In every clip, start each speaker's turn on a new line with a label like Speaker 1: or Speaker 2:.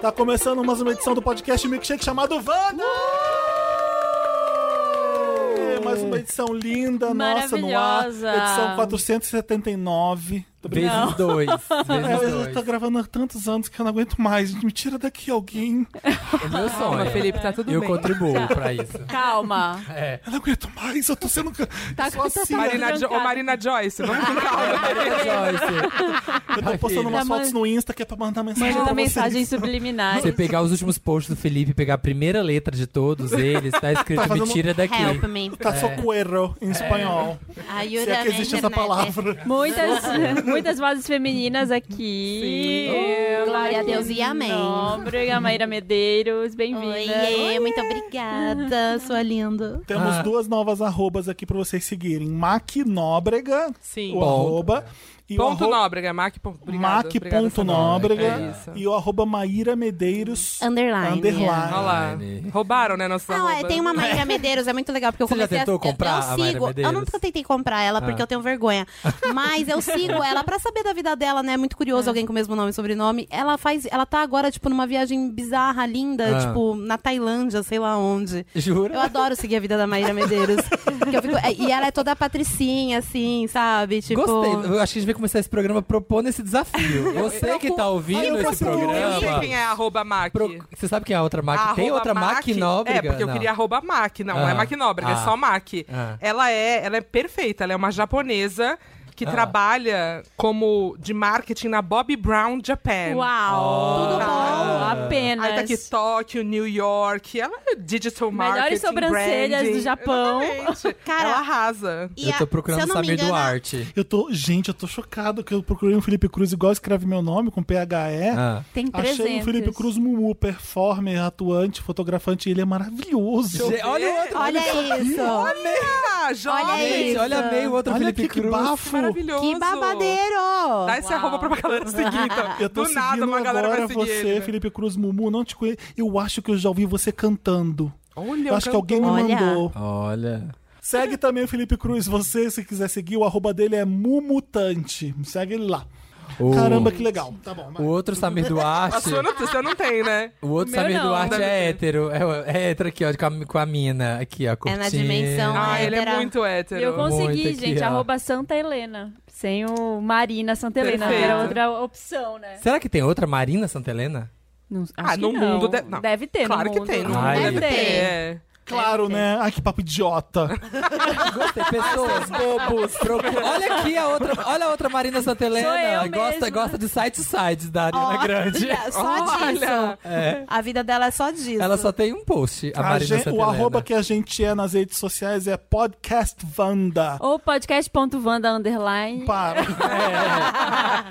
Speaker 1: Tá começando mais uma edição do podcast Milkshake chamado Wanda! É, Mais uma edição linda, nossa, no ar.
Speaker 2: Uh! Maravilhosa.
Speaker 1: Edição 479. Tô brincando.
Speaker 3: Vezes dois.
Speaker 1: É, eu
Speaker 3: Vezes
Speaker 1: tô
Speaker 3: dois.
Speaker 1: gravando há tantos anos que eu não aguento mais. Gente, me tira daqui alguém.
Speaker 3: É meu
Speaker 4: Calma,
Speaker 3: sonho.
Speaker 4: Felipe, tá tudo
Speaker 3: eu
Speaker 4: bem.
Speaker 3: contribuo pra isso.
Speaker 2: Calma.
Speaker 3: É.
Speaker 1: Eu não aguento mais, eu tô sendo.
Speaker 2: Tá
Speaker 1: só
Speaker 2: com- tá-
Speaker 1: assim,
Speaker 2: tá-
Speaker 1: né?
Speaker 4: Marina, jo
Speaker 2: Trancada.
Speaker 4: Ô, Marina Joyce, vamos com calma.
Speaker 3: É Joyce,
Speaker 1: Eu tô postando umas
Speaker 2: Tá,
Speaker 1: fotos
Speaker 2: mas-
Speaker 1: no Insta que é pra mandar mensagem.
Speaker 2: Manda
Speaker 1: pra
Speaker 2: mensagem
Speaker 1: vocês.
Speaker 2: subliminar.
Speaker 3: Você pegar os últimos posts do Felipe, pegar a primeira letra de todos eles, tá escrito
Speaker 1: Tá fazendo
Speaker 3: me tira daqui.
Speaker 5: Help me.
Speaker 1: Tá
Speaker 3: É.
Speaker 1: só coero em espanhol.
Speaker 5: Ajuda
Speaker 1: Se é que existe
Speaker 5: na
Speaker 1: essa
Speaker 5: internet.
Speaker 1: palavra.
Speaker 2: Muitas, muitas vozes femininas aqui.
Speaker 5: Sim. Glória a Deus e amém.
Speaker 2: Obrigada, Maíra Medeiros. Bem-vinda.
Speaker 5: Oiê, muito obrigada, sua linda.
Speaker 1: Temos
Speaker 3: Ah.
Speaker 1: duas novas arrobas aqui pra vocês seguirem. Mac Nóbrega,
Speaker 4: Sim.
Speaker 1: o arroba. E
Speaker 4: Ponto
Speaker 1: o arro-
Speaker 4: Nóbrega, Mac. ponto- obrigado,
Speaker 1: Mac
Speaker 4: obrigado,
Speaker 1: ponto
Speaker 4: Sandra.
Speaker 1: Nóbrega.
Speaker 4: É isso.
Speaker 1: E o arroba Maíra Medeiros.
Speaker 5: Underline. é.
Speaker 1: Underline.
Speaker 4: Olha lá.
Speaker 3: Ai.
Speaker 4: Ah, Roubaram, né, nossa
Speaker 5: Não, é, tem uma Maíra Medeiros, é muito legal, porque eu
Speaker 3: Você já
Speaker 5: comecei
Speaker 3: tentou
Speaker 5: a...
Speaker 3: comprar
Speaker 5: eu
Speaker 3: a Maíra
Speaker 5: sigo, Eu
Speaker 3: Medeiros?
Speaker 5: nunca tentei comprar ela,
Speaker 3: Ah.
Speaker 5: porque eu tenho vergonha. Mas eu sigo ela pra saber da vida dela, né? É muito curioso
Speaker 3: Ah.
Speaker 5: alguém com o mesmo nome e sobrenome. Ela faz. Ela tá agora, tipo, numa viagem bizarra, linda,
Speaker 3: Ah.
Speaker 5: tipo, na Tailândia, sei lá onde. Eu
Speaker 3: Jura?
Speaker 5: adoro seguir a vida da Maíra Medeiros. Porque eu fico- é, e ela é toda patricinha, assim, sabe? Tipo...
Speaker 3: Gostei. Eu acho que a gente vai começar esse programa propondo esse desafio. Você que tá
Speaker 1: Eu
Speaker 3: ouvindo esse
Speaker 1: procuro-
Speaker 4: Eu sei
Speaker 3: programa.
Speaker 4: quem é arroba Mac.
Speaker 3: pro- Você sabe quem é a outra Mac?
Speaker 4: Arroba
Speaker 3: Tem outra Mac
Speaker 4: É,
Speaker 3: Nóbrega?
Speaker 4: porque eu
Speaker 3: Não.
Speaker 4: queria arroba Mac. Não, não é
Speaker 3: Ah.
Speaker 4: Mac Nóbrega,
Speaker 3: Ah.
Speaker 4: é só Mac.
Speaker 3: Ah.
Speaker 4: Ela, é, ela é perfeita, ela é uma japonesa que trabalha como de marketing na Bob Brown Japan.
Speaker 2: Uau.
Speaker 5: Tudo bom.
Speaker 2: Apenas.
Speaker 4: Aí tá aqui Tóquio, New York. Ela é digital
Speaker 2: Melhores
Speaker 4: marketing,
Speaker 2: sobrancelhas
Speaker 4: branding.
Speaker 2: do Japão.
Speaker 4: Exatamente.
Speaker 5: Cara,
Speaker 4: ela arrasa.
Speaker 5: E
Speaker 3: Eu
Speaker 5: a-
Speaker 3: tô procurando
Speaker 5: se eu não me
Speaker 3: saber
Speaker 5: engano,
Speaker 3: do arte.
Speaker 1: Eu tô. Gente, eu tô chocado que eu procurei um Felipe Cruz igual escreve meu nome, com PHE.
Speaker 3: Ah.
Speaker 2: Tem 300.
Speaker 1: Achei um Felipe Cruz Mumu, performer, atuante, fotografante, e ele é maravilhoso.
Speaker 3: Gente, Olha o outro.
Speaker 5: Olha isso.
Speaker 4: Ah, jovem!
Speaker 5: Olha
Speaker 3: Gente,
Speaker 5: isso.
Speaker 3: olha bem o outro
Speaker 1: Olha
Speaker 3: Felipe
Speaker 1: aqui, que
Speaker 3: Cruz.
Speaker 1: bafo.
Speaker 4: Maravilhoso.
Speaker 5: Que babadeiro!
Speaker 4: Dá esse
Speaker 2: Uau.
Speaker 4: arroba pra galera seguir, então.
Speaker 1: Eu tô
Speaker 4: Do nada,
Speaker 1: seguindo
Speaker 4: uma galera
Speaker 1: agora
Speaker 4: vai seguir
Speaker 1: você,
Speaker 4: ele, né?
Speaker 1: Felipe Cruz Mumu. Não te conheço. Eu acho que eu já ouvi você cantando.
Speaker 4: Olha,
Speaker 1: Eu acho que alguém me
Speaker 5: Olha.
Speaker 1: mandou.
Speaker 3: Olha.
Speaker 1: Segue também o Felipe Cruz, você, se quiser seguir, o arroba dele é Mumutante. Segue ele lá.
Speaker 3: O-
Speaker 1: Caramba, que legal. Tá bom.
Speaker 3: O
Speaker 1: vai.
Speaker 3: outro Samir
Speaker 4: A
Speaker 3: Duarte.
Speaker 4: sua não, você não tem, né?
Speaker 3: O outro
Speaker 2: Meu
Speaker 3: Samir
Speaker 2: não.
Speaker 3: Duarte é hétero. É, é hétero aqui, ó, com a, com a mina. Aqui, ó,
Speaker 5: É na
Speaker 3: curtindo.
Speaker 5: dimensão
Speaker 4: Ah, ele é
Speaker 5: hétero.
Speaker 4: muito hétero.
Speaker 2: Eu consegui,
Speaker 3: Muito aqui,
Speaker 2: gente.
Speaker 3: ó.
Speaker 2: Arroba Santa Helena. Sem o Marina Santa Helena.
Speaker 4: Perfeito.
Speaker 2: Era outra opção, né?
Speaker 3: Será que tem outra Marina Santa Helena?
Speaker 2: Não, acho
Speaker 4: Ah,
Speaker 2: que
Speaker 4: no
Speaker 2: não.
Speaker 4: mundo de- não.
Speaker 2: deve ter,
Speaker 4: Claro
Speaker 2: no
Speaker 4: que
Speaker 2: mundo.
Speaker 4: tem, no
Speaker 3: Ai.
Speaker 4: mundo deve
Speaker 2: Deve
Speaker 4: ter.
Speaker 2: ter.
Speaker 4: É.
Speaker 1: Claro, né? Ai, que papo idiota.
Speaker 3: Gostei, pessoas bobos. Procu- Olha aqui a outra, olha a outra Marina Santa
Speaker 2: Sou
Speaker 3: Helena.
Speaker 2: eu
Speaker 3: Gosta,
Speaker 2: mesma.
Speaker 3: gosta de side to side da Ariana é Grande.
Speaker 5: Olha, só
Speaker 4: Olha.
Speaker 5: disso. A vida dela é só disso.
Speaker 3: Ela só tem um post, a,
Speaker 1: A
Speaker 3: Marina
Speaker 1: gen-
Speaker 3: Santa
Speaker 1: o
Speaker 3: Helena.
Speaker 1: arroba que a gente é nas redes sociais é Podcast Vanda.
Speaker 2: Ou podcast.vanda underline.
Speaker 1: Para.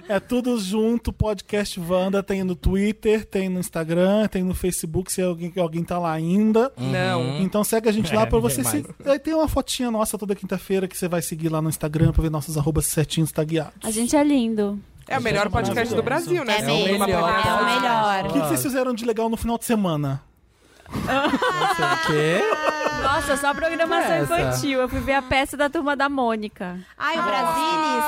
Speaker 1: É, É tudo junto, podcast Vanda. Tem no Twitter, tem no Instagram, tem no Facebook, se alguém, alguém tá lá ainda.
Speaker 4: Uhum. Não.
Speaker 1: Então segue a gente lá
Speaker 3: É,
Speaker 1: pra você
Speaker 3: ninguém
Speaker 1: se... Aí Tem uma fotinha nossa toda quinta-feira que você vai seguir lá no Instagram pra ver nossos arrobas certinhos tagueados.
Speaker 2: A gente é lindo.
Speaker 4: É o melhor podcast do Brasil, né?
Speaker 5: É
Speaker 4: Segundo
Speaker 5: mesmo,
Speaker 4: uma
Speaker 5: é
Speaker 4: avaliação.
Speaker 5: o melhor.
Speaker 1: O que, que vocês fizeram de legal no final de semana?
Speaker 3: Não sei o quê.
Speaker 2: Nossa, só programação
Speaker 3: Essa.
Speaker 2: infantil. Eu fui ver a peça da turma da Mônica.
Speaker 5: Ai, o Brasilis.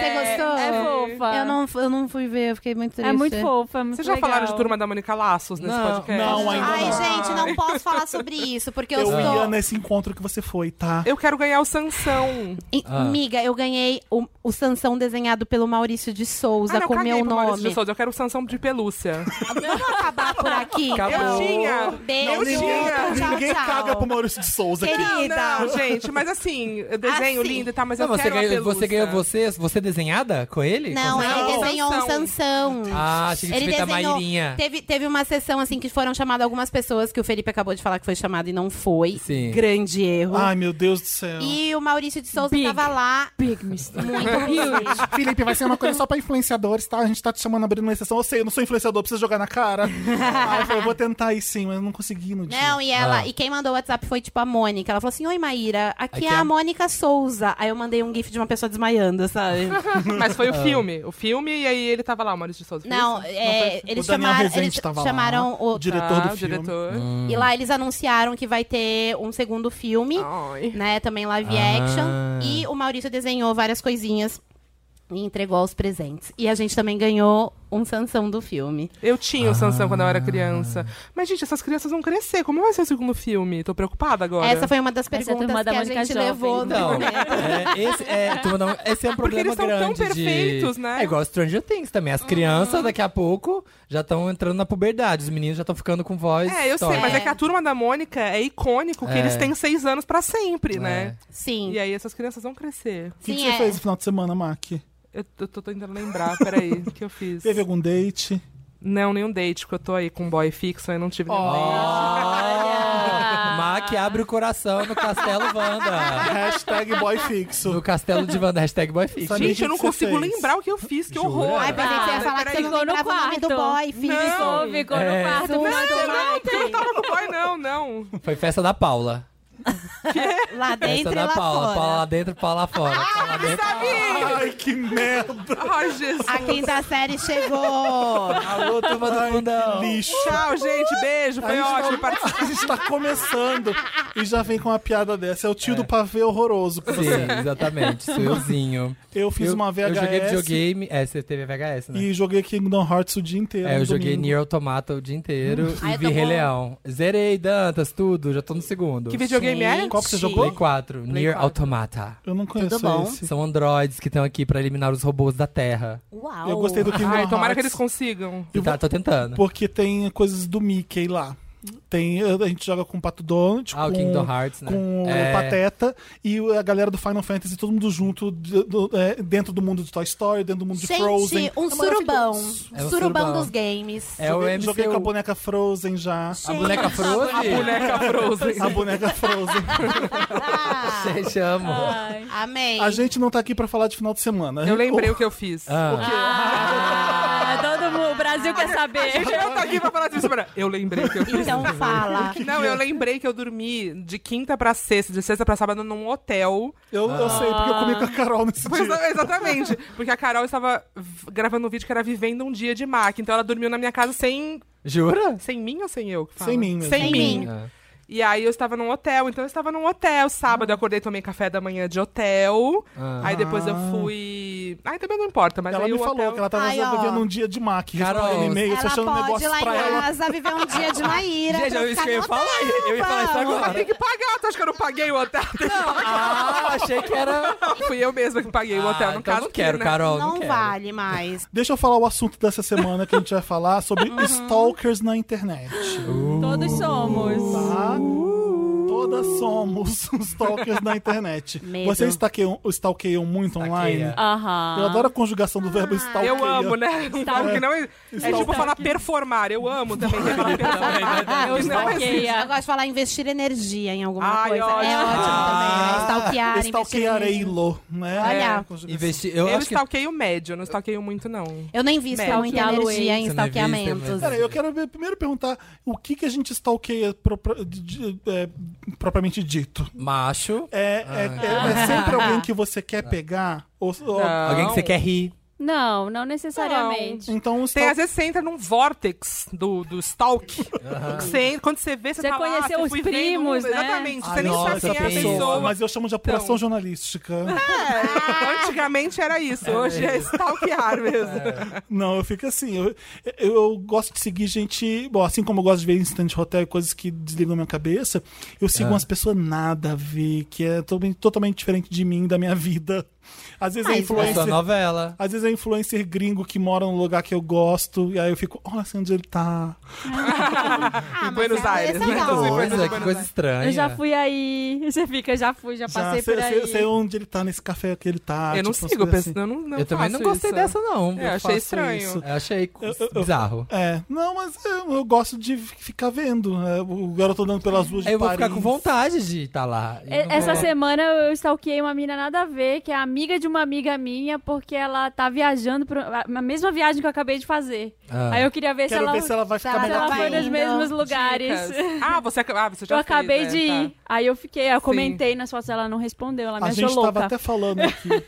Speaker 5: Você gostou?
Speaker 2: É fofa.
Speaker 5: Eu não, eu não fui ver, eu fiquei muito triste.
Speaker 2: É muito fofa. é muito
Speaker 4: Vocês já
Speaker 2: legal.
Speaker 4: falaram de Turma da Mônica Laços nesse
Speaker 3: Não,
Speaker 4: podcast?
Speaker 1: não, ainda
Speaker 5: Ai,
Speaker 1: não.
Speaker 5: gente, não posso falar sobre isso, porque eu,
Speaker 1: Eu
Speaker 5: estou...
Speaker 1: ia né? nesse encontro que você foi, tá?
Speaker 4: Eu quero ganhar o Sansão.
Speaker 5: E,
Speaker 3: Ah.
Speaker 5: Miga, eu ganhei o, o Sansão desenhado pelo Maurício de Souza
Speaker 4: ah, não,
Speaker 5: com
Speaker 4: caguei
Speaker 5: meu
Speaker 4: pro Maurício de
Speaker 5: nome.
Speaker 4: Souza, Eu quero o Sansão de pelúcia.
Speaker 5: Vamos acabar por aqui? então.
Speaker 3: Acabou.
Speaker 4: Eu tinha.
Speaker 3: É
Speaker 5: Beijo.
Speaker 4: Eu tinha.
Speaker 5: Tchau,
Speaker 1: Ninguém
Speaker 5: tchau.
Speaker 1: caga pro Maurício de Souza aqui.
Speaker 5: Querida.
Speaker 4: Não, gente, mas assim, eu desenho
Speaker 5: Assim.
Speaker 4: lindo e tal, mas
Speaker 3: Não,
Speaker 4: eu
Speaker 3: você,
Speaker 4: quero a
Speaker 3: ganhou,
Speaker 4: pelúcia.
Speaker 3: você ganhou você, você desenhada com ele?
Speaker 5: Não,
Speaker 3: Com-
Speaker 5: ele
Speaker 4: Não.
Speaker 5: desenhou um Sansão.
Speaker 3: Ah, achei que tinha
Speaker 5: Ele
Speaker 3: feito a
Speaker 5: desenhou-
Speaker 3: Mairinha.
Speaker 5: Teve, teve uma sessão assim que foram chamadas algumas pessoas que o Felipe acabou de falar que foi chamado e não foi.
Speaker 3: Sim.
Speaker 5: Grande erro.
Speaker 1: Ai, meu Deus do céu.
Speaker 5: E o Maurício de Souza
Speaker 2: Big.
Speaker 5: tava lá.
Speaker 2: Big mistake.
Speaker 5: Muito
Speaker 1: Felipe, vai ser uma coisa só pra influenciadores, tá? A gente tá te chamando abrindo uma exceção. Eu sei, eu não sou influenciador, precisa jogar na cara. Aí Ah, eu falei, eu vou tentar aí sim, mas eu não consegui no dia.
Speaker 5: Não, e ela,
Speaker 3: Ah.
Speaker 5: e quem mandou o WhatsApp foi tipo a Mônica. Ela falou assim: Oi, Maíra, aqui,
Speaker 3: Aqui
Speaker 5: é
Speaker 3: é
Speaker 5: a
Speaker 3: a-
Speaker 5: Mônica Souza. Aí eu mandei um GIF de uma pessoa desmaiando, sabe?
Speaker 4: Mas foi o filme. O filme, e aí ele tava lá, o Maurício de Souza. foi
Speaker 5: Não, é, eles
Speaker 1: o Daniel
Speaker 5: chamaram,
Speaker 1: Rezende
Speaker 5: eles
Speaker 1: tava
Speaker 5: chamaram
Speaker 1: lá,
Speaker 5: o.
Speaker 1: o diretor
Speaker 4: Ah,
Speaker 1: do
Speaker 4: o
Speaker 1: filme.
Speaker 4: diretor.
Speaker 5: E lá eles anunciaram que vai ter um segundo filme.
Speaker 4: Ah. Ai.
Speaker 5: né? Também live
Speaker 3: Ah.
Speaker 5: action. E o Maurício desenhou várias coisinhas e entregou os presentes. E a gente também ganhou um Sansão do filme.
Speaker 4: Eu tinha o Sansão quando eu era criança. Mas, gente, essas crianças vão crescer. Como vai ser o segundo filme? Tô preocupada agora.
Speaker 5: Essa foi uma das
Speaker 2: Essa é a
Speaker 5: perguntas
Speaker 2: turma da
Speaker 5: que a
Speaker 2: Mônica
Speaker 5: gente
Speaker 2: Jovem.
Speaker 5: levou no
Speaker 2: Não.
Speaker 5: momento.
Speaker 3: É, esse, é, tu não- esse é um
Speaker 4: né? Porque
Speaker 3: problema
Speaker 4: eles são tão
Speaker 3: grande de-
Speaker 4: perfeitos, né? Uhum.
Speaker 3: É igual Stranger Things também. As crianças, daqui a pouco, já estão entrando na puberdade. Os meninos já estão ficando com voz.
Speaker 4: É, eu sei,
Speaker 3: torta.
Speaker 4: mas é que a turma da Mônica é icônico que
Speaker 3: É.
Speaker 4: eles têm seis anos pra sempre, né?
Speaker 5: Sim.
Speaker 4: E aí essas crianças vão crescer.
Speaker 1: O que, que
Speaker 5: Sim,
Speaker 1: você
Speaker 5: é.
Speaker 1: fez no final de semana, Mac?
Speaker 4: Eu, eu tô tentando lembrar, peraí, o que eu fiz?
Speaker 1: Teve algum date?
Speaker 4: Não, nenhum date, porque eu tô aí com um boy fixo, aí não tive nenhum date.
Speaker 3: Olha! Mac abre o coração no Castelo Wanda.
Speaker 1: Hashtag boy fixo.
Speaker 3: No Castelo de Wanda, hashtag boy fix.
Speaker 1: Sabe-
Speaker 4: Gente,
Speaker 1: que
Speaker 4: eu não
Speaker 1: que você
Speaker 4: consigo
Speaker 1: fez?
Speaker 4: lembrar o que eu fiz, que
Speaker 3: Jura?
Speaker 4: horror.
Speaker 5: Ai, pensei que você ia
Speaker 4: Ah,
Speaker 5: falar que você
Speaker 4: peraí.
Speaker 5: não
Speaker 2: Ficou no
Speaker 5: lembrava o nome do
Speaker 2: quarto.
Speaker 5: boy, filho.
Speaker 4: Não.
Speaker 2: Ficou, ficou
Speaker 3: É.
Speaker 2: no quarto.
Speaker 5: Susto.
Speaker 2: Não, não,
Speaker 4: Eu não tava com boy, não, não.
Speaker 3: Foi festa da Paula.
Speaker 5: Lá dentro né?
Speaker 3: festa
Speaker 5: e
Speaker 3: da
Speaker 5: lá
Speaker 3: é Paula.
Speaker 5: fora.
Speaker 3: Paula lá dentro, Paula lá fora.
Speaker 4: Ah,
Speaker 3: Paula lá dentro.
Speaker 1: Ai, que merda!
Speaker 4: Ai, Jesus.
Speaker 5: A quinta série chegou.
Speaker 3: Alô, turma do fundão.
Speaker 1: Lixo!
Speaker 4: Tchau, gente. Beijo.
Speaker 1: A
Speaker 4: Foi
Speaker 1: gente tá-
Speaker 4: ótimo
Speaker 1: A
Speaker 4: participar.
Speaker 1: gente tá começando e já vem com uma piada dessa. É o tio do pavê horroroso que você
Speaker 3: Sim, exatamente. Sou euzinho.
Speaker 1: Eu fiz
Speaker 3: eu,
Speaker 1: uma VHS
Speaker 3: Eu joguei videogame. É, você teve VHS, né?
Speaker 1: e joguei Kingdom Hearts o dia inteiro.
Speaker 3: É, eu
Speaker 1: no
Speaker 3: joguei
Speaker 1: domingo.
Speaker 3: Nier Automata o dia inteiro
Speaker 5: Ai,
Speaker 3: e
Speaker 5: eu
Speaker 3: vi
Speaker 5: tô
Speaker 3: Rei
Speaker 5: bom.
Speaker 3: Leão. Zerei Dantas, tudo, já tô no segundo.
Speaker 4: Que videogame é?
Speaker 1: Qual que você jogou?
Speaker 3: Play 4, Nier
Speaker 4: 4.
Speaker 3: Automata.
Speaker 1: Eu não conheço
Speaker 5: bom?
Speaker 1: esse.
Speaker 3: São androides que estão aqui pra eliminar os robôs da Terra.
Speaker 5: Uau.
Speaker 1: Eu gostei do Kingdom
Speaker 4: Ai, tomara
Speaker 1: Hearts
Speaker 4: que eles consigam.
Speaker 1: Eu
Speaker 3: Tá, tô tentando.
Speaker 1: porque tem coisas do Mickey lá. Tem, a gente joga com o Pato Donald,
Speaker 3: Ah, o
Speaker 1: com,
Speaker 3: Kingdom Hearts, né?
Speaker 1: com
Speaker 3: É.
Speaker 1: o Pateta e a galera do Final Fantasy, todo mundo junto de- do- é, dentro do mundo de Toy Story, dentro do mundo de
Speaker 5: Gente,
Speaker 1: Frozen.
Speaker 5: um
Speaker 1: É
Speaker 5: surubão.
Speaker 1: maravilhoso.
Speaker 3: É um
Speaker 5: surubão.
Speaker 3: surubão.
Speaker 5: dos games.
Speaker 3: É o
Speaker 1: joguei,
Speaker 3: MCU.
Speaker 1: joguei com a boneca Frozen já.
Speaker 3: A boneca Frozen?
Speaker 4: Boneca Frozen.
Speaker 1: A boneca Frozen.
Speaker 5: Ah,
Speaker 3: Gente, amo.
Speaker 2: Ai.
Speaker 5: Amém.
Speaker 1: A gente não tá aqui pra falar de final de semana.
Speaker 4: Eu lembrei o que eu fiz.
Speaker 3: Ah,
Speaker 2: Ah, todo mundo, o Brasil quer saber.
Speaker 4: Eu tô aqui pra falar disso. pera. Eu lembrei o que eu fiz.
Speaker 5: Então fala.
Speaker 4: Não, eu lembrei que eu dormi de quinta pra sexta, de sexta pra sábado num hotel.
Speaker 1: Eu, eu sei, porque eu comi com a Carol nesse
Speaker 4: Ah. Pois é.
Speaker 1: dia.
Speaker 4: não, exatamente. Porque a Carol estava v- gravando um vídeo que era Vivendo um Dia de Mac. Então ela dormiu na minha casa sem.
Speaker 3: jura?
Speaker 4: Sem mim ou sem eu? que fala?
Speaker 1: Sem mim mesmo.
Speaker 4: Sem,
Speaker 5: Sem
Speaker 4: mim.
Speaker 5: mim.
Speaker 3: Ah.
Speaker 4: E aí eu estava num hotel, então eu estava num hotel. Sábado eu acordei, tomei café da manhã de hotel.
Speaker 3: Ah.
Speaker 4: Aí depois eu fui. Aí também não importa, mas
Speaker 1: Ela
Speaker 4: aí
Speaker 1: me
Speaker 4: o
Speaker 1: falou
Speaker 4: hotel...
Speaker 1: que ela tava
Speaker 5: Ai, ó.
Speaker 1: vivendo um dia de Mac.
Speaker 3: Carol,
Speaker 1: respondendo e-mail,
Speaker 5: Ela
Speaker 1: fechando
Speaker 5: pode ir
Speaker 1: um negócio
Speaker 5: lá
Speaker 1: pra
Speaker 5: em
Speaker 1: ela.
Speaker 5: casa viver um dia de Maíra.
Speaker 3: Gente,
Speaker 5: pra
Speaker 3: é isso
Speaker 5: ficar
Speaker 3: que eu ia
Speaker 5: no
Speaker 3: falar.
Speaker 5: hotel,
Speaker 3: Eu ia falar isso
Speaker 5: tá vamos.
Speaker 4: Tem
Speaker 3: agora.
Speaker 4: que pagar, tu acha que eu não paguei o hotel?
Speaker 3: Ah, achei que era.
Speaker 4: Fui eu mesma que paguei o um hotel,
Speaker 3: Ah,
Speaker 4: no
Speaker 3: então
Speaker 4: caso.
Speaker 3: não quero,
Speaker 4: né?
Speaker 3: Carol. Não,
Speaker 5: Não
Speaker 3: quero.
Speaker 5: vale mais.
Speaker 1: Deixa eu falar o assunto dessa semana que a gente vai falar sobre
Speaker 4: Uhum.
Speaker 1: stalkers na internet.
Speaker 2: Todos somos.
Speaker 1: Tá? Todas somos stalkers na internet.
Speaker 5: Medo.
Speaker 1: Vocês stalkeiam, stalkeiam muito
Speaker 3: Stalkeia.
Speaker 1: online?
Speaker 2: Aham.
Speaker 1: Eu adoro a conjugação do verbo stalkeia.
Speaker 4: Ah. Eu amo, né? Um verbo que não é, é tipo
Speaker 2: Stalker.
Speaker 4: falar performar. Eu amo também. que é falar
Speaker 3: né?
Speaker 4: performar. Eu não é existe.
Speaker 5: Eu gosto de falar investir energia em alguma
Speaker 4: Ai,
Speaker 5: coisa. É
Speaker 4: ótimo.
Speaker 5: ótimo também. né? Stalkear, investir energia.
Speaker 1: Stalkearei-lo, né?
Speaker 5: Olha.
Speaker 1: Conjugação.
Speaker 3: Investi... Eu,
Speaker 4: Eu
Speaker 3: acho que.
Speaker 4: stalkeio médio, eu não stalkeio muito, não.
Speaker 5: Eu nem visto
Speaker 4: Mel,
Speaker 5: muita
Speaker 2: Stalkear
Speaker 5: energia
Speaker 2: Luiz.
Speaker 5: em
Speaker 3: Você não é vista,
Speaker 5: stalkeamentos.
Speaker 3: mas-
Speaker 1: Pera, eu quero ver- primeiro perguntar o que, que a gente stalkeia propra- de- de- é, propriamente dito.
Speaker 3: Macho.
Speaker 1: É, é- é- é sempre alguém que você quer pegar? Ou, ou-
Speaker 4: Não.
Speaker 3: Alguém que você quer rir.
Speaker 2: Não, não necessariamente.
Speaker 1: então o
Speaker 4: Tem,
Speaker 1: stalker.
Speaker 4: às vezes você entra num vórtex do, do stalk. Que você entra- quando você vê, você,
Speaker 2: Você
Speaker 4: tá lá,
Speaker 2: conheceu
Speaker 4: você
Speaker 2: os
Speaker 4: fui vendo,
Speaker 2: primos, né?
Speaker 4: Exatamente.
Speaker 3: Ai,
Speaker 4: você nem
Speaker 3: Ah, nossa,
Speaker 4: sabe quem é a
Speaker 3: tem isso.
Speaker 4: pessoa.
Speaker 1: Mas eu chamo de apuração
Speaker 4: Então.
Speaker 1: jornalística.
Speaker 4: É, antigamente era isso, hoje é stalkear mesmo.
Speaker 3: É.
Speaker 1: Não, eu fico assim. Eu, eu- eu gosto de seguir gente. Bom, assim como eu gosto de ver instante hotel e coisas que desligam minha cabeça, eu sigo
Speaker 4: É.
Speaker 3: Ah.
Speaker 1: umas pessoas nada a ver, que é to- totalmente diferente de mim, da minha vida. Às vezes é
Speaker 4: Ah,
Speaker 5: Mas
Speaker 3: É sua
Speaker 1: influencer.
Speaker 3: novela.
Speaker 1: Às vezes é influencer gringo que mora num lugar que eu gosto, e aí eu fico, olha assim onde ele tá.
Speaker 5: Ah, mas
Speaker 4: Buenos
Speaker 5: é-
Speaker 4: Aires,
Speaker 5: esse é
Speaker 4: né?
Speaker 5: legal.
Speaker 4: Então,
Speaker 3: Coisa, que coisa estranha.
Speaker 2: Eu já fui aí. Você fica, já fui, já
Speaker 1: Já
Speaker 2: passei
Speaker 1: sei,
Speaker 2: por
Speaker 1: sei-
Speaker 2: aí.
Speaker 1: sei onde ele tá nesse café que ele tá.
Speaker 3: Ah,
Speaker 4: eu não
Speaker 1: tipo, umas
Speaker 4: sigo,
Speaker 1: coisas
Speaker 4: pessoa- eu não, não
Speaker 3: assim. Eu também
Speaker 4: faço
Speaker 3: não gostei
Speaker 4: isso.
Speaker 3: dessa, não.
Speaker 4: É, achei
Speaker 3: faço
Speaker 4: estranho.
Speaker 3: isso. Eu achei
Speaker 1: Eu- eu- eu-
Speaker 3: bizarro.
Speaker 1: É, não, mas eu, eu gosto de ficar vendo. é, o garoto andando pelas ruas de
Speaker 3: Eu vou
Speaker 1: Paris.
Speaker 3: ficar com vontade de estar lá. Eu
Speaker 2: E-
Speaker 3: não
Speaker 2: É,
Speaker 3: é.
Speaker 2: Essa
Speaker 3: vou-
Speaker 2: semana eu stalkeei uma mina nada a ver, que é amiga de uma amiga minha, porque ela tá viajando pra a mesma viagem que eu acabei de fazer.
Speaker 3: Ah.
Speaker 2: Aí eu queria ver se
Speaker 1: Quero
Speaker 2: ela,
Speaker 1: ver se ela vai
Speaker 5: Tá,
Speaker 1: ficar
Speaker 5: se
Speaker 2: se
Speaker 1: melhor.
Speaker 2: ela
Speaker 5: tá
Speaker 2: foi nos
Speaker 5: indo.
Speaker 2: mesmos lugares.
Speaker 4: Dicas. Ah, você, ac- ah, você já
Speaker 2: Eu
Speaker 4: fez,
Speaker 2: acabei
Speaker 4: né?
Speaker 2: de
Speaker 4: Tá.
Speaker 2: ir. Aí eu fiquei, eu
Speaker 4: Sim.
Speaker 2: comentei nas fotos, ela não respondeu, ela me
Speaker 1: A
Speaker 2: achou
Speaker 1: gente
Speaker 2: louca.
Speaker 1: tava até falando aqui.
Speaker 5: Ai,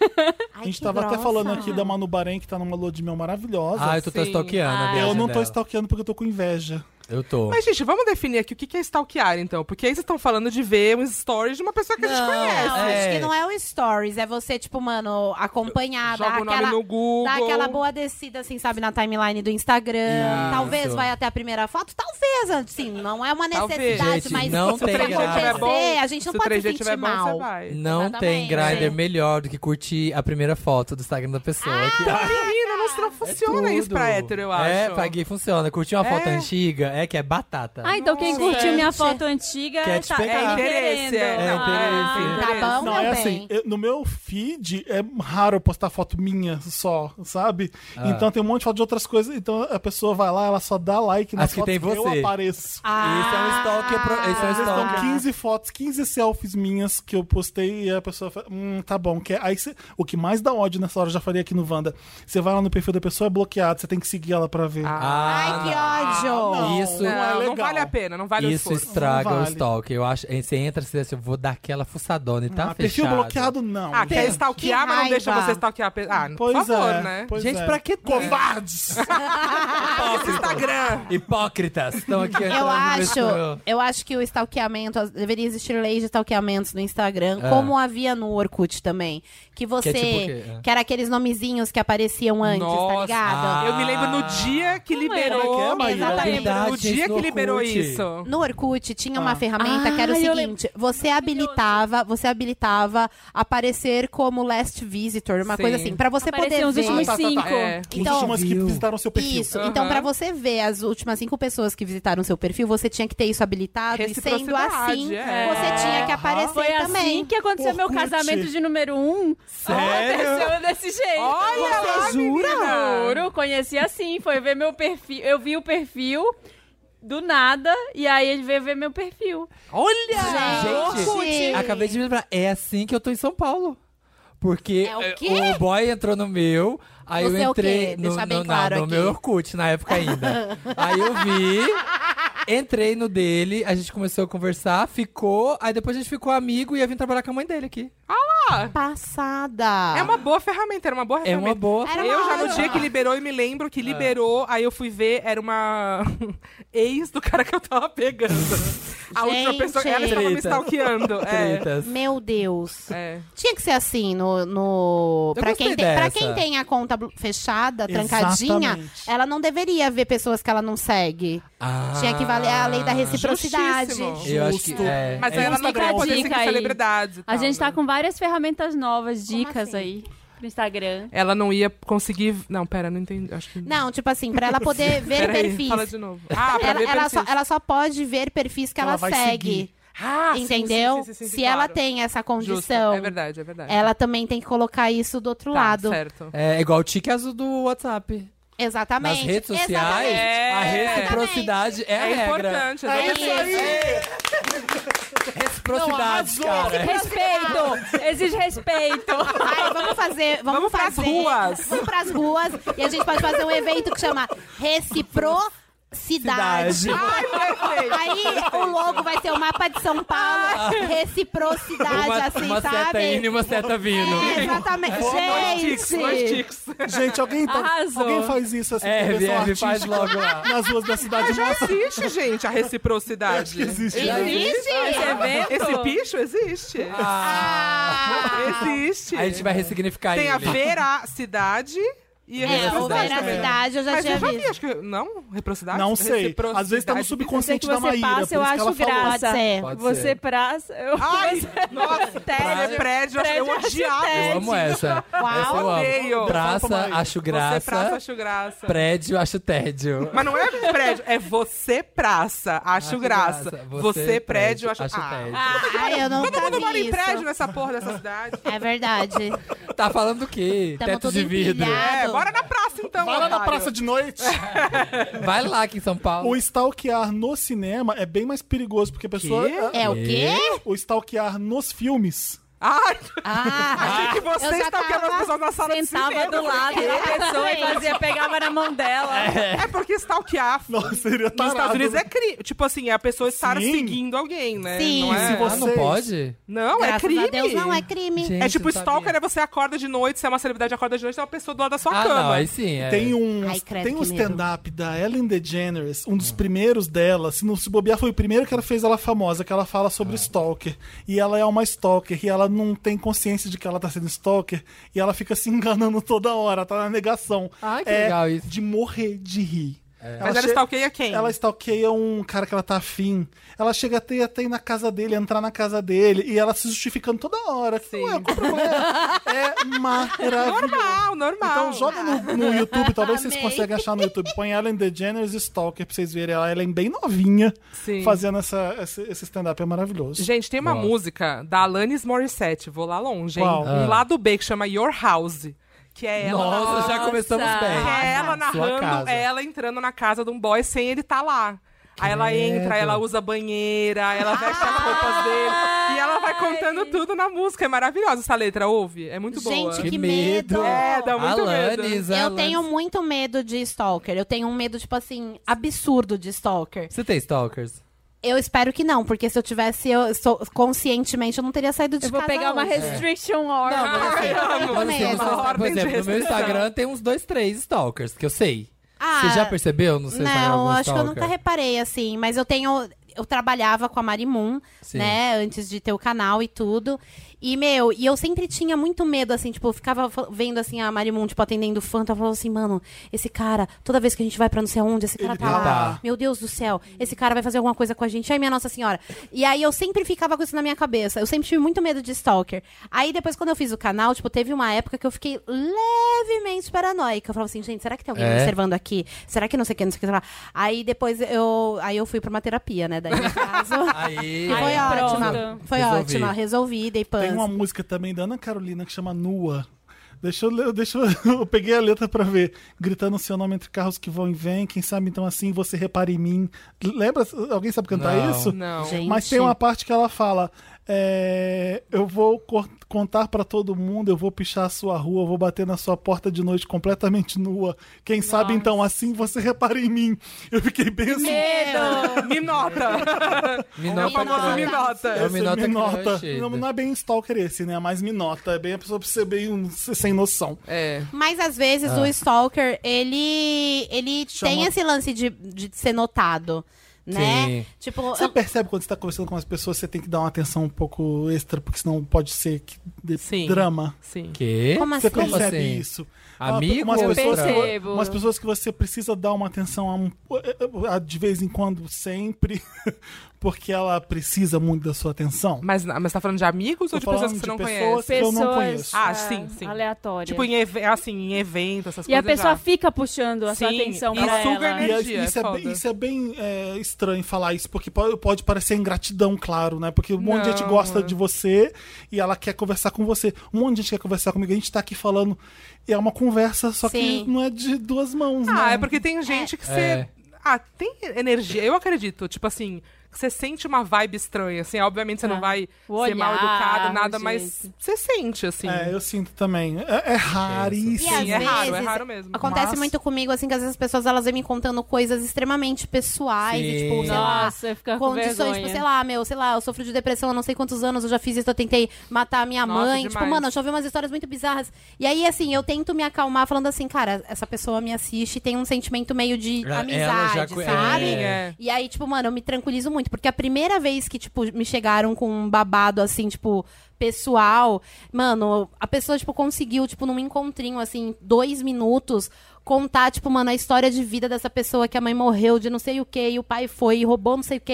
Speaker 1: A gente
Speaker 5: que
Speaker 1: tava até
Speaker 5: grossa.
Speaker 1: falando aqui da Manu Bahrein, que tá numa lua de mel maravilhosa.
Speaker 3: Ah, eu tô, tô
Speaker 4: Sim.
Speaker 3: stalkeando. a
Speaker 2: Ah,
Speaker 1: eu
Speaker 3: viagem
Speaker 1: não tô
Speaker 3: dela.
Speaker 1: stalkeando porque eu tô com inveja.
Speaker 3: Eu tô.
Speaker 4: Mas, gente, vamos definir aqui o que que é stalkear, então. Porque aí vocês estão falando de ver uns stories de uma pessoa que a gente conhece.
Speaker 5: Não,
Speaker 3: É.
Speaker 5: acho que não é o stories. É você, tipo, mano, acompanhar,
Speaker 4: Joga
Speaker 5: dar
Speaker 4: o nome
Speaker 5: Ah, aquela,
Speaker 4: no Google.
Speaker 5: dar aquela boa descida, assim, sabe, na timeline do Instagram.
Speaker 3: Isso.
Speaker 5: Talvez vai até a primeira foto, talvez, assim, não é uma
Speaker 4: Talvez.
Speaker 5: necessidade,
Speaker 3: Gente,
Speaker 5: mas
Speaker 3: não
Speaker 5: se
Speaker 3: tem
Speaker 5: acontecer,
Speaker 3: graça. Se o 3G
Speaker 4: tiver bom,
Speaker 5: a gente não
Speaker 4: Se o
Speaker 5: pode
Speaker 4: 3G
Speaker 5: se sentir
Speaker 4: tiver bom,
Speaker 5: mal.
Speaker 4: você vai.
Speaker 3: Não tem
Speaker 5: Exatamente.
Speaker 3: grinder melhor do que curtir a primeira foto do Instagram da pessoa. que... é
Speaker 4: Menina, não, não tá. funciona isso
Speaker 3: Tudo.
Speaker 4: pra hétero, eu acho.
Speaker 3: É, pra gay funciona. Curtir uma foto
Speaker 4: É.
Speaker 3: antiga é que é batata.
Speaker 2: Ah, então quem
Speaker 5: Nossa,
Speaker 2: curtiu minha
Speaker 5: gente.
Speaker 2: foto antiga
Speaker 3: Quer te
Speaker 2: tá,
Speaker 3: pegar.
Speaker 2: tá
Speaker 4: É interesse,
Speaker 2: querendo.
Speaker 4: é.
Speaker 3: É
Speaker 2: Ah,
Speaker 3: interesse.
Speaker 5: Tá bom,
Speaker 1: Não,
Speaker 5: meu
Speaker 1: é
Speaker 5: bem.
Speaker 1: assim, eu- no meu feed é raro eu postar foto minha só, sabe?
Speaker 3: Ah.
Speaker 1: Então tem um monte de foto de outras coisas. Então a pessoa vai lá, ela só dá like nas
Speaker 3: Acho que
Speaker 1: fotos
Speaker 3: tem você.
Speaker 1: eu apareço.
Speaker 3: Isso é um stalker pro- isso é um
Speaker 5: Ah.
Speaker 3: stalker.
Speaker 1: São 15 fotos, 15 selfies minhas que eu postei e a pessoa fala, hum, tá bom. Que aí cê- o que mais dá ódio nessa hora, eu já falei aqui no Wanda. Você vai lá no perfil da pessoa, é bloqueado, você tem que seguir ela pra ver.
Speaker 5: Ai, que
Speaker 3: Ah,
Speaker 5: ódio!
Speaker 1: não.
Speaker 3: Isso,
Speaker 4: Não,
Speaker 1: é
Speaker 4: não
Speaker 1: legal.
Speaker 4: vale a pena, não vale
Speaker 3: isso
Speaker 4: o esforço.
Speaker 3: estraga
Speaker 1: Não
Speaker 3: o
Speaker 1: vale.
Speaker 3: stalker. Eu acho, aí você entra e você diz assim, eu vou dar aquela fuçadona e tá
Speaker 1: Ah, perfil
Speaker 3: fechado.
Speaker 1: bloqueado, não.
Speaker 4: Ah, quer
Speaker 5: Gente,
Speaker 4: stalkear,
Speaker 5: que
Speaker 4: mas não deixa
Speaker 5: raiva.
Speaker 4: você stalkear. a pe- Ah,
Speaker 1: Pois
Speaker 4: por favor,
Speaker 1: é.
Speaker 4: né?
Speaker 1: Pois
Speaker 3: Gente,
Speaker 1: é.
Speaker 3: pra que tem?
Speaker 1: Covardes!
Speaker 3: é.
Speaker 4: tá. Instagram.
Speaker 3: Hipócritas. Estão aqui entrando
Speaker 5: Eu acho,
Speaker 3: nesse-
Speaker 5: eu acho que o stalkeamento, as- deveria existir leis de stalkeamentos no Instagram,
Speaker 3: É.
Speaker 5: como havia no Orkut também. Que você,
Speaker 3: Que
Speaker 5: que,
Speaker 3: é tipo o quê? É.
Speaker 5: era aqueles nomezinhos que apareciam antes,
Speaker 4: Nossa.
Speaker 5: tá ligado?
Speaker 3: Ah.
Speaker 4: Eu me lembro no dia que
Speaker 2: Como é?
Speaker 4: liberou.
Speaker 2: Como é que é,
Speaker 1: Maíra?
Speaker 4: Exatamente,
Speaker 3: Verdade,
Speaker 4: no
Speaker 3: gente,
Speaker 4: dia
Speaker 3: no
Speaker 4: que liberou
Speaker 3: Orkut.
Speaker 4: isso.
Speaker 5: No Orkut tinha uma ferramenta
Speaker 2: Ah,
Speaker 5: que era o
Speaker 2: eu
Speaker 5: seguinte: você habilitava, você habilitava aparecer como last visitor, uma
Speaker 4: Sim.
Speaker 5: coisa assim, Pra você
Speaker 2: Apareciam os
Speaker 5: poder ver.
Speaker 2: últimos
Speaker 4: Ah, tá, tá, tá.
Speaker 2: cinco.
Speaker 4: É.
Speaker 1: Os
Speaker 5: Então,
Speaker 1: últimos que
Speaker 3: Viu?
Speaker 1: visitaram seu perfil.
Speaker 5: Isso. Então,
Speaker 4: Aham.
Speaker 5: pra você ver as últimas cinco pessoas que visitaram seu perfil, você tinha que ter isso habilitado. E sendo
Speaker 4: Reciprocidade,
Speaker 5: assim,
Speaker 4: é.
Speaker 5: você tinha que aparecer
Speaker 2: Foi
Speaker 5: também.
Speaker 2: assim que aconteceu meu
Speaker 1: Orkut.
Speaker 2: casamento de número um.
Speaker 3: Sério?
Speaker 2: Aconteceu desse jeito.
Speaker 4: Olha
Speaker 5: Você
Speaker 4: lá,
Speaker 5: jura?
Speaker 4: menina.
Speaker 2: Juro, conheci assim, foi ver meu perfil. Eu vi o perfil do nada, e aí ele veio ver meu perfil.
Speaker 3: Gente, Acabei de me lembrar. É assim que eu tô em São Paulo. Porque
Speaker 5: É o
Speaker 3: eh,
Speaker 5: quê?
Speaker 3: o boy entrou no meu, aí
Speaker 5: Você é
Speaker 3: eu
Speaker 5: o
Speaker 3: entrei
Speaker 5: quê?
Speaker 3: no,
Speaker 5: Deixar
Speaker 3: no,
Speaker 5: bem
Speaker 3: não,
Speaker 5: claro
Speaker 3: no
Speaker 5: aqui.
Speaker 3: meu Orkut, na época ainda. aí eu vi, entrei no dele, a gente começou a conversar, ficou, aí depois a gente ficou amigo e eu vim trabalhar com a mãe dele aqui.
Speaker 5: Passada.
Speaker 4: É uma boa ferramenta, era uma boa
Speaker 3: É
Speaker 4: ferramenta.
Speaker 3: uma boa.
Speaker 5: Era uma
Speaker 4: Eu já no
Speaker 5: ótima.
Speaker 4: dia que liberou, eu me lembro
Speaker 3: Ah.
Speaker 4: que liberou, aí eu fui ver, era uma ex do cara que eu tava pegando. A última
Speaker 5: Gente.
Speaker 4: pessoa, ela estava me
Speaker 3: Treta.
Speaker 4: stalkeando. É.
Speaker 3: Tretas.
Speaker 5: Meu Deus.
Speaker 4: É.
Speaker 5: Tinha que ser assim no. no...
Speaker 3: Eu
Speaker 5: Pra,
Speaker 3: gostei
Speaker 5: quem tem, pra
Speaker 3: dessa.
Speaker 5: quem tem a conta blu- fechada, trancadinha,
Speaker 1: Exatamente.
Speaker 5: ela não deveria ver pessoas que ela não segue.
Speaker 3: Ah,
Speaker 5: É. Tinha que valer a lei da reciprocidade.
Speaker 4: justíssimo.
Speaker 3: Eu acho que
Speaker 1: Justo.
Speaker 3: é,
Speaker 4: Mas
Speaker 3: é
Speaker 4: aí ela
Speaker 3: isso.
Speaker 4: não vai poder
Speaker 2: Dica
Speaker 4: seguir
Speaker 2: aí.
Speaker 4: celebridades. e
Speaker 2: A
Speaker 4: tal,
Speaker 2: gente
Speaker 4: né?
Speaker 2: tá com várias ferramentas novas,
Speaker 5: Como
Speaker 2: dicas
Speaker 5: assim?
Speaker 2: aí, pro Instagram.
Speaker 4: Ela não ia conseguir. Não, pera, não entendi. Acho que.
Speaker 5: Não, tipo assim, pra ela poder ver
Speaker 4: Pera aí,
Speaker 5: perfis.
Speaker 4: Fala de novo. Ah, pra
Speaker 5: Ela,
Speaker 4: ver
Speaker 5: ela só,
Speaker 4: perfis.
Speaker 5: ela só pode ver perfis que
Speaker 1: Ela
Speaker 5: ela,
Speaker 1: vai
Speaker 5: segue.
Speaker 4: Ah, sim,
Speaker 5: entendeu?
Speaker 4: sim, sim, sim, sim,
Speaker 5: Se
Speaker 4: claro.
Speaker 5: ela tem essa
Speaker 4: Justo,
Speaker 5: condição,
Speaker 4: É verdade, é verdade.
Speaker 5: ela também tem que colocar isso do outro
Speaker 4: Tá,
Speaker 5: lado.
Speaker 4: Certo.
Speaker 3: É igual o tique azul do WhatsApp. Nas
Speaker 5: Exatamente.
Speaker 3: redes sociais,
Speaker 5: Exatamente.
Speaker 4: É.
Speaker 3: a reciprocidade é, a
Speaker 4: É,
Speaker 3: regra.
Speaker 4: importante.
Speaker 1: É
Speaker 4: exatamente.
Speaker 1: isso aí!
Speaker 3: Reciprocidade,
Speaker 1: Não, arrasou.
Speaker 3: cara.
Speaker 2: Respeito! Exige respeito!
Speaker 5: Ai, vamos fazer. Vamos,
Speaker 4: Vamos pras
Speaker 5: fazer-
Speaker 4: ruas.
Speaker 5: Vamos pras ruas. E a gente pode fazer um evento que chama Reciprocidade.
Speaker 3: Cidade.
Speaker 4: Ai, perfeito. Ah.
Speaker 5: Aí o logo vai ser o mapa de São Paulo, reciprocidade,
Speaker 3: uma,
Speaker 5: assim,
Speaker 3: uma
Speaker 5: sabe?
Speaker 3: seta indo e uma seta vindo.
Speaker 5: É, exatamente.
Speaker 4: Dois tics, dois
Speaker 5: Gente,
Speaker 4: tics.
Speaker 1: Gente, alguém, tá-
Speaker 2: Arrasou.
Speaker 1: alguém faz isso assim,
Speaker 3: É,
Speaker 1: convenção
Speaker 3: Vivi, faz
Speaker 1: artística
Speaker 3: logo lá.
Speaker 1: nas ruas da cidade.
Speaker 4: Ah, Já
Speaker 1: Nossa,
Speaker 4: existe, gente, a reciprocidade.
Speaker 1: existe. né?
Speaker 5: existe?
Speaker 2: Esse evento?
Speaker 4: Esse bicho existe. Ah.
Speaker 5: Ah,
Speaker 4: Existe.
Speaker 3: Aí a gente vai ressignificar
Speaker 4: Tem a
Speaker 3: ele.
Speaker 4: veracidade e a
Speaker 5: É, o
Speaker 4: reciprocidade também. né?
Speaker 5: veracidade é eu já
Speaker 4: Mas
Speaker 5: tinha
Speaker 4: eu já vi,
Speaker 5: visto.
Speaker 4: acho que. Não? Reciprocidade?
Speaker 1: não sei. Às vezes tá no
Speaker 4: estamos
Speaker 1: subconsciente da
Speaker 2: Eu sei que você
Speaker 1: Maíra.
Speaker 2: passa,
Speaker 1: por
Speaker 2: eu
Speaker 1: isso que
Speaker 2: acho
Speaker 1: ela falou.
Speaker 2: graça.
Speaker 5: Pode ser.
Speaker 3: Pode
Speaker 2: Você
Speaker 3: ser.
Speaker 2: praça. Eu...
Speaker 4: Ai, nossa,
Speaker 2: Tédio.
Speaker 4: prédio, é prédio, eu acho- eu
Speaker 2: Prédio,
Speaker 4: odiava.
Speaker 2: acho
Speaker 3: Eu amo essa. essa eu
Speaker 4: Odeio.
Speaker 3: amo. Praça,
Speaker 1: Você
Speaker 3: acho
Speaker 4: Você
Speaker 3: graça.
Speaker 4: praça, acho graça.
Speaker 3: Prédio, acho tédio.
Speaker 4: Mas não é prédio, é você praça, acho,
Speaker 3: Acho
Speaker 4: graça.
Speaker 3: graça.
Speaker 4: Você,
Speaker 3: Você
Speaker 4: prédio,
Speaker 3: prédio,
Speaker 4: acho,
Speaker 3: acho
Speaker 4: ah,
Speaker 3: tédio.
Speaker 5: Ai, eu não
Speaker 4: Todo mundo mora
Speaker 5: vi
Speaker 4: em prédio
Speaker 5: isso.
Speaker 4: nessa porra dessa cidade.
Speaker 5: É verdade.
Speaker 3: Tá falando do quê?
Speaker 5: Tamo
Speaker 3: Teto
Speaker 5: tudo
Speaker 3: de vidro.
Speaker 5: empilhado.
Speaker 4: É, bora na praça então.
Speaker 1: Vai lá na
Speaker 4: otário.
Speaker 1: praça de noite.
Speaker 3: Vai lá aqui em São Paulo.
Speaker 1: O stalkear no cinema é bem mais perigoso, porque a pessoa.
Speaker 4: Quê?
Speaker 5: É o quê?
Speaker 1: O stalkear nos filmes
Speaker 4: Ai,
Speaker 5: Ah,
Speaker 4: achei que você
Speaker 5: eu já
Speaker 4: está quebrando as
Speaker 5: tava-
Speaker 4: pessoas na sala de
Speaker 6: Sentava
Speaker 2: é
Speaker 4: cinema.
Speaker 6: do lado da pessoa e fazia, pegava na mão dela.
Speaker 4: É porque stalkear
Speaker 1: Nossa, seria tarado.
Speaker 4: nos Estados Unidos é crime. Tipo assim, é a pessoa estar
Speaker 1: Sim.
Speaker 4: seguindo alguém, né?
Speaker 5: Sim.
Speaker 4: Não é,
Speaker 1: E se
Speaker 3: Ah, não
Speaker 1: Vocês.
Speaker 3: pode?
Speaker 4: não, é
Speaker 5: graças
Speaker 4: crime.
Speaker 5: a Deus não é crime.
Speaker 3: Gente,
Speaker 4: É tipo
Speaker 3: eu não sabia.
Speaker 4: stalker, é você acorda de noite, você é uma celebridade, acorda de noite, tem uma pessoa do lado da sua
Speaker 3: Ah,
Speaker 4: cama.
Speaker 3: não, aí sim. É.
Speaker 1: Tem um,
Speaker 5: Ai, credo,
Speaker 1: tem um
Speaker 5: que medo.
Speaker 1: stand-up da Ellen DeGeneres, um dos primeiros dela, se não se bobear, foi o primeiro que ela fez ela famosa, que ela fala sobre stalker. E ela é uma stalker, e ela não tem consciência de que ela tá sendo stalker, e ela fica se enganando toda hora, tá na negação.
Speaker 3: Ai, que
Speaker 1: é
Speaker 3: legal isso.
Speaker 1: De morrer de rir.
Speaker 4: Mas ela
Speaker 1: che-
Speaker 4: stalkeia quem?
Speaker 1: Ela stalkeia um cara que ela tá afim. Ela chega até até ir na casa dele, entrar na casa dele, e ela se justificando toda hora. Tipo,
Speaker 4: Sim.
Speaker 1: Ué, qual o problema? é maravilhoso.
Speaker 4: Normal, normal.
Speaker 1: Então joga no, no YouTube, talvez vocês
Speaker 5: Amei.
Speaker 1: consigam achar no YouTube. Põe Ellen DeGeneres Stalker pra vocês verem. Ela Ellen bem novinha
Speaker 4: Sim.
Speaker 1: fazendo essa, esse, esse stand-up. É maravilhoso.
Speaker 4: Gente, tem uma
Speaker 3: Nossa.
Speaker 4: música da Alanis Morissette, vou lá longe, hein?
Speaker 1: Qual?
Speaker 3: Ah.
Speaker 4: Um lado B que chama Your House, que é ela
Speaker 3: Nossa, já começamos
Speaker 6: Nossa.
Speaker 4: Que
Speaker 3: bem.
Speaker 4: é ela
Speaker 3: Sua
Speaker 4: narrando, é
Speaker 3: casa.
Speaker 4: ela entrando na casa de um boy sem ele tá lá. Aí ela entra, ela usa a banheira, ela veste as roupas dele. E ela vai contando tudo na música. É maravilhosa essa letra, ouve? É muito boa.
Speaker 5: Gente,
Speaker 3: Que
Speaker 5: que
Speaker 3: medo.
Speaker 5: medo.
Speaker 4: É, dá muito medo.
Speaker 3: Alanis,
Speaker 5: Eu
Speaker 3: Alanis.
Speaker 5: tenho muito medo de stalker. Eu tenho um medo, tipo assim, absurdo de stalker.
Speaker 3: Você tem stalkers?
Speaker 5: Eu espero que não, porque se eu tivesse eu sou- conscientemente, eu não teria saído de
Speaker 6: Eu vou
Speaker 5: casa
Speaker 6: pegar uma
Speaker 5: hoje.
Speaker 6: restriction order.
Speaker 3: Não, mas assim,
Speaker 4: Ai, Ah, amo.
Speaker 3: mas assim,
Speaker 5: Uma
Speaker 3: no seu- por
Speaker 4: ordem de
Speaker 3: exemplo, no meu
Speaker 4: restrição.
Speaker 3: Instagram tem uns dois, três stalkers, que eu sei.
Speaker 5: Ah,
Speaker 3: Você já percebeu? Não sei se é
Speaker 5: Não,
Speaker 3: algum
Speaker 5: acho que eu
Speaker 3: stalker.
Speaker 4: tá
Speaker 5: nunca reparei, assim. Mas eu tenho. Eu trabalhava com a Marimun,
Speaker 3: Sim.
Speaker 5: né? Antes de ter o canal e tudo. E, meu, e eu sempre tinha muito medo, assim, tipo, eu ficava fa- vendo assim a Marimun, tipo, atendendo fã, ela falou assim, mano, esse cara, toda vez que a gente vai pra não sei onde, esse cara
Speaker 1: Ele
Speaker 5: tá lá.
Speaker 3: tá.
Speaker 5: Meu Deus do céu, esse cara vai fazer alguma coisa com a gente. Ai, minha Nossa Senhora. E aí eu sempre ficava com isso na minha cabeça. Eu sempre tive muito medo de stalker. Aí depois, quando eu fiz o canal, tipo, teve uma época que eu fiquei levemente paranoica. Eu falava assim, gente, será que tem alguém
Speaker 3: É?
Speaker 5: me observando aqui? Será que não sei o que, não sei o que lá? Aí depois eu. Aí eu fui pra uma terapia, né? Daí no caso.
Speaker 3: Aí,
Speaker 5: E foi
Speaker 3: aí,
Speaker 5: ótima.
Speaker 3: pronto.
Speaker 5: Foi
Speaker 3: Resolvi.
Speaker 5: ótima. Resolvi, dei
Speaker 1: Tem
Speaker 5: pans.
Speaker 1: uma música também da Ana Carolina que chama Nua. Deixa eu, ler- deixa eu, eu peguei a letra pra ver. Gritando seu nome entre carros que vão e vêm. Quem sabe então assim você repara em mim. Lembra? Alguém sabe cantar
Speaker 3: Não.
Speaker 1: isso?
Speaker 4: Não.
Speaker 5: Gente.
Speaker 1: Mas tem uma parte que ela fala: é, Eu vou co- contar pra todo mundo, eu vou pichar a sua rua, eu vou bater na sua porta de noite completamente nua. Quem sabe então assim você repara em mim. Eu fiquei bem assim.
Speaker 4: Me nota.
Speaker 3: Me
Speaker 4: É o famoso
Speaker 5: nota.
Speaker 4: me
Speaker 3: É
Speaker 4: nota.
Speaker 3: o Minota
Speaker 1: Você me nota.
Speaker 3: Crush.
Speaker 1: Não, não é bem stalker esse, né? É mais minota. É bem a pessoa pra ser bem um- ser sem noção.
Speaker 4: É.
Speaker 5: Mas às vezes o stalker, ele. ele
Speaker 1: Ah. Chama-
Speaker 5: tem esse lance de, de ser notado. Né?
Speaker 3: Sim.
Speaker 5: Tipo,
Speaker 1: Você percebe quando você tá conversando com as pessoas, você tem que dar uma atenção um pouco extra, porque senão pode ser que dê
Speaker 4: Sim.
Speaker 1: drama.
Speaker 4: Sim.
Speaker 3: Que?
Speaker 5: Como
Speaker 1: Você
Speaker 5: assim?
Speaker 3: Como
Speaker 1: percebe
Speaker 3: assim?
Speaker 1: isso?
Speaker 3: Amigo
Speaker 1: umas
Speaker 3: ou
Speaker 1: pessoas,
Speaker 3: estranho?
Speaker 1: que,
Speaker 6: Percebo.
Speaker 1: umas pessoas que você precisa dar uma atenção a um- a- de vez em quando, sempre, porque ela precisa muito da sua atenção.
Speaker 4: Mas, mas tá falando de amigos
Speaker 1: Tô
Speaker 4: ou de pessoas que
Speaker 1: falando
Speaker 4: você
Speaker 1: de
Speaker 4: não
Speaker 1: pessoas-
Speaker 4: conhece?
Speaker 1: que eu
Speaker 6: Pessoas
Speaker 1: não conheço.
Speaker 4: Ah,
Speaker 6: é,
Speaker 4: sim, sim.
Speaker 6: Aleatórias.
Speaker 4: Tipo, em, eve- assim, em evento, essas
Speaker 6: e a
Speaker 4: coisas.
Speaker 6: pessoa
Speaker 4: já.
Speaker 6: fica puxando a sua
Speaker 4: Sim,
Speaker 6: atenção
Speaker 4: e
Speaker 6: pra
Speaker 4: suga
Speaker 6: ela.
Speaker 1: E a-
Speaker 4: energia,
Speaker 1: isso,
Speaker 4: é
Speaker 1: é
Speaker 4: foda.
Speaker 1: bem, isso é bem, é, estranho falar isso, porque pode, pode parecer ingratidão, claro, né? Porque um monte de gente
Speaker 4: Não,
Speaker 1: gosta
Speaker 4: é.
Speaker 1: de você e ela quer conversar com você. Um monte de gente quer conversar comigo. A gente tá aqui falando. e É uma conversa, só
Speaker 5: Sim.
Speaker 1: que não é de duas mãos, né?
Speaker 4: Ah, é porque tem gente que você.
Speaker 3: É.
Speaker 4: Ah, tem energia. Eu acredito, tipo assim, que você sente uma vibe estranha, assim. Obviamente você não vai
Speaker 6: É. O olhar,
Speaker 4: ser mal educado, nada,
Speaker 6: o
Speaker 4: mas
Speaker 6: jeito.
Speaker 4: você sente, assim.
Speaker 1: É, eu sinto também. É, é
Speaker 5: E
Speaker 1: raríssimo.
Speaker 5: às
Speaker 4: Sim, é raro, é
Speaker 5: vezes,
Speaker 4: raro mesmo.
Speaker 5: Acontece
Speaker 1: Mas-
Speaker 5: muito comigo, assim, que às vezes as pessoas elas vêm me contando coisas extremamente pessoais, e, tipo,
Speaker 3: Sim.
Speaker 5: sei lá,
Speaker 6: Nossa, fica com
Speaker 5: condições, tipo,
Speaker 6: vergonha.
Speaker 5: sei lá, meu, sei lá, eu sofro de depressão há não sei quantos anos, eu já fiz isso, eu tentei matar a minha
Speaker 4: Nossa,
Speaker 5: mãe.
Speaker 4: demais.
Speaker 5: Tipo, mano, eu já ouvi umas histórias muito bizarras. E aí, assim, eu tento me acalmar falando assim, cara, essa pessoa me assiste e tem um sentimento meio de
Speaker 3: Ela- ela
Speaker 5: amizade,
Speaker 3: já co- é.
Speaker 5: sabe?
Speaker 4: É.
Speaker 5: E aí, tipo, mano, eu me tranquilizo muito, porque a primeira vez que, tipo, me chegaram com um babado assim, tipo, pessoal, mano, a pessoa, tipo, conseguiu, tipo, num encontrinho, assim, dois minutos, contar, tipo, mano, a história de vida dessa pessoa que a mãe morreu de não sei o que, e o pai foi e roubou não sei o que.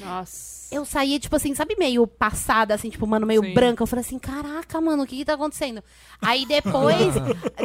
Speaker 6: Nossa.
Speaker 5: Eu saí, tipo assim, sabe, meio passada, assim, tipo, mano, meio
Speaker 4: Sim.
Speaker 5: branca. Eu falei assim, caraca, mano, o que que tá acontecendo? Aí depois,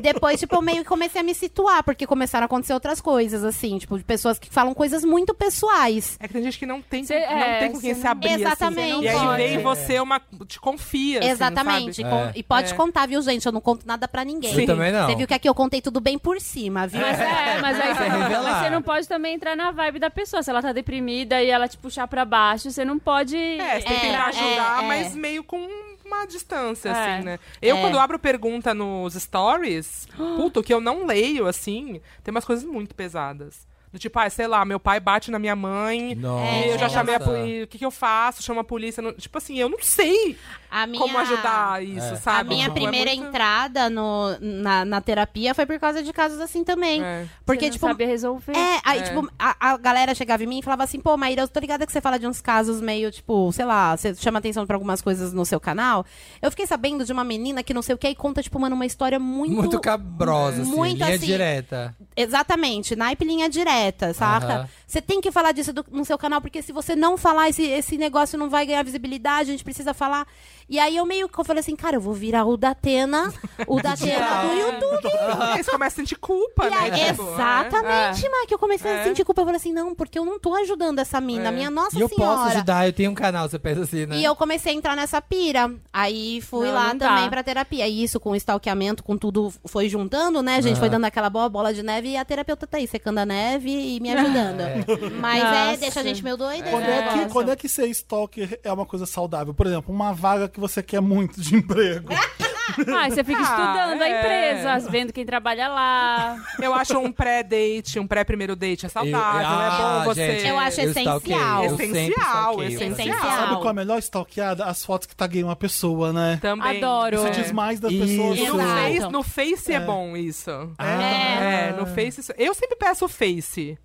Speaker 5: depois, tipo, eu meio que comecei a me situar, porque começaram a acontecer outras coisas, assim, tipo, de pessoas que falam coisas muito pessoais.
Speaker 4: É que tem gente que não tem,
Speaker 6: Cê-
Speaker 4: não
Speaker 6: é,
Speaker 4: tem com quem
Speaker 6: cê
Speaker 4: se
Speaker 6: não-
Speaker 4: abrir. assim.
Speaker 5: Exatamente.
Speaker 4: E aí
Speaker 6: Pode.
Speaker 4: vem você uma. te confia. assim,
Speaker 5: Exatamente.
Speaker 4: sabe?
Speaker 5: Com-
Speaker 3: É.
Speaker 5: E pode
Speaker 4: É.
Speaker 5: contar, viu, gente? Eu não conto nada pra ninguém.
Speaker 3: Eu também não.
Speaker 5: Você viu que aqui eu contei tudo bem por cima, viu?
Speaker 6: Mas é, mas aí
Speaker 3: Isso é
Speaker 6: você, não-
Speaker 3: revelar.
Speaker 6: mas você não pode também entrar na vibe da pessoa. Se ela tá deprimida e ela te puxar pra baixo, você não pode.
Speaker 4: É, você tem que
Speaker 5: É,
Speaker 4: tentar ajudar,
Speaker 5: é, é.
Speaker 4: mas meio com uma distância,
Speaker 6: É.
Speaker 4: assim, né? Eu,
Speaker 5: É.
Speaker 4: quando abro pergunta nos stories, puto, que eu não leio, assim, tem umas coisas muito pesadas. Do tipo, ah, sei lá, meu pai bate na minha mãe.
Speaker 3: Nossa.
Speaker 4: e eu já chamei a
Speaker 3: Nossa.
Speaker 4: polícia. O que, que eu faço? Chamo a polícia. não- Tipo assim, eu não sei
Speaker 5: A minha...
Speaker 4: como ajudar isso,
Speaker 3: É.
Speaker 4: sabe?
Speaker 5: A minha
Speaker 4: Tipo, é
Speaker 5: primeira
Speaker 4: muito-
Speaker 5: entrada no, na, na terapia foi por causa de casos assim também.
Speaker 4: É.
Speaker 5: Porque,
Speaker 6: você não
Speaker 5: tipo,
Speaker 6: sabe resolver.
Speaker 5: É, aí, tipo, a, a galera chegava em mim e falava assim, pô, Maíra, eu tô ligada que você fala de uns casos meio, tipo, sei lá, você chama atenção pra algumas coisas no seu canal. Eu fiquei sabendo de uma menina que não sei o que e conta, tipo, mano, uma história muito.
Speaker 3: Muito cabrosa, assim.
Speaker 5: Muito
Speaker 3: linha
Speaker 5: assim.
Speaker 3: direta.
Speaker 5: Exatamente, naipe linha direta, saca?
Speaker 3: Aham.
Speaker 5: Você tem que falar disso do- no seu canal, porque se você não falar, esse, esse negócio não vai ganhar visibilidade, a gente precisa falar. E aí eu meio que eu falei assim, cara, eu vou virar o Datena, o Datena do YouTube.
Speaker 4: Aí você começa a sentir culpa,
Speaker 5: é E
Speaker 4: né?
Speaker 5: aí-
Speaker 4: Tipo, é.
Speaker 5: exatamente, Mike. que eu comecei a
Speaker 4: É.
Speaker 5: sentir culpa. Eu falei assim, não, porque eu não tô ajudando essa mina,
Speaker 4: É.
Speaker 5: minha nossa
Speaker 3: e eu
Speaker 5: senhora.
Speaker 3: posso ajudar, eu tenho um canal, você pensa assim, né?
Speaker 5: E eu comecei a entrar nessa pira. Aí fui
Speaker 6: Não,
Speaker 5: lá
Speaker 6: não dá.
Speaker 5: também pra terapia. E isso, com stalkeamento, com tudo, foi juntando, né, gente?
Speaker 3: É.
Speaker 5: Foi dando aquela boa bola de neve e a terapeuta tá aí, secando a neve e
Speaker 4: É.
Speaker 5: me ajudando. Mas é,
Speaker 6: Nossa.
Speaker 5: deixa a gente meio doida.
Speaker 1: Quando
Speaker 5: né?
Speaker 1: é, que, quando é que ser stalker é uma coisa saudável? Por exemplo, uma vaga que você quer muito de emprego.
Speaker 5: É
Speaker 6: Ah, você fica
Speaker 4: Ah,
Speaker 6: estudando a
Speaker 4: é.
Speaker 6: empresa, vendo quem trabalha lá.
Speaker 4: Eu acho um pré-date, um pré-primeiro date é saudável.
Speaker 3: ah,
Speaker 4: é bom você.
Speaker 3: gente,
Speaker 5: Eu acho
Speaker 3: stalkeio,
Speaker 5: essencial.
Speaker 3: eu sempre
Speaker 4: Essencial,
Speaker 3: stalkeio.
Speaker 5: essencial.
Speaker 1: Sabe qual é a melhor stalkeada? As fotos que taguei uma pessoa, né?
Speaker 4: Também.
Speaker 6: Adoro.
Speaker 1: Isso
Speaker 4: É.
Speaker 1: diz mais das
Speaker 3: Isso.
Speaker 1: pessoas.
Speaker 4: No
Speaker 5: Exato.
Speaker 4: Face, no Face é. bom isso. É, no Face. isso- Eu sempre peço o Face.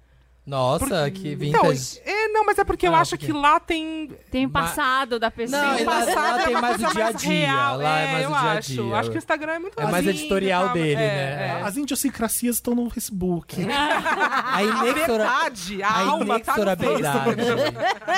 Speaker 3: Nossa, que
Speaker 4: Então,
Speaker 3: vintage.
Speaker 4: é, não, mas é porque eu
Speaker 3: Ah,
Speaker 4: acho
Speaker 3: por quê?
Speaker 4: que lá tem.
Speaker 6: Tem o
Speaker 3: Mas-
Speaker 6: passado da pessoa.
Speaker 3: Não,
Speaker 4: tem
Speaker 3: e lá-
Speaker 4: passado,
Speaker 3: lá
Speaker 4: é
Speaker 3: tem
Speaker 4: uma
Speaker 3: mais o
Speaker 4: coisa
Speaker 3: dia a
Speaker 4: mais
Speaker 3: dia,
Speaker 4: real.
Speaker 3: lá é
Speaker 4: é,
Speaker 3: mais o
Speaker 4: eu
Speaker 3: dia a
Speaker 4: acho.
Speaker 3: dia.
Speaker 4: Acho que o Instagram é muito
Speaker 3: É mais
Speaker 4: assim,
Speaker 3: editorial
Speaker 4: e tal,
Speaker 3: dele,
Speaker 4: é,
Speaker 3: né?
Speaker 4: é.
Speaker 1: As indiosincrasias estão no Facebook.
Speaker 3: A
Speaker 4: A
Speaker 3: inexora-
Speaker 4: verdade, Então, a,
Speaker 3: a
Speaker 4: alma tá no
Speaker 3: inexorabilidade.
Speaker 4: Face.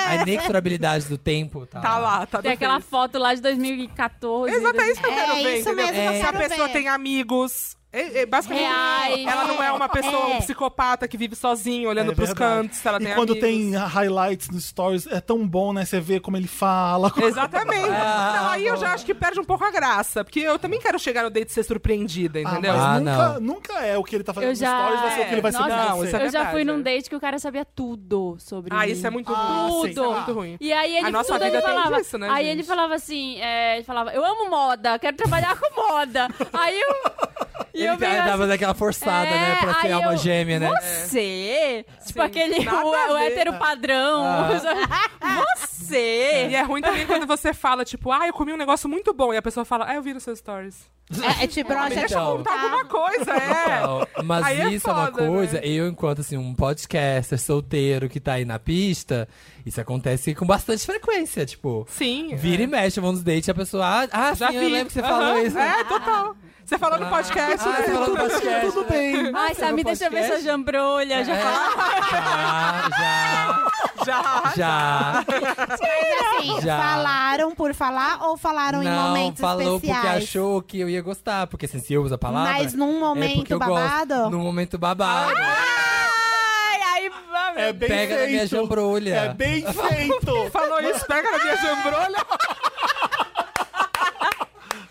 Speaker 3: a inexorabilidade do tempo tá,
Speaker 4: Tá lá, tá no
Speaker 6: Tem aquela
Speaker 4: Face.
Speaker 6: foto lá de 2014.
Speaker 4: Exato, é isso que eu
Speaker 5: É
Speaker 4: quero ver,
Speaker 5: isso
Speaker 4: entendeu?
Speaker 5: mesmo que eu
Speaker 4: Se
Speaker 5: quero
Speaker 4: a pessoa
Speaker 5: ver.
Speaker 4: tem amigos... é- é basicamente,
Speaker 6: Reais.
Speaker 4: ela não é uma pessoa
Speaker 5: É.
Speaker 4: um psicopata que vive sozinha, olhando
Speaker 1: É
Speaker 4: pros
Speaker 1: verdade.
Speaker 4: cantos, se ela
Speaker 1: e
Speaker 4: tem
Speaker 1: quando
Speaker 4: amigos.
Speaker 1: tem highlights nos stories, é tão bom, né? Você vê como ele fala.
Speaker 4: Exatamente.
Speaker 3: Ah,
Speaker 4: Não, aí eu já
Speaker 3: bom.
Speaker 4: acho que perde um pouco a graça. Porque eu também quero chegar no date e ser surpreendida,
Speaker 1: Ah,
Speaker 4: entendeu?
Speaker 1: mas
Speaker 3: Ah,
Speaker 1: nunca,
Speaker 3: não.
Speaker 1: nunca é o que ele tá fazendo
Speaker 6: Eu
Speaker 1: nos
Speaker 6: já-
Speaker 1: stories, vai ser o que ele vai
Speaker 6: Nossa,
Speaker 1: ser pra
Speaker 4: não,
Speaker 1: você.
Speaker 4: isso é
Speaker 6: Eu já
Speaker 4: verdade,
Speaker 6: fui num
Speaker 4: é.
Speaker 6: date que o cara sabia tudo sobre
Speaker 4: Ah,
Speaker 6: mim.
Speaker 4: isso é muito
Speaker 1: Ah,
Speaker 4: ruim.
Speaker 1: sim,
Speaker 4: Isso é muito
Speaker 1: tá.
Speaker 4: ruim.
Speaker 6: E aí ele
Speaker 4: A nossa
Speaker 6: tudo
Speaker 4: vida
Speaker 6: ele
Speaker 4: tem
Speaker 6: falava.
Speaker 4: disso, né,
Speaker 6: aí
Speaker 4: gente?
Speaker 6: ele falava assim, é, ele falava, eu amo moda, quero trabalhar com moda. aí eu. E
Speaker 3: ele
Speaker 6: eu meio assim, é,
Speaker 3: dava daquela forçada
Speaker 5: é,
Speaker 3: né pra ser
Speaker 6: aí
Speaker 3: alma
Speaker 6: eu,
Speaker 3: gêmea né
Speaker 6: Você? Tipo
Speaker 4: É. Sim,
Speaker 6: aquele
Speaker 4: nada
Speaker 6: o,
Speaker 4: a
Speaker 6: o
Speaker 4: ver.
Speaker 6: hétero padrão.
Speaker 3: Ah.
Speaker 6: Você?
Speaker 4: E é ruim também quando você fala, tipo, ah, eu comi um negócio muito bom. E a pessoa fala, ah, eu vi nos seus stories.
Speaker 5: É, é tipo,
Speaker 4: Ah,
Speaker 5: brocha,
Speaker 4: deixa eu
Speaker 3: então.
Speaker 4: contar alguma coisa, é.
Speaker 3: Então, mas
Speaker 4: Aí é
Speaker 3: isso é uma
Speaker 4: foda,
Speaker 3: coisa,
Speaker 4: né?
Speaker 3: eu, enquanto assim, um podcaster solteiro que tá aí na pista, isso acontece com bastante frequência, tipo.
Speaker 4: Sim. é.
Speaker 3: Vira e mexe, vamos dates, a pessoa. Ah, ah
Speaker 4: Já
Speaker 3: sim,
Speaker 4: vi.
Speaker 3: eu lembro que você
Speaker 4: Aham,
Speaker 3: falou isso.
Speaker 4: É, total. Você falou no podcast,
Speaker 3: Ah, você
Speaker 4: né?
Speaker 3: falou no podcast. Tudo bem.
Speaker 5: tá
Speaker 6: Ai, Samir, deixa eu ver sua jambrolha. Já
Speaker 4: É.
Speaker 6: falava.
Speaker 3: Já,
Speaker 4: Já.
Speaker 3: já, já.
Speaker 5: assim,
Speaker 3: Já.
Speaker 5: falaram por falar ou falaram em
Speaker 3: Não,
Speaker 5: momentos
Speaker 3: falou porque
Speaker 5: especiais?
Speaker 3: achou que eu ia gostar, porque assim, se eu uso a palavra.
Speaker 5: Mas num
Speaker 3: é porque
Speaker 5: momento
Speaker 3: eu
Speaker 5: babado?
Speaker 3: Gosto, num momento babado.
Speaker 6: Ai, aí.
Speaker 1: É bem
Speaker 3: Pega na
Speaker 1: feito.
Speaker 3: minha jambrolha.
Speaker 1: É bem feito.
Speaker 4: Falou isso, pega na minha jambrolha.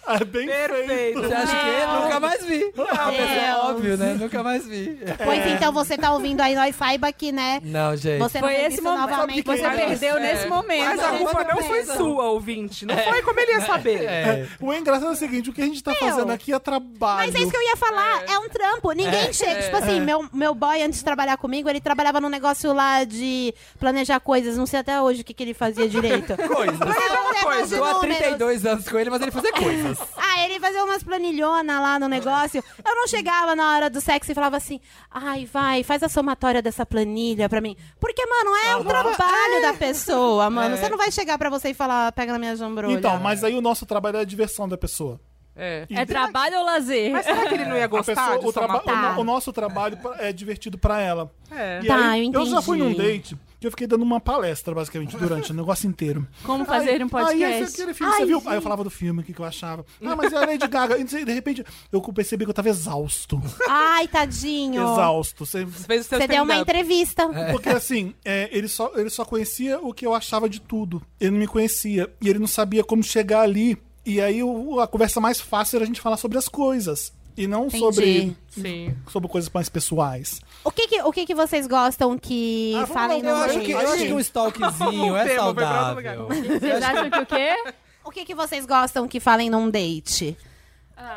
Speaker 1: É bem feito.
Speaker 4: Perfeito.
Speaker 3: Você acha que é? Nunca mais vi. Ah, mas é
Speaker 5: Deus.
Speaker 3: óbvio, né? Nunca mais vi.
Speaker 5: Pois então você tá ouvindo aí, nós saiba que, né?
Speaker 3: Não, gente.
Speaker 5: Você não
Speaker 6: Foi
Speaker 5: fez
Speaker 6: esse
Speaker 5: isso
Speaker 6: momento.
Speaker 5: novamente.
Speaker 6: Você
Speaker 5: mas-
Speaker 6: perdeu nesse
Speaker 4: É. Mas
Speaker 6: momento.
Speaker 5: né?
Speaker 4: a culpa não foi sua, ouvinte. Não foi como ele ia saber.
Speaker 3: É.
Speaker 1: O engraçado é o seguinte, o que a gente tá fazendo aqui é trabalho.
Speaker 5: Mas é isso que eu ia falar, é, um trampo. Ninguém chega. Tipo assim, meu, meu boy, antes de trabalhar comigo, ele trabalhava num negócio lá de planejar coisas. Não sei até hoje o que, que ele fazia direito.
Speaker 3: Coisas.
Speaker 5: Era um negócio de
Speaker 4: coisa.
Speaker 3: Tô há
Speaker 5: números.
Speaker 3: 32 anos com ele, mas ele fazia coisas.
Speaker 5: Ah, ele fazia umas planilhonas lá no negócio. Eu não chegava na hora do sexo e falava assim: ai, vai, faz a somatória dessa planilha pra mim. Porque, mano, é o trabalho da pessoa, mano. Você não vai chegar pra você e falar, pega na minha jambrolha.
Speaker 1: Então, mas aí o nosso trabalho é a diversão da pessoa.
Speaker 4: É.
Speaker 6: É trabalho ou lazer?
Speaker 4: Mas será que ele não ia
Speaker 1: A
Speaker 4: gostar
Speaker 1: pessoa-
Speaker 4: de
Speaker 1: o, traba-
Speaker 4: somatória?
Speaker 5: Tá.
Speaker 1: o no- o nosso trabalho pra- é divertido pra ela.
Speaker 4: É.
Speaker 1: E
Speaker 5: Tá,
Speaker 1: aí,
Speaker 5: eu
Speaker 1: já fui num
Speaker 5: entendi.
Speaker 1: date que eu fiquei dando uma palestra, basicamente, durante o negócio inteiro.
Speaker 6: Como fazer um
Speaker 1: Aí, esse
Speaker 6: podcast?
Speaker 1: aquele filme, você viu? Aí eu falava do filme, o que, que eu achava. Ah, mas é a Lady Gaga. E não sei, de repente, eu percebi que eu tava exausto.
Speaker 5: Ai, tadinho.
Speaker 1: Exausto. Você-
Speaker 4: Fez o seu
Speaker 5: Você deu uma
Speaker 4: stand-up.
Speaker 5: entrevista.
Speaker 1: Porque assim, é, ele, só, ele só conhecia o que eu achava de tudo. Ele não me conhecia. E ele não sabia como chegar ali. E aí o- a conversa mais fácil era a gente falar sobre as coisas. E não
Speaker 5: Entendi.
Speaker 1: sobre,
Speaker 4: Sim.
Speaker 1: sobre coisas mais pessoais.
Speaker 5: O que que, o que que vocês gostam que
Speaker 1: Ah, vamos lá,
Speaker 5: falem no
Speaker 3: Eu acho
Speaker 5: date?
Speaker 3: que, eu acho que um stalkzinho é
Speaker 4: Tema, vai pra outro
Speaker 3: saudável.
Speaker 6: Vocês acham que o quê?
Speaker 5: O que que vocês gostam que falem num date?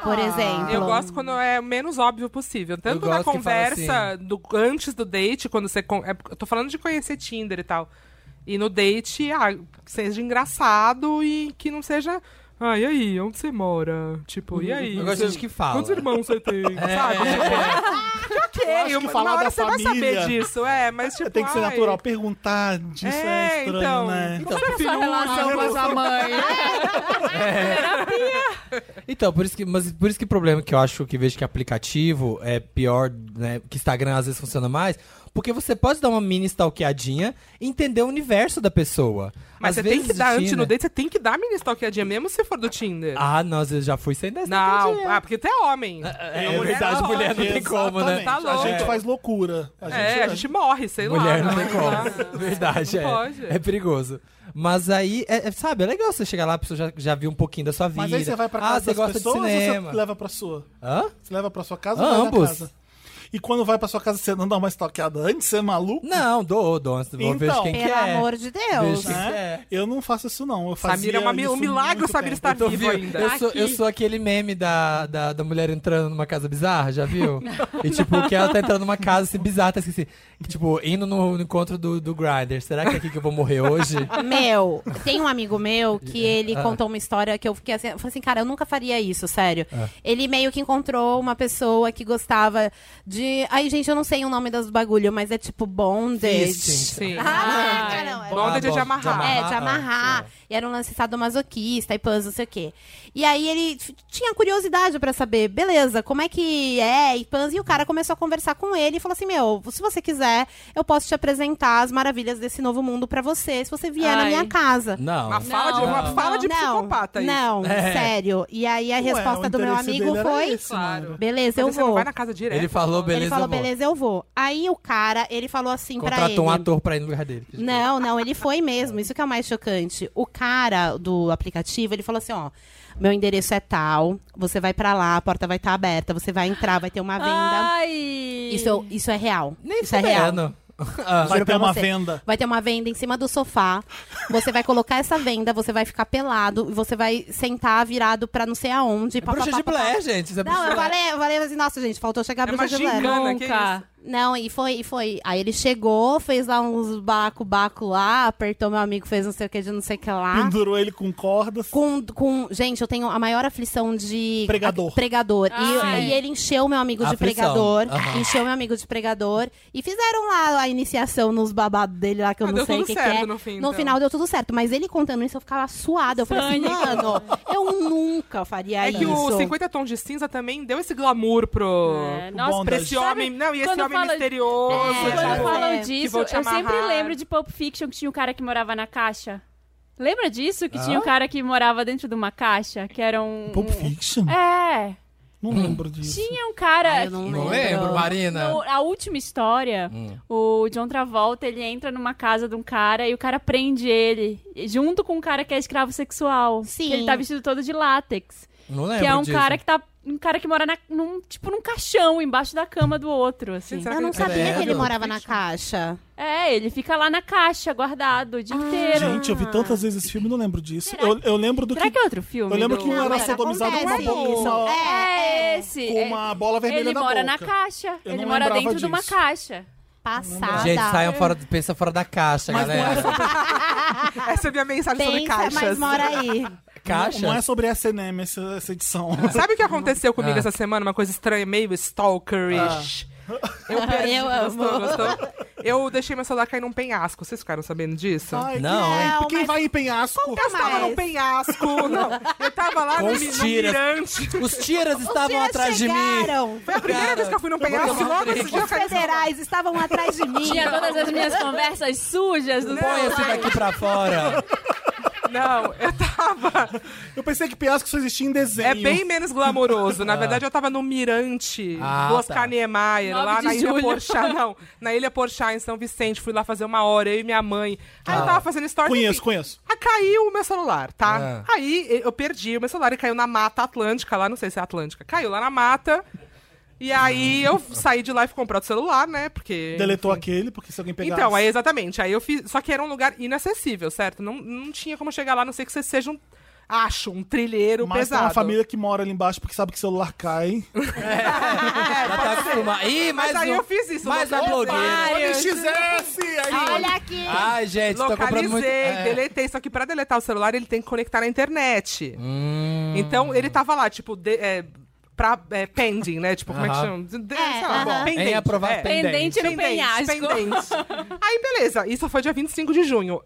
Speaker 5: Por exemplo.
Speaker 4: Eu gosto quando é o menos óbvio possível. Tanto
Speaker 3: Eu
Speaker 4: na
Speaker 3: gosto que fala assim.
Speaker 4: conversa do, antes do date, quando você. con- é, eu tô falando de conhecer Tinder e tal. E no date, ah, que seja engraçado e que não seja. Ah, e aí? Onde você mora? Tipo, e aí?
Speaker 3: Eu gosto de gente que fala. É.
Speaker 4: Quantos irmãos você tem? Sabe? Tipo, ok,
Speaker 1: acho que
Speaker 4: uma-
Speaker 1: falar
Speaker 4: uma hora
Speaker 1: da
Speaker 4: você vai
Speaker 1: família
Speaker 4: saber disso. É, mas tipo.
Speaker 1: Tem que ser
Speaker 4: ai,
Speaker 1: natural. Perguntar disso é,
Speaker 4: É,
Speaker 1: estranho,
Speaker 4: então.
Speaker 1: né?
Speaker 3: Então,
Speaker 6: Sua relação com a sua mãe.
Speaker 3: Então, por isso que, mas por isso que o problema que eu acho que vejo que aplicativo é pior, né? Que Instagram às vezes funciona mais, porque você pode dar uma mini stalkeadinha e entender o universo da pessoa.
Speaker 4: Mas
Speaker 3: Às
Speaker 4: você
Speaker 3: vezes
Speaker 4: tem que dar
Speaker 3: o
Speaker 4: antes no
Speaker 3: Tinder-
Speaker 4: date, você tem que dar a mini stalkeadinha, mesmo se for do Tinder.
Speaker 3: Ah, não, às vezes já fui sem dar
Speaker 4: não, ah, porque tu é homem.
Speaker 3: É,
Speaker 4: Mulher
Speaker 3: verdade,
Speaker 4: não
Speaker 3: mulher não
Speaker 4: pode.
Speaker 3: tem como, né?
Speaker 1: Exatamente.
Speaker 4: Tá louco.
Speaker 1: A gente faz loucura. A gente,
Speaker 4: É, a gente morre, sei lá.
Speaker 3: Mulher não
Speaker 4: né?
Speaker 3: tem como. Verdade,
Speaker 4: Não
Speaker 3: é.
Speaker 4: pode.
Speaker 3: É perigoso. Mas aí, é- é, sabe, é legal você chegar lá, a pessoa já, já viu um pouquinho da sua vida.
Speaker 1: Mas aí você vai pra
Speaker 3: ah,
Speaker 1: casa
Speaker 3: você
Speaker 1: das
Speaker 3: gosta
Speaker 1: pessoas
Speaker 3: de
Speaker 1: ou
Speaker 3: cinema.
Speaker 1: você leva pra sua?
Speaker 3: Hã?
Speaker 1: Você leva pra sua casa
Speaker 3: Ah,
Speaker 1: ou vai
Speaker 3: ambos.
Speaker 1: na casa? E quando vai pra sua casa, você não dá uma stalkeada antes? Você é maluco?
Speaker 3: Não, dou, dou. Vou
Speaker 1: Então,
Speaker 3: ver quem que
Speaker 5: Pelo
Speaker 3: é.
Speaker 5: amor de Deus.
Speaker 3: Vejo-
Speaker 1: né?
Speaker 3: É.
Speaker 1: Eu não faço isso, não. Eu fazia
Speaker 4: Samira é uma mi-
Speaker 1: isso
Speaker 4: um milagre o
Speaker 1: muito
Speaker 4: Samira
Speaker 1: tempo.
Speaker 4: estar
Speaker 3: Tô
Speaker 4: vivo
Speaker 3: vivo.
Speaker 4: ainda.
Speaker 3: Eu sou, eu sou aquele meme da, da, da mulher entrando numa casa bizarra, já viu? e tipo, que ela tá entrando numa casa assim, bizarra, tá esqueci. Tipo, indo no, no encontro do, do Grindr. Será que é aqui que eu É. Ah. vou morrer hoje?
Speaker 5: Meu, tem um amigo meu que ele contou uma história que eu fiquei assim, eu falei assim, cara, eu nunca faria isso, sério.
Speaker 3: Ah.
Speaker 5: Ele meio que encontrou uma pessoa que gostava de. Ai, gente, eu não sei o nome dos bagulho, mas é tipo bondage.
Speaker 3: Fisting.
Speaker 4: Sim.
Speaker 5: Ah, cara, não, é
Speaker 4: Bom,
Speaker 3: Ah,
Speaker 4: de
Speaker 3: bom,
Speaker 4: amarrar.
Speaker 5: É, de amarrar.
Speaker 3: ah,
Speaker 5: E era um lance sadomasoquista e pãs, não sei o quê. E aí ele t- tinha curiosidade pra saber, beleza, como é que é e pãs. E o cara começou a conversar com ele e falou assim: Meu, se você quiser, eu posso te apresentar as maravilhas desse novo mundo pra você, se você vier na
Speaker 6: Ai.
Speaker 5: minha casa.
Speaker 3: É. Não.
Speaker 4: Uma fala de,
Speaker 6: Não.
Speaker 4: uma fala de psicopata isso.
Speaker 5: Não,
Speaker 3: É.
Speaker 5: sério. E aí a
Speaker 1: Ué,
Speaker 5: resposta
Speaker 1: o
Speaker 5: do meu
Speaker 1: interesse
Speaker 5: amigo
Speaker 1: dele era
Speaker 5: foi:
Speaker 1: esse, mano.
Speaker 4: Claro.
Speaker 5: Beleza, eu
Speaker 4: Mas você não
Speaker 5: então vou.
Speaker 4: vai na casa direto.
Speaker 3: Ele falou, beleza,
Speaker 5: ele falou:
Speaker 3: amor.
Speaker 5: Beleza, eu vou. Aí o cara, ele falou assim pra ele.
Speaker 3: Contratou um ator pra ir no lugar dele.
Speaker 5: Não, não, ele foi mesmo. Isso que é o mais chocante. O cara do aplicativo, ele falou assim, ó, meu endereço é tal, você vai pra lá, a porta vai estar aberta, você vai entrar, vai ter uma venda.
Speaker 6: Ai.
Speaker 5: Isso, eu- isso é real.
Speaker 3: Nem
Speaker 5: isso é real.
Speaker 3: fudendo. Ah,
Speaker 1: Vai
Speaker 5: Juro
Speaker 1: ter
Speaker 5: pra
Speaker 1: uma
Speaker 5: você.
Speaker 1: venda.
Speaker 5: Vai ter uma venda em cima do sofá. Você vai colocar essa venda, você vai ficar pelado, e você vai sentar virado pra não sei aonde. pá, pá,
Speaker 3: É Bruxa
Speaker 5: pá,
Speaker 3: de
Speaker 5: pá, pá.
Speaker 3: Blair, gente. Isso é bruxa
Speaker 5: Não,
Speaker 3: de
Speaker 5: eu
Speaker 3: Blair.
Speaker 5: falei, eu falei assim, nossa, gente, faltou chegar
Speaker 4: É
Speaker 5: a
Speaker 4: uma
Speaker 5: bruxa de Blair.
Speaker 4: gingana, que isso?
Speaker 6: Nunca.
Speaker 5: Não, e foi, e foi. Aí ele chegou, fez lá uns baco-baco lá, apertou meu amigo, fez não sei o que de não sei o que
Speaker 4: Ah?
Speaker 5: lá.
Speaker 1: Pendurou ele com cordas.
Speaker 5: Com, com. Gente, eu tenho a maior aflição de.
Speaker 1: Pregador.
Speaker 5: a- pregador.
Speaker 6: Ah,
Speaker 5: e,
Speaker 6: sim.
Speaker 5: e ele encheu meu amigo de
Speaker 3: Aflição.
Speaker 5: pregador.
Speaker 3: Aham.
Speaker 5: Encheu meu amigo de pregador. E fizeram lá a iniciação nos babados dele lá, que eu
Speaker 4: Ah,
Speaker 5: não
Speaker 4: deu
Speaker 5: sei o
Speaker 4: tudo
Speaker 5: que, que
Speaker 4: certo
Speaker 5: é.
Speaker 4: no fim, então.
Speaker 5: final deu tudo certo. Mas ele contando isso, eu ficava suada. Eu falei assim, mano, eu nunca faria
Speaker 4: É
Speaker 5: isso.
Speaker 4: que o 50 Tons de Cinza também deu esse glamour pro...
Speaker 6: É,
Speaker 1: bom
Speaker 6: nossa,
Speaker 4: Pra esse
Speaker 6: Sabe
Speaker 4: homem... Não, e esse
Speaker 6: quando
Speaker 4: homem
Speaker 6: fala-
Speaker 4: misterioso.
Speaker 5: É,
Speaker 6: Quando
Speaker 5: já
Speaker 4: sabe?
Speaker 6: falam
Speaker 5: é.
Speaker 4: Que
Speaker 6: disso,
Speaker 4: vou te
Speaker 6: eu sempre
Speaker 4: amarrar.
Speaker 6: lembro de Pulp Fiction, que tinha um cara que morava na caixa. Lembra disso? Que tinha um cara que morava dentro de uma caixa, que era
Speaker 4: Hum.
Speaker 6: um...
Speaker 1: Pulp
Speaker 6: um-
Speaker 1: Fiction?
Speaker 6: É,
Speaker 1: Não lembro disso.
Speaker 6: tinha um cara...
Speaker 5: Ah, eu não
Speaker 3: Não
Speaker 5: lembro.
Speaker 3: lembro, Marina.
Speaker 6: No- a última história,
Speaker 4: Hum.
Speaker 6: o John Travolta, ele entra numa casa de um cara e o cara prende ele, junto com um cara que é escravo sexual.
Speaker 5: Sim.
Speaker 6: Que ele tá vestido todo de látex.
Speaker 3: Não lembro
Speaker 6: Que é um
Speaker 3: disso.
Speaker 6: cara que tá. Um cara que mora na- num, tipo, num caixão embaixo da cama do outro, assim.
Speaker 4: Gente, será
Speaker 5: Eu não
Speaker 4: que ele- tá
Speaker 5: sabia que ele
Speaker 3: Credo.
Speaker 5: morava na caixa.
Speaker 6: É, ele fica lá na caixa, guardado o dia inteiro.
Speaker 1: Gente, eu vi tantas vezes esse filme e não lembro disso. Eu, eu lembro do
Speaker 6: Será
Speaker 1: que.
Speaker 6: que é outro filme?
Speaker 1: Eu lembro
Speaker 6: do-
Speaker 1: que um era
Speaker 5: mas
Speaker 1: sodomizado com uma,
Speaker 5: acontece
Speaker 1: bo-
Speaker 5: isso.
Speaker 1: uma-
Speaker 6: É, esse.
Speaker 1: com uma
Speaker 4: é,
Speaker 1: bola
Speaker 2: É,
Speaker 1: vermelha
Speaker 6: ele
Speaker 1: na
Speaker 6: mora
Speaker 1: boca.
Speaker 6: na caixa.
Speaker 1: Eu
Speaker 6: ele
Speaker 1: não
Speaker 6: mora
Speaker 1: lembrava
Speaker 6: dentro de uma
Speaker 1: disso.
Speaker 6: caixa.
Speaker 5: Passada.
Speaker 3: Gente, saiam fora, do- pensa fora da caixa,
Speaker 1: Mas não é
Speaker 3: galera.
Speaker 4: Essa é a minha mensagem sobre
Speaker 5: Pensa,
Speaker 4: caixas.
Speaker 5: mas mora aí.
Speaker 3: Caixa?
Speaker 1: Não é sobre SNM essa, essa edição.
Speaker 4: Sabe o que aconteceu comigo
Speaker 3: Ah.
Speaker 4: essa semana? Uma coisa estranha, meio stalkerish. Eu perdi.
Speaker 5: Eu
Speaker 4: gostou,
Speaker 5: amo.
Speaker 4: gostou? Eu deixei meu celular cair num penhasco. Vocês ficaram sabendo disso?
Speaker 1: Ai,
Speaker 3: Não.
Speaker 1: quem- Quem
Speaker 5: mas-
Speaker 1: vai em penhasco?
Speaker 4: eu estava
Speaker 5: mas-
Speaker 4: num penhasco. Não, eu tava lá
Speaker 3: Com
Speaker 4: no,
Speaker 3: os
Speaker 4: mi- no
Speaker 3: tiras.
Speaker 4: mirante.
Speaker 3: Os tiras
Speaker 5: Os
Speaker 3: estavam
Speaker 5: tiras
Speaker 3: atrás de mim.
Speaker 5: chegaram.
Speaker 4: Foi a primeira
Speaker 3: Cara,
Speaker 4: vez que eu fui num penhasco.
Speaker 3: tomar um
Speaker 4: Logo esse dia eu
Speaker 5: Os
Speaker 4: caí no
Speaker 5: federais estavam atrás de mim.
Speaker 6: Tinha todas as minhas conversas sujas do
Speaker 3: Põe esse daqui pra fora.
Speaker 4: Não, eu tava. tava.
Speaker 1: Eu pensei que penhasco só existia em desenho.
Speaker 4: É bem menos glamouroso. Na verdade, eu tava no Mirante,
Speaker 3: Ah,
Speaker 4: do Oscar
Speaker 3: tá.
Speaker 4: Niemeyer, lá
Speaker 2: de
Speaker 4: na Ilha
Speaker 2: julho.
Speaker 4: Porchá, não. Na Ilha Porchá, em São Vicente. Fui lá fazer uma hora, eu e minha mãe. Aí eu
Speaker 3: Ah.
Speaker 4: tava fazendo história.
Speaker 1: Conheço, conheço.
Speaker 4: Ah, caiu o meu celular, tá?
Speaker 3: Ah.
Speaker 4: Aí e- eu perdi o meu celular e caiu na Mata Atlântica, lá, não sei se é Atlântica. Caiu lá na mata. E aí
Speaker 3: Ah.
Speaker 4: eu saí de lá e fui comprar outro celular, né? Porque.
Speaker 1: Deletou aquele, porque se alguém pegasse...
Speaker 4: Então, aí exatamente. Aí eu fiz. Só que era um lugar inacessível, certo? Não, não tinha como chegar lá, a não ser que você seja um. Acho, um trilheiro
Speaker 1: Mas tem
Speaker 4: pesado.
Speaker 1: uma família que mora ali embaixo porque sabe que celular cai.
Speaker 3: Já tá acostumado. Ih, mais
Speaker 4: Mas aí
Speaker 3: um.
Speaker 4: eu fiz isso.
Speaker 3: mais uma
Speaker 4: localizei.
Speaker 3: blogueira. né?
Speaker 1: XS!
Speaker 5: Olha aqui.
Speaker 3: Ai, gente, tô comprando muito.
Speaker 4: Localizei,
Speaker 3: É.
Speaker 4: deletei. Só que pra deletar o celular, ele tem que conectar na internet.
Speaker 3: Hum.
Speaker 4: Então, ele tava lá, tipo, de, é, pra, é, pending, né? Tipo, como é que
Speaker 3: Aham.
Speaker 4: chama? De- de-
Speaker 5: É,
Speaker 4: sei lá,
Speaker 5: aham.
Speaker 4: pendente,
Speaker 3: Em aprovado
Speaker 4: é.
Speaker 3: pendente.
Speaker 2: Pendente no penhasco.
Speaker 4: pendente. Aí, beleza. Isso foi dia 25 de junho.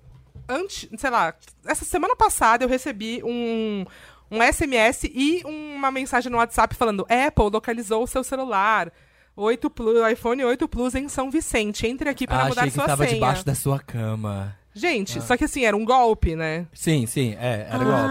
Speaker 4: Antes, sei lá, essa semana passada eu recebi um, um SMS e uma mensagem no WhatsApp falando Apple localizou o seu celular. 8 Plus, iPhone 8 Plus em São Vicente. Entre aqui para
Speaker 3: Ah,
Speaker 4: mudar
Speaker 3: achei que
Speaker 4: sua
Speaker 3: tava
Speaker 4: senha.
Speaker 3: debaixo da sua cama.
Speaker 4: Gente, só que assim, era um golpe, né?
Speaker 3: Sim, sim, é, era igual.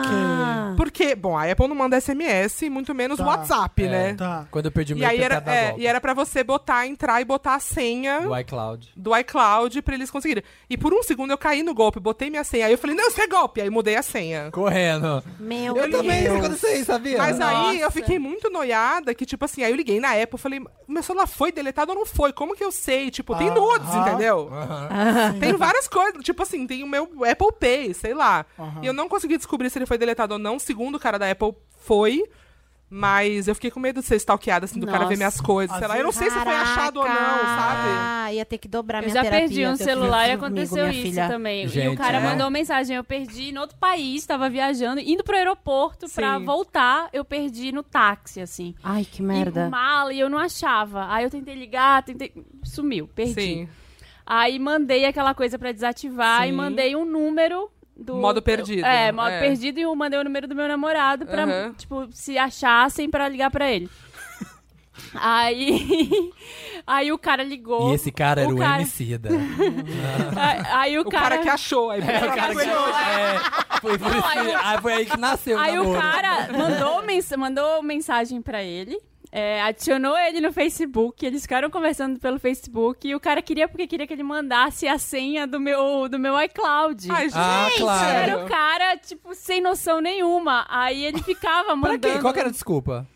Speaker 4: Porque, bom, a Apple não manda SMS, muito menos
Speaker 1: Tá.
Speaker 4: WhatsApp,
Speaker 3: É.
Speaker 4: né?
Speaker 1: Tá.
Speaker 3: Quando eu perdi o
Speaker 4: E
Speaker 3: meu
Speaker 4: aí era,
Speaker 3: tentava dar
Speaker 4: é,
Speaker 3: golpe.
Speaker 4: e era pra você botar, entrar e botar a senha
Speaker 3: O iCloud.
Speaker 4: do iCloud pra eles conseguirem. E por um segundo eu caí no golpe, botei minha senha. Aí eu falei, não, isso é golpe. Aí mudei a senha.
Speaker 3: Correndo.
Speaker 5: Meu
Speaker 3: Eu
Speaker 5: Deus.
Speaker 3: também, isso aconteceu, aí, sabia?
Speaker 4: Mas aí eu fiquei muito noiada que, tipo assim, aí eu liguei na Apple falei, meu celular foi deletado ou não foi? Como que eu sei? Tipo, tem nudes,
Speaker 1: Aham.
Speaker 4: entendeu?
Speaker 3: Aham.
Speaker 4: Tem várias coisas. Tipo assim, tem o meu Apple Pay, sei lá. E eu não consegui descobrir se ele foi deletado ou não. Segundo o cara da Apple, foi. Mas eu fiquei com medo de ser stalkeada, assim, do cara ver
Speaker 5: Nossa.
Speaker 4: minhas coisas. Sei lá, eu não sei se foi achado ou não, sabe?
Speaker 5: Ah, ia ter que dobrar
Speaker 2: Eu
Speaker 5: minha
Speaker 2: já
Speaker 5: terapia.
Speaker 2: perdi um
Speaker 5: se eu
Speaker 2: celular e
Speaker 5: tivesse comigo,
Speaker 2: aconteceu
Speaker 5: minha
Speaker 2: isso
Speaker 5: filha.
Speaker 2: também. e
Speaker 3: Gente,
Speaker 2: o cara
Speaker 3: é.
Speaker 2: mandou uma mensagem, eu perdi no outro país, tava viajando, indo pro aeroporto pra
Speaker 4: Sim.
Speaker 2: voltar, eu perdi no táxi, assim.
Speaker 5: Ai, que
Speaker 2: E
Speaker 5: merda.
Speaker 2: mala, e eu não achava. Aí eu tentei ligar, tentei... Sumiu, perdi.
Speaker 4: Sim.
Speaker 2: Aí mandei aquela coisa pra desativar e
Speaker 4: Sim.
Speaker 2: mandei um número do.
Speaker 4: Modo perdido.
Speaker 2: É, modo
Speaker 4: É.
Speaker 2: perdido e eu mandei o número do meu namorado pra,
Speaker 4: Aham.
Speaker 2: tipo, se achassem pra ligar pra ele. aí. Aí o cara ligou.
Speaker 3: E esse cara era um o,
Speaker 2: cara-
Speaker 3: MC da.
Speaker 2: A- Aí o,
Speaker 4: O cara, que achou. Aí,
Speaker 3: o cara que é, foi, por isso que- ah, foi aí que nasceu
Speaker 2: Aí o
Speaker 3: namoro.
Speaker 2: cara mandou, mens mandou mensagem pra ele. é, adicionou ele no Facebook, eles ficaram conversando pelo Facebook e o cara queria porque queria que ele mandasse a senha do meu do meu iCloud.
Speaker 4: Ai, gente.
Speaker 3: Ah, claro.
Speaker 2: Era o cara, tipo, sem noção nenhuma. Aí ele ficava
Speaker 3: Pra
Speaker 2: mandando.
Speaker 3: quê? Qual que é? era a desculpa?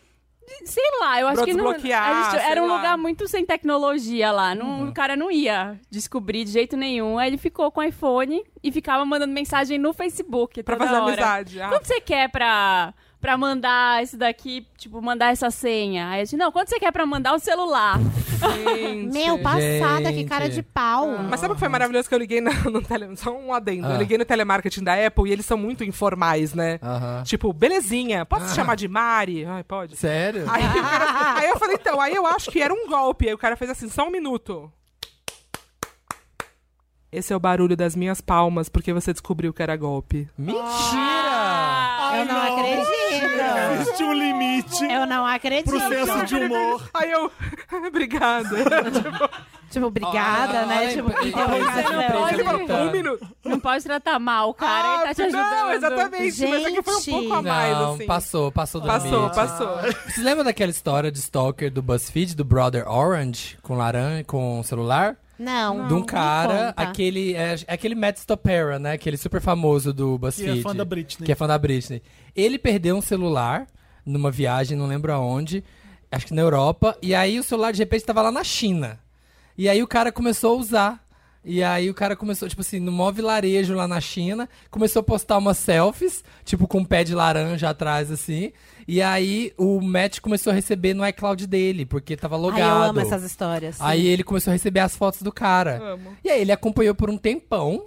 Speaker 2: Sei lá, eu acho
Speaker 4: Pra
Speaker 2: que não.
Speaker 4: desbloquear,
Speaker 2: a gente-
Speaker 4: sei
Speaker 2: era um
Speaker 4: lá.
Speaker 2: lugar muito sem tecnologia lá. Não,
Speaker 3: Uhum.
Speaker 2: O cara não ia descobrir de jeito nenhum. Aí ele ficou com o iPhone e ficava mandando mensagem no Facebook.
Speaker 4: Pra
Speaker 2: toda
Speaker 4: fazer
Speaker 2: hora.
Speaker 4: amizade. Ah,
Speaker 2: Quanto você quer pra, pra mandar esse daqui, tipo, mandar essa senha? Aí a gente, não, quanto você quer pra mandar o celular?
Speaker 4: gente.
Speaker 5: Meu, passada, que
Speaker 3: Gente.
Speaker 5: cara de pau.
Speaker 4: Mas sabe o que foi maravilhoso que eu liguei na- no tele... Só um adendo.
Speaker 3: Ah.
Speaker 4: Eu liguei no telemarketing da Apple e eles são muito informais, né?
Speaker 3: Aham.
Speaker 4: Tipo, belezinha, posso te chamar de Mari? Ai, pode.
Speaker 3: Sério?
Speaker 4: Aí, o cara- aí eu falei, então, aí eu acho que era um golpe. Aí o cara fez assim, só um minuto. Esse é o barulho das minhas palmas, porque você descobriu que era golpe.
Speaker 3: Mentira!
Speaker 5: eu não, acredito.
Speaker 1: Existe um limite
Speaker 5: Eu não acredito.
Speaker 1: pro senso de humor.
Speaker 4: Aí eu, obrigada.
Speaker 5: Tipo, obrigada,
Speaker 3: Ah,
Speaker 5: né?
Speaker 3: olha,
Speaker 5: Tipo,
Speaker 3: e-
Speaker 5: interrogação.
Speaker 3: e-
Speaker 4: Aí ele falou, um minuto. Ah,
Speaker 2: Não pode tratar mal o cara, ele tá
Speaker 3: Ah,
Speaker 2: te ajudando.
Speaker 4: não, exatamente. Mas aqui foi um
Speaker 5: Gente.
Speaker 4: pouco a mais,
Speaker 3: Não,
Speaker 4: assim.
Speaker 3: passou, passou do
Speaker 4: Passou,
Speaker 3: limite.
Speaker 4: passou.
Speaker 1: Ah.
Speaker 3: Você lembra daquela história de stalker do BuzzFeed, do Brother Orange, com laranja, com celular?
Speaker 5: Não,
Speaker 3: de um
Speaker 5: me
Speaker 3: cara,
Speaker 5: conta.
Speaker 3: aquele, é, é aquele Matt Stopera, né? Aquele super famoso do BuzzFeed.
Speaker 1: Que é fã da Britney.
Speaker 3: Que é fã da Britney. Ele perdeu um celular numa viagem, não lembro aonde, acho que na Europa, e aí o celular de repente tava lá na China. E aí o cara começou a usar. E aí o cara começou, tipo assim, no maior vilarejo lá na China, começou a postar umas selfies, tipo com um pé de laranja atrás, assim. E aí o Matt começou a receber no iCloud dele, porque tava
Speaker 5: Ai,
Speaker 3: logado.
Speaker 5: eu amo essas histórias.
Speaker 3: Aí ele começou a receber as fotos do cara.
Speaker 4: Amo.
Speaker 3: E aí ele acompanhou por um tempão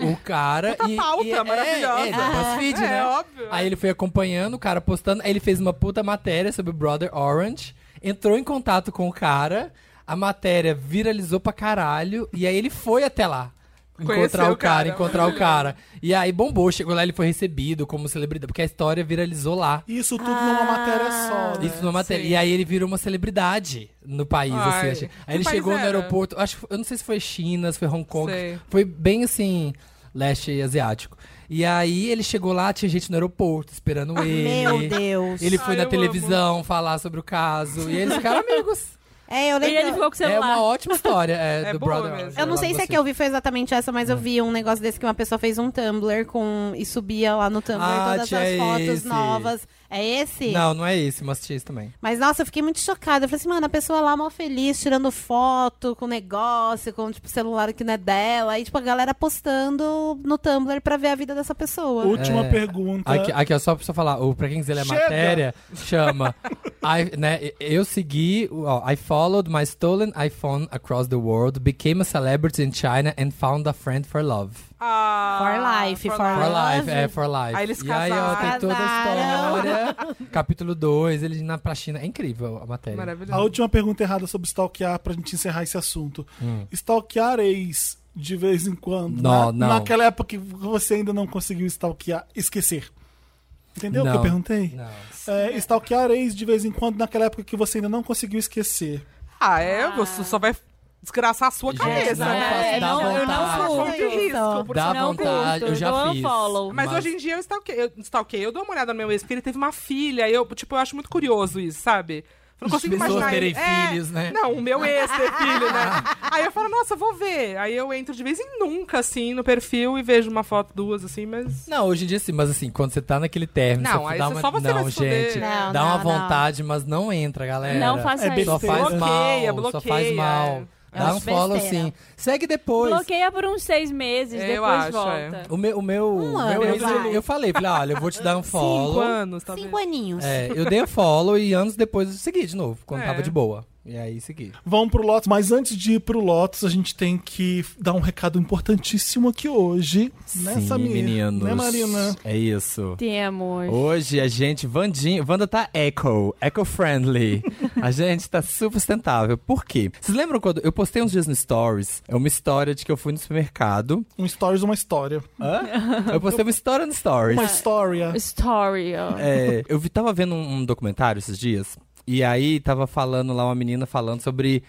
Speaker 3: o cara.
Speaker 4: É. Puta
Speaker 3: e,
Speaker 4: pauta,
Speaker 3: e, é,
Speaker 4: maravilhosa.
Speaker 3: É, é, do BuzzFeed,
Speaker 4: É,
Speaker 3: né?
Speaker 4: óbvio.
Speaker 3: Aí ele foi acompanhando, o cara postando. Aí ele fez uma puta matéria sobre o Brother Orange. Entrou em contato com o cara. A matéria viralizou pra caralho. E aí ele foi até lá.
Speaker 4: Conheceu
Speaker 3: Encontrar o
Speaker 4: o cara,
Speaker 3: cara, encontrar o cara. E aí bombou, chegou lá, ele foi recebido como celebridade, porque a história viralizou lá.
Speaker 1: Isso tudo numa matéria só, né?
Speaker 3: Isso numa matéria.
Speaker 4: Ah, Sim.
Speaker 3: E aí ele virou uma celebridade no país,
Speaker 4: Ai,
Speaker 3: assim. achei.
Speaker 4: que
Speaker 3: Aí ele
Speaker 4: país
Speaker 3: chegou no
Speaker 4: era?
Speaker 3: aeroporto, acho que foi- eu não sei se foi China, se foi Hong Kong.
Speaker 4: Sei.
Speaker 3: Foi bem assim. leste asiático. E aí ele chegou lá, tinha gente no aeroporto esperando ele.
Speaker 5: Ah, Meu Deus.
Speaker 3: Ele foi
Speaker 4: Ai,
Speaker 3: na
Speaker 4: eu
Speaker 3: televisão falar sobre o caso. E eles ficaram amigos.
Speaker 5: É, eu
Speaker 6: E ele
Speaker 5: lembro.
Speaker 6: ficou com o
Speaker 3: É
Speaker 6: celular.
Speaker 3: uma ótima história é,
Speaker 4: É
Speaker 3: do
Speaker 4: boa
Speaker 3: Brother.
Speaker 4: mesmo.
Speaker 3: Oliver,
Speaker 5: Eu não
Speaker 3: lá Ah.
Speaker 5: sei
Speaker 3: do
Speaker 5: se é
Speaker 3: Brasil.
Speaker 5: que eu vi foi exatamente essa, mas eu vi um negócio desse que uma pessoa fez um Tumblr com e subia lá no Tumblr
Speaker 3: Ah,
Speaker 5: todas
Speaker 3: tinha
Speaker 5: as fotos
Speaker 3: esse.
Speaker 5: novas. É esse?
Speaker 3: Não, não é esse, mas tinha esse também.
Speaker 5: Mas, nossa, eu fiquei muito chocada. Eu falei assim, mano, a pessoa lá mó feliz, tirando foto com negócio, com, tipo, celular que não é dela. E, tipo, a galera postando no Tumblr pra ver a vida dessa pessoa.
Speaker 1: Última
Speaker 3: É.
Speaker 1: pergunta.
Speaker 3: Aqui, aqui, ó, só pra só falar, o, pra quem quiser ler a
Speaker 1: Chega!
Speaker 3: matéria, chama. I, né, eu segui, ó, I followed my stolen iPhone across the world, became a celebrity in China and found a friend for love.
Speaker 4: Ah,
Speaker 5: For life, for
Speaker 3: For life, é, for life.
Speaker 4: Aí eles
Speaker 3: e aí, ó, tem toda
Speaker 5: casaram.
Speaker 3: a história. Capítulo 2, ele indo pra China. É incrível a matéria.
Speaker 1: A
Speaker 4: Maravilhoso.
Speaker 1: última pergunta errada sobre stalkear pra gente encerrar esse assunto. Stalkear ex de vez em quando.
Speaker 3: Hum. Não, não.
Speaker 1: Naquela época que você ainda não conseguiu stalkear, esquecer. Entendeu o que
Speaker 3: Não.
Speaker 1: eu perguntei?
Speaker 3: Não.
Speaker 1: É, stalkear ex de vez em quando naquela época que você ainda não conseguiu esquecer.
Speaker 4: Ah, é? Você só vai desgraçar a sua
Speaker 3: Gente,
Speaker 4: cabeça.
Speaker 3: não
Speaker 4: né?
Speaker 3: faço-
Speaker 4: É,
Speaker 3: dá
Speaker 4: eu não
Speaker 3: vontade.
Speaker 4: sou de risco. por
Speaker 3: Dá
Speaker 4: sinal. então
Speaker 3: vontade, eu já
Speaker 6: dou
Speaker 3: fiz.
Speaker 6: unfollow.
Speaker 4: Mas,
Speaker 3: Mas-
Speaker 4: hoje em dia eu stalkei, eu, stalkei. Eu dou uma olhada no meu ex, porque ele teve uma filha. Eu, tipo, eu acho muito curioso isso, sabe? Eu não
Speaker 3: As
Speaker 4: consigo
Speaker 3: pessoas
Speaker 4: imaginar
Speaker 3: terem
Speaker 4: ele- É,
Speaker 3: filhos, né?
Speaker 4: Não, o meu ex ter filho, né? Aí eu falo, nossa, vou ver. Aí eu entro de vez em nunca, assim, no perfil e vejo uma foto, duas, assim, mas...
Speaker 3: Não, hoje em dia sim, mas assim, quando você tá naquele término,
Speaker 4: Não,
Speaker 3: você
Speaker 4: aí
Speaker 3: dá
Speaker 4: você-
Speaker 3: uma...
Speaker 4: só você vai
Speaker 3: não,
Speaker 4: se fuder.
Speaker 3: gente,
Speaker 5: Não,
Speaker 3: dá uma
Speaker 5: não, não.
Speaker 3: vontade, mas não entra, galera.
Speaker 6: Não faça
Speaker 1: É
Speaker 6: isso.
Speaker 3: Só faz
Speaker 1: Bloqueia,
Speaker 3: mal, só
Speaker 4: bloqueia.
Speaker 3: faz mal.
Speaker 5: É
Speaker 3: Dá
Speaker 5: uma
Speaker 3: um follow
Speaker 5: besteira.
Speaker 3: assim. Segue depois.
Speaker 6: Bloqueia por uns seis meses,
Speaker 4: Eu
Speaker 6: depois
Speaker 4: acho, é.
Speaker 6: volta.
Speaker 3: O meu, o meu,
Speaker 5: Um
Speaker 3: o
Speaker 5: ano,
Speaker 3: meu ex,
Speaker 5: vai.
Speaker 3: ele- eu falei, falei, olha, eu vou te dar um
Speaker 4: Cinco
Speaker 3: follow.
Speaker 4: anos, talvez.
Speaker 5: Cinco aninhos.
Speaker 3: É, eu dei um follow e anos depois eu segui de novo, quando
Speaker 4: É.
Speaker 3: tava de boa. E aí segui.
Speaker 1: Vamos pro Lotus, mas antes de ir pro Lotus, a gente tem que dar um recado importantíssimo aqui hoje. né, Samir? Né, Marina?
Speaker 3: É isso.
Speaker 6: Temos.
Speaker 3: Hoje a gente, Vandinha, Wanda tá eco, eco-friendly. a gente tá super sustentável. Por quê? Vocês lembram quando eu postei uns dias no Stories? É uma história de que eu fui no supermercado.
Speaker 1: Um stories, uma história.
Speaker 3: Eu postei uma história no Stories.
Speaker 1: Uma história.
Speaker 6: Story. ó.
Speaker 3: É, eu vi, tava vendo um, um documentário esses dias, e aí tava falando lá uma menina falando sobre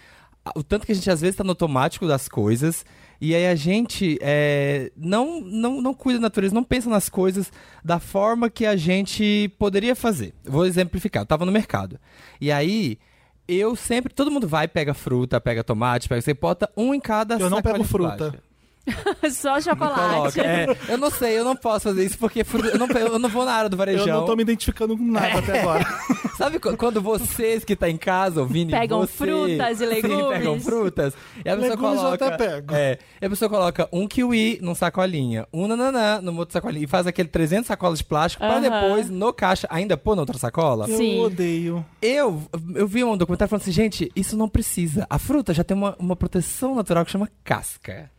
Speaker 3: a- o tanto que a gente às vezes tá no automático das coisas, e aí a gente é, não, não, não cuida da natureza, não pensa nas coisas da forma que a gente poderia fazer. Vou exemplificar, eu tava no mercado. E aí. Eu sempre, todo mundo vai, pega fruta, pega tomate, pega, você bota um em cada
Speaker 1: Eu não
Speaker 3: sacolinha
Speaker 1: pego
Speaker 3: de
Speaker 1: fruta.
Speaker 3: plástico.
Speaker 6: Só
Speaker 3: É. Coloca,
Speaker 6: chocolate.
Speaker 3: é. eu não sei, eu não posso fazer isso porque fruta- eu, não, eu não vou na área do
Speaker 1: Eu
Speaker 3: varejão.
Speaker 1: não tô me identificando com nada até agora.
Speaker 3: Sabe qu- quando vocês que tá em casa ouvindo
Speaker 6: Pegam
Speaker 3: você-
Speaker 6: frutas e
Speaker 3: Sim,
Speaker 6: legumes.
Speaker 3: pegam frutas. E a pessoa
Speaker 1: Legumes eu
Speaker 3: coloca.
Speaker 1: até pego.
Speaker 3: É, e a pessoa coloca um kiwi num sacolinha, um nananã numa outra sacolinha e faz aquele 300 sacolas de plástico pra
Speaker 6: Aham.
Speaker 3: depois no caixa ainda pôr na outra sacola.
Speaker 6: Sim.
Speaker 1: Eu odeio.
Speaker 3: Eu, eu vi um documentário falando assim, gente, isso não precisa. A fruta já tem uma, uma proteção natural que chama casca.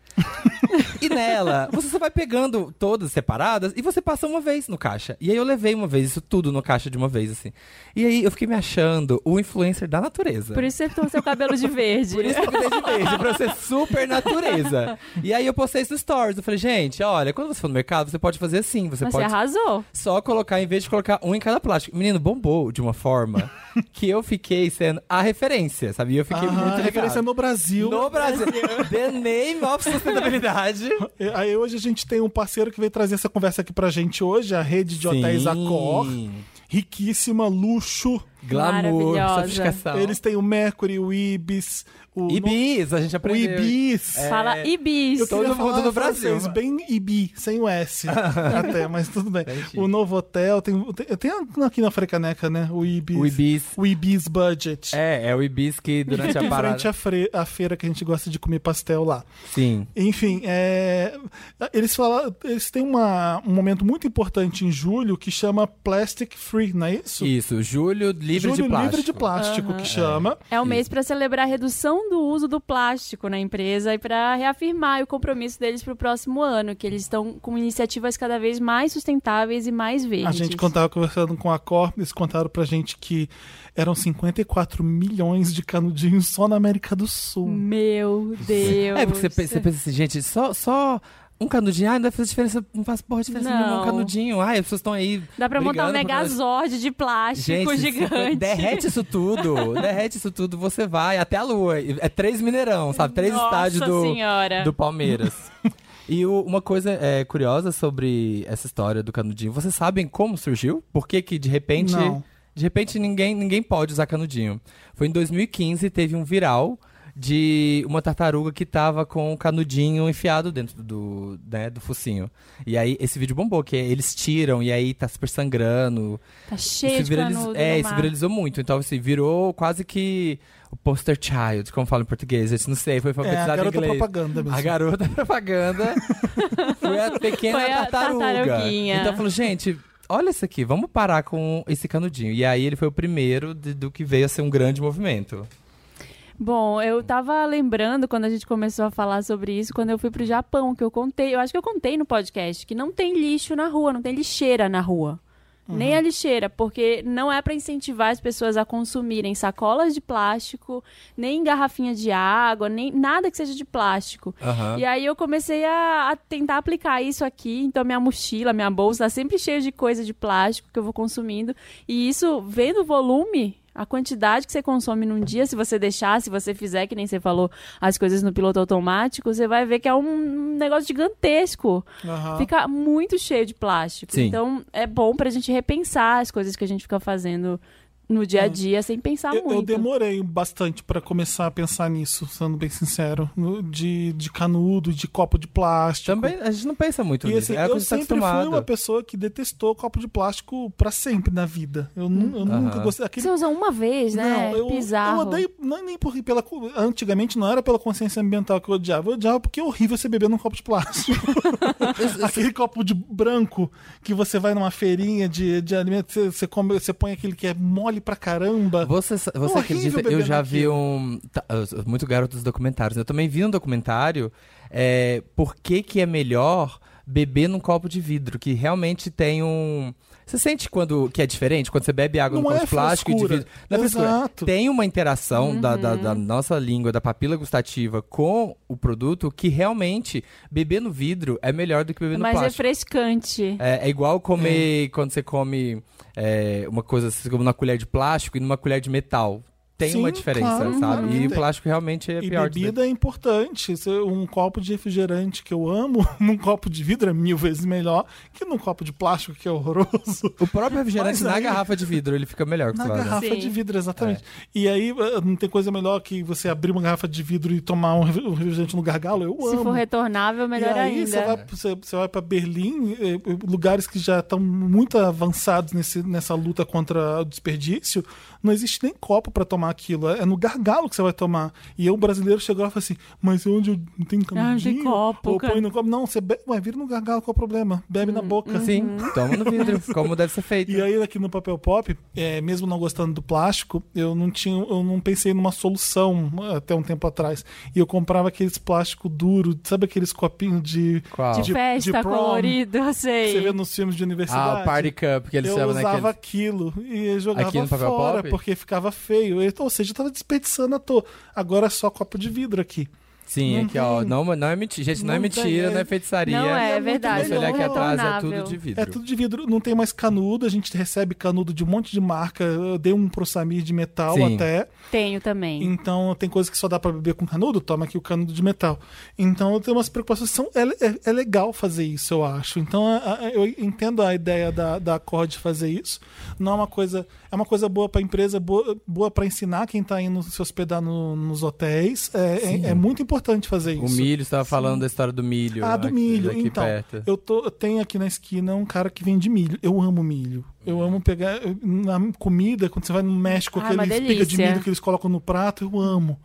Speaker 3: e nela, você só vai pegando todas separadas e você passa uma vez no caixa. E aí eu levei uma vez isso tudo no caixa de uma vez, assim. E aí eu fiquei me achando o influencer da natureza.
Speaker 6: Por isso você torceu o cabelo de verde.
Speaker 3: Por isso que eu pintei de verde, pra eu ser super natureza. E aí eu postei isso no stories. Eu falei, gente, olha, quando você for no mercado, você pode fazer assim. Você
Speaker 6: Mas você
Speaker 3: pode
Speaker 6: arrasou.
Speaker 3: só colocar, em vez de colocar um em cada plástico. Menino, bombou de uma forma que eu fiquei sendo a referência, sabe? E Eu fiquei
Speaker 1: Aham,
Speaker 3: muito
Speaker 1: Ah, referência é
Speaker 3: ligado.
Speaker 1: no Brasil.
Speaker 3: No Brasil. The name of sustentabilidade.
Speaker 1: E- Aí hoje a gente tem um parceiro que veio trazer essa conversa aqui pra gente hoje, a rede de hotéis Accor. Riquíssima, luxo.
Speaker 3: Glamour,
Speaker 6: Maravilhosa.
Speaker 3: sofisticação.
Speaker 1: Eles têm o Mercury, o Ibis, o,
Speaker 3: Então. Ibis, a gente
Speaker 1: o
Speaker 3: aprendeu. É.
Speaker 1: Ibis.
Speaker 6: Fala Ibis.
Speaker 1: Eu queria
Speaker 3: Todo
Speaker 1: falar
Speaker 3: mundo do
Speaker 1: francês,
Speaker 3: Brasil.
Speaker 1: Bem Ibi, sem o S até, mas tudo bem.
Speaker 3: Entendi.
Speaker 1: O novo hotel, tem, tem, tem aqui na Frecaneca, né? O Ibis.
Speaker 3: O Ibis.
Speaker 1: o Ibis Budget.
Speaker 3: É, é o Ibis que durante a
Speaker 1: Em frente
Speaker 3: parada.
Speaker 1: à, fre- à feira que a gente gosta de comer pastel lá.
Speaker 3: Sim.
Speaker 1: Enfim, é, eles falam, eles têm uma- um momento muito importante em julho que chama Plastic Free, não é isso?
Speaker 3: Isso, julho livre
Speaker 1: julho
Speaker 3: de plástico.
Speaker 1: livre de plástico que chama.
Speaker 6: É um mês para celebrar a redução do uso do plástico na empresa e para reafirmar o compromisso deles para o próximo ano, que eles estão com iniciativas cada vez mais sustentáveis e mais
Speaker 3: É.
Speaker 6: verdes.
Speaker 1: A gente contava conversando com a Corp, eles contaram pra gente que eram 54 milhões de canudinhos só na América do Sul.
Speaker 2: Hum.
Speaker 6: Meu Deus.
Speaker 3: um. É, porque você pensa, você pensa assim, gente, só, só um canudinho, ah, não vai fazer diferença, não faz porra de diferença
Speaker 6: Não.
Speaker 3: nenhuma, um canudinho. Ai, as pessoas estão aí.
Speaker 6: Dá pra montar um
Speaker 3: brigando por causa disso.
Speaker 6: megazord de plástico
Speaker 3: Gente,
Speaker 6: gigante.
Speaker 3: derrete isso tudo, derrete isso tudo, você vai até a lua. É três Mineirão, sabe? Três
Speaker 6: Nossa
Speaker 3: estádios do,
Speaker 6: senhora.
Speaker 3: do Palmeiras. E o- uma coisa é, curiosa sobre essa história do canudinho. Vocês sabem como surgiu? Por que que de repente...
Speaker 1: Não.
Speaker 3: De repente ninguém, ninguém pode usar canudinho. Foi em 2015, teve um viral de uma tartaruga que tava com o canudinho enfiado dentro do, né, do focinho. E aí esse vídeo bombou, que é, eles tiram e aí tá super sangrando.
Speaker 2: Tá cheio
Speaker 3: Isso
Speaker 2: de
Speaker 3: viraliz-
Speaker 2: canudo
Speaker 3: É,
Speaker 2: no
Speaker 3: isso
Speaker 2: mar.
Speaker 3: viralizou muito. Então, assim, virou quase que o poster child, como fala em português. Isso não sei, foi
Speaker 1: É, a
Speaker 3: alfabetizado em
Speaker 1: garota
Speaker 3: inglês.
Speaker 1: propaganda mesmo.
Speaker 3: A garota propaganda foi a pequena
Speaker 2: Foi a
Speaker 3: tartaruga.
Speaker 2: tartaruguinha.
Speaker 3: Então falou, gente, olha isso aqui, vamos parar com esse canudinho. E aí ele foi o primeiro de- do que veio a ser um grande movimento.
Speaker 2: Bom, eu tava lembrando quando a gente começou a falar sobre isso, quando eu fui pro Japão, que eu contei, eu acho que eu contei no podcast, que não tem lixo na rua, não tem lixeira na rua. Nem a lixeira, porque não é pra incentivar as pessoas a consumirem sacolas de plástico, nem garrafinha de água, nem nada que seja de plástico.
Speaker 3: Aham.
Speaker 2: E aí eu comecei a, a tentar aplicar isso aqui. Então, minha mochila, minha bolsa, tá sempre cheia de coisa de plástico que eu vou consumindo. E isso, vendo o volume, a quantidade que você consome num dia, se você deixar, se você fizer, que nem você falou, as coisas no piloto automático, você vai ver que é um negócio gigantesco.
Speaker 1: Aham.
Speaker 2: Fica muito cheio de plástico.
Speaker 3: Sim.
Speaker 2: Então, é bom pra gente repensar as coisas que a gente fica fazendo no dia a dia sem pensar
Speaker 1: Hum. Eu- Eu,
Speaker 2: muito.
Speaker 1: demorei bastante pra começar a pensar nisso, sendo bem sincero. No- De, de canudo, de copo de plástico.
Speaker 3: Também a gente não pensa muito
Speaker 1: E
Speaker 3: nisso.
Speaker 1: assim,
Speaker 3: é a
Speaker 1: eu
Speaker 3: coisa que tá
Speaker 1: sempre fui uma
Speaker 3: acostumado.
Speaker 1: pessoa que detestou copo de plástico pra sempre na vida. Eu, nu- eu nunca
Speaker 3: Uhum. Aham.
Speaker 1: gostei. Aquele
Speaker 2: Você usa uma vez, né?
Speaker 1: Não, eu,
Speaker 2: Bizarro.
Speaker 1: eu odeio, não é nem por, pela, co- antigamente não era pela consciência ambiental que eu odiava, eu odiava porque é horrível você beber num copo de plástico. aquele copo de branco que você vai numa feirinha de, de alimento, você, você come, você põe aquele que é mole pra caramba.
Speaker 3: Você, sa- você
Speaker 1: Um Horrível
Speaker 3: acredita? Eu
Speaker 1: beber
Speaker 3: já vi
Speaker 1: naquilo.
Speaker 3: um. tá, eu sou muito garoto dos documentários. Eu também vi um documentário. É, por que, que é melhor beber num copo de vidro? Que realmente tem um. Você sente quando que é diferente? Quando você bebe água num
Speaker 1: Não
Speaker 3: copo
Speaker 1: é
Speaker 3: de plástico
Speaker 1: frescura.
Speaker 3: e de vidro. Não é frescura.
Speaker 1: Exato.
Speaker 3: Tem uma interação da, da- da nossa língua, da papila gustativa com o produto que realmente beber no vidro é melhor do que beber no
Speaker 2: Mas
Speaker 3: plástico.
Speaker 2: refrescante.
Speaker 3: É, é igual comer quando você come é, uma coisa, você come numa colher de plástico e numa colher de metal. Tem
Speaker 1: Sim,
Speaker 3: uma diferença,
Speaker 1: claro,
Speaker 3: sabe?
Speaker 1: claro.
Speaker 3: E o
Speaker 1: Tem.
Speaker 3: plástico realmente é
Speaker 1: E
Speaker 3: pior. de
Speaker 1: bebida é importante. Isso é Um copo de refrigerante que eu amo, num copo de vidro é mil vezes melhor que num copo de plástico que é horroroso.
Speaker 3: beber. O próprio refrigerante
Speaker 1: Mas
Speaker 3: na
Speaker 1: aí-
Speaker 3: garrafa de vidro, ele fica melhor. que
Speaker 1: é. Na
Speaker 3: você fala, né?
Speaker 1: garrafa
Speaker 2: Sim.
Speaker 1: de vidro, exatamente. E aí, eh, não tem coisa melhor que você abrir uma garrafa de vidro e tomar um re- um refrigerante no gargalo? Eu
Speaker 2: Se
Speaker 1: tipo, amo.
Speaker 2: for retornável, melhor
Speaker 1: e aí,
Speaker 2: ainda.
Speaker 1: Você vai, você, você vai pra Berlim, eh, lugares que já estão muito avançados nesse, nessa luta contra o desperdício, não existe nem copo pra tomar aquilo. É no gargalo que você vai tomar. E eu, brasileiro, chegou e falou assim: Mas onde eu não tenho
Speaker 2: Ah, tem
Speaker 1: canudinho?
Speaker 2: copo,
Speaker 1: Ou
Speaker 2: cara. Hum,
Speaker 1: põe no copo. Não, você bebe. Ué, vira no gargalo, qual é o problema? Bebe na boca.
Speaker 3: Sim, assim, toma no vidro, como deve ser feito.
Speaker 1: Uhum. E aí aqui no papel pop, é, mesmo não gostando do plástico, eu não tinha, eu não pensei numa solução até um tempo atrás. E eu comprava aqueles plástico duro, sabe aqueles copinhos de
Speaker 3: Qual? Ah,
Speaker 1: de-
Speaker 2: Festa
Speaker 1: prom,
Speaker 2: colorida, eu
Speaker 1: que você vê
Speaker 2: sei.
Speaker 1: nos filmes de universidade.
Speaker 3: Ah, o Party Cup, que eles
Speaker 1: eu
Speaker 3: chamam
Speaker 1: usava
Speaker 3: naquele.
Speaker 1: aquilo e jogava
Speaker 3: Aqui no papel
Speaker 1: fora
Speaker 3: pop?
Speaker 1: porque ficava feio. Eu- ou seja, eu tava desperdiçando à toa. Agora é só copo de vidro aqui.
Speaker 3: Sim,
Speaker 1: Não
Speaker 3: aqui, ó.
Speaker 1: tem.
Speaker 3: Não, não é mentira. Gente, não, é
Speaker 1: Uhum. Não tem,
Speaker 3: mentira,
Speaker 1: é-
Speaker 3: não é feitiçaria.
Speaker 2: Não é,
Speaker 1: é
Speaker 2: é
Speaker 1: muito
Speaker 2: verdade.
Speaker 3: Se olhar aqui
Speaker 2: não
Speaker 3: atrás, é
Speaker 2: retornável.
Speaker 3: tudo de vidro.
Speaker 1: É tudo de vidro, não tem mais canudo, a gente recebe canudo de um monte de marca. Eu dei um pro Samir de metal
Speaker 3: Sim.
Speaker 1: até.
Speaker 2: Tenho também.
Speaker 1: Então tem coisa que só dá pra beber com canudo, toma aqui o canudo de metal. Então eu tenho umas preocupações. São, é, é- é legal fazer isso, eu acho. Então a- a- eu entendo a ideia da, da Accord de fazer isso. Não é uma coisa. É uma coisa boa pra empresa, boa, boa para ensinar quem tá indo se hospedar no- nos hotéis. É, é- é muito importante fazer isso.
Speaker 3: O milho, você tava falando da história do milho.
Speaker 1: Ah, do
Speaker 3: aqui-
Speaker 1: milho.
Speaker 3: daqui
Speaker 1: então,
Speaker 3: perto.
Speaker 1: eu, tô, eu tenho aqui na esquina um cara que vende milho. Eu amo milho. Eu amo pegar eu- na comida, quando você vai no México,
Speaker 2: Ah,
Speaker 1: aquele
Speaker 2: uma
Speaker 1: espiga de
Speaker 2: delícia.
Speaker 1: milho que eles colocam no prato, eu amo.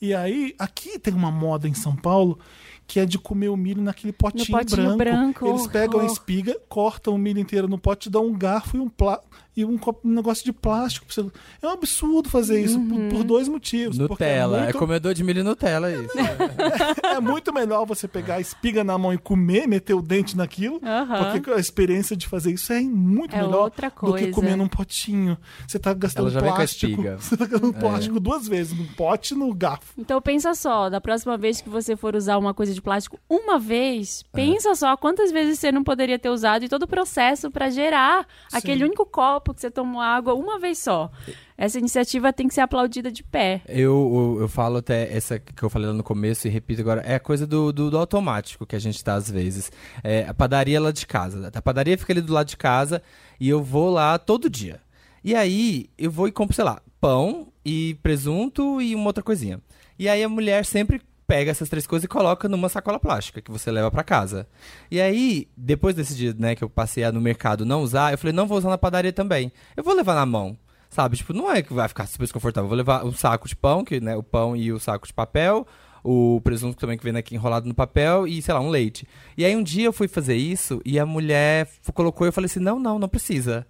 Speaker 1: E aí, aqui tem uma moda em São Paulo que é de comer o milho naquele potinho,
Speaker 2: potinho branco, Oh.
Speaker 1: Eles pegam a
Speaker 2: horror.
Speaker 1: espiga, cortam o milho inteiro no pote, dão um garfo e um, pla- e um, copo- um negócio de plástico. pra você- É um absurdo fazer isso por- por,
Speaker 2: Uhum.
Speaker 1: dois motivos. porque
Speaker 3: Nutella. É,
Speaker 1: É muito,
Speaker 3: comedor de milho Nutella, isso.
Speaker 1: é muito melhor você pegar a espiga na mão e comer, meter o dente naquilo,
Speaker 2: Aham.
Speaker 1: porque a experiência de fazer isso é muito
Speaker 2: É
Speaker 1: melhor
Speaker 2: outra
Speaker 1: do que
Speaker 2: coisa.
Speaker 1: comer num potinho. Você tá gastando
Speaker 3: Ela já vem com a
Speaker 1: plástico.
Speaker 3: espiga. É.
Speaker 1: Você tá gastando plástico duas vezes, num pote e no garfo.
Speaker 2: Então pensa só, da próxima vez que você for usar uma coisa de plástico uma vez, pensa só quantas vezes você não poderia ter usado e todo o processo para gerar aquele único copo que você tomou água uma vez só. Essa iniciativa tem que ser aplaudida de pé.
Speaker 3: Eu, eu, eu falo até essa que eu falei lá no começo e repito agora, é a coisa do, do, do automático que a gente tá às vezes. É, a padaria é lá de casa. A padaria fica ali do lado de casa e eu vou lá todo dia. E aí eu vou e compro, sei lá, pão e presunto e uma outra coisinha. E aí a mulher sempre pega essas três coisas e coloca numa sacola plástica que você leva pra casa. E aí, depois desse dia, né, que eu passei a no mercado não usar, eu falei, não vou usar na padaria também. Eu vou levar na mão. Sabe, tipo, não é que vai ficar super desconfortável. Eu Vou levar um saco de pão, que, né, o pão e o saco de papel, o presunto também que vem aqui enrolado no papel e, sei lá, um leite. E aí um dia eu fui fazer isso e a mulher f- colocou e eu falei assim: "Não, não, não precisa".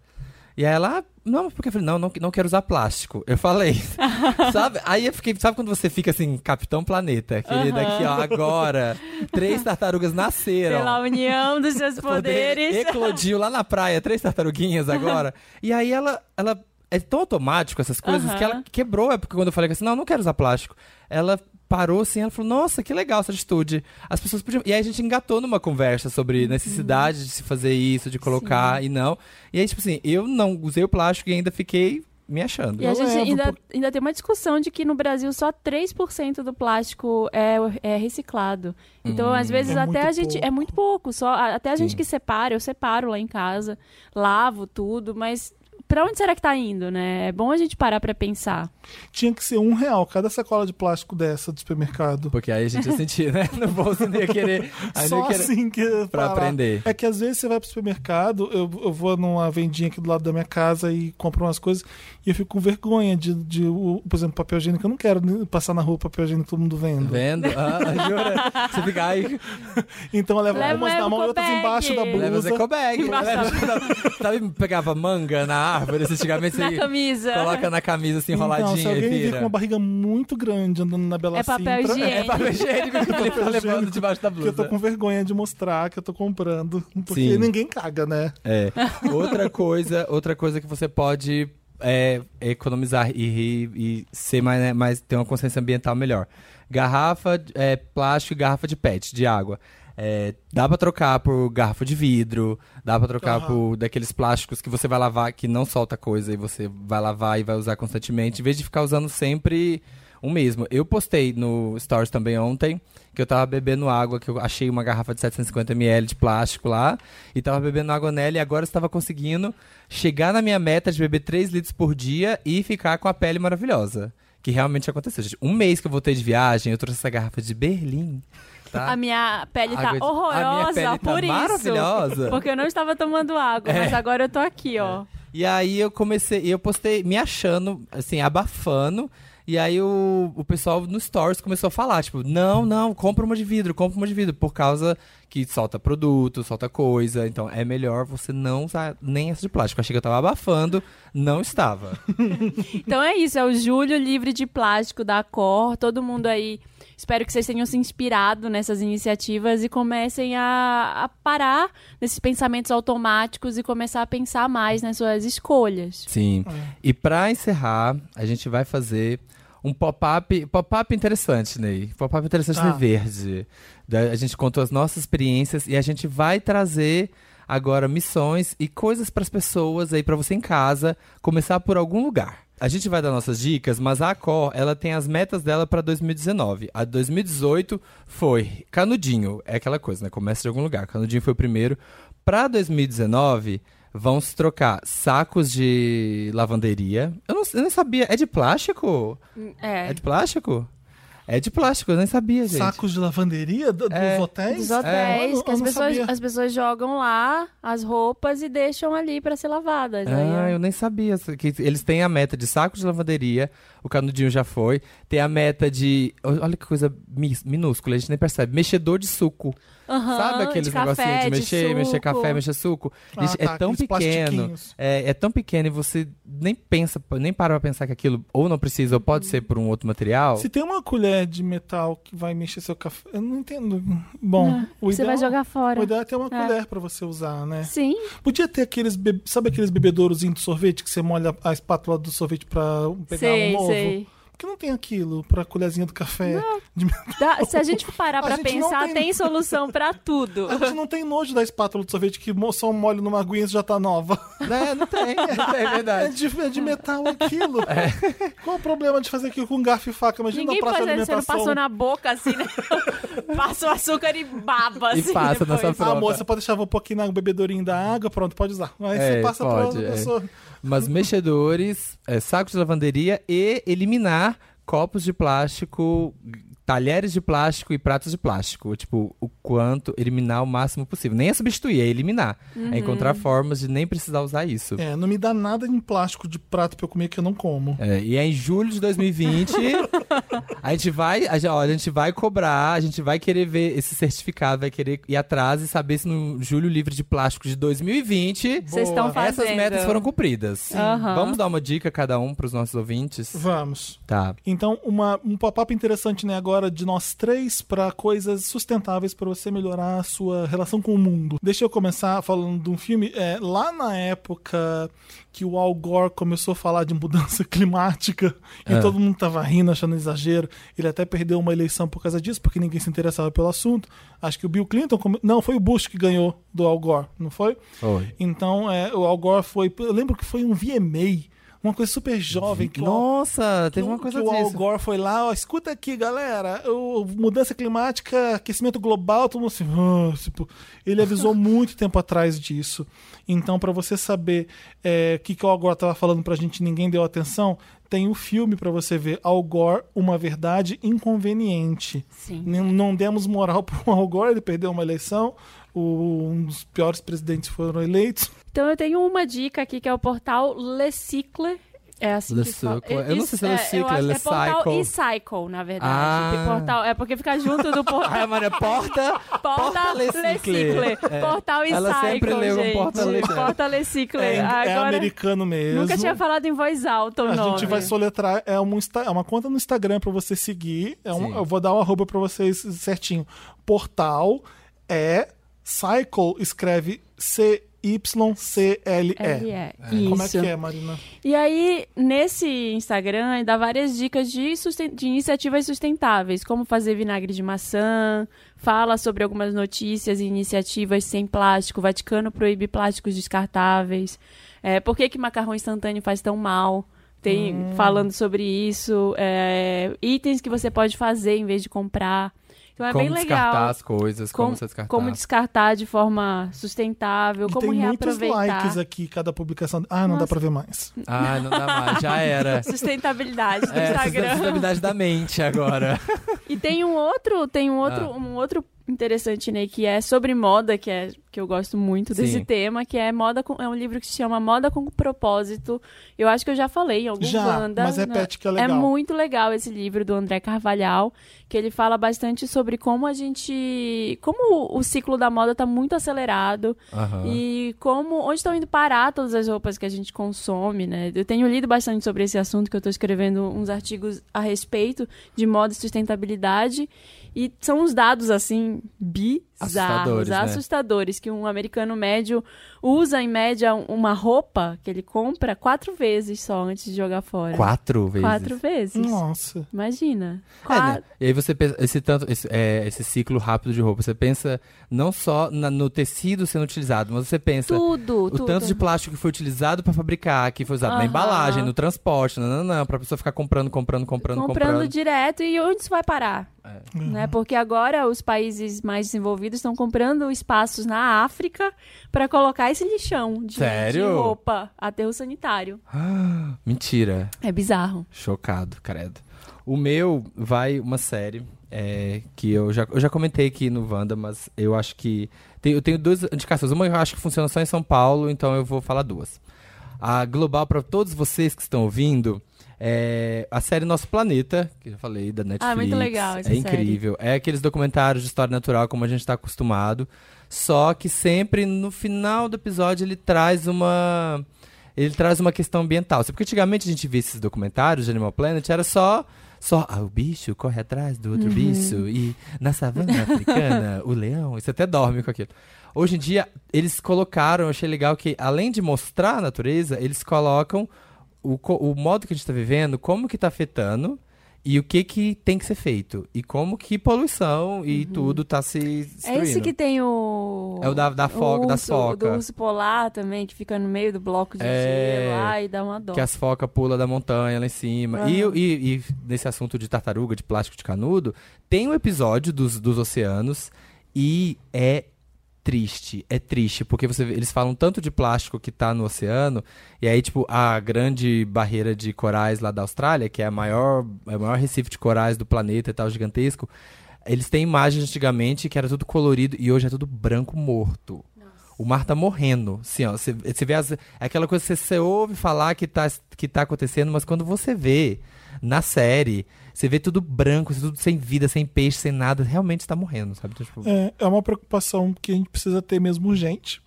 Speaker 3: E aí ela, "Ah, não, mas porque eu falei, não, não, não quero usar plástico. Eu falei. sabe? Aí eu fiquei, sabe quando você fica assim, Capitão Planeta, querida, aqui, ó, agora. Três tartarugas nasceram.
Speaker 2: Pela união dos seus
Speaker 3: Poder
Speaker 2: poderes.
Speaker 3: Eclodiu lá na praia, três tartaruguinhas agora. e aí ela, ela. É tão automático essas coisas
Speaker 2: Aham.
Speaker 3: que ela quebrou. É porque quando eu falei assim, não, não quero usar plástico. Ela parou assim, ela falou, nossa, que legal essa atitude. As pessoas podiam. E aí a gente engatou numa conversa sobre necessidade de se fazer isso, de colocar e não. E aí, tipo assim, eu não usei o plástico e ainda fiquei me achando.
Speaker 2: E a
Speaker 1: Eu
Speaker 2: gente
Speaker 1: levo,
Speaker 2: ainda,
Speaker 1: por-
Speaker 2: ainda tem uma discussão de que no Brasil só 3% do plástico é, é reciclado. Então,
Speaker 3: Hum.
Speaker 2: às vezes,
Speaker 1: É
Speaker 2: até
Speaker 1: muito
Speaker 2: a gente. É muito pouco. Só, a- até a gente
Speaker 3: Sim.
Speaker 2: que separa, eu separo lá em casa, lavo tudo, mas. Pra onde será que tá indo, né? É bom a gente parar pra pensar.
Speaker 1: Tinha que ser um real cada sacola de plástico dessa do supermercado.
Speaker 3: Porque aí a gente ia sentir, né? No bolso não ia querer. Aí não
Speaker 1: Só
Speaker 3: ia querer.
Speaker 1: assim que. eu ia
Speaker 3: Pra
Speaker 1: parar.
Speaker 3: aprender. Tá
Speaker 1: É que às vezes você vai pro supermercado, eu, eu vou numa vendinha aqui do lado da minha casa e compro umas coisas e eu fico com vergonha de, de o- por exemplo, papel higiênico. Eu não quero né, passar na rua papel higiênico todo mundo vendo.
Speaker 3: Vendo? Ah, jura? Você fica, ai,
Speaker 1: Então eu levo
Speaker 2: Leva-
Speaker 1: algumas
Speaker 2: leva
Speaker 1: na
Speaker 2: o
Speaker 1: mão e outras
Speaker 2: Copac.
Speaker 1: embaixo da
Speaker 3: Leva as
Speaker 1: blusa.
Speaker 3: ecobag. Sabe, pegava manga na árvore, você antigamente
Speaker 2: Na
Speaker 3: você
Speaker 2: camisa.
Speaker 3: coloca na camisa assim,
Speaker 1: Então,
Speaker 3: enroladinha
Speaker 1: se
Speaker 3: e
Speaker 1: alguém vir com
Speaker 3: vira.
Speaker 1: uma barriga muito grande andando na Bela
Speaker 2: É papel
Speaker 1: Sintra,
Speaker 2: higiênico.
Speaker 3: É papel higiênico que ele tá levando
Speaker 1: higiênico
Speaker 3: debaixo da
Speaker 1: Que eu tô
Speaker 3: blusa.
Speaker 1: com vergonha de mostrar que eu tô comprando. Porque
Speaker 3: Sim.
Speaker 1: ninguém caga, né?
Speaker 3: É. Outra coisa, outra coisa que você pode é, economizar e, rir e ser mais, né, mais- ter uma consciência ambiental melhor. Garrafa, é, plástico, e garrafa de PET, de água. É, dá pra trocar por garrafa de vidro, dá pra trocar
Speaker 1: Aham.
Speaker 3: por daqueles plásticos que você vai lavar que não solta coisa e você vai lavar e vai usar constantemente, em vez de ficar usando sempre o mesmo. Eu postei no Stories também ontem que eu tava bebendo água, que eu achei uma garrafa de 750ml de plástico lá e tava bebendo água nela e agora eu estava conseguindo chegar na minha meta de beber 3 litros por dia e ficar com a pele maravilhosa. Que realmente aconteceu, gente. Um mês que eu voltei de viagem, eu trouxe essa garrafa de Berlim. Tá?
Speaker 2: A minha pele tá
Speaker 3: Água de-
Speaker 2: horrorosa
Speaker 3: a minha pele tá
Speaker 2: por isso.
Speaker 3: maravilhosa. É.
Speaker 2: Porque eu não estava tomando água, mas agora eu tô aqui, ó.
Speaker 3: E aí eu comecei, e eu postei me achando, assim, abafando. E aí o, o pessoal no Stories começou a falar, tipo, não, não, compra uma de vidro, compra uma de vidro, por causa que solta produto, solta coisa. Então é melhor você não usar nem essa de plástico. Eu achei que eu tava abafando, não estava.
Speaker 2: Então é isso, é o Julho Livre de Plástico da Cor. Todo mundo aí, espero que vocês tenham se inspirado nessas iniciativas e comecem a, a parar nesses pensamentos automáticos e começar a pensar mais nas suas escolhas.
Speaker 3: Sim. E pra encerrar, a gente vai fazer um pop-up, pop-up interessante, Ney. Pop-up interessante
Speaker 1: Tá.
Speaker 3: Ney Verde. Da- a gente contou as nossas experiências e a gente vai trazer agora missões e coisas pras pessoas aí pra você em casa começar por algum lugar. A gente vai dar nossas dicas, mas a Acor, ela tem as metas dela pra 2019. A 2018 foi canudinho, é aquela coisa, né? Começa de algum lugar. Canudinho foi o primeiro. Pra 2019, vão se trocar sacos de lavanderia. Eu não, eu nem sabia. É de plástico? É,
Speaker 2: É,
Speaker 3: de plástico? É de plástico, eu nem sabia, gente.
Speaker 1: Sacos de lavanderia do- dos
Speaker 3: É.
Speaker 1: hotéis?
Speaker 2: dos
Speaker 1: Eu
Speaker 2: hotéis,
Speaker 1: não- É,
Speaker 2: que
Speaker 1: eu
Speaker 2: as
Speaker 1: não
Speaker 2: pessoas,
Speaker 1: sabia.
Speaker 2: as pessoas jogam lá as roupas e deixam ali pra ser lavadas. Aí, é
Speaker 3: Ah,
Speaker 2: ó.
Speaker 3: eu nem sabia. Que eles têm a meta de saco de lavanderia, o canudinho já foi. Tem a meta de. Olha que coisa mi- minúscula, a gente nem percebe. Mexedor de suco.
Speaker 2: Aham,
Speaker 3: Sabe aqueles
Speaker 2: café,
Speaker 3: negocinhos de mexer, mexer
Speaker 2: suco.
Speaker 3: café, mexer suco?
Speaker 1: Ah,
Speaker 3: Gente,
Speaker 1: tá,
Speaker 3: é tão
Speaker 1: aqueles
Speaker 3: pequeno.
Speaker 1: plastiquinhos.
Speaker 3: É, é tão pequeno e você nem pensa, nem para pra pensar que aquilo ou não precisa ou pode ser por um outro material.
Speaker 1: Se tem uma colher de metal que vai mexer seu café. Eu não entendo. Bom, o
Speaker 2: Você vai
Speaker 1: ideal-
Speaker 2: jogar fora.
Speaker 1: O ideal é ter uma
Speaker 2: É.
Speaker 1: colher pra você usar, né?
Speaker 2: Sim,
Speaker 1: Podia ter aqueles. be- Sabe aqueles bebedourozinhos de sorvete que você molha a espátula do sorvete pra pegar
Speaker 2: sei,
Speaker 1: um ovo?
Speaker 2: sei.
Speaker 1: Por que que não tem aquilo pra colherzinha do café? De-
Speaker 2: Dá- se a gente parar
Speaker 1: A
Speaker 2: pra
Speaker 1: gente não
Speaker 2: pensar,
Speaker 1: tem-
Speaker 2: tem... solução pra tudo.
Speaker 1: A gente não tem nojo da espátula de sorvete que mo- só um molho numa aguinha e já tá nova.
Speaker 3: Né? Não tem, não tem, é
Speaker 1: É
Speaker 3: verdade.
Speaker 1: de, é de metal aquilo. Qual o problema de fazer aquilo com garfo e faca? Imagina
Speaker 2: Ninguém
Speaker 1: na praça
Speaker 2: pode
Speaker 1: de
Speaker 2: fazer, você não
Speaker 1: alimentação.
Speaker 2: passou na boca assim, né? Passa o açúcar e baba,
Speaker 3: E
Speaker 2: assim.
Speaker 3: passa na
Speaker 2: depois.
Speaker 3: sua
Speaker 1: Ah,
Speaker 3: prova.
Speaker 1: amor, você pode deixar um pouquinho na bebedorinha da água, pronto, pode usar. Aí
Speaker 3: É,
Speaker 1: você passa pra
Speaker 3: pode,
Speaker 1: outra
Speaker 3: é.
Speaker 1: pessoa.
Speaker 3: Mas mexedores, é, sacos de lavanderia e eliminar copos de plástico, talheres de plástico e pratos de plástico. Tipo, o quanto, eliminar o máximo possível. Nem é substituir, é eliminar. É encontrar formas de nem precisar usar isso.
Speaker 1: É, não me dá nada em plástico de prato pra eu comer que eu não como.
Speaker 3: É, e é em julho de 2020, a gente vai, a gente, olha, a gente vai cobrar, a gente vai querer ver esse certificado, vai querer ir atrás e saber se no julho livre de plástico de 2020
Speaker 2: Vocês estão fazendo.
Speaker 3: essas metas foram cumpridas.
Speaker 2: Aham.
Speaker 3: Vamos dar uma dica cada um pros nossos ouvintes?
Speaker 1: Vamos.
Speaker 3: Tá.
Speaker 1: Então, uma, um pop-up interessante, né, agora de nós três para coisas sustentáveis para você melhorar a sua relação com o mundo. Deixa eu começar falando de um filme. É, lá na época que o Al Gore começou a falar de mudança climática e
Speaker 3: Ah.
Speaker 1: todo mundo tava rindo, achando exagero, ele até perdeu uma eleição por causa disso, porque ninguém se interessava pelo assunto. Acho que o Bill Clinton. come- Não, foi o Bush que ganhou do Al Gore, não foi?
Speaker 3: Oi.
Speaker 1: Então, é, o Al Gore foi. Eu lembro que foi um VMA. Uma coisa super jovem que o Al
Speaker 3: Nossa, teve uma
Speaker 1: que
Speaker 3: coisa
Speaker 1: o Al
Speaker 3: disso.
Speaker 1: Gore foi lá, ó, escuta aqui, galera, o- mudança climática, aquecimento global, todo mundo assim, "Ah", tipo, ele avisou muito tempo atrás disso. Então, pra você saber é, o que, que o Al Gore tava falando pra gente, e ninguém deu atenção, tem o filme pra você ver, Al Gore, uma verdade inconveniente.
Speaker 2: Sim.
Speaker 1: Não, não demos moral pro Al Gore, ele perdeu uma eleição, o- um dos piores presidentes foram eleitos.
Speaker 2: Então eu tenho uma dica aqui que é o portal Le Cycle. É assim
Speaker 3: Le
Speaker 2: que fala.
Speaker 3: Cycle. Eu não sei se é Le
Speaker 2: eu
Speaker 3: Cycle,
Speaker 2: acho-
Speaker 3: é Le
Speaker 2: é portal
Speaker 3: Cycle.
Speaker 2: e Cycle, na verdade.
Speaker 3: Ah.
Speaker 2: Portal, é porque fica junto do portal.
Speaker 3: Ai, Maria, porta.
Speaker 2: Porta
Speaker 3: Le Cycle.
Speaker 2: Lecicle.
Speaker 3: É.
Speaker 2: Portal e
Speaker 3: Ela
Speaker 2: Cycle,
Speaker 3: sempre leu um
Speaker 2: gente.
Speaker 3: Porta Le-
Speaker 2: Porta Lecicle.
Speaker 1: É, é
Speaker 2: Agora,
Speaker 1: americano mesmo.
Speaker 2: nunca tinha falado em voz alta o
Speaker 1: A
Speaker 2: nome.
Speaker 1: gente vai soletrar. É uma, Insta- é uma conta no Instagram pra você seguir. É um-
Speaker 3: Sim.
Speaker 1: eu vou dar o arroba pra vocês certinho. Portal é Cycle, escreve
Speaker 2: L
Speaker 1: C-Y-C-L-E.
Speaker 2: é.
Speaker 1: Como é que
Speaker 2: Isso.
Speaker 1: é, Marina?
Speaker 2: E aí, nesse Instagram, ele dá várias dicas de, susten- de iniciativas sustentáveis, como fazer vinagre de maçã, fala sobre algumas notícias e iniciativas sem plástico, Vaticano proíbe plásticos descartáveis, é, por que, que macarrão instantâneo faz tão mal, tem
Speaker 3: Hum.
Speaker 2: falando sobre isso, é, itens que você pode fazer em vez de comprar. Então é
Speaker 3: como
Speaker 2: bem
Speaker 3: descartar
Speaker 2: legal.
Speaker 3: as coisas, como,
Speaker 2: Como-
Speaker 3: você descartar.
Speaker 2: Como descartar de forma sustentável,
Speaker 1: E
Speaker 2: como
Speaker 1: tem muitos
Speaker 2: reaproveitar.
Speaker 1: likes aqui, cada publicação. Ah, não dá
Speaker 2: Nossa.
Speaker 1: pra ver mais.
Speaker 3: Ah, não dá mais, já era.
Speaker 2: Sustentabilidade do
Speaker 3: É,
Speaker 2: Instagram.
Speaker 3: sustentabilidade da mente agora.
Speaker 2: E tem um outro, tem um outro,
Speaker 3: Ah.
Speaker 2: um outro interessante, Ney, que é sobre moda, que é que eu gosto muito desse
Speaker 3: Sim.
Speaker 2: tema, que é moda com, é um livro que se chama Moda com propósito. Eu acho que eu já falei em algum
Speaker 1: Já,
Speaker 2: Wanda,
Speaker 1: mas
Speaker 2: né?
Speaker 1: repete que é legal.
Speaker 2: É muito legal esse livro do André Carvalhal, que ele fala bastante sobre como a gente, como o- o ciclo da moda tá muito acelerado
Speaker 3: Aham.
Speaker 2: e como onde estão indo parar todas as roupas que a gente consome, né? Eu tenho lido bastante sobre esse assunto, que eu estou escrevendo uns artigos a respeito de moda e sustentabilidade. E são uns dados, assim, bizarros,
Speaker 3: Assustadores, né?
Speaker 2: assustadores, que um americano médio usa, em média, uma roupa que ele compra quatro vezes só antes de jogar fora.
Speaker 3: Quatro vezes.
Speaker 2: Quatro vezes.
Speaker 1: Nossa.
Speaker 2: Imagina.
Speaker 3: É,
Speaker 2: Quatro...
Speaker 3: né? E aí você pensa, esse, tanto, esse, é, esse ciclo rápido de roupa, você pensa não só na- no tecido sendo utilizado, mas você pensa
Speaker 2: Tudo,
Speaker 3: o
Speaker 2: tudo.
Speaker 3: tanto de plástico que foi utilizado pra fabricar, que foi usado na
Speaker 2: Aham.
Speaker 3: embalagem, no transporte, não, não, não, pra pessoa ficar comprando, comprando, comprando,
Speaker 2: comprando,
Speaker 3: comprando. É.
Speaker 2: direto e onde isso vai parar? Né? Porque agora os países mais desenvolvidos estão comprando espaços na África para colocar esse lixão de,
Speaker 3: Sério?
Speaker 2: de roupa, aterro sanitário.
Speaker 3: Ah, Mentira.
Speaker 2: É bizarro.
Speaker 3: Chocado, credo. O meu vai uma série é, que eu já, eu já comentei aqui no Wanda, mas eu acho que. tem- eu tenho duas indicações. Uma eu acho que funciona só em São Paulo, então eu vou falar duas. A Global, para todos vocês que estão ouvindo, é a série Nosso Planeta, que eu já falei, da Netflix.
Speaker 2: Ah, muito legal essa
Speaker 3: É incrível. É aqueles documentários de história natural, como a gente está acostumado. Só que sempre no final do episódio ele traz uma. Ele traz uma questão ambiental. Assim, Porque antigamente a gente via esses documentários de Animal Planet, era só. Só, ah, o bicho corre atrás do
Speaker 2: Uhum.
Speaker 3: outro bicho. E na savana africana, o leão. Isso até dorme com aquilo. Hoje em dia, eles colocaram, eu achei legal que, além de tá mostrar a natureza, eles colocam o, co- o modo que a gente está vivendo, como que está afetando. E o que que tem que ser feito? E como que poluição e tudo tá se
Speaker 2: Uhum. É
Speaker 3: destruindo.
Speaker 2: esse que tem o.
Speaker 3: É o da- da foca-
Speaker 2: o
Speaker 3: das
Speaker 2: urso-
Speaker 3: foca.
Speaker 2: Do urso polar também, que fica no meio do bloco de
Speaker 3: É.
Speaker 2: gelo lá e dá uma dó.
Speaker 3: Que as focas pulam da montanha lá em cima. E, e- e nesse assunto de tartaruga, de plástico de canudo, tem um episódio dos, dos oceanos e é triste. É triste, porque você vê- eles falam tanto de plástico que tá no oceano, e aí, tipo, a grande barreira de corais lá da Austrália, que é a maior, é o maior recife de corais do planeta e tal, gigantesco. Eles têm imagens antigamente que era tudo colorido e hoje é tudo branco morto. O mar tá morrendo. Assim, ó, você, você vê as, é aquela coisa que você, você ouve falar que tá, que tá acontecendo, mas quando você vê na série, você vê tudo branco, tudo sem vida, sem peixe, sem nada, realmente tá morrendo, sabe? Então, tipo,
Speaker 1: É, é uma preocupação que a gente precisa ter mesmo urgente.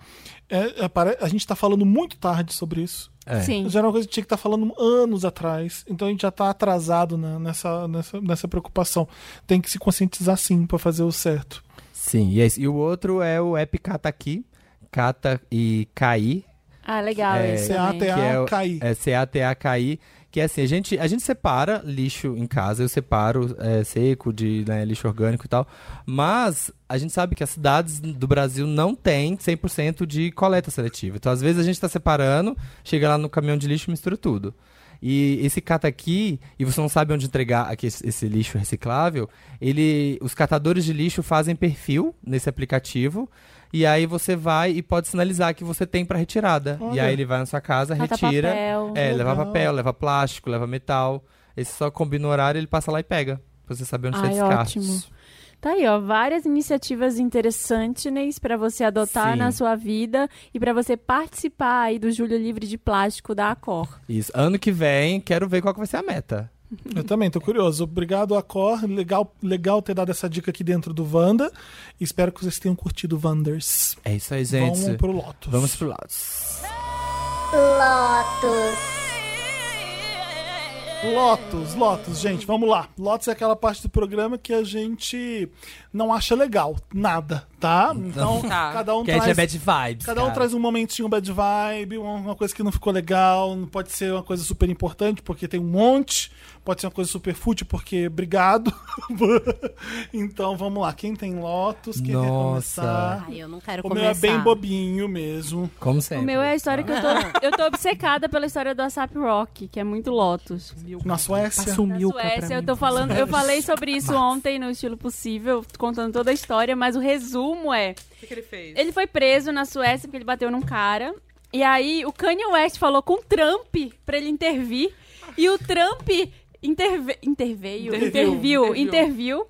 Speaker 1: É, é, pare- a gente está falando muito tarde sobre isso.
Speaker 3: é.
Speaker 2: Sim.
Speaker 1: Já era uma coisa que tinha que estar falando anos atrás. Então a gente já está atrasado na- nessa, nessa, nessa preocupação. Tem que se conscientizar sim para fazer o certo.
Speaker 3: Sim, e, é isso. E o outro é o app Cata aqui, Cata e Cair,
Speaker 2: Ah, legal
Speaker 3: É,
Speaker 2: esse. também.
Speaker 3: que é o-
Speaker 1: C-A-T-A-K-I.
Speaker 3: é C-A-T-A-K-I, que é assim, a gente, a gente separa lixo em casa, eu separo é, seco de né, lixo orgânico e tal, mas a gente sabe que as cidades do Brasil não têm 100% de coleta seletiva. Então, às vezes, a gente está separando, chega lá no caminhão de lixo e mistura tudo. E esse cata aqui, e você não sabe onde entregar aqui esse, esse lixo reciclável, ele, os catadores de lixo fazem perfil nesse aplicativo, e aí você vai e pode sinalizar que você tem para retirada. E
Speaker 1: Olha.
Speaker 3: aí ele vai na sua casa,
Speaker 2: Cata
Speaker 3: retira.
Speaker 2: papel.
Speaker 3: É,
Speaker 1: Legal.
Speaker 3: leva papel, leva plástico, leva metal. Esse só combina o horário, ele passa lá e pega. Pra você saber onde você é
Speaker 2: Ai,
Speaker 3: descarta.
Speaker 2: ótimo. Tá aí, ó, várias iniciativas interessantes para você adotar
Speaker 3: Sim.
Speaker 2: na sua vida e para você participar aí do Julho Livre de Plástico da Acor.
Speaker 3: Isso. Ano que vem, quero ver qual que vai ser a meta.
Speaker 1: Eu também, tô curioso. Obrigado, Acor. Legal, legal ter dado essa dica aqui dentro do Wanda. Espero que vocês tenham curtido Wanders.
Speaker 3: É isso aí, gente.
Speaker 1: Vamos pro Lotus.
Speaker 3: Vamos pro Lotus.
Speaker 1: Lotus, Lotus, gente, vamos lá. Lotus é aquela parte do programa que a gente não acha legal, nada, tá? Então,
Speaker 4: Tá.
Speaker 1: cada um
Speaker 3: Que
Speaker 1: traz...
Speaker 3: é bad vibes.
Speaker 1: Cada um
Speaker 3: cara.
Speaker 1: traz um momentinho bad vibe, uma, uma coisa que não ficou legal, não pode ser uma coisa super importante, porque tem um monte, pode ser uma coisa super fútil, porque obrigado. então vamos lá, quem tem Lotus, quem quer
Speaker 3: Nossa.
Speaker 1: começar?
Speaker 5: Ai, eu não quero
Speaker 1: O meu
Speaker 5: começar.
Speaker 1: é bem bobinho mesmo.
Speaker 3: Como sempre.
Speaker 2: O meu é a história que eu tô, eu tô obcecada pela história do ASAP Rock, que é muito Lotus.
Speaker 1: Na Suécia.
Speaker 4: Passa um
Speaker 2: Na
Speaker 4: milka pra
Speaker 2: Suécia, eu
Speaker 4: mim.
Speaker 2: tô falando, eu falei sobre isso ontem no estilo possível, contando toda a história, mas o resumo é,
Speaker 4: O que, que ele fez?
Speaker 2: ele foi preso na Suécia porque ele bateu num cara. E aí o Kanye West falou com o Trump pra ele intervir. E o Trump interve... interveio,
Speaker 4: Interviu,
Speaker 2: interviu,
Speaker 4: interviu.
Speaker 2: interviu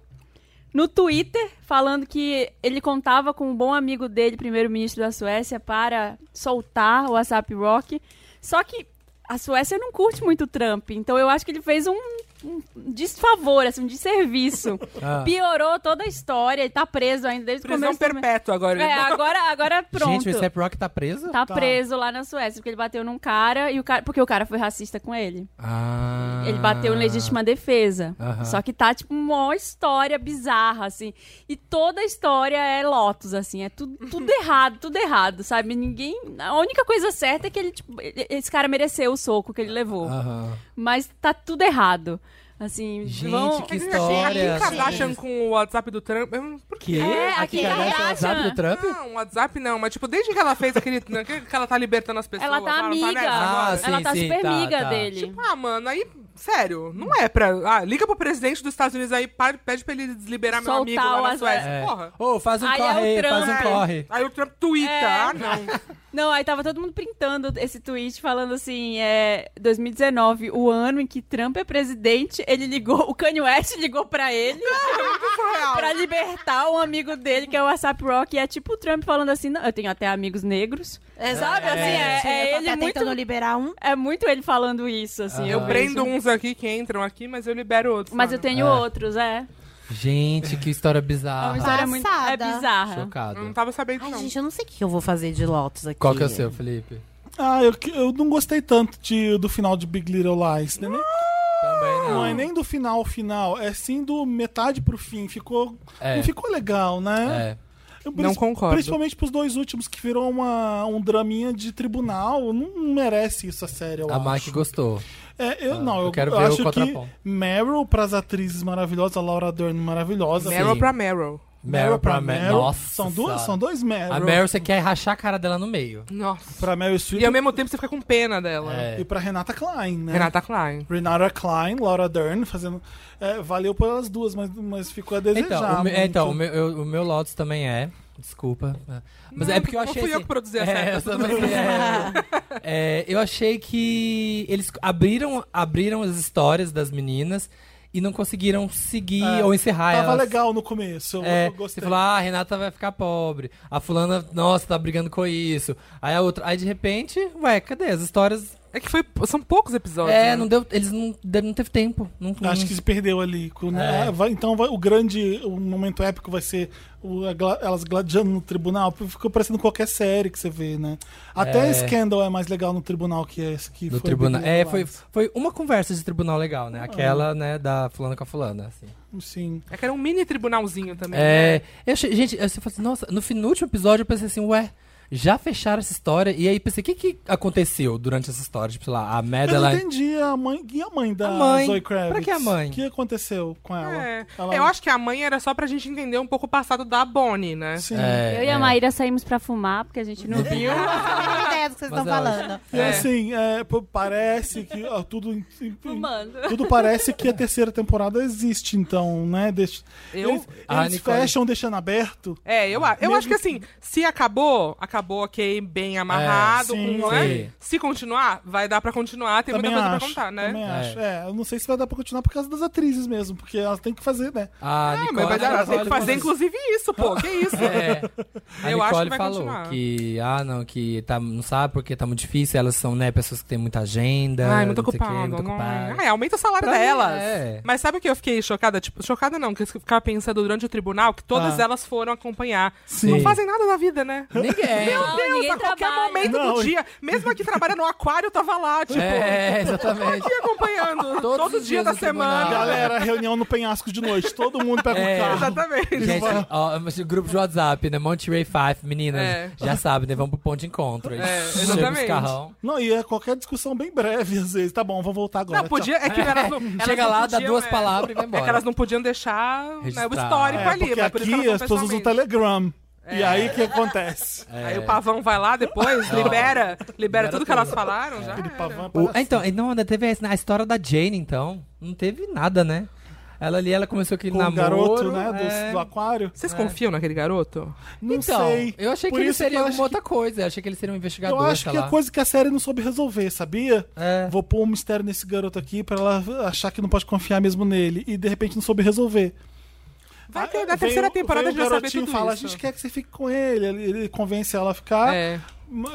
Speaker 2: no Twitter, falando que ele contava com um bom amigo dele, primeiro-ministro da Suécia, para soltar o WhatsApp Rock. Só que a Suécia não curte muito o Trump, então eu acho que ele fez um, um desfavor, assim, um desserviço.
Speaker 3: Ah.
Speaker 2: Piorou toda a história, ele tá preso ainda desde o
Speaker 4: Prisão
Speaker 2: começo. do-
Speaker 4: perpétua um agora.
Speaker 2: é,
Speaker 4: ele tá-
Speaker 2: agora, agora pronto.
Speaker 3: Gente, o Step Rock tá preso?
Speaker 2: Tá
Speaker 1: Tá.
Speaker 2: preso lá na Suécia, porque ele bateu num cara e o cara. Porque o cara foi racista com ele.
Speaker 3: Ah.
Speaker 2: Ele bateu em legítima defesa.
Speaker 3: Aham.
Speaker 2: Só que tá, tipo, uma história bizarra, assim. E toda a história é Lotus, assim. É tudo, tudo errado, tudo errado, sabe? Ninguém. A única coisa certa é que ele, tipo, ele- esse cara mereceu o soco que ele
Speaker 3: Ah.
Speaker 2: levou.
Speaker 3: Aham.
Speaker 2: Mas tá tudo errado. Assim,
Speaker 3: Gente,
Speaker 2: vão-
Speaker 3: que
Speaker 4: Mas
Speaker 3: história.
Speaker 4: A Kim Kardashian tá com o WhatsApp do Trump. eu não- Por quê?
Speaker 3: Que?
Speaker 2: É, a Kim
Speaker 3: Kardashian
Speaker 2: Kardashian.
Speaker 3: WhatsApp do Trump?
Speaker 2: Ah.
Speaker 4: Não, WhatsApp não, mas tipo, desde que ela fez aquele. que ela tá libertando as pessoas.
Speaker 2: Ela tá
Speaker 4: ela não
Speaker 2: amiga.
Speaker 4: nessa
Speaker 3: Ah,
Speaker 4: agora.
Speaker 3: sim.
Speaker 2: Ela tá super
Speaker 3: tá,
Speaker 2: amiga
Speaker 3: tá.
Speaker 2: dele.
Speaker 4: Ah, mano, aí, sério, não é pra. Ah, liga pro presidente dos Estados Unidos aí, pa- pede pra ele desliberar meu
Speaker 2: Soltar
Speaker 4: amigo
Speaker 2: o
Speaker 4: lá na
Speaker 2: azar.
Speaker 4: Suécia.
Speaker 3: É.
Speaker 4: Porra.
Speaker 3: Ô, faz um
Speaker 2: Aí é o
Speaker 3: corre aí, faz
Speaker 2: Trump.
Speaker 3: um corre.
Speaker 4: Aí o Trump twitta.
Speaker 2: É.
Speaker 4: Ah, não.
Speaker 2: Não, aí tava todo mundo printando esse tweet falando assim, é 2019, o ano em que Trump é presidente, ele ligou, o Kanye West ligou pra ele
Speaker 4: É
Speaker 2: pra libertar um amigo dele que é o WhatsApp Rock e é tipo o Trump falando assim, não, eu tenho até amigos negros.
Speaker 5: Exato.
Speaker 2: Sabe, assim, é-
Speaker 5: Sim,
Speaker 2: é
Speaker 5: eu tô
Speaker 2: ele
Speaker 5: até
Speaker 2: muito-
Speaker 5: tentando liberar um.
Speaker 2: É muito ele falando isso, assim.
Speaker 3: Aham.
Speaker 2: Eu
Speaker 3: Eu
Speaker 2: vejo.
Speaker 4: Prendo um. uns aqui que entram aqui, mas eu libero outros.
Speaker 2: mas eu
Speaker 4: mano.
Speaker 2: tenho
Speaker 3: É.
Speaker 2: outros, é.
Speaker 3: Gente, que história
Speaker 2: É uma
Speaker 3: bizarra.
Speaker 2: história muito é
Speaker 5: Passada.
Speaker 2: bizarra.
Speaker 4: Eu não
Speaker 3: Chocado.
Speaker 4: tava sabendo,
Speaker 5: Ai,
Speaker 4: não.
Speaker 5: gente, eu não sei o que eu vou fazer de Lotus aqui.
Speaker 3: Qual que é o seu, Felipe?
Speaker 1: Ah, eu, que- eu não gostei tanto de, do final de Big Little Lies, né? Nem-
Speaker 3: Também
Speaker 1: Não é nem do final final, é sim do metade pro fim. Ficou.
Speaker 3: É.
Speaker 1: Não ficou legal, né?
Speaker 3: É.
Speaker 1: Eu,
Speaker 4: Não
Speaker 1: princi-
Speaker 4: concordo.
Speaker 1: Principalmente pros dois últimos, que virou uma, um draminha de tribunal. Não merece isso a série, eu
Speaker 3: A
Speaker 1: acho.
Speaker 3: Mike gostou.
Speaker 1: É, eu não, eu,
Speaker 3: eu quero
Speaker 1: eu
Speaker 3: ver o
Speaker 1: acho que
Speaker 3: contraponto.
Speaker 1: Meryl pras atrizes maravilhosas, a Laura Dern maravilhosa.
Speaker 4: Meryl
Speaker 3: Sim.
Speaker 4: pra Meryl.
Speaker 3: Meryl pra Meryl. Nossa.
Speaker 1: São, duas,
Speaker 3: senhora.
Speaker 1: são dois Meryl.
Speaker 3: A Meryl, você quer rachar a cara dela no meio.
Speaker 4: Nossa.
Speaker 1: Pra Meryl Streep
Speaker 4: E ao mesmo tempo você fica com pena dela.
Speaker 3: É.
Speaker 1: e pra Renata Klein, né?
Speaker 4: Renata Klein.
Speaker 1: Renata Klein, Laura Dern, fazendo. é, valeu pelas duas, mas, mas ficou a desejar.
Speaker 3: Então, o meu,
Speaker 1: muito.
Speaker 3: então, o meu, eu- o meu Lotus também é. Desculpa. né? Mas
Speaker 4: Não,
Speaker 3: é porque eu
Speaker 4: não
Speaker 3: achei.
Speaker 4: fui eu
Speaker 3: assim-
Speaker 4: que produzi a
Speaker 3: é, eu,
Speaker 4: seta,
Speaker 3: também, é, É, eu achei que eles abriram, abriram as histórias das meninas e não conseguiram seguir
Speaker 1: É,
Speaker 3: ou encerrar
Speaker 1: Tava
Speaker 3: ah, elas.
Speaker 1: legal no começo, eu,
Speaker 3: É,
Speaker 1: eu
Speaker 3: você
Speaker 1: gostei.
Speaker 3: falou, ah, a Renata vai ficar pobre. A fulana, nossa, tá brigando com isso. Aí a outra, aí de repente, ué, cadê as histórias?
Speaker 4: É que foi, são poucos episódios.
Speaker 3: É,
Speaker 4: né?
Speaker 3: não deu, eles não, não teve tempo. Não,
Speaker 1: Acho
Speaker 3: não-
Speaker 1: que se perdeu ali. Quando-
Speaker 3: É.
Speaker 1: ah, vai- então vai- o grande o momento épico vai ser o- a gla- elas gladiando no tribunal. Ficou parecendo qualquer série que você vê, né? Até
Speaker 3: É.
Speaker 1: Scandal é mais legal no tribunal que esse que
Speaker 3: No
Speaker 1: foi Ah.
Speaker 3: tribunal.
Speaker 1: Big Little
Speaker 3: É, foi,
Speaker 1: Lies.
Speaker 3: foi uma conversa de tribunal legal, né? Aquela, né, da fulana com a fulana, assim.
Speaker 1: Sim.
Speaker 4: É que era um mini tribunalzinho também.
Speaker 3: É,
Speaker 4: né?
Speaker 3: eu achei, gente, eu falei assim, nossa, no, fim, no último episódio eu pensei assim, ué, já fecharam essa história? E aí pensei, o que que aconteceu durante essa história? Tipo, sei lá, a
Speaker 1: Eu não
Speaker 3: Madeline...
Speaker 1: entendi a mãe. E a mãe da
Speaker 3: A mãe.
Speaker 1: Zoe Kravitz?
Speaker 3: Pra que a mãe?
Speaker 1: O que aconteceu com ela?
Speaker 4: É.
Speaker 1: Ela-
Speaker 4: Eu acho que a mãe era só pra gente entender um pouco o passado da Bonnie, né?
Speaker 1: Sim.
Speaker 3: É,
Speaker 2: Eu e
Speaker 3: é.
Speaker 2: a Maíra saímos pra fumar, porque a gente
Speaker 1: Ah,
Speaker 2: não viu.
Speaker 5: Não ideia do que vocês
Speaker 3: Mas é
Speaker 5: estão
Speaker 3: ótimo.
Speaker 5: falando.
Speaker 1: E assim, é, p- parece que ó, tudo. em- em-
Speaker 2: Fumando.
Speaker 1: Tudo parece que a terceira temporada existe, então, né? Deixa,
Speaker 4: Eu-
Speaker 1: eles
Speaker 3: Ah,
Speaker 1: eles
Speaker 3: Nicole.
Speaker 1: fecham deixando aberto.
Speaker 4: É, eu, a- eu
Speaker 1: Mesmo
Speaker 4: acho que assim, se acabou, acabou ok, bem amarrado,
Speaker 1: É, sim,
Speaker 4: com, né?
Speaker 3: sim.
Speaker 4: Se continuar, vai dar pra continuar, tem
Speaker 1: também
Speaker 4: muita coisa
Speaker 1: acho,
Speaker 4: pra contar,
Speaker 1: Também
Speaker 4: né?
Speaker 1: acho. É, eu não sei se vai dar pra continuar por causa das atrizes mesmo, porque elas têm que fazer, né?
Speaker 3: A
Speaker 4: Ah,
Speaker 3: Nicole,
Speaker 4: mas vai dar, tem que
Speaker 3: Nicole-
Speaker 4: fazer inclusive isso, pô, que isso?
Speaker 3: É, a
Speaker 4: Eu acho que
Speaker 3: Nicole
Speaker 4: vai
Speaker 3: falou
Speaker 4: continuar.
Speaker 3: que, ah, não, que tá, não sabe porque tá muito difícil, elas são, né, pessoas que têm muita
Speaker 1: É,
Speaker 3: agenda,
Speaker 4: Ai, muito
Speaker 3: não sei o quê,
Speaker 4: ocupado.
Speaker 3: muito
Speaker 4: não- é?
Speaker 3: ocupada.
Speaker 4: Ai, aumenta o salário
Speaker 3: Pra mim,
Speaker 4: delas.
Speaker 3: é.
Speaker 4: Mas sabe o que eu fiquei chocada? Tipo, chocada não, que eu ficava pensando durante o tribunal que todas
Speaker 1: Ah.
Speaker 4: elas foram acompanhar.
Speaker 1: Sim.
Speaker 4: Não fazem nada da vida, né?
Speaker 3: Ninguém é.
Speaker 2: Não,
Speaker 4: Deus,
Speaker 2: ninguém
Speaker 4: a qualquer
Speaker 2: trabalha.
Speaker 4: momento
Speaker 1: Não,
Speaker 4: do
Speaker 1: e-
Speaker 4: dia, mesmo aqui trabalhando no aquário, eu tava lá, tipo,
Speaker 3: É, exatamente.
Speaker 4: aqui acompanhando
Speaker 3: Todos
Speaker 4: todo
Speaker 3: os
Speaker 4: dia
Speaker 3: dias
Speaker 4: da
Speaker 3: no tribunal.
Speaker 4: semana.
Speaker 1: Galera, reunião no penhasco de noite, todo mundo pega
Speaker 3: Ah. É,
Speaker 1: um carro.
Speaker 4: Exatamente.
Speaker 3: Gente, ó, mas o grupo de WhatsApp, né? Monte Ray Five, meninas,
Speaker 4: É.
Speaker 3: já sabem, né? Vamos pro ponto de encontro. Aí
Speaker 4: É,
Speaker 3: chega os
Speaker 4: exatamente.
Speaker 3: carrão.
Speaker 1: Não, e é qualquer discussão bem breve, às vezes. Tá bom, vou voltar agora.
Speaker 4: Não, podia. É que elas não, elas
Speaker 3: Chega
Speaker 4: não
Speaker 3: lá, dá
Speaker 4: podiam,
Speaker 3: duas
Speaker 4: é.
Speaker 3: palavras e vai
Speaker 4: É
Speaker 3: embora.
Speaker 4: que elas não podiam deixar né, o
Speaker 3: Registrar.
Speaker 1: tchau.
Speaker 3: foi
Speaker 4: histórico
Speaker 1: É,
Speaker 4: ali.
Speaker 1: porque
Speaker 4: mas por isso que
Speaker 1: aqui
Speaker 4: elas
Speaker 1: as pessoas usam É. o
Speaker 4: pessoalmente. É.
Speaker 1: Telegram. E aí o que acontece?
Speaker 4: Aí o pavão vai lá depois, libera, libera, tudo que elas falaram já. é.
Speaker 1: Aquele
Speaker 4: era.
Speaker 1: pavão
Speaker 3: O-
Speaker 1: aparece.
Speaker 3: ah, então, não, ainda teve essa- a história da Jane, então. Não teve nada, né? Ela ali, ela começou aquele
Speaker 1: com o
Speaker 3: namoro.
Speaker 1: garoto, né? Do,
Speaker 3: é.
Speaker 1: do aquário.
Speaker 4: Vocês confiam naquele garoto?
Speaker 1: Não
Speaker 3: então,
Speaker 1: sei.
Speaker 3: eu achei
Speaker 1: Por
Speaker 3: que ele
Speaker 1: isso
Speaker 3: seria
Speaker 1: eu
Speaker 3: alguma
Speaker 1: acho que-
Speaker 3: outra coisa. Eu achei que ele seria um investigador,
Speaker 1: Eu acho
Speaker 3: sei
Speaker 1: que
Speaker 3: lá.
Speaker 1: é coisa que a série não soube resolver, sabia?
Speaker 3: É.
Speaker 1: Vou pôr um mistério nesse garoto aqui pra ela achar que não pode confiar mesmo nele. E de repente não soube resolver.
Speaker 4: Vai ter,
Speaker 1: Ah,
Speaker 4: na
Speaker 1: vem
Speaker 4: terceira
Speaker 1: o-
Speaker 4: temporada
Speaker 1: vem o
Speaker 4: já saber
Speaker 1: garotinho
Speaker 4: tudo
Speaker 1: fala,
Speaker 4: isso.
Speaker 1: a gente quer que você fique com ele. Ele, ele convence ela a ficar.
Speaker 4: É.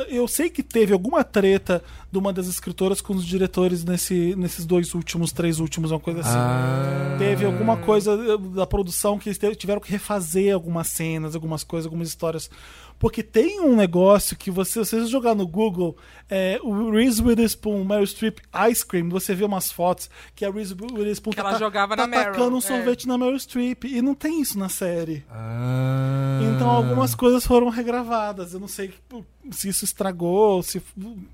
Speaker 1: Eu sei que teve alguma treta de uma das escritoras com os diretores nesse, nesses dois últimos, três últimos, uma coisa assim.
Speaker 3: Ah.
Speaker 1: Teve alguma coisa eh, da produção que eles te- tiveram que refazer algumas cenas, algumas coisas, algumas histórias. Porque tem um negócio que você, se você jogar no Google, é, o Reese Witherspoon, Meryl Streep, Ice Cream, você vê umas fotos que a Reese Witherspoon
Speaker 4: Que ela jogava
Speaker 1: tá
Speaker 4: na Meryl,
Speaker 1: tacando um
Speaker 4: é.
Speaker 1: sorvete na Meryl Streep. E não tem isso na série.
Speaker 3: Ah.
Speaker 1: Então algumas coisas foram regravadas. Eu não sei tipo, se isso estragou, se.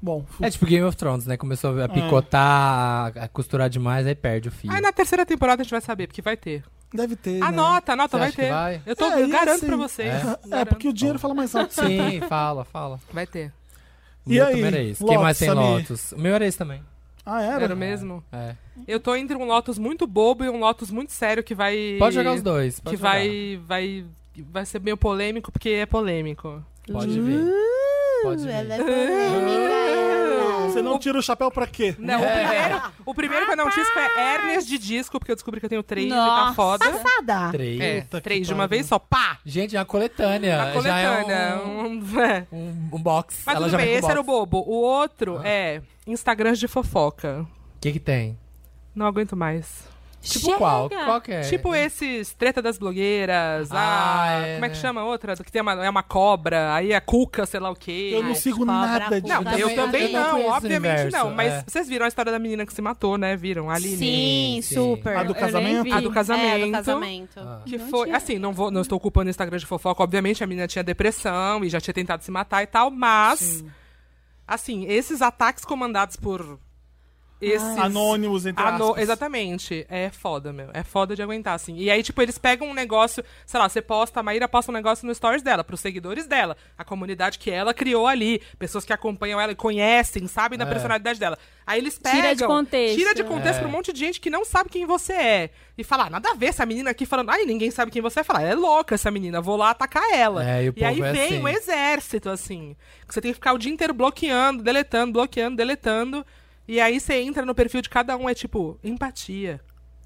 Speaker 1: Bom.
Speaker 3: É tipo Game of Thrones, né? Começou a picotar, a- a costurar demais, aí perde o fio.
Speaker 4: Aí na terceira temporada a gente vai saber, porque vai ter.
Speaker 1: Deve ter. né?
Speaker 4: Anota, anota,
Speaker 3: Você
Speaker 4: vai
Speaker 3: acha que
Speaker 4: ter.
Speaker 3: vai?
Speaker 4: Ah, Eu, tô,
Speaker 1: É,
Speaker 4: eu
Speaker 1: e
Speaker 4: garanto
Speaker 1: assim-
Speaker 4: pra vocês.
Speaker 1: É, porque o dinheiro fala mais alto.
Speaker 3: Sim, fala, fala.
Speaker 4: Vai ter.
Speaker 3: O
Speaker 1: E
Speaker 3: meu
Speaker 1: aí,
Speaker 3: também era esse. Quem
Speaker 1: Lotus,
Speaker 3: mais tem
Speaker 1: Samir?
Speaker 3: Lotus? O meu era esse também.
Speaker 1: Ah, era?
Speaker 4: Era mesmo?
Speaker 3: É.
Speaker 4: Eu tô entre um Lotus muito bobo e um Lotus muito sério que vai.
Speaker 3: Pode jogar os dois. Pode
Speaker 4: que
Speaker 3: jogar.
Speaker 4: vai, vai, vai ser meio polêmico, porque é polêmico.
Speaker 3: Pode vir. Pode
Speaker 5: Uh,
Speaker 3: vir.
Speaker 5: ela é polêmica, ela.
Speaker 1: Você não tira o chapéu pra quê?
Speaker 3: É.
Speaker 4: Não, o primeiro, o primeiro que eu não tinha é hernias de disco, porque eu descobri que eu tenho três e tá
Speaker 2: Nossa.
Speaker 4: foda.
Speaker 5: Passada.
Speaker 3: Três.
Speaker 4: É,
Speaker 1: Puta que
Speaker 4: três de
Speaker 1: pariu.
Speaker 4: uma vez só, pá!
Speaker 3: Gente, é uma coletânea.
Speaker 4: A coletânea.
Speaker 3: Já é um,
Speaker 4: um- é.
Speaker 3: um- um box.
Speaker 4: Mas
Speaker 3: Ela
Speaker 4: tudo
Speaker 3: já
Speaker 4: bem,
Speaker 3: vem
Speaker 4: esse
Speaker 3: com
Speaker 4: era o
Speaker 3: box. Ah.
Speaker 4: bobo. O outro é Instagrams de fofoca.
Speaker 3: O que que tem?
Speaker 4: Não aguento mais.
Speaker 3: Tipo qual? Qual que é?
Speaker 4: Tipo esses treta das blogueiras.
Speaker 3: Ah,
Speaker 4: Ah,
Speaker 3: é,
Speaker 4: como é que
Speaker 3: né?
Speaker 4: chama a outra? Que tem uma, é uma cobra, aí é cuca, sei lá o quê.
Speaker 1: Eu não sigo
Speaker 5: cobra
Speaker 1: nada disso.
Speaker 5: puta.
Speaker 4: Não,
Speaker 5: Também-
Speaker 4: eu também
Speaker 5: eu
Speaker 3: não
Speaker 4: não,
Speaker 3: conheço
Speaker 4: obviamente
Speaker 3: universo,
Speaker 4: não. Mas
Speaker 3: é.
Speaker 4: vocês viram a história da menina que se matou, né? Viram? A Aline.
Speaker 5: Sim,
Speaker 3: sim.
Speaker 5: super.
Speaker 1: A do
Speaker 5: É,
Speaker 1: casamento?
Speaker 2: vi.
Speaker 4: A do casamento.
Speaker 5: É, do casamento.
Speaker 3: Ah.
Speaker 4: Que
Speaker 2: Não
Speaker 4: foi.
Speaker 2: tinha.
Speaker 4: Assim, não, vou, não estou culpando o Instagram de fofoca. Obviamente, a menina tinha depressão e já tinha tentado se matar e tal, mas. Assim, esses ataques comandados por Esses...
Speaker 1: Anônimos, entre
Speaker 4: Ano-
Speaker 1: aspas.
Speaker 4: Ah, Exatamente. É foda, meu. É foda de aguentar, assim. E aí, tipo, eles pegam um negócio, sei lá, você posta, a Maíra posta um negócio no stories dela, pros seguidores dela, a comunidade que ela criou ali, pessoas que acompanham ela e conhecem, sabem da
Speaker 1: É.
Speaker 4: personalidade dela. Aí eles pegam.
Speaker 2: Tira de contexto.
Speaker 4: Tira de contexto pra um monte de gente que não sabe quem você é. E fala, ah, nada a ver essa menina aqui falando, ai, ninguém sabe quem você é. Fala, é louca essa menina, vou lá atacar ela.
Speaker 3: É, e o
Speaker 4: aí
Speaker 3: povo é
Speaker 4: vem
Speaker 3: assim.
Speaker 4: um exército, assim. Que você tem que ficar o dia inteiro bloqueando, deletando, bloqueando, deletando. E aí você entra no perfil de cada um, é tipo, empatia.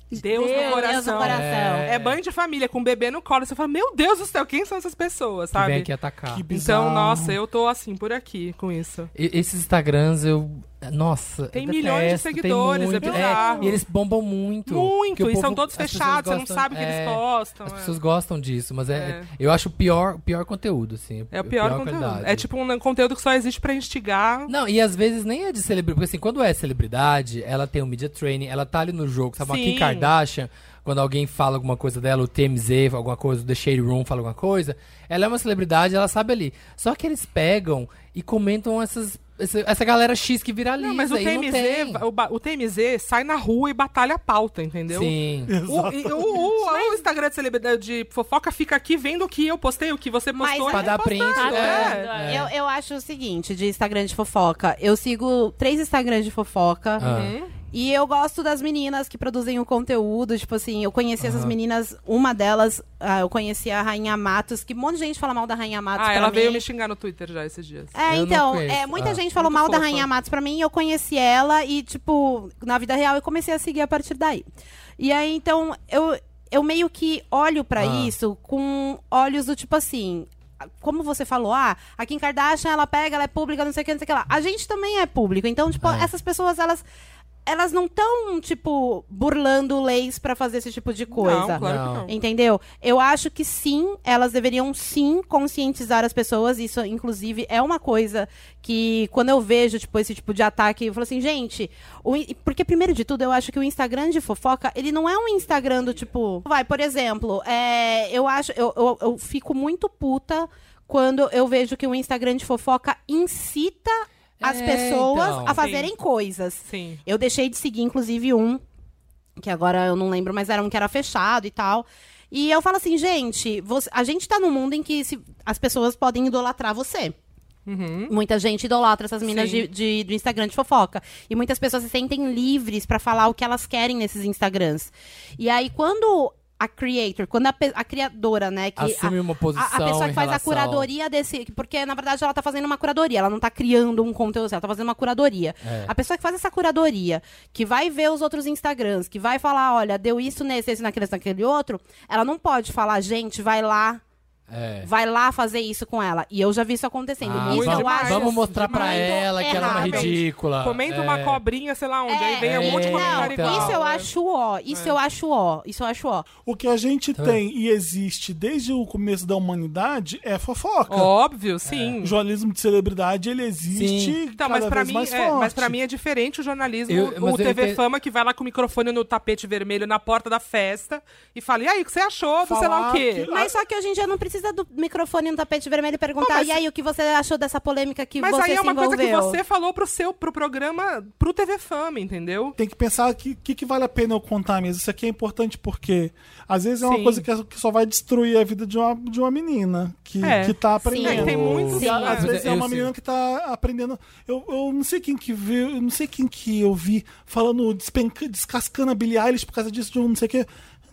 Speaker 4: Deus, no
Speaker 5: Deus no
Speaker 4: coração.
Speaker 5: coração.
Speaker 4: É banho de família, com bebê no colo. Você fala, meu Deus do céu, quem são essas pessoas,
Speaker 3: Que
Speaker 4: sabe?
Speaker 3: vem aqui atacar.
Speaker 1: Ah, Que bizarro.
Speaker 4: Então, nossa, eu tô assim, por aqui com isso.
Speaker 3: E- Esses Instagrams, eu. Nossa.
Speaker 4: Tem
Speaker 3: eu
Speaker 4: milhões de
Speaker 3: detesto, tem
Speaker 4: seguidores, é
Speaker 3: muito.
Speaker 4: bizarro.
Speaker 3: e eles bombam muito. porque
Speaker 4: Muito,
Speaker 3: o
Speaker 4: e são
Speaker 3: povo- as
Speaker 4: todos
Speaker 3: pessoas
Speaker 4: fechados, você não
Speaker 3: gostam-
Speaker 4: sabe o que
Speaker 3: é,
Speaker 4: eles postam.
Speaker 3: As
Speaker 4: é.
Speaker 3: pessoas gostam disso, mas é,
Speaker 4: É.
Speaker 3: eu acho o pior, o pior conteúdo, assim.
Speaker 4: É
Speaker 3: a
Speaker 4: o pior, conteúdo.
Speaker 3: qualidade.
Speaker 4: É tipo um conteúdo que só existe pra instigar.
Speaker 3: Não, e às vezes nem é de celebridade. Porque assim, quando é celebridade, ela tem o media training, ela tá ali no jogo. Sabe, a Kim
Speaker 4: Sim.
Speaker 3: Kardashian, quando alguém fala alguma coisa dela, o TMZ, alguma coisa, o The Shade Room fala alguma coisa, ela é uma celebridade, ela sabe ali. Só que eles pegam e comentam essas, essa, essa galera X que viraliza.
Speaker 4: Não, mas o
Speaker 3: e não tem.
Speaker 4: TMZ, o, ba- o TMZ sai na rua e batalha a pauta, entendeu?
Speaker 3: Sim.
Speaker 5: Uhum.
Speaker 4: O, e- o, o- o Instagram de celebridade de fofoca fica aqui vendo o que eu postei, o que você
Speaker 5: Mas-
Speaker 4: postou.
Speaker 5: Pra
Speaker 4: e
Speaker 3: dar
Speaker 4: repostando,
Speaker 3: print,
Speaker 4: é.
Speaker 2: né?
Speaker 3: É.
Speaker 5: Eu, eu acho o seguinte, de Instagram de fofoca. Eu sigo três Instagrams de fofoca.
Speaker 3: Ah.
Speaker 5: E eu gosto das meninas que produzem o conteúdo. Tipo assim, eu conheci essas meninas, uma delas, ah, eu conheci a Rainha Matos, que um monte de gente fala mal da Rainha Matos.
Speaker 4: Ah,
Speaker 5: pra
Speaker 4: ela
Speaker 5: mim.
Speaker 4: veio me xingar no Twitter já esses dias.
Speaker 3: Eu
Speaker 5: É,
Speaker 3: não
Speaker 5: então,
Speaker 3: conheço.
Speaker 5: é, muita
Speaker 3: Ah.
Speaker 5: gente falou
Speaker 4: Muito
Speaker 5: mal da
Speaker 4: fofa.
Speaker 5: Rainha Matos pra mim, eu conheci ela e, tipo, na vida real eu comecei a seguir a partir daí. E aí, então, eu, eu meio que olho pra
Speaker 3: Ah.
Speaker 5: isso com olhos do tipo assim. Como você falou, ah, a Kim Kardashian, ela pega, ela é pública, não sei o que, não sei o que lá. A gente também é público. Então, tipo,
Speaker 3: É.
Speaker 5: essas pessoas, elas. Elas não estão, tipo, burlando leis pra fazer esse tipo de coisa.
Speaker 4: Não, claro
Speaker 3: Não.
Speaker 4: que não.
Speaker 5: Entendeu? Eu acho que sim, elas deveriam sim conscientizar as pessoas. Isso, inclusive, é uma coisa que, quando eu vejo, tipo, esse tipo de ataque, eu falo assim, gente, o in- porque primeiro de tudo, eu acho que o Instagram de fofoca, ele não é um Instagram do tipo. Vai, por exemplo, é, eu acho. Eu, eu, eu fico muito puta quando eu vejo que o Instagram de fofoca incita as
Speaker 3: É,
Speaker 5: pessoas
Speaker 3: então.
Speaker 5: a fazerem coisas.
Speaker 4: Sim.
Speaker 5: Eu deixei de seguir, inclusive, um, que agora eu não lembro, mas era um que era fechado e tal. E eu falo assim, gente, você- a gente tá num mundo em que se- as pessoas podem idolatrar você.
Speaker 4: Uhum.
Speaker 5: Muita gente idolatra essas minas
Speaker 4: Sim.
Speaker 5: de, de- do Instagram de fofoca. E muitas pessoas se sentem livres pra falar o que elas querem nesses Instagrams. E aí, quando a creator, quando a, pe- a criadora, né, que. a-
Speaker 3: Assume uma posição.
Speaker 5: a, a pessoa que
Speaker 3: em
Speaker 5: faz a
Speaker 3: relação-
Speaker 5: curadoria desse. Porque, na verdade, ela tá fazendo uma curadoria, ela não tá criando um conteúdo, ela tá fazendo uma curadoria.
Speaker 3: É.
Speaker 5: A pessoa que faz essa curadoria, que vai ver os outros Instagrams, que vai falar, olha, deu isso nesse, esse, naquele, esse, naquele outro, ela não pode falar, gente, vai lá,
Speaker 3: É.
Speaker 5: vai lá fazer isso com ela. E eu já vi isso acontecendo.
Speaker 3: Ah,
Speaker 5: isso
Speaker 3: vamos,
Speaker 5: eu acho.
Speaker 3: vamos mostrar pra
Speaker 5: muito
Speaker 3: ela que ela é uma
Speaker 5: errado.
Speaker 3: ridícula.
Speaker 4: Comenta
Speaker 3: é.
Speaker 4: uma cobrinha, sei lá onde. aí vem um monte de
Speaker 3: é,
Speaker 4: comentário
Speaker 3: então.
Speaker 4: igual.
Speaker 5: Isso eu
Speaker 4: né?
Speaker 5: acho ó, isso eu acho ó, isso eu acho ó.
Speaker 1: O que a gente tem e existe desde o começo da humanidade é fofoca.
Speaker 4: Óbvio, sim.
Speaker 1: O jornalismo de celebridade, ele existe
Speaker 3: Sim.
Speaker 4: Então,
Speaker 1: cada
Speaker 4: mas pra,
Speaker 1: vez
Speaker 4: mim,
Speaker 1: mais
Speaker 4: é,
Speaker 1: forte.
Speaker 4: mas pra mim é diferente o jornalismo,
Speaker 3: Eu- mas
Speaker 4: o
Speaker 3: eu
Speaker 4: TV
Speaker 3: entendo-
Speaker 4: Fama, que vai lá com o microfone no tapete vermelho na porta da festa e fala, e aí, o que você achou do sei lá
Speaker 1: Falar
Speaker 4: o quê?
Speaker 1: que-
Speaker 5: Mas só que hoje em dia não precisa do microfone no tapete vermelho e perguntar, e aí, o que você achou dessa polêmica que
Speaker 4: Mas
Speaker 5: você
Speaker 4: aí é
Speaker 5: se
Speaker 4: uma coisa que
Speaker 5: envolveu?
Speaker 4: você falou pro seu pro programa, pro TV Fama, entendeu?
Speaker 1: Tem que pensar o que, que, que vale a pena eu contar mesmo. Isso aqui é importante porque às vezes é uma
Speaker 4: Sim.
Speaker 1: coisa que, que só vai destruir a vida de uma, de uma menina que,
Speaker 4: É.
Speaker 1: que tá
Speaker 5: Sim.
Speaker 1: aprendendo.
Speaker 4: É que tem muitos-
Speaker 5: Sim.
Speaker 4: Ah,
Speaker 1: Às vezes é
Speaker 3: Eu
Speaker 1: uma
Speaker 3: sei.
Speaker 1: menina que tá aprendendo. Eu, eu não sei quem que viu, eu não sei quem que eu vi falando, despenca, descascando a Billie Eilish por causa disso, de um não sei o quê.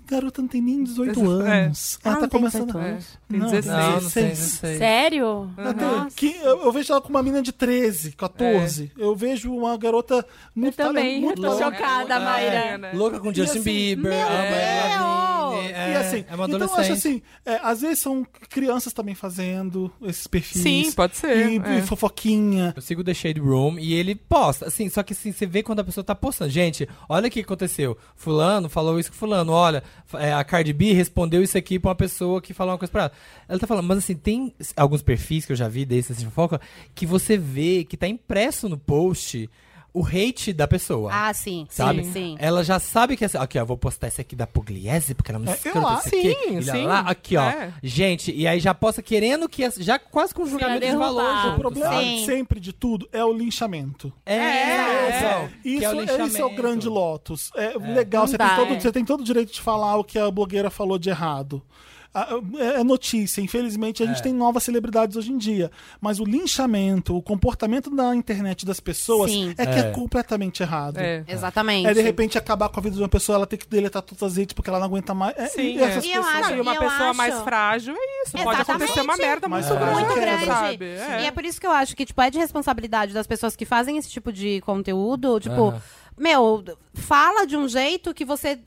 Speaker 1: Garota não tem nem 18
Speaker 4: Essa- é.
Speaker 1: anos. Ela
Speaker 5: Ela
Speaker 1: tá
Speaker 5: não tem
Speaker 1: começando.
Speaker 5: 18 anos.
Speaker 4: Tem
Speaker 1: Não,
Speaker 4: 16.
Speaker 3: Não, não sei, não
Speaker 1: 16.
Speaker 3: sei.
Speaker 2: Sério?
Speaker 1: Ela tem- que- eu, eu vejo ela com uma menina de 13, 14. Eu vejo uma garota muito
Speaker 2: Eu também,
Speaker 1: muito
Speaker 2: eu tô
Speaker 1: louca.
Speaker 2: chocada,
Speaker 4: É,
Speaker 2: Mayra.
Speaker 4: né?
Speaker 3: Louca com Justin
Speaker 1: assim,
Speaker 3: Bieber.
Speaker 5: meu
Speaker 3: é,
Speaker 5: Deus!
Speaker 3: Lavigne, é,
Speaker 1: e assim,
Speaker 3: é uma
Speaker 1: então eu
Speaker 3: adolescente.
Speaker 1: acho assim, é, às vezes são crianças também fazendo esses perfis.
Speaker 4: Sim, pode ser.
Speaker 1: E,
Speaker 4: é.
Speaker 1: e fofoquinha.
Speaker 3: Eu sigo o The Shade Room e ele posta, assim, só que assim, você vê quando a pessoa tá postando. Gente, olha o que aconteceu. Fulano falou isso com fulano, olha, f- é, a Cardi B respondeu isso aqui pra uma pessoa que falou uma coisa pra ela. Ela tá falando, mas assim, tem s- assim, alguns perfis que eu já vi desses de fofoca que você vê que tá impresso no post o hate da pessoa.
Speaker 5: Ah, sim.
Speaker 3: Sabe?
Speaker 5: Sim, sim.
Speaker 3: Ela já sabe que é assim. Aqui, ó, vou postar esse aqui da Pugliese, porque ela me
Speaker 1: É,
Speaker 3: escreve
Speaker 1: eu lá,
Speaker 3: esse aqui.
Speaker 4: sim,
Speaker 3: e lá,
Speaker 4: sim.
Speaker 3: lá, aqui, ó.
Speaker 4: É.
Speaker 3: Gente, e aí já posta querendo que. as- Já quase com um julgamento de
Speaker 6: derrubar.
Speaker 3: valor.
Speaker 1: O
Speaker 3: junto,
Speaker 1: problema
Speaker 3: sabe?
Speaker 5: Sim.
Speaker 1: sempre de tudo é o linchamento.
Speaker 3: É, é, que
Speaker 1: Isso,
Speaker 3: é o
Speaker 1: é, isso é o
Speaker 3: linchamento.
Speaker 1: grande Lotus. É, legal,
Speaker 6: Não
Speaker 1: você,
Speaker 6: dá,
Speaker 1: tem todo,
Speaker 6: é.
Speaker 1: você tem todo o direito de falar o que a blogueira falou de errado. Ah, É é notícia, infelizmente a
Speaker 3: É.
Speaker 1: gente tem novas celebridades hoje em dia. Mas o linchamento, o comportamento na internet das pessoas
Speaker 5: Sim.
Speaker 1: é que é.
Speaker 3: É.
Speaker 1: completamente errado.
Speaker 4: É.
Speaker 5: Exatamente.
Speaker 1: É de repente acabar com a vida de uma pessoa, ela tem que deletar todas as redes porque ela não aguenta mais. É,
Speaker 4: Sim,
Speaker 1: e
Speaker 4: é.
Speaker 1: essas
Speaker 5: E eu
Speaker 1: pessoas-
Speaker 5: acho-
Speaker 4: Não, e uma
Speaker 5: eu
Speaker 4: pessoa
Speaker 5: acho-
Speaker 4: mais frágil é isso. Pode acontecer uma
Speaker 5: Exatamente.
Speaker 4: merda
Speaker 1: Mais
Speaker 4: muito
Speaker 1: frágil.
Speaker 4: grande,
Speaker 5: muito grande.
Speaker 4: sabe?
Speaker 5: E é por isso que eu acho que, tipo, é de responsabilidade das pessoas que fazem esse tipo de conteúdo. Tipo,
Speaker 3: Aham.
Speaker 5: meu, fala de um jeito que você.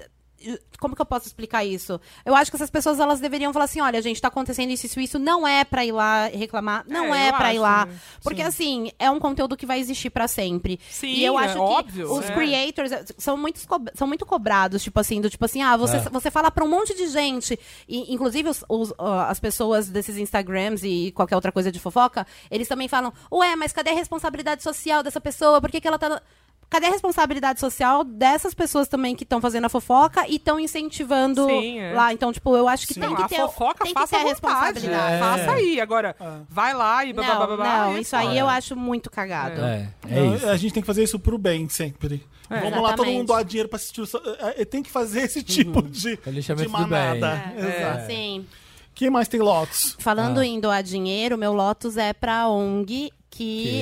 Speaker 5: Como que eu posso explicar isso? Eu acho que essas pessoas elas deveriam falar assim: olha, gente, tá acontecendo isso, isso, isso, não é pra ir lá reclamar, não
Speaker 4: É,
Speaker 5: é,
Speaker 4: eu
Speaker 5: pra ir
Speaker 4: acho,
Speaker 5: lá.
Speaker 4: né?
Speaker 5: Porque, assim, é um conteúdo que vai existir pra sempre.
Speaker 4: Sim,
Speaker 5: e eu
Speaker 4: é
Speaker 5: acho que
Speaker 4: óbvio,
Speaker 5: os
Speaker 4: é.
Speaker 5: creators eh, são, muitos co- são muito cobrados, tipo assim, do tipo assim, ah, você,
Speaker 3: É.
Speaker 5: você fala pra um monte de gente. E, inclusive, os- os, ó, as pessoas desses Instagrams e qualquer outra coisa de fofoca, eles também falam, ué, mas cadê a responsabilidade social dessa pessoa? Por que, que ela tá. no-" Cadê a responsabilidade social dessas pessoas também que estão fazendo a fofoca e estão incentivando
Speaker 4: Sim, é.
Speaker 5: lá? Então, tipo, eu acho que
Speaker 1: Sim.
Speaker 5: tem
Speaker 4: Não,
Speaker 5: que
Speaker 4: a
Speaker 5: ter,
Speaker 4: fofoca
Speaker 5: tem que
Speaker 4: faça
Speaker 5: ter a
Speaker 4: à vontade. né?
Speaker 5: responsabilidade.
Speaker 3: É.
Speaker 4: Faça aí. Agora, vai lá e blá, blá, blá, blá,
Speaker 5: Não,
Speaker 4: blá, é.
Speaker 5: não,
Speaker 4: e
Speaker 5: isso aí
Speaker 4: fora.
Speaker 5: eu acho muito cagado.
Speaker 3: É, é
Speaker 1: Não,
Speaker 3: isso.
Speaker 1: A gente tem que fazer isso pro bem sempre. Vamos lá, todo
Speaker 5: Exatamente.
Speaker 1: mundo doar dinheiro pra assistir. o- é, é, Tem que fazer esse tipo de,
Speaker 3: É linchamento
Speaker 1: de
Speaker 3: do bem.
Speaker 1: manada.
Speaker 5: É.
Speaker 4: É.
Speaker 1: Exato.
Speaker 5: Sim.
Speaker 1: Quem mais tem Lotus?
Speaker 5: Falando
Speaker 3: Ah.
Speaker 5: em doar dinheiro, meu Lotus é pra ONG, que,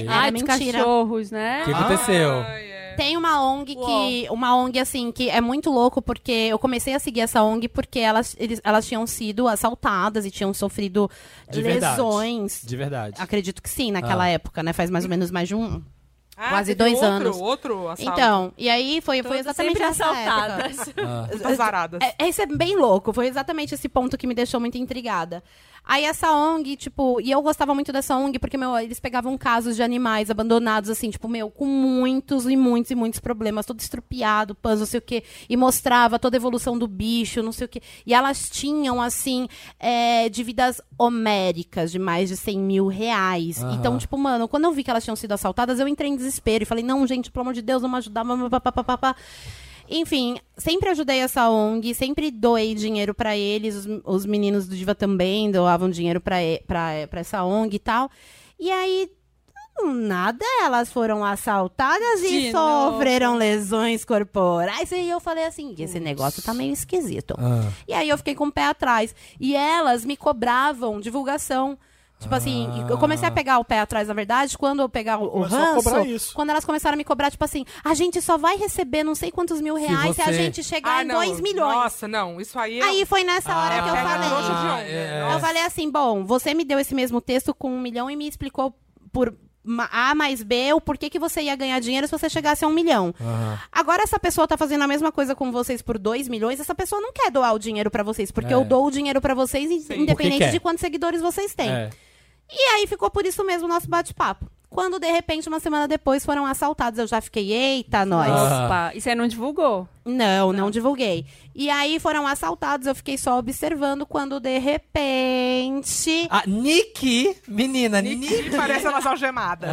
Speaker 3: Que-
Speaker 5: é
Speaker 2: Ai, dos
Speaker 5: mentira.
Speaker 2: cachorros, né?
Speaker 3: O
Speaker 5: Ah.
Speaker 3: que aconteceu?
Speaker 4: Ai, é.
Speaker 5: Tem uma ONG que. Uma ONG, assim, que é muito louco, porque eu comecei a seguir essa ONG porque elas, eles, elas tinham sido assaltadas e tinham sofrido
Speaker 3: De verdade.
Speaker 5: lesões.
Speaker 3: De verdade.
Speaker 5: Acredito que sim, naquela
Speaker 3: Ah.
Speaker 5: época, né? Faz mais ou menos mais de um.
Speaker 4: Ah,
Speaker 5: Quase
Speaker 4: teve
Speaker 5: dois
Speaker 4: outro,
Speaker 5: anos.
Speaker 4: Outro assalto.
Speaker 5: Então, e aí foi, foi
Speaker 2: Todas
Speaker 5: exatamente
Speaker 2: sempre
Speaker 5: nessa época.
Speaker 2: assaltadas.
Speaker 3: Ah.
Speaker 4: Muitas varadas.
Speaker 5: É, esse é bem louco. Foi exatamente esse ponto que me deixou muito intrigada. Aí essa ONG, tipo, e eu gostava muito dessa ONG porque, meu, eles pegavam casos de animais abandonados, assim, tipo, meu, com muitos e muitos e muitos problemas, todo estrupiado, pans, não sei o quê, e mostrava toda a evolução do bicho, não sei o quê. E elas tinham, assim, é, dívidas homéricas de mais de 100 mil reais.
Speaker 3: Aham.
Speaker 5: Então, tipo, mano, quando eu vi que elas tinham sido assaltadas, eu entrei em desespero e falei, não, gente, pelo amor de Deus, vamos ajudar, papapá. Enfim, sempre ajudei essa ONG, sempre doei dinheiro pra eles, os, os meninos do Diva também doavam dinheiro pra e- pra para essa ONG e tal. E aí do nada, elas foram assaltadas e
Speaker 2: De
Speaker 5: sofreram lesões corporais. E eu falei assim, esse negócio tá meio esquisito.
Speaker 3: Ah.
Speaker 5: E aí eu fiquei com o pé atrás. E elas me cobravam divulgação. Tipo assim,
Speaker 3: Ah.
Speaker 5: eu comecei a pegar o pé atrás, na verdade, quando eu pegar o, o
Speaker 1: Começou a
Speaker 5: ranço,
Speaker 1: cobrar isso.
Speaker 5: quando elas começaram a me cobrar, tipo assim, a gente só vai receber não sei quantos mil reais se, a
Speaker 3: você-
Speaker 5: gente chegar
Speaker 4: Ah,
Speaker 5: em
Speaker 4: não.
Speaker 5: 2 é, milhões.
Speaker 4: Nossa, não. Isso aí... é-
Speaker 5: Aí foi nessa hora que eu
Speaker 4: pega
Speaker 5: falei.
Speaker 4: trouxa de onda.
Speaker 3: é.
Speaker 5: Eu falei assim, bom, você me deu esse mesmo texto com um milhão e me explicou por ma- A mais B o porquê que você ia ganhar dinheiro se você chegasse a um milhão.
Speaker 3: Aham.
Speaker 5: Agora essa pessoa tá fazendo a mesma coisa com vocês por dois milhões, essa pessoa não quer doar o dinheiro pra vocês, porque
Speaker 3: É.
Speaker 5: eu dou o dinheiro pra vocês in-
Speaker 3: Porque
Speaker 5: independente
Speaker 3: quer.
Speaker 5: de quantos seguidores vocês têm.
Speaker 3: É.
Speaker 5: E aí ficou por isso mesmo o nosso bate-papo. Quando, de repente, uma semana depois, foram assaltados. Eu já fiquei, eita, nós.
Speaker 3: Ah.
Speaker 1: Ah.
Speaker 2: Opa, e você não divulgou?
Speaker 5: Não, não divulguei. E aí foram assaltados, eu fiquei só observando quando de repente.
Speaker 3: Ah, Nick! Menina, Nick!
Speaker 4: Ih, um Parece elas algemadas.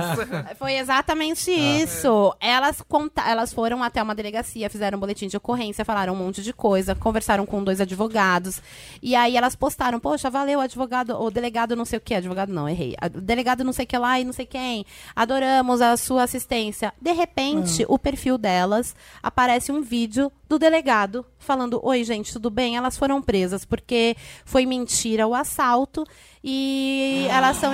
Speaker 5: Foi exatamente isso. Elas, conta elas foram até uma delegacia, fizeram um boletim de ocorrência, falaram um monte de coisa, conversaram com dois advogados. E aí elas postaram, poxa, valeu, advogado, o delegado não sei o que, advogado não, errei. A- Delegado não sei o que lá e não sei quem. Adoramos a sua assistência. De repente, o perfil delas aparece um vídeo do delegado falando: Oi, gente, tudo bem? Elas foram presas porque foi mentira o assalto e elas são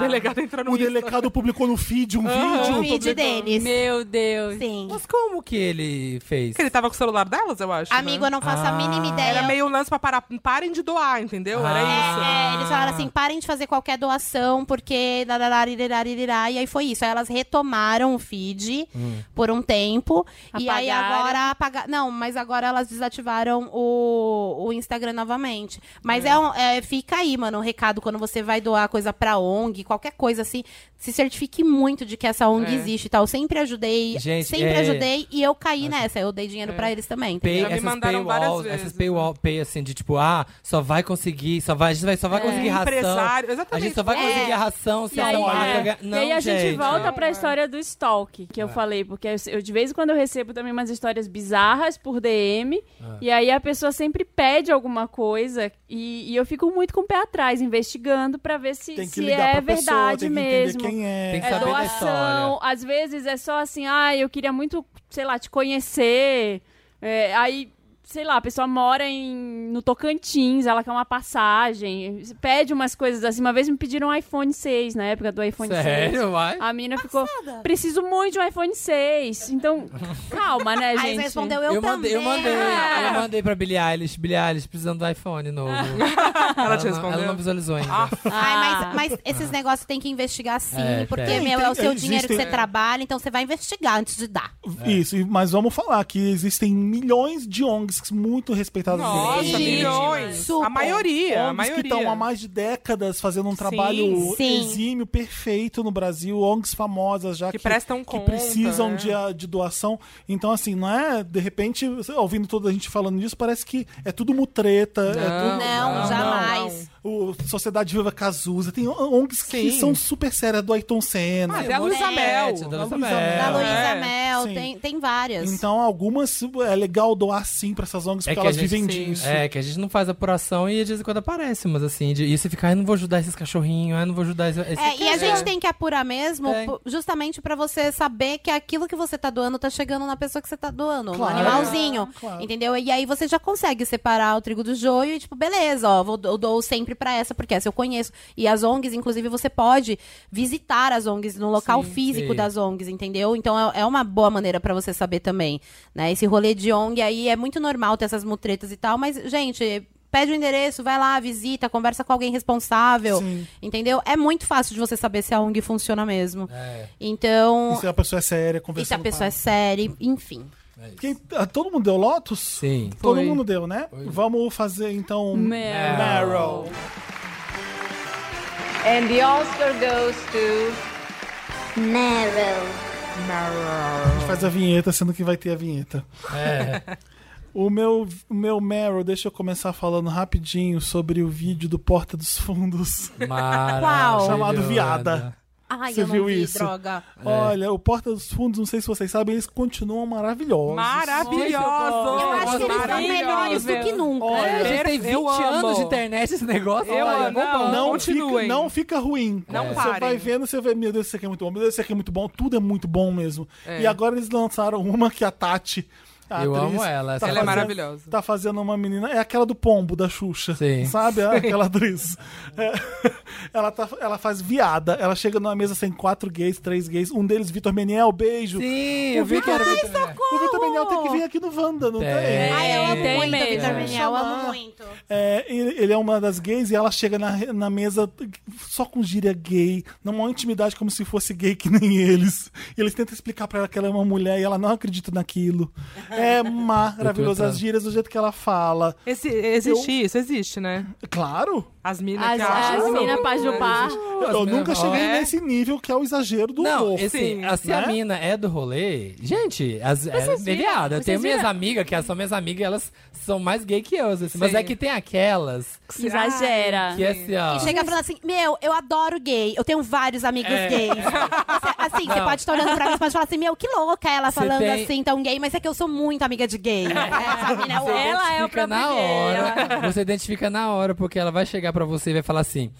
Speaker 4: O delegado entrou no
Speaker 1: O
Speaker 4: Insta.
Speaker 1: delegado publicou no feed um vídeo.
Speaker 5: Um vídeo deles.
Speaker 2: Meu Deus.
Speaker 5: Sim.
Speaker 3: Mas como que ele fez?
Speaker 4: Porque ele tava com o celular delas, eu acho.
Speaker 5: Amigo,
Speaker 4: né?
Speaker 5: eu não faço a
Speaker 3: Ah.
Speaker 5: mínima ideia.
Speaker 4: Era meio um lance pra parar. Parem de doar, entendeu? Era isso.
Speaker 5: É, eles falaram assim, parem de fazer qualquer doação, porque... lararaririraririrá", E aí foi isso. Aí elas retomaram o feed por um tempo. E aí
Speaker 2: Apagaram.
Speaker 5: agora apagar. Não, mas agora elas desativaram o, o Instagram novamente. Mas é. um- é, fica aí, mano, o recado quando você vai doar coisa pra ONG, qualquer coisa assim. Se certifique muito de que essa ONG
Speaker 4: É.
Speaker 5: existe e tal. Sempre ajudei,
Speaker 3: Gente,
Speaker 5: sempre
Speaker 3: é-
Speaker 5: ajudei e eu caí nessa. Eu dei dinheiro pra eles também.
Speaker 3: Pay,
Speaker 4: Já me
Speaker 3: essas
Speaker 4: mandaram várias
Speaker 3: paywalls,
Speaker 4: vezes,
Speaker 3: essas
Speaker 4: né?
Speaker 3: paywall, pay assim de tipo, ah, só vai conseguir, só vai, a gente vai, só vai conseguir ração.
Speaker 4: É. Empresário, exatamente.
Speaker 3: A gente só vai conseguir a ração se
Speaker 2: E
Speaker 3: essa
Speaker 2: aí,
Speaker 3: marca
Speaker 2: é.
Speaker 3: ganhar. Não,
Speaker 2: e aí a gente,
Speaker 3: gente,
Speaker 2: volta pra
Speaker 4: É.
Speaker 2: história do stalk, que eu
Speaker 1: É.
Speaker 2: falei, porque eu, eu de vez em quando eu recebo também umas histórias bizarras por
Speaker 1: É.
Speaker 2: DM, e aí a pessoa sempre pede alguma coisa, e, e eu fico muito com o pé atrás, investigando pra ver se,
Speaker 1: Tem que
Speaker 2: se
Speaker 1: ligar
Speaker 2: é
Speaker 1: pra pessoa,
Speaker 2: verdade
Speaker 1: tem que
Speaker 2: mesmo.
Speaker 1: entender quem é.
Speaker 3: Tem que
Speaker 2: É
Speaker 3: saber da
Speaker 2: doação, às vezes é só assim, ah, eu queria muito, sei lá, te conhecer. É, aí, sei lá, a pessoa mora em, no Tocantins, ela quer uma passagem, pede umas coisas assim. Uma vez me pediram um iPhone 6, na época do iPhone 6.
Speaker 3: Sério, vai?
Speaker 2: A mina ficou, preciso muito de um iPhone 6. Então, calma, né, gente?
Speaker 5: Aí você respondeu, eu,
Speaker 3: Eu, mandei, eu
Speaker 5: também. é.
Speaker 3: mandei, eu mandei pra Billie Eilish, Billie Eilish precisando do iPhone novo.
Speaker 4: Ela te
Speaker 3: não- Ela não
Speaker 4: respondeu.
Speaker 3: visualizou ainda.
Speaker 4: Ah,
Speaker 5: Ai, mas, mas esses negócios tem que investigar sim,
Speaker 3: É,
Speaker 5: porque,
Speaker 3: tem.
Speaker 5: meu, é o
Speaker 1: Tem,
Speaker 5: seu
Speaker 1: tem,
Speaker 5: dinheiro que
Speaker 1: existem-
Speaker 5: você trabalha, então você vai investigar antes de dar.
Speaker 3: é.
Speaker 1: Isso, e- mas vamos falar que existem milhões de ONGs muito respeitadas
Speaker 4: Nossa,
Speaker 1: nesse país.
Speaker 5: Gente,
Speaker 4: milhões.
Speaker 5: super.
Speaker 4: A maioria, a
Speaker 1: ONGs que
Speaker 4: maioria.
Speaker 1: estão há mais de décadas fazendo um trabalho
Speaker 5: sim.
Speaker 1: exímio, perfeito no Brasil, ONGs famosas já
Speaker 4: Que
Speaker 1: que,
Speaker 4: prestam conta,
Speaker 1: que precisam
Speaker 4: né?
Speaker 1: de, a- de doação. Então, assim, não é, de repente, você- ouvindo toda a gente falando disso, parece que é tudo mutreta, é tudo-
Speaker 5: Não, jamais.
Speaker 4: não.
Speaker 1: o Sociedade Viva Cazuza, tem ONGs que
Speaker 3: Sim.
Speaker 1: são super sérias, do Ayrton Senna.
Speaker 4: Ah, até a
Speaker 3: Monte
Speaker 4: Luísa
Speaker 5: de
Speaker 4: Mel.
Speaker 3: gente, Da
Speaker 1: Luísa
Speaker 3: Luísa Mel.
Speaker 5: da
Speaker 1: Mel.
Speaker 5: Luísa
Speaker 4: é,
Speaker 5: Mel,
Speaker 1: sim.
Speaker 5: tem, tem várias.
Speaker 1: Então, algumas é legal doar sim pra essas ONGs,
Speaker 3: É
Speaker 1: porque
Speaker 3: que a
Speaker 1: elas
Speaker 3: gente-
Speaker 1: vivem
Speaker 4: sim.
Speaker 1: disso.
Speaker 3: É, que a gente não faz apuração e de vez em quando aparece, mas assim, de, e você fica, ai, não vou ajudar esses cachorrinhos, ai, não vou ajudar esse. esse
Speaker 5: É, e
Speaker 3: cara."
Speaker 5: a gente tem que apurar mesmo,
Speaker 3: Tem.
Speaker 5: pu- justamente pra você saber que aquilo que você tá doando tá chegando na pessoa que você tá doando,
Speaker 1: Claro.
Speaker 5: no animalzinho.
Speaker 1: Claro.
Speaker 5: Entendeu? E aí você já consegue separar o trigo do joio e, tipo, beleza, ó, vou, eu dou sempre pra essa, porque essa eu conheço. E as ONGs, inclusive, você pode visitar as ONGs no local físico
Speaker 3: sim.
Speaker 5: das ONGs, entendeu? Então é, é uma boa maneira pra você saber também, né? Esse rolê de ONG aí é muito normal ter essas mutretas e tal, mas, gente. Pede o endereço, vai lá, visita, conversa com alguém responsável.
Speaker 1: Sim.
Speaker 5: Entendeu? É muito fácil de você saber se a ONG funciona mesmo.
Speaker 3: É,
Speaker 5: Então,
Speaker 1: E se a pessoa é séria,
Speaker 5: e se a
Speaker 1: conversando
Speaker 5: pessoa é séria, enfim.
Speaker 1: Porque ah, todo mundo deu Lotus?
Speaker 3: é Sim.
Speaker 1: Todo
Speaker 4: Foi.
Speaker 1: mundo deu, né? Vamos fazer então.
Speaker 2: Meryl.
Speaker 1: Meryl.
Speaker 7: And the Oscar goes to
Speaker 8: Meryl.
Speaker 4: É.
Speaker 1: A gente faz a vinheta, sendo que vai ter a vinheta.
Speaker 3: É.
Speaker 1: O meu, o meu Meryl, deixa eu começar falando rapidinho sobre o vídeo do Porta dos Fundos.
Speaker 4: É.
Speaker 3: Maravilhosa.
Speaker 1: Chamado Viada.
Speaker 5: Ai,
Speaker 1: Você
Speaker 5: eu não
Speaker 1: viu
Speaker 5: vi,
Speaker 1: isso?
Speaker 5: droga.
Speaker 1: Olha, o Porta dos Fundos, não sei se vocês sabem, eles continuam maravilhosos.
Speaker 4: Maravilhoso.
Speaker 5: Eu acho que eles estão melhores do que nunca.
Speaker 3: É, a
Speaker 1: Olha,
Speaker 3: gente tem 20
Speaker 4: Eu amo.
Speaker 3: anos de internet esse negócio.
Speaker 4: Eu
Speaker 3: olha,
Speaker 4: amo.
Speaker 3: bombando.
Speaker 1: não
Speaker 4: continuem.
Speaker 1: fica, não fica ruim. É.
Speaker 4: Não
Speaker 1: Você
Speaker 4: parem.
Speaker 1: vai vendo, você vê, meu Deus, isso aqui é muito bom, meu Deus, isso aqui é muito bom, tudo é muito bom mesmo.
Speaker 4: É.
Speaker 1: E agora eles lançaram uma que a Tati. a
Speaker 3: Eu
Speaker 1: atriz,
Speaker 3: amo ela, essa
Speaker 4: Ela é
Speaker 1: fazendo-
Speaker 4: maravilhosa.
Speaker 1: Tá fazendo uma menina. É aquela do pombo da Xuxa.
Speaker 3: Sim.
Speaker 1: Sabe? Aquela atriz. É. ela, tá, ela faz viada. Ela chega numa mesa sem quatro gays, três gays. Um deles, Vitor Meniel, beijo.
Speaker 3: Sim, eu vi que
Speaker 1: é
Speaker 3: era. muito-
Speaker 1: O Vitor Meniel tem que vir aqui no Wanda, não tem?
Speaker 3: Tem.
Speaker 5: Ai, eu amo
Speaker 2: Tem
Speaker 5: muito,
Speaker 2: mesmo.
Speaker 5: Vitor Meniel, eu amo
Speaker 1: Chamar.
Speaker 5: muito.
Speaker 1: É, ele, ele é uma das gays e ela chega na, na mesa só com gíria gay, numa intimidade como se fosse gay que nem eles. E eles tentam explicar pra ela que ela é uma mulher e ela não acredita naquilo. É maravilhoso.
Speaker 3: entrando.
Speaker 1: As gírias do jeito que ela fala.
Speaker 4: Esse, existe isso, existe, né?
Speaker 1: Claro!
Speaker 4: As minas
Speaker 2: As,
Speaker 4: que acham.
Speaker 2: as minas pajubá.
Speaker 1: Eu nunca cheguei
Speaker 4: É.
Speaker 1: nesse nível que é o exagero do
Speaker 3: Não,
Speaker 1: humor.
Speaker 3: esse,
Speaker 4: sim,
Speaker 3: a- se a
Speaker 1: né?
Speaker 3: mina é do rolê, gente, as, é
Speaker 2: Vocês viram?
Speaker 3: mediada. Eu
Speaker 2: Vocês
Speaker 3: tenho minhas
Speaker 2: viram?
Speaker 3: amigas, que elas são minhas amigas, e elas são mais gay que eu. assim, mas
Speaker 4: Sim.
Speaker 3: é que tem aquelas
Speaker 2: Que exagera.
Speaker 3: que assim, ó.
Speaker 5: E chega falando assim, meu, eu adoro gay, eu tenho vários amigos gays. Você- Assim, você
Speaker 3: Não.
Speaker 5: pode estar olhando pra mim e pode falar assim, meu, que louca ela
Speaker 3: Você
Speaker 5: falando
Speaker 3: tem-
Speaker 5: assim, tão gay, mas é que eu sou muito amiga de gay. Essa mina é
Speaker 2: Ela é
Speaker 5: o
Speaker 2: o
Speaker 3: identifica
Speaker 2: próprio
Speaker 3: na
Speaker 2: gay, ela-
Speaker 3: hora. Você identifica na hora, porque ela vai chegar pra você e vai falar assim: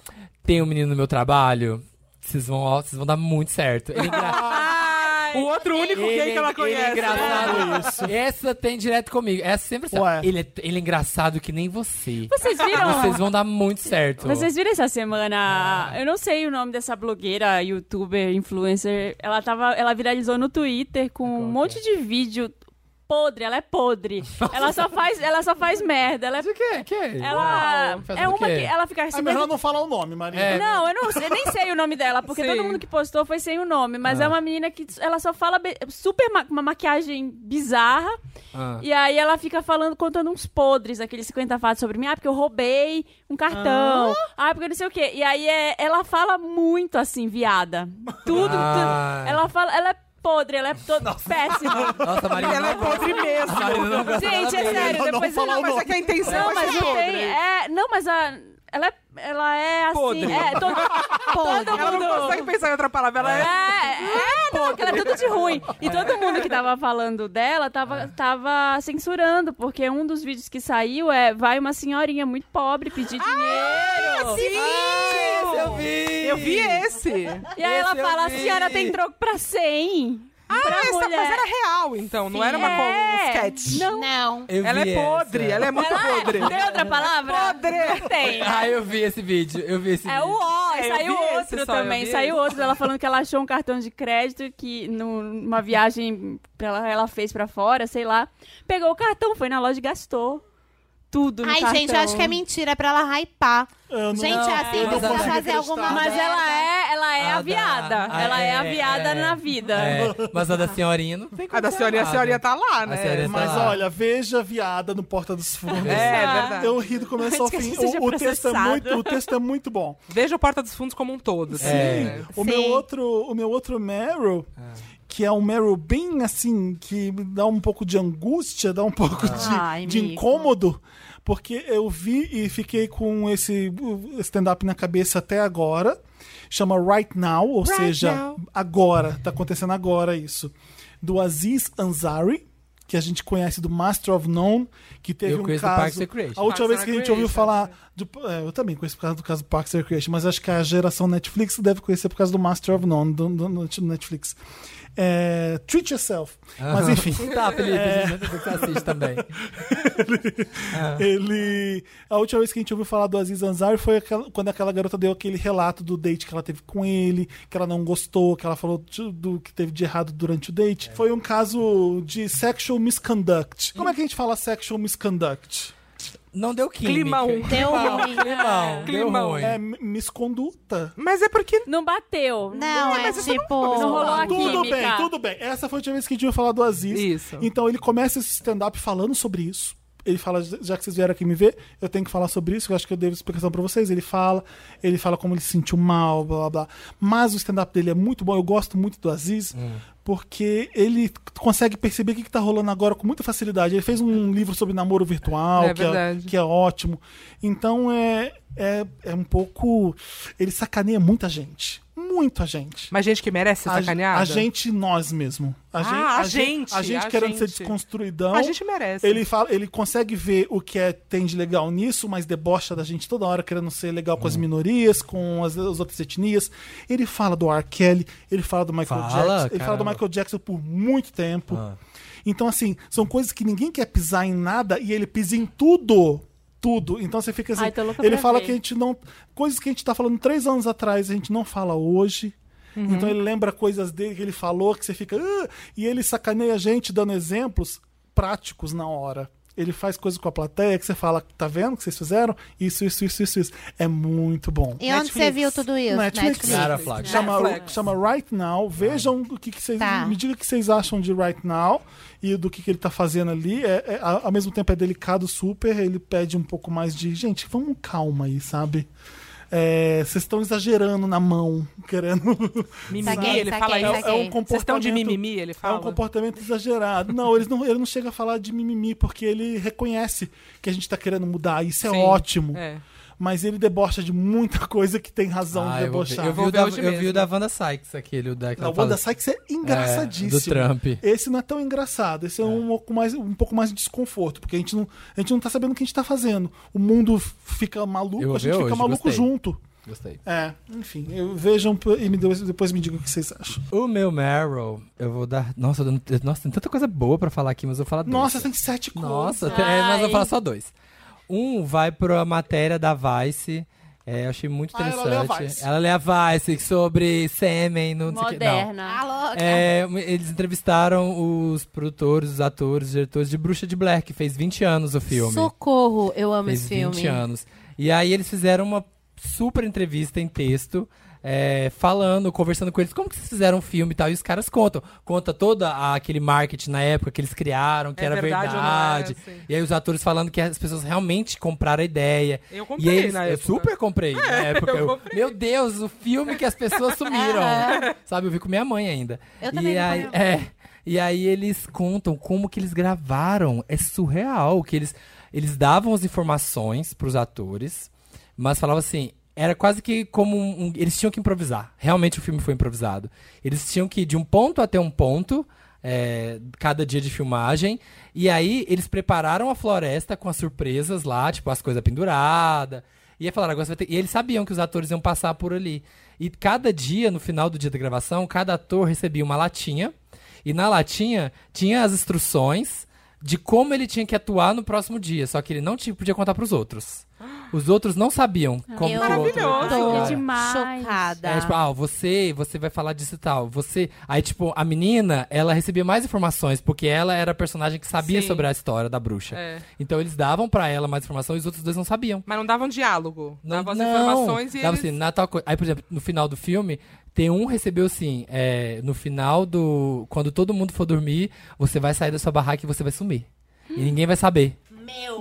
Speaker 3: tem um menino no meu trabalho, vocês vão, ó, vocês vão dar muito certo. Ele é engra-
Speaker 4: O outro único
Speaker 3: ele
Speaker 4: gay
Speaker 3: é-
Speaker 4: que ela conhece.
Speaker 3: Ele é engraçado. Essa tem direto comigo. Essa sempre assim. ó,
Speaker 1: Ué.
Speaker 3: Ele é, ele é engraçado que nem você.
Speaker 2: Vocês viram?
Speaker 3: Vocês vão dar muito certo.
Speaker 2: Vocês viram essa
Speaker 3: Ah.
Speaker 2: semana? Eu não sei o nome dessa blogueira,
Speaker 3: é?
Speaker 2: youtuber, influencer. Ela, tava, ela viralizou no Twitter com um monte de vídeo podre, ela é podre. ela só faz, ela só faz merda, ela é
Speaker 3: Mas o que? que?
Speaker 2: ela
Speaker 3: Uau, faz
Speaker 2: é
Speaker 3: o
Speaker 2: uma
Speaker 3: quê? Ah,
Speaker 2: que ela fica
Speaker 1: É
Speaker 2: assim,
Speaker 1: melhor não falar o nome, Maria.
Speaker 3: É.
Speaker 2: Não, eu não sei- nem sei o nome dela, porque
Speaker 4: Sim.
Speaker 2: todo mundo que postou foi sem o nome, mas
Speaker 3: Ah.
Speaker 2: é uma menina que ela só fala be- super ma- com uma maquiagem bizarra,
Speaker 3: Ah.
Speaker 2: e aí ela fica falando, contando uns podres, aqueles 50 fatos sobre mim, ah, porque eu roubei um cartão, ah, porque não sei o quê. E aí é- ela fala muito assim, viada. Tudo,
Speaker 3: Ah.
Speaker 2: tudo. Ela fala, ela é podre, ela é toda péssima.
Speaker 3: Nossa, a Marina.
Speaker 4: Ela é
Speaker 3: não-
Speaker 4: podre mesmo.
Speaker 3: a Marina não gosta
Speaker 2: Gente, é
Speaker 3: dela mesmo.
Speaker 2: sério,
Speaker 1: Não, não
Speaker 2: depois
Speaker 1: falar
Speaker 2: ela
Speaker 1: o
Speaker 4: Mas é que a intenção
Speaker 2: não,
Speaker 4: é
Speaker 2: mas
Speaker 4: ser
Speaker 2: não
Speaker 4: podre.
Speaker 2: tem. É, não, mas a. Ela é, ela é assim.
Speaker 4: Podre.
Speaker 2: É, todo, todo
Speaker 4: Ela
Speaker 2: mundo.
Speaker 4: não consegue pensar em outra palavra. Ela é...
Speaker 2: É, é, não, que ela é tudo de ruim. E todo mundo que tava falando dela
Speaker 4: É.
Speaker 2: tava, tava censurando, porque um dos vídeos que saiu é vai uma senhorinha muito pobre pedir
Speaker 4: Ah,
Speaker 3: Ah,
Speaker 2: dinheiro.
Speaker 3: Esse eu vi!
Speaker 4: Eu vi esse.
Speaker 2: e aí ela
Speaker 3: esse eu
Speaker 2: fala, a
Speaker 3: vi.
Speaker 2: senhora tem troco pra 100. Ah, pra
Speaker 4: Essa-
Speaker 2: mulher.
Speaker 4: mas era real, então. Não era uma co- um
Speaker 2: É.
Speaker 4: sketch.
Speaker 2: Não.
Speaker 5: Não.
Speaker 3: Eu
Speaker 4: Ela
Speaker 3: vi
Speaker 4: é podre.
Speaker 3: essa.
Speaker 4: Ela é muito podre.
Speaker 2: Tem outra palavra?
Speaker 4: Podre.
Speaker 2: Não tem.
Speaker 3: Ah, eu vi esse vídeo. Eu vi esse
Speaker 2: É
Speaker 3: vídeo.
Speaker 2: o O,
Speaker 4: É, eu
Speaker 2: saiu
Speaker 4: vi esse
Speaker 2: outro
Speaker 4: só, eu
Speaker 2: também.
Speaker 4: vi
Speaker 2: Saiu
Speaker 4: esse.
Speaker 2: outro dela falando que ela achou um cartão de crédito que num- numa viagem que ela, ela fez pra fora, sei lá. Pegou o cartão, foi na loja e gastou tudo no
Speaker 5: Ai,
Speaker 2: cartão.
Speaker 5: gente, eu acho que é mentira. É pra ela hypar.
Speaker 1: Eu não-
Speaker 5: gente, é assim
Speaker 3: mas
Speaker 5: que
Speaker 3: ela-
Speaker 5: precisa fazer alguma
Speaker 2: Mas
Speaker 5: merda.
Speaker 2: ela é, ela é
Speaker 3: Ah,
Speaker 2: a viada.
Speaker 3: tá. Ah,
Speaker 2: ela é, a
Speaker 3: é,
Speaker 2: viada
Speaker 3: é.
Speaker 2: na vida.
Speaker 3: É, mas a da senhorinha não tem como
Speaker 4: A Ah, da
Speaker 3: ser
Speaker 4: senhorinha, a
Speaker 3: amada.
Speaker 4: senhorinha tá lá,
Speaker 3: A
Speaker 4: né?
Speaker 3: senhorinha tá
Speaker 1: Mas
Speaker 3: lá.
Speaker 1: olha, veja a viada no Porta dos Fundos.
Speaker 4: É, verdade.
Speaker 1: Eu ri do começo ao
Speaker 2: Antes que a
Speaker 1: fim.
Speaker 2: gente seja
Speaker 1: O, o texto é
Speaker 2: processado.
Speaker 1: muito, o texto é muito bom.
Speaker 4: Veja o Porta dos Fundos como um todo. assim,
Speaker 3: É.
Speaker 4: né?
Speaker 1: O meu
Speaker 5: Sim.
Speaker 1: outro, o meu outro Meryl, que é um Meryl bem assim, que dá um pouco de angústia, dá um pouco de,
Speaker 2: Ai,
Speaker 1: de
Speaker 2: mico.
Speaker 1: incômodo, porque eu vi e fiquei com esse stand-up na cabeça até agora. Chama Right Now, ou seja, agora, tá acontecendo agora isso. Do Aziz Ansari, que a gente conhece do Master of None, que teve
Speaker 3: Eu
Speaker 1: um
Speaker 3: conheço do Parks
Speaker 1: caso...
Speaker 3: and Recreation.
Speaker 1: a última
Speaker 4: Parks
Speaker 1: vez
Speaker 4: and
Speaker 1: que a gente ouviu
Speaker 4: Recreation,
Speaker 1: falar do- é, eu também conheço por causa do caso do Parks and Recreation, mas acho que a geração Netflix deve conhecer por causa do Master of None do, do- do Netflix. É, Treat Yourself. Mas enfim, É.
Speaker 3: Tá, Felipe, a gente vai ter que você assiste também.
Speaker 1: ele. A última vez que a gente ouviu falar do Aziz Ansari foi aquela- quando aquela garota deu aquele relato do date que ela teve com ele, que ela não gostou, que ela falou de- do que teve de errado durante o date. Foi um caso de sexual misconduct. Como é que a gente fala sexual misconduct?
Speaker 3: Não deu química.
Speaker 4: Climão.
Speaker 5: Deu ruim.
Speaker 3: Climão.
Speaker 4: Climão.
Speaker 3: Deu ruim.
Speaker 1: É mi- misconduta.
Speaker 4: Mas é porque
Speaker 2: Não bateu.
Speaker 5: Não, é tipo...
Speaker 2: não rolou a
Speaker 1: Tudo
Speaker 2: química.
Speaker 1: bem, tudo bem. Essa foi a última vez que a gente ouviu falar do Aziz.
Speaker 4: Isso.
Speaker 1: Então ele começa esse stand-up falando sobre isso. Ele fala, já que vocês vieram aqui me ver, eu tenho que falar sobre isso, eu acho que eu devo explicação pra vocês. Ele fala, ele fala como ele se sentiu mal, blá blá blá. Mas o stand-up dele é muito bom, eu gosto muito do Aziz, porque ele consegue perceber o que, que tá rolando agora com muita facilidade. Ele fez um livro sobre namoro virtual,
Speaker 4: É
Speaker 1: que, é,
Speaker 4: verdade.
Speaker 1: que é ótimo. Então é, é, é um pouco. Ele sacaneia muita gente. Muita gente.
Speaker 4: Mas gente que merece ser
Speaker 1: A-
Speaker 4: sacaneada?
Speaker 1: A gente, nós mesmo. A
Speaker 4: Ah,
Speaker 1: gente,
Speaker 4: a gente,
Speaker 1: A gente
Speaker 4: a
Speaker 1: querendo ser
Speaker 4: gente.
Speaker 1: desconstruidão.
Speaker 4: A gente merece.
Speaker 1: Ele, fala, ele consegue ver o que é, tem de legal nisso, mas debocha da gente toda hora, querendo ser legal com as
Speaker 3: Hum.
Speaker 1: minorias, com as, as outras etnias. Ele fala do R. Kelly, ele fala do Michael
Speaker 3: Fala,
Speaker 1: Jackson. Ele fala do
Speaker 3: caramba.
Speaker 1: Michael Jackson por muito tempo.
Speaker 3: Ah.
Speaker 1: Então, assim, são coisas que ninguém quer pisar em nada e ele pisa em tudo. Tudo. Então você fica assim.
Speaker 2: Ai, tô louca
Speaker 1: ele
Speaker 2: pra
Speaker 1: fala
Speaker 2: ver.
Speaker 1: que a gente não. Coisas que a gente tá falando três anos atrás, a gente não fala hoje.
Speaker 2: Uhum.
Speaker 1: Então ele lembra coisas dele que ele falou, que você fica. "Ah", e ele sacaneia a gente dando exemplos práticos na hora. Ele faz coisas com a plateia que você fala, tá vendo o que vocês fizeram? Isso, isso, isso, isso, isso. É muito bom.
Speaker 5: E onde
Speaker 4: Netflix.
Speaker 5: você viu tudo isso?
Speaker 1: Netflix.
Speaker 3: Clara Flack.
Speaker 1: Chama,
Speaker 4: Netflix.
Speaker 1: chama Right Now. Vejam o que, que vocês.
Speaker 5: Tá.
Speaker 1: Me diga o que vocês acham de Right Now e do que, que ele tá fazendo ali. É, é- a- ao mesmo tempo é delicado, super. Ele pede um pouco mais de. Gente, vamos calma aí, sabe? É, Vocês estão exagerando na mão, querendo.
Speaker 4: Mimimi,
Speaker 5: Saquei,
Speaker 4: ele
Speaker 5: saquei,
Speaker 4: fala
Speaker 5: saquei.
Speaker 4: isso.
Speaker 5: É um
Speaker 1: comportamento-
Speaker 4: Vocês estão de mimimi, ele
Speaker 1: É
Speaker 4: fala.
Speaker 1: um comportamento exagerado. Não, eles não, ele não chega a falar de mimimi, porque ele reconhece que a gente tá querendo mudar. Isso é
Speaker 4: Sim,
Speaker 1: ótimo.
Speaker 4: É.
Speaker 1: Mas ele debocha de muita coisa que tem razão
Speaker 3: Ah,
Speaker 1: de
Speaker 3: eu, vou ver.
Speaker 1: debochar.
Speaker 3: eu vi
Speaker 4: Vou
Speaker 3: o
Speaker 4: ver
Speaker 3: da,
Speaker 4: hoje
Speaker 3: eu vi
Speaker 4: mesmo.
Speaker 3: o da Wanda Sykes, aquele o da que
Speaker 1: Não,
Speaker 3: ela
Speaker 1: o Wanda
Speaker 3: fala-
Speaker 1: Sykes é engraçadíssimo.
Speaker 3: É, do Trump.
Speaker 1: Esse não é tão engraçado. Esse é, Um, pouco mais, um pouco mais de desconforto, porque a gente, não, a gente não tá sabendo o que a gente tá fazendo. O mundo f- fica
Speaker 3: Eu
Speaker 1: maluco,
Speaker 3: vou
Speaker 1: a gente
Speaker 3: ver
Speaker 1: fica
Speaker 3: hoje,
Speaker 1: maluco
Speaker 3: gostei.
Speaker 1: junto.
Speaker 3: Gostei.
Speaker 1: É, enfim, eu- vejam p- e me de- depois me digam o que vocês acham.
Speaker 3: O meu Meryl, eu vou dar. Nossa, eu não- nossa, tem tanta coisa boa pra falar aqui, mas eu vou falar dois.
Speaker 1: Nossa, tem sete coisas.
Speaker 3: Nossa, tem- é, mas eu vou falar só dois. Um vai pra matéria da Vice É, eu achei muito
Speaker 1: Ah, ela
Speaker 3: interessante.
Speaker 1: lê a Vice.
Speaker 3: Ela lê a Vice sobre sêmen, não sei o que. Não.
Speaker 5: Tá
Speaker 2: Moderna.
Speaker 3: É, eles entrevistaram os produtores, os atores, os diretores de Bruxa de Blair, que fez 20 anos o É filme.
Speaker 5: Socorro, eu amo
Speaker 3: fez
Speaker 5: esse filme.
Speaker 3: 20 anos. E aí eles fizeram uma super entrevista em texto. é, falando, conversando com eles, como que vocês fizeram o filme e tal, e os caras contam. Conta todo a- aquele marketing na época que eles criaram, que
Speaker 4: É
Speaker 3: era
Speaker 4: verdade
Speaker 3: verdade.
Speaker 4: ou não é, assim.
Speaker 3: E aí os atores falando que as pessoas realmente compraram a ideia.
Speaker 4: Eu
Speaker 3: E
Speaker 4: comprei
Speaker 3: eles,
Speaker 4: na
Speaker 3: eu
Speaker 4: época. É,
Speaker 3: super comprei na época.
Speaker 4: eu
Speaker 3: Eu-
Speaker 4: comprei.
Speaker 3: meu Deus, o filme que as pessoas sumiram. Sabe, eu vi com minha mãe ainda.
Speaker 5: Eu
Speaker 3: e
Speaker 5: também vi com
Speaker 3: aí,
Speaker 5: a minha
Speaker 3: é, e aí eles contam como que eles gravaram. É surreal que eles eles davam as informações pros atores, mas falavam assim, era quase que como um, um- eles tinham que improvisar. Realmente o filme foi improvisado. Eles tinham que ir de um ponto até um ponto. é, cada dia de filmagem. E aí, eles prepararam a floresta com as surpresas lá, tipo, as coisas penduradas. E aí falaram, agora você vai ter... E eles sabiam que os atores iam passar por ali. E cada dia, no final do dia da gravação, cada ator recebia uma latinha. E na latinha tinha as instruções de como ele tinha que atuar no próximo dia. Só que ele não tinha, podia contar pros outros. Os outros não sabiam como
Speaker 5: Eu
Speaker 3: que o outro ia
Speaker 4: Maravilhoso.
Speaker 5: tô
Speaker 3: atuar.
Speaker 2: demais.
Speaker 5: chocada.
Speaker 3: É, tipo, ah, você, você vai falar disso e tal. Você. Aí, tipo, a menina, ela recebia mais informações, porque ela era a personagem que sabia
Speaker 4: Sim.
Speaker 3: sobre a história da bruxa.
Speaker 4: É.
Speaker 3: Então eles davam pra ela mais informação e os outros dois não sabiam.
Speaker 4: Mas não davam diálogo. Davam as
Speaker 3: Não,
Speaker 4: informações e
Speaker 3: dava
Speaker 4: eles...
Speaker 3: assim, na tal coisa. Aí, por exemplo, no final do filme, tem um recebeu assim, é, no final do. Quando todo mundo for dormir, você vai sair da sua barraca e você vai sumir. E ninguém vai saber.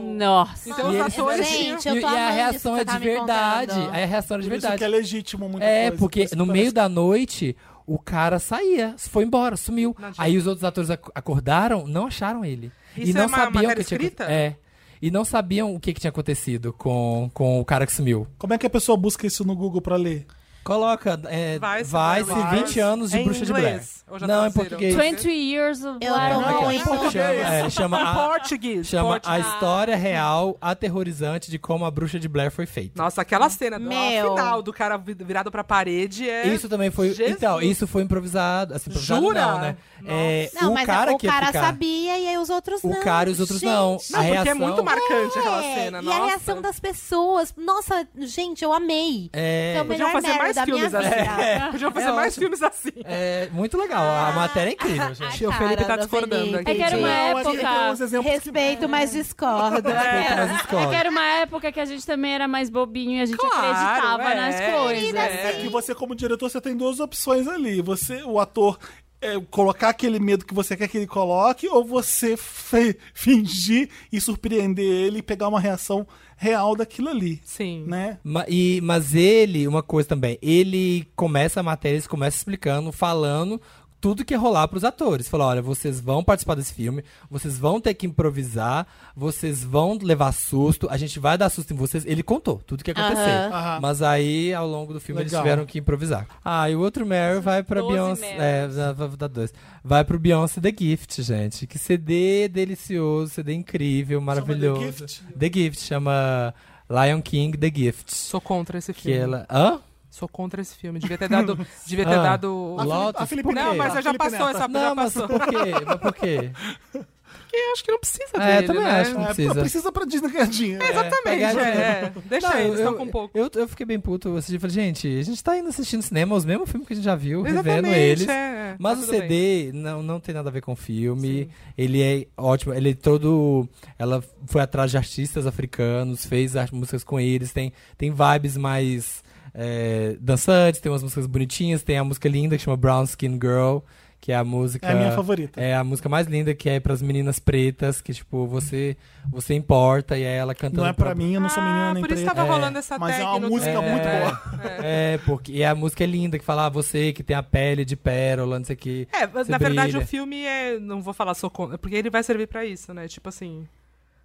Speaker 2: Nossa.
Speaker 4: Então
Speaker 3: E
Speaker 4: os
Speaker 3: eles-
Speaker 4: atores tinham...
Speaker 5: Gente,
Speaker 3: e,
Speaker 5: eu
Speaker 3: e
Speaker 5: tô
Speaker 3: a
Speaker 5: amando
Speaker 3: reação
Speaker 5: isso
Speaker 3: é
Speaker 5: que você tá
Speaker 3: de
Speaker 5: me
Speaker 3: verdade.
Speaker 5: contando.
Speaker 3: Aí a reação era de
Speaker 1: Por isso
Speaker 3: verdade.
Speaker 1: que é legítimo muita
Speaker 3: É,
Speaker 1: coisa, por
Speaker 3: porque
Speaker 1: isso que
Speaker 3: no
Speaker 1: parece
Speaker 3: meio da noite o cara saía, foi embora, sumiu.
Speaker 4: Não adianta.
Speaker 3: Aí os outros atores ac- acordaram, não acharam ele.
Speaker 4: Isso
Speaker 3: e não
Speaker 4: é uma
Speaker 3: sabiam o
Speaker 4: matéria
Speaker 3: que tinha
Speaker 4: escrita?
Speaker 3: aconte- É. E não sabiam o que, que tinha acontecido com, com o cara que sumiu.
Speaker 1: Como é que a pessoa busca isso no Google pra ler?
Speaker 3: Coloca, é,
Speaker 4: Vai
Speaker 3: vai,
Speaker 4: se-
Speaker 3: se
Speaker 4: vai-
Speaker 3: 20 anos de
Speaker 4: Em
Speaker 3: bruxa
Speaker 4: inglês,
Speaker 3: de Blair.
Speaker 4: ou já
Speaker 3: Não, em
Speaker 4: traduziram?
Speaker 3: português.
Speaker 2: 20 years of
Speaker 5: Eu
Speaker 2: black.
Speaker 5: tô
Speaker 3: Aqui, ó.
Speaker 5: muito
Speaker 3: Chama, é, chama, a,
Speaker 4: um Português.
Speaker 3: chama
Speaker 4: português.
Speaker 3: a história real aterrorizante de como a bruxa de Blair foi feita.
Speaker 4: Nossa, aquela cena do
Speaker 5: Meu.
Speaker 4: final do cara vi- virado pra parede é.
Speaker 3: Isso também foi.
Speaker 4: Jesus.
Speaker 3: Então, isso foi improvisado. Assim, improvisado
Speaker 4: Jura?
Speaker 3: Não, né? É,
Speaker 5: Não,
Speaker 3: o
Speaker 5: mas
Speaker 3: cara
Speaker 5: o
Speaker 3: que ia
Speaker 5: cara
Speaker 3: ficar-
Speaker 5: sabia e aí os outros
Speaker 3: O
Speaker 5: não.
Speaker 3: cara e os outros não.
Speaker 5: Gente,
Speaker 3: A
Speaker 4: Não, porque é
Speaker 3: reação-
Speaker 4: muito marcante aquela
Speaker 5: é,
Speaker 4: cena.
Speaker 5: e
Speaker 4: nossa.
Speaker 5: a reação das pessoas. Nossa, gente, eu amei.
Speaker 3: É,
Speaker 2: Então,
Speaker 5: Foi o
Speaker 4: Podiam
Speaker 5: melhor
Speaker 4: fazer
Speaker 5: Meryl
Speaker 4: mais
Speaker 5: da minha
Speaker 4: filmes assim.
Speaker 5: vida.
Speaker 4: Podiam fazer
Speaker 3: É
Speaker 4: mais
Speaker 3: ótimo.
Speaker 4: filmes assim.
Speaker 3: é muito legal.
Speaker 2: Ah.
Speaker 3: a matéria é incrível, gente.
Speaker 4: Tia, o Felipe tá discordando aqui.
Speaker 2: É que era uma
Speaker 1: Não, é que
Speaker 2: época-
Speaker 1: tem uns exemplos que- é.
Speaker 5: Respeito, mas discordo.
Speaker 3: Feita nas escolas.
Speaker 2: É que era uma época que a gente também era mais bobinho e a gente
Speaker 4: Claro,
Speaker 2: acreditava
Speaker 4: é,
Speaker 2: nas coisas.
Speaker 1: É que você, como diretor, você tem duas opções ali. Você, o ator, é, colocar aquele medo que você quer que ele coloque, ou você fe- fingir e surpreender ele e pegar uma reação real daquilo ali.
Speaker 4: Sim.
Speaker 1: Né?
Speaker 3: Ma- e- mas ele, uma coisa também, ele começa a matéria, ele começa explicando, falando tudo que ia rolar pros atores. Falou, olha, vocês vão participar desse filme, vocês vão ter que improvisar, vocês vão levar susto, a gente vai dar susto em vocês. Ele contou tudo que ia acontecer.
Speaker 1: Aham.
Speaker 3: Mas aí, ao longo do filme,
Speaker 1: Legal.
Speaker 3: eles tiveram que improvisar. Ah, e o outro Mary vai pra
Speaker 2: 12
Speaker 3: Beyoncé...
Speaker 2: Marys.
Speaker 3: É, dá- vou dar dois. Vai pro Beyoncé The Gift, gente. Que CD delicioso, CD incrível, maravilhoso.
Speaker 1: Gift?
Speaker 3: The Gift, chama Lion King The Gift.
Speaker 4: Sou contra esse
Speaker 3: Que
Speaker 4: filme.
Speaker 3: ela. Hã?
Speaker 4: Sou contra esse filme. Devia ter dado. devia ter
Speaker 3: Ah.
Speaker 4: dado.
Speaker 3: Ah, Lotus,
Speaker 1: a Felipe
Speaker 3: por quê?
Speaker 4: Não, mas
Speaker 1: a
Speaker 4: já
Speaker 1: Felipe
Speaker 4: passou
Speaker 1: Neto.
Speaker 4: essa já
Speaker 3: Não, mas
Speaker 4: passou.
Speaker 3: por quê? Mas por quê?
Speaker 4: Porque eu acho que não precisa
Speaker 3: É,
Speaker 4: dele,
Speaker 3: também
Speaker 4: né?
Speaker 3: acho.
Speaker 1: É,
Speaker 3: precisa.
Speaker 1: precisa pra Disney ganhar dinheiro.
Speaker 4: Exatamente,
Speaker 3: É, Pegar
Speaker 4: é, é.
Speaker 3: dinheiro.
Speaker 4: Deixa
Speaker 3: Não,
Speaker 4: eles,
Speaker 3: eu-
Speaker 4: estão com pouco.
Speaker 3: Eu, eu fiquei bem puto. Eu falei, gente, a gente tá indo assistindo cinema, os mesmos filmes que a gente já viu, revendo
Speaker 4: Exatamente,
Speaker 3: eles.
Speaker 4: é, é.
Speaker 3: Mas
Speaker 4: Tá
Speaker 3: o
Speaker 4: tudo bem.
Speaker 3: CD não, não tem nada a ver com o filme. Ele é ótimo. Ele é todo. Ela foi atrás de artistas africanos, fez as músicas com eles. Tem, tem vibes mais é, dançantes, tem umas músicas bonitinhas. Tem a música linda que chama Brown Skin Girl, que é a música.
Speaker 1: É a minha favorita.
Speaker 3: É a música mais linda que é pras meninas pretas, que tipo, você você importa e é ela cantando.
Speaker 1: Não é pra mim, eu não sou menina
Speaker 4: ah,
Speaker 1: nem
Speaker 4: por isso
Speaker 1: preta.
Speaker 4: tava
Speaker 3: É,
Speaker 4: rolando essa
Speaker 1: mas é
Speaker 4: tag
Speaker 1: uma
Speaker 4: no
Speaker 1: música
Speaker 4: Twitter.
Speaker 1: muito
Speaker 4: É.
Speaker 1: boa.
Speaker 3: É, porque e a música é linda que fala ah, você que tem a pele de pérola, não sei o que.
Speaker 4: É, mas
Speaker 3: Você
Speaker 4: na verdade
Speaker 3: brilha.
Speaker 4: o filme é. Não vou falar só contra, porque ele vai servir pra isso, né? Tipo assim.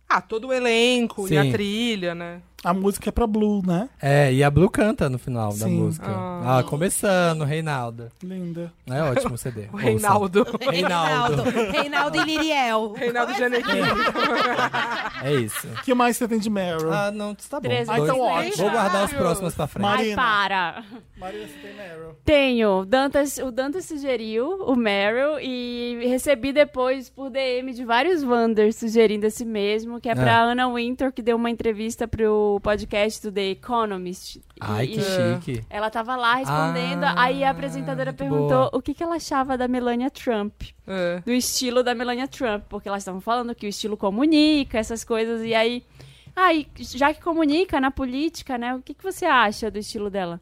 Speaker 4: Ah, todo o elenco e
Speaker 3: Sim.
Speaker 4: a trilha, né?
Speaker 1: A música é pra Blue, né?
Speaker 3: É, e a Blue canta no final da
Speaker 1: Sim.
Speaker 3: música.
Speaker 4: Ah.
Speaker 3: Ah, começando, Reinaldo.
Speaker 1: Linda.
Speaker 3: É ótimo o CD.
Speaker 4: O Reinaldo.
Speaker 3: Reinaldo.
Speaker 5: Reinaldo e Liriel.
Speaker 4: Reinaldo Janequim.
Speaker 3: É isso.
Speaker 1: O que mais você tem de Meryl?
Speaker 3: Ah, não, tá bom.
Speaker 2: Treze
Speaker 1: Ah, então
Speaker 2: Dois-
Speaker 1: ótimo.
Speaker 3: Vou guardar os próximos pra frente.
Speaker 2: Ai,
Speaker 1: Marina.
Speaker 2: para.
Speaker 1: Marina, você tem Meryl.
Speaker 2: Tenho. Dantas, o Dantas sugeriu o Meryl e recebi depois por DM de vários Wanders sugerindo esse mesmo, que é pra
Speaker 3: Ah.
Speaker 2: Anna Winter, que deu uma entrevista pro o podcast do The Economist.
Speaker 3: Ai,
Speaker 2: E-
Speaker 3: que
Speaker 2: e
Speaker 3: chique.
Speaker 2: Ela tava lá respondendo,
Speaker 3: Ah,
Speaker 2: aí a apresentadora
Speaker 3: muito
Speaker 2: perguntou
Speaker 3: boa.
Speaker 2: o que, que ela achava da Melania Trump,
Speaker 4: É.
Speaker 2: do estilo da Melania Trump, porque elas estavam falando que o estilo comunica, essas coisas, e aí. Ah, e já que comunica na política, né? O que, que você acha do estilo dela?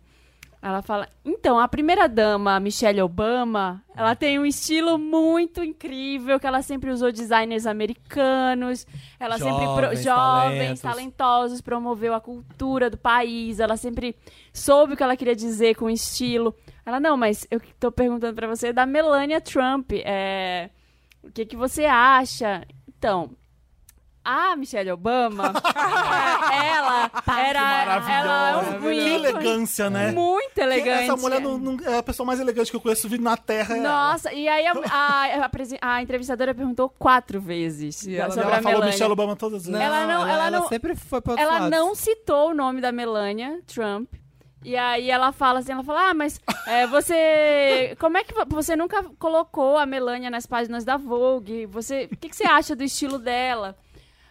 Speaker 2: Ela fala, então, a primeira dama, Michelle Obama, ela tem um estilo muito incrível, que ela sempre usou designers americanos, ela sempre pro-
Speaker 3: Jovens,
Speaker 2: jovens,
Speaker 3: talentos.
Speaker 2: talentosos, promoveu a cultura do país, ela sempre soube o que ela queria dizer com estilo. Ela, não, mas eu tô perguntando pra você é da Melania Trump, é, o que que você acha? Então, a Michelle Obama, é, ela
Speaker 1: Tá
Speaker 4: Ah,
Speaker 2: era, ela é
Speaker 1: né?
Speaker 2: um
Speaker 1: Que elegância, né?
Speaker 2: muito elegante.
Speaker 1: Essa mulher não- não- é a pessoa mais elegante que eu conheço vindo na Terra. é ela.
Speaker 2: Nossa, e aí a, a- a presen- a entrevistadora perguntou quatro vezes
Speaker 4: E ela-
Speaker 2: sobre
Speaker 1: ela
Speaker 2: a
Speaker 1: falou
Speaker 2: Melania.
Speaker 1: Michelle Obama todas as vezes.
Speaker 2: é Ela não- ela não-
Speaker 3: sempre foi pra outros
Speaker 2: Ela
Speaker 3: lados.
Speaker 2: não citou o nome da Melania Trump. E aí ela fala assim, ela fala, ah, mas é, você, como é que vo- você nunca colocou a Melania nas páginas da Vogue? Você, o que, que você acha do estilo dela?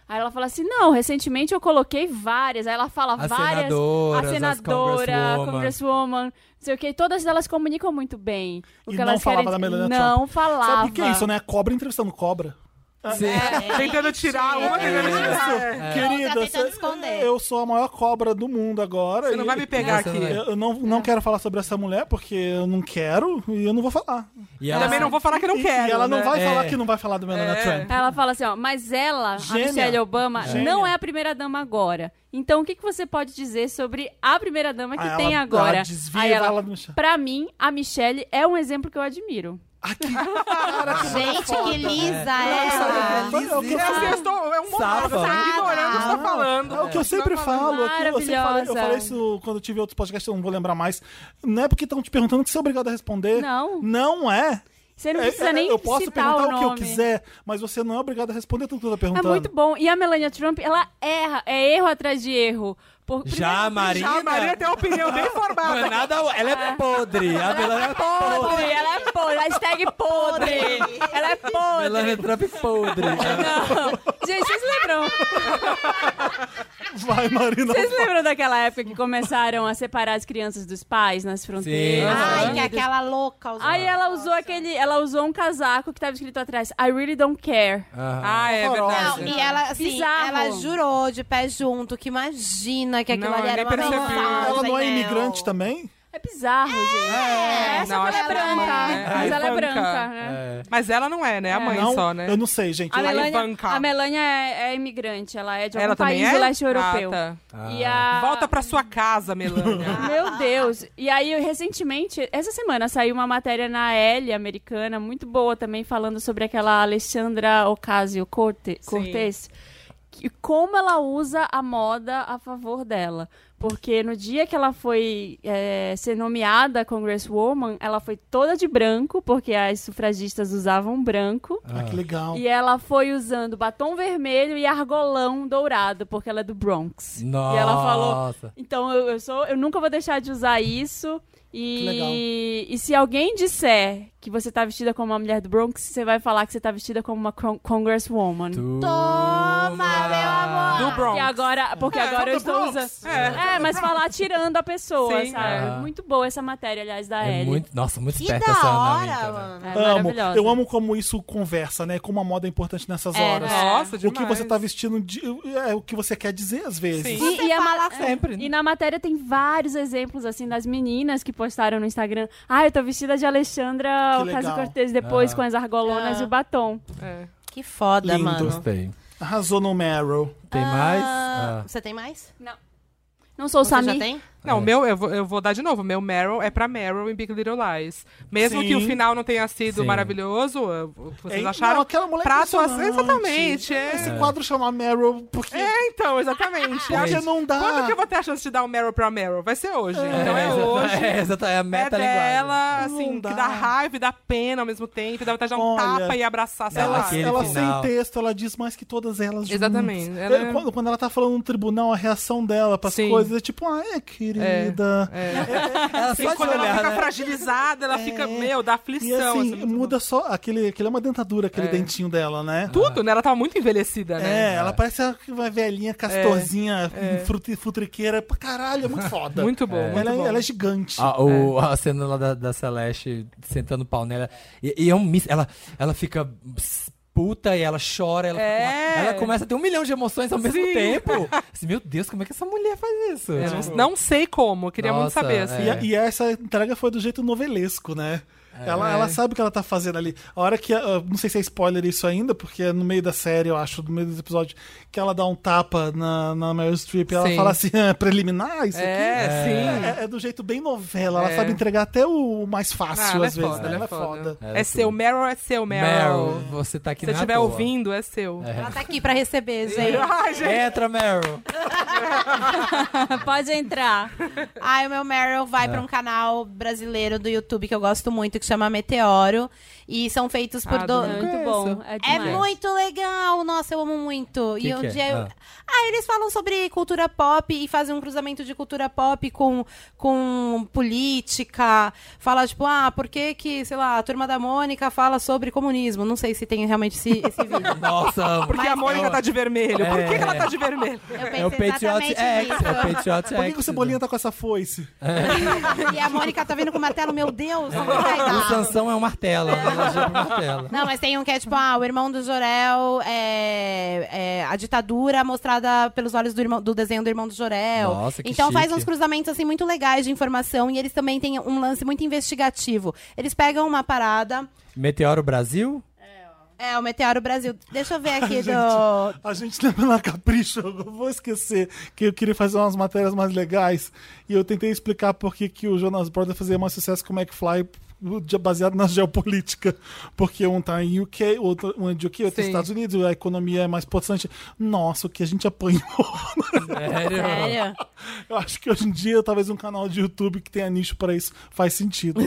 Speaker 2: Aí ela fala assim, não, recentemente eu coloquei várias. Aí ela fala
Speaker 3: As
Speaker 2: várias,
Speaker 3: senadoras,
Speaker 2: a
Speaker 3: as
Speaker 2: senadora,
Speaker 3: congresswoman.
Speaker 2: congresswoman, não sei o que. Todas elas comunicam muito bem. O
Speaker 1: E
Speaker 2: que
Speaker 1: não
Speaker 2: elas
Speaker 1: falava
Speaker 2: querem...
Speaker 1: da Melania
Speaker 2: Não falava.
Speaker 1: Sabe o que é isso, né? Cobra entrevistando cobra. É
Speaker 3: Sim.
Speaker 2: é.
Speaker 4: Tentando tirar uma, tentando tirar.
Speaker 1: Isso,
Speaker 5: Tá
Speaker 1: querida,
Speaker 5: tentando
Speaker 1: cê-
Speaker 5: esconder.
Speaker 1: eu sou a maior cobra do mundo agora.
Speaker 4: Você não
Speaker 1: e-
Speaker 4: vai me pegar
Speaker 3: Você
Speaker 4: aqui.
Speaker 3: não vai.
Speaker 1: Eu eu não, não
Speaker 2: É.
Speaker 1: quero falar sobre essa mulher porque eu não quero e eu não vou falar.
Speaker 3: E
Speaker 4: Eu
Speaker 3: ela
Speaker 4: Também não vou falar que não
Speaker 1: E-
Speaker 4: quero.
Speaker 1: E ela não
Speaker 4: né?
Speaker 1: vai
Speaker 3: É.
Speaker 1: falar que não vai falar do Melania
Speaker 4: É.
Speaker 1: Trump.
Speaker 2: Ela fala assim, ó, mas ela,
Speaker 1: Gênia.
Speaker 2: a Michelle Obama,
Speaker 1: Gênia.
Speaker 2: não é a primeira dama agora. Então o que, que você pode dizer sobre a primeira dama que
Speaker 1: Aí
Speaker 2: tem
Speaker 1: Ah, ela-
Speaker 2: agora?
Speaker 1: ela desvia
Speaker 2: Aí
Speaker 1: e
Speaker 2: ela,
Speaker 1: vai lá no chão.
Speaker 2: pra mim, a Michelle é um exemplo que eu admiro.
Speaker 5: Gente, que lisa
Speaker 1: É,
Speaker 5: ela!
Speaker 1: o que eu
Speaker 4: É, assim, eu estou- é um monólogo,
Speaker 3: Safa.
Speaker 4: você tá ignorando o que você tá falando.
Speaker 1: É o que eu sempre falo, é que eu, sempre falei, eu
Speaker 2: Maravilhosa.
Speaker 1: falei isso quando eu tive outros podcasts, eu não vou lembrar mais. Não é porque estão te perguntando que você é obrigado a responder.
Speaker 2: Não.
Speaker 1: Não é.
Speaker 2: Você não
Speaker 1: É,
Speaker 2: precisa
Speaker 1: é,
Speaker 2: nem
Speaker 1: eu posso
Speaker 2: citar
Speaker 1: perguntar
Speaker 2: o
Speaker 1: o, que eu
Speaker 2: nome.
Speaker 1: quiser, mas você não é obrigado a responder tudo que eu tô
Speaker 2: É
Speaker 1: perguntando.
Speaker 2: muito bom. E a Melania Trump, ela erra, é erro atrás de erro. Por,
Speaker 3: Já a Marina...
Speaker 4: Já a Maria tem uma opinião bem
Speaker 3: Não é
Speaker 4: formada.
Speaker 3: nada... Ela
Speaker 2: Ah.
Speaker 3: é podre. A Melania é podre.
Speaker 2: podre, ela é podre, hashtag podre. ela é podre.
Speaker 3: Melania Trump podre.
Speaker 2: Não. Gente, vocês lembram?
Speaker 1: Vai, Marina.
Speaker 2: Vocês lembram daquela época que começaram a separar as crianças dos pais nas fronteiras?
Speaker 3: Sim.
Speaker 5: Ai, que aquela louca. os-
Speaker 2: Aí ela usou aquele, ela usou um casaco que tava escrito atrás, I really don't care.
Speaker 4: Ah, é
Speaker 5: Não,
Speaker 4: verdade.
Speaker 5: e ela, assim,
Speaker 2: Bizarro.
Speaker 5: ela jurou de pé junto que imagina que aquilo
Speaker 4: Não,
Speaker 5: ali
Speaker 4: eu nem
Speaker 5: era uma
Speaker 4: percebi.
Speaker 5: mensagem,
Speaker 1: Ela não é
Speaker 5: né?
Speaker 1: imigrante também?
Speaker 2: É bizarro, gente. É, essa ela
Speaker 4: Não,
Speaker 2: é
Speaker 4: acho que ela é
Speaker 2: branca,
Speaker 4: mãe, né?
Speaker 2: mas
Speaker 4: A
Speaker 2: ela é
Speaker 4: Ivanka.
Speaker 2: branca, né?
Speaker 4: Mas ela não é, né? A mãe
Speaker 1: não,
Speaker 4: só, né?
Speaker 1: eu não sei, gente.
Speaker 2: A
Speaker 1: Eu-
Speaker 2: Melania,
Speaker 4: Ivanka.
Speaker 2: a Melania é, é imigrante, ela é de algum
Speaker 4: Ela também
Speaker 2: país
Speaker 4: é?
Speaker 2: do leste europeu.
Speaker 4: Ah, tá.
Speaker 2: E a...
Speaker 4: Volta pra sua casa, Melania.
Speaker 2: Meu Deus. E aí, recentemente, essa semana saiu uma matéria na L americana, muito boa também, falando sobre aquela Alexandra Ocasio-Cortez. E como ela usa a moda a favor dela. Porque no dia que ela foi eh, ser nomeada Congresswoman, ela foi toda de branco, porque as sufragistas usavam branco.
Speaker 1: Ah, que legal.
Speaker 2: E ela foi usando batom vermelho e argolão dourado, porque ela é do Bronx.
Speaker 3: Nossa.
Speaker 2: E ela falou, então eu, eu sou, eu nunca vou deixar de usar isso.
Speaker 1: Que legal.
Speaker 2: E, e se alguém disser que você tá vestida como uma mulher do Bronx, você vai falar que você tá vestida como uma con- congresswoman.
Speaker 5: Toma, meu amor!
Speaker 4: Do Bronx.
Speaker 2: Porque agora, porque
Speaker 1: É,
Speaker 2: agora eu estou usando. É, mas falar tirando a pessoa,
Speaker 4: Sim.
Speaker 2: sabe?
Speaker 3: Ah.
Speaker 2: Muito boa essa matéria, aliás, da
Speaker 3: É
Speaker 2: Ellie.
Speaker 3: muito, nossa, muito
Speaker 5: Que
Speaker 3: esperta
Speaker 5: da
Speaker 3: essa
Speaker 5: hora,
Speaker 3: Ana Winter, né?
Speaker 5: mano.
Speaker 2: É
Speaker 1: Amo.
Speaker 2: maravilhosa.
Speaker 1: Eu amo como isso conversa, né? Como a moda é importante nessas horas.
Speaker 2: é.
Speaker 4: Nossa,
Speaker 1: O
Speaker 4: demais.
Speaker 1: que você tá vestindo de- é o que você quer dizer às vezes.
Speaker 4: Sim.
Speaker 5: E, e a
Speaker 2: Tá
Speaker 5: mala
Speaker 3: Sempre.
Speaker 2: E na matéria tem vários exemplos, assim, das meninas que postaram no Instagram. Ah, eu tô vestida de Alexandra
Speaker 1: Que legal.
Speaker 2: Ocasio-Cortez depois,
Speaker 3: Ah.
Speaker 2: com as argolonas
Speaker 5: Ah.
Speaker 2: e o batom.
Speaker 4: É.
Speaker 5: Que foda,
Speaker 1: Lindo.
Speaker 5: mano.
Speaker 3: Gostei.
Speaker 1: Arrasou no Meryl.
Speaker 3: Tem mais?
Speaker 5: Ah,
Speaker 3: Ah. É.
Speaker 5: Você tem mais?
Speaker 2: Não sou o
Speaker 5: Você já
Speaker 2: Samir.
Speaker 5: tem?
Speaker 4: Não, o meu, eu vou, eu vou dar de novo. Meu Meryl é pra Meryl em Big Little Lies. Mesmo
Speaker 1: Sim.
Speaker 4: que o final não tenha sido
Speaker 3: Sim.
Speaker 4: maravilhoso, eu- o que vocês
Speaker 1: Ei,
Speaker 4: acharam?
Speaker 1: não, aquela mulher é
Speaker 4: pra atuação-
Speaker 1: impressionante.
Speaker 4: Exatamente. É.
Speaker 1: Esse quadro chama Meryl porque,
Speaker 4: É, então, exatamente.
Speaker 1: porque
Speaker 4: Acho-
Speaker 1: não dá.
Speaker 4: Quando que eu vou ter a chance de dar o Meryl pra Meryl? Vai ser hoje. então é,
Speaker 3: exata-
Speaker 4: hoje.
Speaker 3: É, exata- é a
Speaker 4: É
Speaker 3: meta linguagem.
Speaker 4: dela,
Speaker 1: Não
Speaker 4: assim,
Speaker 1: dá.
Speaker 4: que dá raiva e dá pena ao mesmo tempo. e Dá vontade de dar um
Speaker 1: Olha,
Speaker 4: tapa e abraçar, sei
Speaker 3: ela
Speaker 4: lá.
Speaker 3: que- Aquele
Speaker 1: ela
Speaker 3: final.
Speaker 1: sem texto, ela diz mais que todas elas juntas.
Speaker 4: Exatamente.
Speaker 1: É,
Speaker 4: Ela-
Speaker 1: Quando, quando ela tá falando no tribunal, a reação dela pras
Speaker 4: Sim.
Speaker 1: coisas é tipo, ah, é que querida.
Speaker 4: É.
Speaker 3: Ela
Speaker 4: E
Speaker 3: só de
Speaker 4: quando ela
Speaker 3: olhar,
Speaker 4: fica
Speaker 3: né?
Speaker 4: fragilizada, ela fica, meu, dá aflição.
Speaker 1: E assim,
Speaker 4: É. assim, muito
Speaker 1: muda só. Aquele, aquele é uma dentadura, aquele dentinho dela, né?
Speaker 4: bom. Tudo, né? Ela tava muito envelhecida,
Speaker 1: É,
Speaker 4: né? É.
Speaker 1: ela parece uma velhinha castorzinha, fruti- futriqueira. pra Caralho, é muito foda.
Speaker 4: Muito bom, muito
Speaker 1: ela, é-
Speaker 4: bom.
Speaker 1: ela é gigante.
Speaker 3: A, Ah, o-
Speaker 4: É.
Speaker 3: a cena lá da, da Celeste sentando o pau nela. E, e é um mis- ela, ela fica puta e ela chora. Ela, fica com
Speaker 4: É.
Speaker 3: uma- ela começa a ter um milhão de emoções ao mesmo
Speaker 4: Sim.
Speaker 3: tempo. Assim, Meu Deus, como é que essa mulher faz isso?
Speaker 4: Eu
Speaker 3: Tipo,
Speaker 4: não, não sei como, eu queria muito
Speaker 3: Nossa, é.
Speaker 4: saber. Assim.
Speaker 1: E, a- e essa entrega foi do jeito novelesco, né?
Speaker 4: É.
Speaker 1: Ela, ela sabe o que ela tá fazendo ali. A hora que. ah, Não sei se é spoiler isso ainda, porque é no meio da série, eu acho, no meio dos episódios, que ela dá um tapa na, na Meryl Streep e ela
Speaker 4: Sim.
Speaker 1: fala assim: "Ah, preliminar, isso
Speaker 4: É,
Speaker 1: aqui.
Speaker 4: sim.
Speaker 1: É, é do jeito bem novela. Ela
Speaker 4: É.
Speaker 1: sabe entregar até o mais fácil,
Speaker 4: ela é
Speaker 1: às vezes.
Speaker 4: foda,
Speaker 1: né?
Speaker 4: ela é foda. É,
Speaker 3: Era
Speaker 4: seu,
Speaker 3: tudo.
Speaker 4: Meryl é seu, Meryl.
Speaker 3: Meryl, você tá aqui
Speaker 4: Se você
Speaker 3: na
Speaker 4: estiver
Speaker 3: toa.
Speaker 4: ouvindo, é seu.
Speaker 5: Ela tá aqui pra receber, gente.
Speaker 4: Ai, gente.
Speaker 3: Entra, Meryl.
Speaker 6: Pode entrar.
Speaker 5: Ai, o meu Meryl vai
Speaker 3: Ah.
Speaker 5: pra um canal brasileiro do YouTube que eu gosto muito, que chama Meteoro. E são feitos por.
Speaker 4: Ah,
Speaker 5: do-
Speaker 2: É muito
Speaker 3: conheço.
Speaker 2: bom. É,
Speaker 5: É
Speaker 2: demais.
Speaker 5: muito legal! Nossa, eu amo muito.
Speaker 3: Que
Speaker 5: e um
Speaker 3: que é?
Speaker 5: dia eu-
Speaker 3: Ah.
Speaker 5: ah. eles falam sobre cultura pop e fazem um cruzamento de cultura pop com, com política. Fala, tipo, ah, por que que, sei lá, a turma da Mônica fala sobre comunismo? Não sei se tem realmente esse, esse vídeo.
Speaker 3: Nossa, amo.
Speaker 4: Porque a Mônica tá de vermelho. Por que, que ela tá de vermelho?
Speaker 3: É o
Speaker 5: pensei
Speaker 3: Patriot
Speaker 5: exatamente
Speaker 3: X.
Speaker 5: nisso.
Speaker 3: É o Patriot
Speaker 1: Por que,
Speaker 3: X,
Speaker 1: que o Cebolinha
Speaker 3: né?
Speaker 1: tá com essa foice?
Speaker 5: E a Mônica tá vindo com o martelo, meu Deus,
Speaker 4: tá
Speaker 5: não vai dar.
Speaker 3: O Sansão é um martelo. ela gira pro martelo.
Speaker 5: Não, mas tem um que é tipo, ah, o irmão do Jorel é, é a ditadura mostrada pelos olhos do, irmão- do desenho do irmão do Jorel.
Speaker 3: Nossa, que
Speaker 5: então faz
Speaker 3: chique.
Speaker 5: uns cruzamentos assim muito legais de informação e eles também têm um lance muito investigativo. Eles pegam uma parada,
Speaker 3: Meteoro Brasil?
Speaker 5: é o Meteoro Brasil. Deixa eu ver aqui do
Speaker 1: A gente lembra na Capricho, eu vou esquecer que eu queria fazer umas matérias mais legais e eu tentei explicar por que, que o Jonas Brothers fazia mais sucesso que o McFly de- baseado na geopolítica, porque um tá em UK, outro um é de UK, outro nos
Speaker 4: Sim.
Speaker 1: Estados Unidos, a economia é mais potente. Nossa, o que a gente apanhou.
Speaker 3: Sério?
Speaker 2: Sério?
Speaker 1: Eu acho que hoje em dia talvez um canal de YouTube que tenha nicho pra isso faz sentido.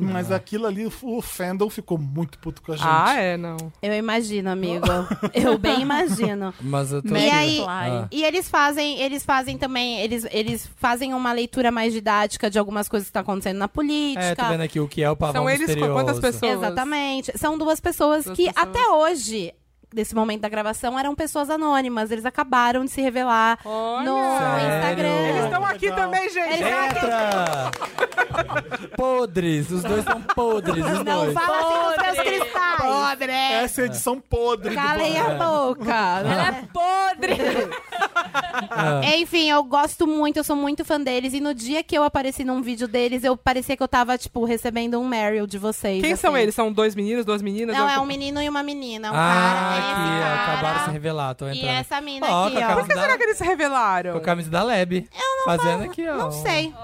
Speaker 1: Mas aquilo ali, o fandom ficou muito puto com a gente.
Speaker 4: Ah, é, não.
Speaker 3: tá
Speaker 5: Eu imagino, amigo. Eu bem imagino.
Speaker 3: Mas eu tô
Speaker 5: E
Speaker 3: aqui.
Speaker 5: aí-
Speaker 3: Ah.
Speaker 5: E eles fazem, eles fazem também, eles, eles fazem uma leitura mais didática de algumas coisas que estão acontecendo na política.
Speaker 3: É, tô vendo aqui o que é o pavão
Speaker 4: São eles com
Speaker 3: misterioso.
Speaker 4: quantas pessoas?
Speaker 5: Exatamente. São duas pessoas
Speaker 4: Duas
Speaker 5: que
Speaker 4: pessoas.
Speaker 5: até hoje, nesse momento da gravação, eram pessoas anônimas. Eles acabaram de se revelar
Speaker 4: Olha!
Speaker 5: no
Speaker 3: Sério?
Speaker 5: Instagram.
Speaker 4: Eles estão aqui
Speaker 1: Legal.
Speaker 4: também, gente.
Speaker 5: Eles-
Speaker 3: Entra! podres, os dois são podres, os
Speaker 5: Não
Speaker 3: dois.
Speaker 5: fala assim nos meus cristais. Podre!
Speaker 1: Essa é a edição podre do
Speaker 5: Calem a boca.
Speaker 2: Ela é podre.
Speaker 3: Ah.
Speaker 5: É, Enfim, eu gosto muito, eu sou muito fã deles. E no dia que eu apareci num vídeo deles, eu parecia que eu tava, tipo, recebendo um Meryl de vocês.
Speaker 4: Quem
Speaker 5: assim.
Speaker 4: são eles? São dois meninos, duas meninas?
Speaker 5: Não, é um menino e uma menina. é Um
Speaker 3: ah,
Speaker 5: cara,
Speaker 3: que
Speaker 5: esse cara.
Speaker 3: acabaram de se né? revelar, tô entrando.
Speaker 5: E essa mina
Speaker 3: Ó,
Speaker 5: aqui,
Speaker 3: com a
Speaker 5: ó.
Speaker 3: camisa da-
Speaker 4: Será que eles se revelaram?
Speaker 3: Com a camisa da Leb. Fazendo aqui, ó. um-
Speaker 5: Não sei.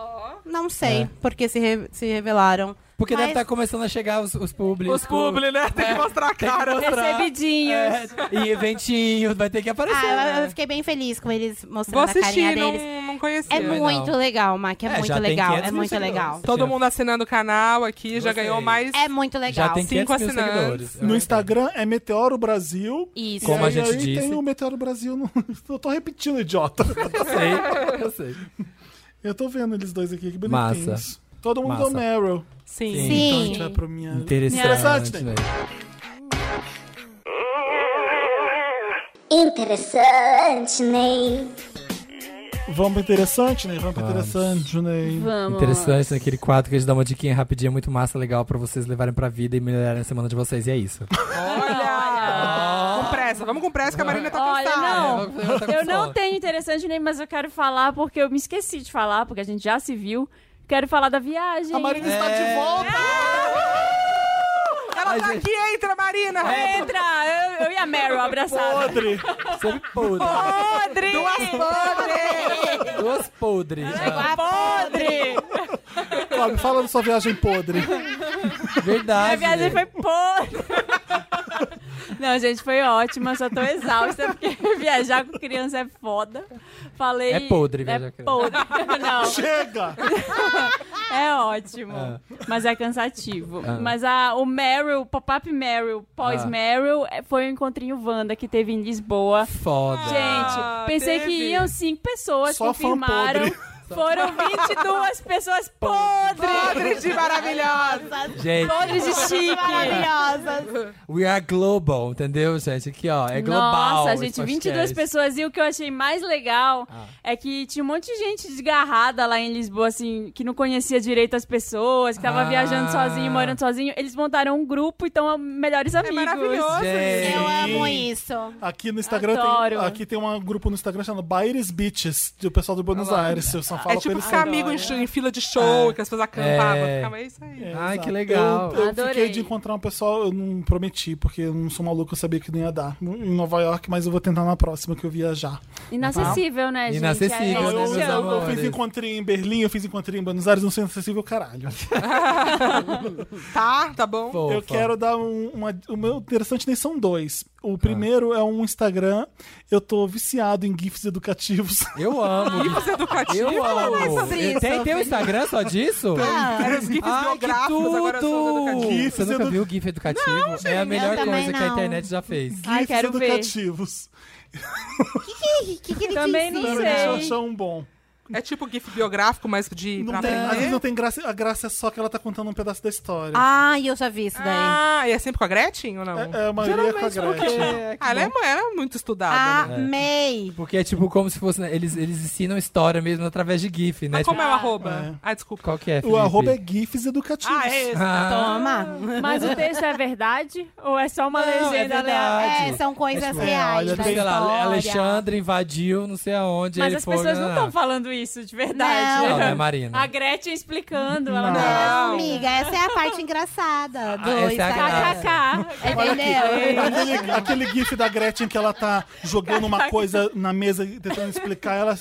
Speaker 5: Não
Speaker 3: É.
Speaker 5: sei porque se, re- se revelaram.
Speaker 3: Porque deve
Speaker 5: Mas-
Speaker 3: estar começando a chegar os, os tipo, é, públicos.
Speaker 4: Os publi, né? Tem que mostrar a cara.
Speaker 2: Recebidinhos.
Speaker 3: é, e eventinhos, vai ter que
Speaker 5: Ah,
Speaker 3: aparecer.
Speaker 5: eu- eu,
Speaker 3: né?
Speaker 5: fiquei bem feliz com eles mostrando
Speaker 4: Vou
Speaker 5: a carinha
Speaker 4: assistir,
Speaker 5: deles.
Speaker 4: não, não conhecia.
Speaker 5: É
Speaker 3: não.
Speaker 5: muito legal, Mac. É,
Speaker 3: É, já
Speaker 5: muito
Speaker 3: tem
Speaker 5: legal.
Speaker 3: 500
Speaker 5: É
Speaker 3: mil
Speaker 5: muito
Speaker 3: seguidores.
Speaker 5: legal.
Speaker 4: Todo mundo assinando o canal aqui, já
Speaker 3: Gostei.
Speaker 4: ganhou mais.
Speaker 5: É muito legal.
Speaker 3: Já tem 500
Speaker 4: Cinco
Speaker 3: mil
Speaker 4: assinantes.
Speaker 3: seguidores.
Speaker 1: No Instagram é Meteoro Brasil.
Speaker 5: Isso.
Speaker 3: Como é?
Speaker 1: e
Speaker 3: a
Speaker 1: aí,
Speaker 3: gente
Speaker 1: aí
Speaker 3: disse.
Speaker 1: tem o Meteoro Brasil. No... Eu tô repetindo, idiota.
Speaker 3: Eu sei, eu sei.
Speaker 1: Eu tô vendo eles dois aqui, que
Speaker 3: Massa.
Speaker 1: bonitinhos. Todo mundo é o
Speaker 3: Massa.
Speaker 1: Meryl.
Speaker 3: Sim.
Speaker 4: Sim.
Speaker 1: Então a
Speaker 5: Sim.
Speaker 1: gente vai pro minha...
Speaker 3: Interessante,
Speaker 1: Interessante,
Speaker 3: né?
Speaker 8: Interessante, Ney.
Speaker 1: Vamos pro interessante, Ney? Vamos pro
Speaker 3: Vamos.
Speaker 1: interessante, Ney.
Speaker 2: Vamos.
Speaker 3: Interessante naquele quadro que a gente dá uma diquinha rapidinha, muito massa, legal, pra vocês levarem pra vida e melhorarem a semana de vocês. E é isso.
Speaker 4: Olha! Com pressa, vamos com pressa que a Marina tá
Speaker 2: Olha,
Speaker 4: cansada.
Speaker 2: não.
Speaker 3: É, Eu tô com
Speaker 2: Eu não
Speaker 3: sono.
Speaker 2: tenho interessante nem, mas eu quero falar porque eu me esqueci de falar, porque a gente já se viu. Quero falar da viagem.
Speaker 3: Ah,
Speaker 1: A Marina está
Speaker 2: É.
Speaker 1: de volta!
Speaker 4: Ela tá aqui, entra, Marina!
Speaker 2: Entra! Ah, Eu, eu e a Meryl abraçada.
Speaker 1: Podre!
Speaker 3: Sempre podre.
Speaker 2: Podre! Duas podres!
Speaker 3: Duas podres.
Speaker 2: É
Speaker 3: já.
Speaker 2: Podre!
Speaker 1: Fábio, fala da sua viagem podre.
Speaker 2: A
Speaker 3: Verdade.
Speaker 2: viagem foi podre! Não, gente, foi ótima, só tô exausta, porque viajar com criança é foda. Falei.
Speaker 3: É podre viajar
Speaker 2: é
Speaker 3: com
Speaker 2: podre. Não,
Speaker 1: Chega!
Speaker 2: é ótimo. Mas é cansativo.
Speaker 3: Ah.
Speaker 2: Mas a, o Meryl, pop-up Meryl, pós-Meryl, é, foi o encontrinho Wanda que teve em Lisboa.
Speaker 3: Foda.
Speaker 2: Gente, pensei
Speaker 4: teve.
Speaker 2: que iam cinco pessoas,
Speaker 1: Só fã
Speaker 2: confirmaram.
Speaker 1: podre.
Speaker 2: Foram 22 pessoas podres!
Speaker 4: Podre de maravilhosa!
Speaker 3: Gente,
Speaker 2: Podres de chique!
Speaker 5: Maravilhosas.
Speaker 3: we are global, entendeu, gente? Aqui, ó, é global.
Speaker 2: Nossa,
Speaker 3: esse
Speaker 2: gente,
Speaker 3: podcast.
Speaker 2: 22 pessoas. E o que eu achei mais legal
Speaker 3: Ah.
Speaker 2: é que tinha um monte de gente desgarrada lá em Lisboa, assim, que não conhecia direito as pessoas, que tava
Speaker 3: Ah.
Speaker 2: viajando sozinho, morando sozinho. Eles montaram um grupo e estão melhores amigos.
Speaker 4: maravilhoso.
Speaker 3: Gente.
Speaker 5: né? Eu amo isso.
Speaker 1: Aqui no Instagram tem,
Speaker 2: Adoro.
Speaker 1: aqui tem um grupo no Instagram chamado Baires Beaches, do pessoal do Buenos Aires. Se só fala
Speaker 4: É tipo
Speaker 1: pra eles
Speaker 4: ficar amigo em, em fila de show, que as pessoas acampavam.
Speaker 3: É.
Speaker 4: Ficava, é isso aí.
Speaker 1: É,
Speaker 3: Ai,
Speaker 1: exato.
Speaker 3: que legal.
Speaker 1: Eu, eu
Speaker 2: Adorei.
Speaker 1: fiquei de encontrar um pessoal, eu não prometi, porque eu não sou maluco, eu sabia que não ia dar em Nova York, mas eu vou tentar na próxima que eu viajar.
Speaker 2: Inacessível, né, gente?
Speaker 3: Inacessível,
Speaker 2: É,
Speaker 1: Não,
Speaker 3: né,
Speaker 1: eu,
Speaker 3: meus
Speaker 1: eu- eu
Speaker 3: amores?
Speaker 1: fiz encontrinho em Berlim, eu fiz encontrinho em Buenos Aires, não sou inacessível, caralho.
Speaker 4: Tá, tá bom.
Speaker 3: Fofa.
Speaker 1: Eu quero dar um, uma. O meu interessante nem são dois.
Speaker 3: Ah.
Speaker 1: O primeiro é um Instagram. Eu tô viciado em GIFs educativos.
Speaker 3: Eu amo. Eu amo.
Speaker 5: sobre isso,
Speaker 3: Tem, tem um
Speaker 5: Felipe.
Speaker 3: Instagram só disso?
Speaker 4: Era os gifs
Speaker 3: Ai, que
Speaker 4: biográficos, Ah, agora são os
Speaker 3: tudo!
Speaker 4: educativos.
Speaker 1: educativos.
Speaker 3: Você nunca
Speaker 1: Edu-
Speaker 3: viu o GIF educativo? é a melhor
Speaker 5: Eu também
Speaker 3: coisa que a
Speaker 5: não.
Speaker 3: internet já fez.
Speaker 1: GIFs
Speaker 2: Ai, quero ver.
Speaker 1: educativos.
Speaker 5: O que, que ele
Speaker 2: Também
Speaker 5: disse?
Speaker 2: não
Speaker 1: Pera, Deixa eu
Speaker 2: sei.
Speaker 1: achar um bom.
Speaker 4: É tipo gif biográfico, mas de
Speaker 1: Não
Speaker 4: pra
Speaker 1: tem, às
Speaker 4: aprender.
Speaker 1: vezes não tem graça. A graça é só que ela tá contando um pedaço da história.
Speaker 5: Ah, eu já vi isso daí.
Speaker 4: Ah, e é sempre com a Gretchen ou não?
Speaker 1: é, é a maioria com a Gretchen.
Speaker 4: Ah, ela é, ela é muito estudada, né?
Speaker 5: Amei.
Speaker 3: Porque é tipo como se fosse. né, Eles, eles ensinam história mesmo através de GIF, né?
Speaker 4: Mas como é
Speaker 3: Tipo,
Speaker 4: o arroba? Ah, desculpa.
Speaker 3: Qual que é?
Speaker 1: O
Speaker 3: Felipe?
Speaker 1: arroba é GIFs educativos.
Speaker 4: Ah, é esse.
Speaker 3: Ah,
Speaker 5: Toma.
Speaker 2: Mas o texto é verdade? Ou é só uma
Speaker 3: Não, é
Speaker 2: legenda aleatória?
Speaker 3: verdade.
Speaker 5: É, são coisas
Speaker 3: É, tipo,
Speaker 5: reais.
Speaker 1: olha,
Speaker 5: da
Speaker 1: tem
Speaker 3: sei lá,
Speaker 5: história.
Speaker 3: Alexandre invadiu não sei aonde.
Speaker 2: Mas
Speaker 3: ele
Speaker 2: as
Speaker 3: foi,
Speaker 2: pessoas não estão
Speaker 3: não,
Speaker 2: falando isso de verdade.
Speaker 3: Não, né, Marina?
Speaker 2: A Gretchen explicando. Ela tá
Speaker 1: Não.
Speaker 5: Não, amiga, essa é a parte engraçada
Speaker 3: essa
Speaker 5: do
Speaker 3: é a
Speaker 5: Instagram.
Speaker 3: graça.
Speaker 2: KKK.
Speaker 5: É, ele é-
Speaker 1: Aquele, aquele GIF da Gretchen que ela tá jogando uma coisa na mesa e tentando explicar, ela,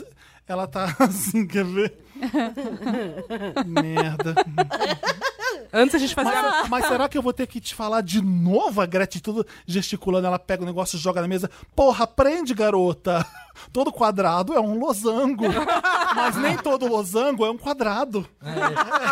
Speaker 1: ela tá assim, quer ver? Merda.
Speaker 4: Antes a gente fazia...
Speaker 1: Mas, mas será que eu vou ter que te falar de novo a Gretchen tudo gesticulando? Ela pega o negócio, joga na mesa. Porra, aprende, garota! Todo quadrado é um losango. mas nem todo losango é um quadrado.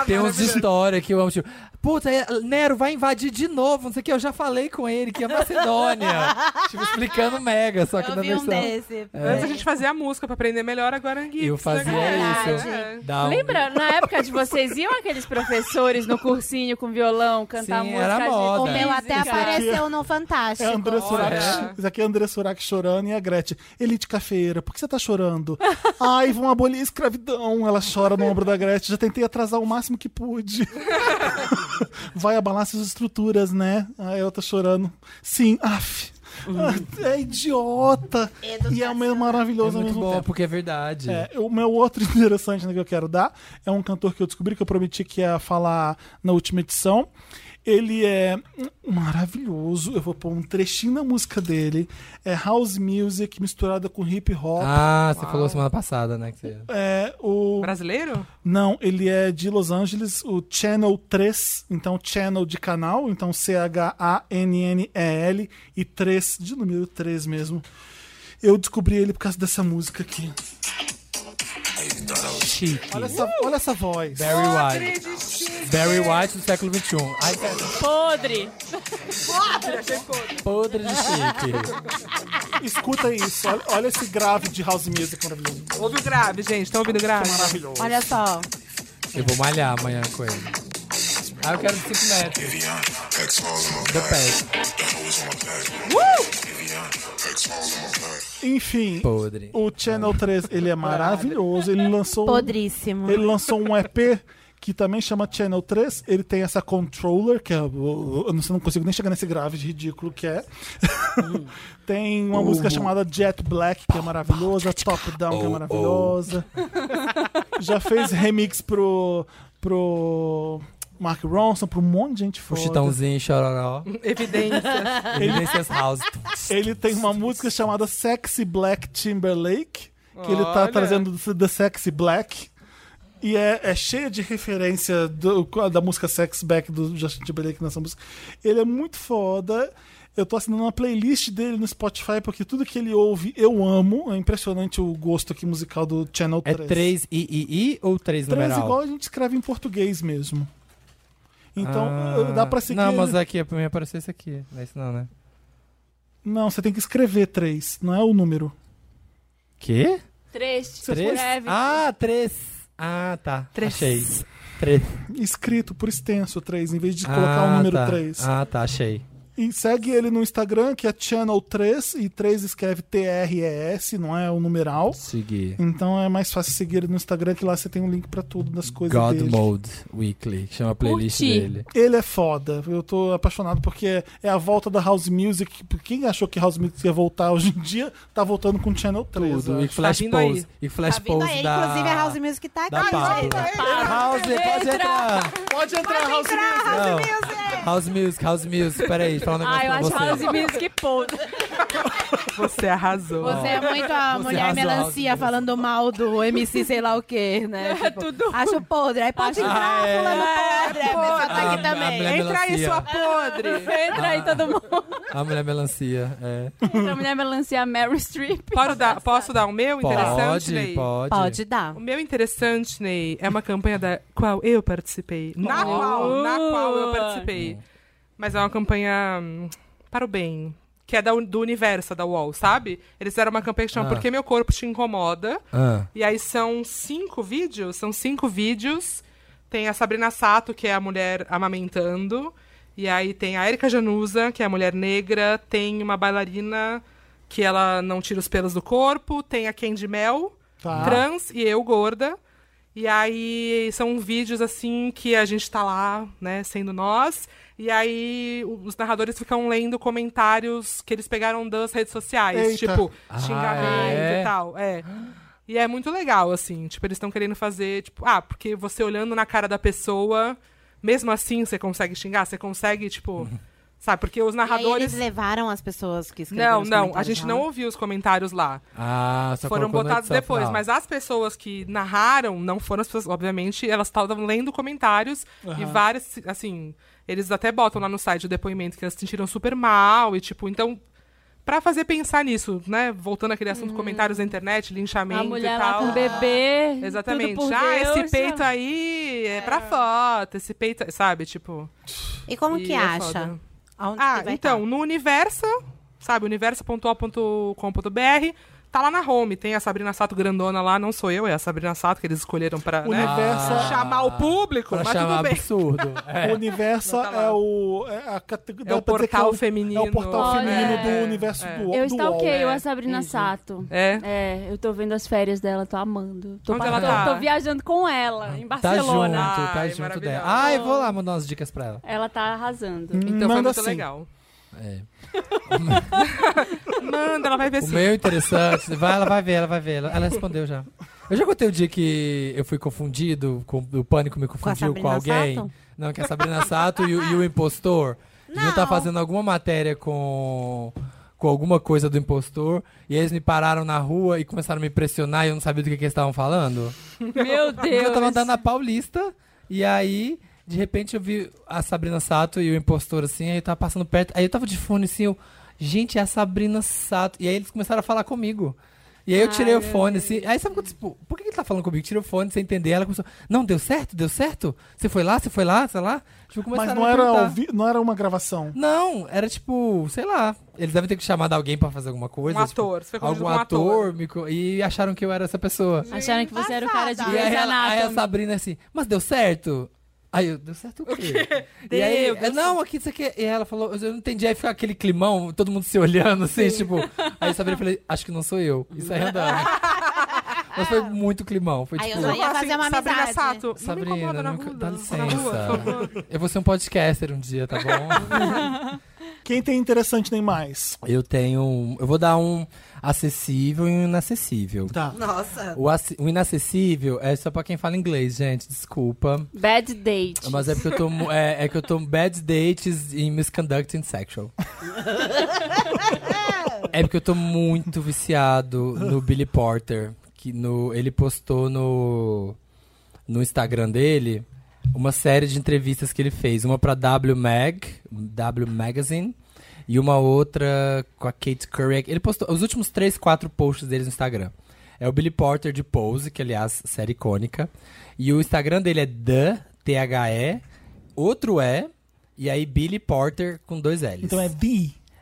Speaker 3: Tem uns de história que eu amo, tipo, puta, é- Nero vai invadir de novo, não sei o que, eu já falei com ele, que é Macedônia. tipo, explicando mega, só que na
Speaker 5: Eu vi um
Speaker 3: versão.
Speaker 5: desse.
Speaker 3: É.
Speaker 4: Antes a gente fazia a música pra aprender melhor, agora é gifs.
Speaker 3: eu fazia
Speaker 4: né?
Speaker 3: isso.
Speaker 4: É.
Speaker 3: Dá um-
Speaker 2: Lembra, na época de vocês, iam aqueles professores no cursinho com violão cantar
Speaker 3: Sim,
Speaker 2: música?
Speaker 3: era
Speaker 2: de
Speaker 3: moda.
Speaker 5: O
Speaker 3: Foda.
Speaker 5: meu até
Speaker 2: música?
Speaker 5: apareceu no
Speaker 1: É
Speaker 5: Fantástico.
Speaker 1: André Surak.
Speaker 4: olha.
Speaker 1: Isso aqui é André Surak chorando e a Gretchen. Elite cafeira, por que você tá chorando? Ai, vão abolir a escravidão. Ela chora no ombro da Gretchen. Já tentei atrasar o máximo que pude. Vai abalar suas estruturas, né? Aí ela tá chorando. Sim, af. Ah, É idiota. E é meio
Speaker 3: Uhum. É
Speaker 1: maravilhoso ao
Speaker 3: muito
Speaker 1: mesmo
Speaker 3: bom,
Speaker 1: tempo.
Speaker 3: porque é verdade.
Speaker 1: É, o meu outro interessante né, que eu quero dar é um cantor que eu descobri que eu prometi que ia falar na última edição. Ele é maravilhoso. Eu vou pôr um trechinho da música dele. É house music misturada com hip hop.
Speaker 3: Ah, você falou semana passada, né? que você-
Speaker 1: É, o...
Speaker 4: Brasileiro?
Speaker 1: Não, ele é de Los Angeles, o Channel 3, então Channel de canal, então C-H-A-N-N-E-L e 3, de número 3 mesmo. Eu descobri ele por causa dessa música aqui.
Speaker 3: Chique.
Speaker 1: É. Olha essa, olha essa voz.
Speaker 3: Barry White. Barry White do século XXI. Ai,
Speaker 2: Podre.
Speaker 3: podre de chique.
Speaker 1: Escuta isso, olha, olha esse grave de house music maravilhoso.
Speaker 4: Ouve o grave, gente. Estão ouvindo o
Speaker 3: Tá
Speaker 4: grave?
Speaker 1: Maravilhoso.
Speaker 5: Olha só.
Speaker 3: Eu vou malhar amanhã com ele. Ah, eu quero 5 metros. The pet.
Speaker 1: Enfim,
Speaker 3: Podre.
Speaker 1: o Channel 3, ele é maravilhoso, ele lançou um-
Speaker 5: Podríssimo.
Speaker 1: ele lançou um EP que também chama Channel 3, ele tem essa controller, que é, o- eu não, eu não consigo nem chegar nesse grave de ridículo que é. tem uma música chamada Jet Black, que é maravilhosa, Top Down, que é maravilhosa. Já fez remix pro, pro Mark Ronson, pro um monte de gente
Speaker 3: O
Speaker 1: foda.
Speaker 3: chitãozinho, chororó.
Speaker 4: Evidência.
Speaker 3: Evidências House.
Speaker 1: Ele tem uma música chamada Sexy Black Timberlake, que ele tá
Speaker 4: Olha.
Speaker 1: trazendo do The Sexy Black. E é, é cheia de referência do- da música Sex Back do Justin Timberlake nessa música. Ele é muito foda. Eu tô assinando uma playlist dele no Spotify, porque tudo que ele ouve eu amo. É impressionante o gosto aqui musical do Channel
Speaker 3: É
Speaker 1: 3.
Speaker 3: 3 i, i, i ou 3
Speaker 1: Três
Speaker 3: numeral?
Speaker 1: igual a gente escreve em português mesmo. Então,
Speaker 3: Ah,
Speaker 1: dá pra seguir.
Speaker 3: Não, mas
Speaker 1: ele-
Speaker 3: aqui, pra mim apareceu esse aqui. Não é isso não, né?
Speaker 1: Não, você tem que escrever três, não é o número.
Speaker 3: Quê?
Speaker 2: Três.
Speaker 3: Três?
Speaker 2: Escreve.
Speaker 3: Ah, 3. Ah, tá.
Speaker 4: Três.
Speaker 3: Achei. Três.
Speaker 1: Escrito por extenso 3, em vez de colocar o número
Speaker 3: tá.
Speaker 1: 3.
Speaker 3: Ah, tá, achei.
Speaker 1: E segue ele no Instagram, que é Channel 3, e 3 escreve T-R-E-S, não é o numeral.
Speaker 3: Segui.
Speaker 1: Então é mais fácil seguir ele no Instagram, que lá você tem um link pra tudo das coisas
Speaker 3: God
Speaker 1: dele.
Speaker 3: Mode Weekly, que chama a playlist
Speaker 2: Curti.
Speaker 3: dele.
Speaker 1: Ele é foda, eu tô apaixonado porque é- é a volta da House Music. Quem achou que House Music ia voltar hoje em dia, tá voltando com Channel né? 3.
Speaker 3: Tudo.
Speaker 1: eu
Speaker 3: E
Speaker 1: acho.
Speaker 3: Flash
Speaker 4: Tá vindo aí.
Speaker 3: Pose. E Flash
Speaker 5: Tá vindo
Speaker 3: Pose
Speaker 5: aí,
Speaker 3: da...
Speaker 5: inclusive a House Music tá aqui.
Speaker 3: da Paula. House, pode entrar.
Speaker 1: Pode entrar, House Music!
Speaker 3: Não. House Music, House Music. Peraí, fala um negócio
Speaker 2: Ah, eu
Speaker 3: pra
Speaker 2: acho
Speaker 3: você.
Speaker 2: House Music podre.
Speaker 4: Você arrasou.
Speaker 5: Você é muito a
Speaker 3: Você
Speaker 5: mulher
Speaker 3: arrasou,
Speaker 5: melancia
Speaker 3: arrasou.
Speaker 5: falando mal do MC sei lá o quê,
Speaker 4: É
Speaker 5: né? Tipo,
Speaker 2: Tudo.
Speaker 5: Acho podre. Aí pode
Speaker 3: Acho-
Speaker 5: entrar
Speaker 3: Ah, é. Ah,
Speaker 5: fulano podre.
Speaker 4: É,
Speaker 5: A pessoa tá
Speaker 3: a-
Speaker 5: aqui
Speaker 3: a
Speaker 5: também.
Speaker 3: mulher-
Speaker 4: Entra aí,
Speaker 3: é melancia.
Speaker 4: sua podre.
Speaker 2: Entra aí todo mundo.
Speaker 3: A mulher melancia, é.
Speaker 2: Entra a mulher melancia Mary Streep.
Speaker 4: Posso dar, posso dar o meu interessante,
Speaker 3: Pode,
Speaker 4: Ney?
Speaker 3: pode.
Speaker 5: Pode dar.
Speaker 4: O meu interessante, Ney, é uma campanha da qual eu participei. Na qual, na qual eu participei. Mas é uma campanha hum, para o bem. Que é da, un- do universo da UOL, sabe? Eles fizeram uma campanha que chama
Speaker 3: Ah.
Speaker 4: Porque Meu Corpo Te Incomoda.
Speaker 3: Ah,
Speaker 4: E aí são cinco vídeos, são cinco vídeos. Tem a Sabrina Sato, que é a mulher amamentando. E aí tem a Erika Januza, que é a mulher negra. Tem uma bailarina que ela não tira os pelos do corpo. Tem a Candy Mel,
Speaker 1: Tá.
Speaker 4: trans, e eu, gorda. E aí são vídeos assim que a gente tá lá, né, sendo nós. E aí o- os narradores ficam lendo comentários que eles pegaram das redes sociais.
Speaker 1: Eita.
Speaker 4: Tipo,
Speaker 3: Ah,
Speaker 4: xingamento
Speaker 3: é?
Speaker 4: e tal. É. E é muito legal, assim. Tipo, eles estão querendo fazer, tipo, ah, porque você olhando na cara da pessoa, mesmo assim você consegue xingar, você consegue, tipo.
Speaker 3: Uhum.
Speaker 4: sabe, porque os
Speaker 5: E aí eles
Speaker 4: narradores.
Speaker 5: levaram as pessoas que escreveram
Speaker 4: Não,
Speaker 5: os
Speaker 4: não, a
Speaker 5: comentários
Speaker 4: gente
Speaker 5: lá?
Speaker 4: não ouviu os comentários lá.
Speaker 3: ah só
Speaker 4: foram
Speaker 3: colocou no
Speaker 4: botados
Speaker 3: edição
Speaker 4: depois,
Speaker 3: final.
Speaker 4: mas as pessoas que narraram não foram as pessoas, obviamente, elas estavam lendo comentários e várias, assim, eles até botam lá no site o depoimento que elas se sentiram super mal e tipo, então Pra fazer pensar nisso, né? Voltando àquele assunto, comentários na internet, linchamento
Speaker 2: Hum. A mulher
Speaker 4: e
Speaker 2: lá
Speaker 4: tal.
Speaker 2: com o bebê.
Speaker 4: Exatamente.
Speaker 2: tudo por
Speaker 4: ah,
Speaker 2: Deus,
Speaker 4: esse peito aí é pra foto, esse peito, sabe? Tipo.
Speaker 5: E como
Speaker 4: e
Speaker 5: que
Speaker 4: é
Speaker 5: acha?
Speaker 4: foda.
Speaker 5: Aonde
Speaker 4: Ah,
Speaker 5: que vai
Speaker 4: então,
Speaker 5: tá?
Speaker 4: no Universo, sabe? universo.a.com.br. Tá lá na home, tem a Sabrina Sato grandona lá, não sou eu, é a Sabrina Sato que eles escolheram pra né,
Speaker 1: Universo-
Speaker 4: chamar
Speaker 5: Ah.
Speaker 4: o público,
Speaker 3: Pra
Speaker 4: mas
Speaker 3: chamar
Speaker 4: é tudo bem.
Speaker 3: absurdo.
Speaker 1: O Universa
Speaker 4: Não tá lá.
Speaker 1: é o. É, a categ-
Speaker 4: É o
Speaker 1: dá pra dizer que
Speaker 4: portal
Speaker 1: é
Speaker 4: feminino.
Speaker 1: É o portal
Speaker 2: Olha,
Speaker 1: feminino
Speaker 4: é,
Speaker 1: do universo
Speaker 4: é.
Speaker 1: do do né?
Speaker 2: Eu
Speaker 1: UOL.
Speaker 2: stalkeio a Sabrina Sato.
Speaker 4: É.
Speaker 2: É, eu tô vendo as férias dela, tô amando. Tô,
Speaker 4: Onde ela
Speaker 2: tô-
Speaker 4: tá?
Speaker 2: tô viajando com ela, em
Speaker 3: Tá
Speaker 2: Barcelona.
Speaker 3: junto, tá
Speaker 4: Ai,
Speaker 3: junto
Speaker 4: maravilhosa.
Speaker 3: dela. Ai, vou lá mandar umas dicas pra ela.
Speaker 2: Ela tá arrasando.
Speaker 4: Então foi
Speaker 1: Manda
Speaker 4: muito
Speaker 1: sim.
Speaker 4: legal.
Speaker 3: É.
Speaker 4: Manda, ela vai ver
Speaker 3: O
Speaker 4: sim.
Speaker 3: meu interessante. Vai, ela vai ver, ela vai ver. Ela, ela respondeu já. Eu já contei o dia que eu fui confundido, com, o pânico me confundiu com,
Speaker 5: Sabrina
Speaker 3: alguém.
Speaker 5: Sato?
Speaker 3: Não, que a Sabrina Sato e, o- e o impostor. Eles iam estar
Speaker 5: Não.
Speaker 3: fazendo alguma matéria com, com alguma coisa do impostor. E eles me pararam na rua e começaram a me pressionar e eu não sabia do que, que eles estavam falando.
Speaker 2: Meu
Speaker 3: Eu,
Speaker 2: Deus.
Speaker 3: tava andando na Paulista e aí, de repente, eu vi a Sabrina Sato e o impostor assim, aí eu tava passando perto, aí eu tava de fone assim, eu, gente, é a Sabrina Sato. E aí eles começaram a falar comigo. E aí eu tirei o fone assim. Aí sabe quando, tipo, por que que ele tá falando comigo? Tirei o fone sem entender. Ela começou, não, deu certo? Deu certo? Você foi lá? Você foi lá? Sei lá? Tipo, começaram
Speaker 1: Mas não
Speaker 3: a me
Speaker 1: era,
Speaker 3: perguntar.
Speaker 1: ao vi- não era uma gravação.
Speaker 3: Não, era tipo, sei lá. Eles devem ter que chamar alguém pra fazer alguma coisa.
Speaker 4: Um
Speaker 3: tipo,
Speaker 4: ator, você foi confundido
Speaker 3: algum
Speaker 4: com um ator.
Speaker 3: ator. me co- E acharam que eu era essa pessoa.
Speaker 2: Acharam que você era o cara de
Speaker 3: E aí,
Speaker 2: Grey's
Speaker 3: ela, aí a
Speaker 2: Anatomy.
Speaker 3: Sabrina assim, mas deu certo? Aí eu, deu certo o quê? E
Speaker 4: Deu,
Speaker 3: aí,
Speaker 4: deu
Speaker 3: eu, não, aqui isso aqui. E ela falou, eu não entendi. Aí ficou aquele climão, todo mundo se olhando, assim, tipo. Aí a Sabrina falou, acho que não sou eu. E saiu andando. mas foi muito climão. Foi
Speaker 5: Aí
Speaker 3: tipo.
Speaker 5: eu já ia
Speaker 4: Fala
Speaker 5: fazer uma
Speaker 4: assim, Sabrina
Speaker 5: amizade.
Speaker 4: Sato, não me
Speaker 3: Sabrina,
Speaker 4: incomoda na
Speaker 3: nunca-
Speaker 4: rua.
Speaker 3: dá
Speaker 4: Na rua,
Speaker 3: licença.
Speaker 4: por favor.
Speaker 3: Eu vou ser um podcaster um dia, tá bom?
Speaker 1: Quem tem interessante nem mais?
Speaker 3: eu tenho. um- Eu vou dar um acessível e um inacessível.
Speaker 1: Tá.
Speaker 5: Nossa.
Speaker 3: O, ac- o inacessível é só pra quem fala inglês, gente. Desculpa.
Speaker 2: Bad date.
Speaker 3: Mas é porque eu tô. mu- É, é que eu tô bad dates e misconducting sexual. é porque eu tô muito viciado no Billy Porter. Que no, ele postou no, no Instagram dele uma série de entrevistas que ele fez. Uma pra W Mag, W Magazine, e uma outra com a Kate Couric. Ele postou os últimos três, quatro posts deles no Instagram. É o Billy Porter de Pose, que aliás, série icônica. E o Instagram dele é The, T-H-E,
Speaker 1: é
Speaker 3: outro E, e aí Billy Porter com dois L's.
Speaker 1: Então é The.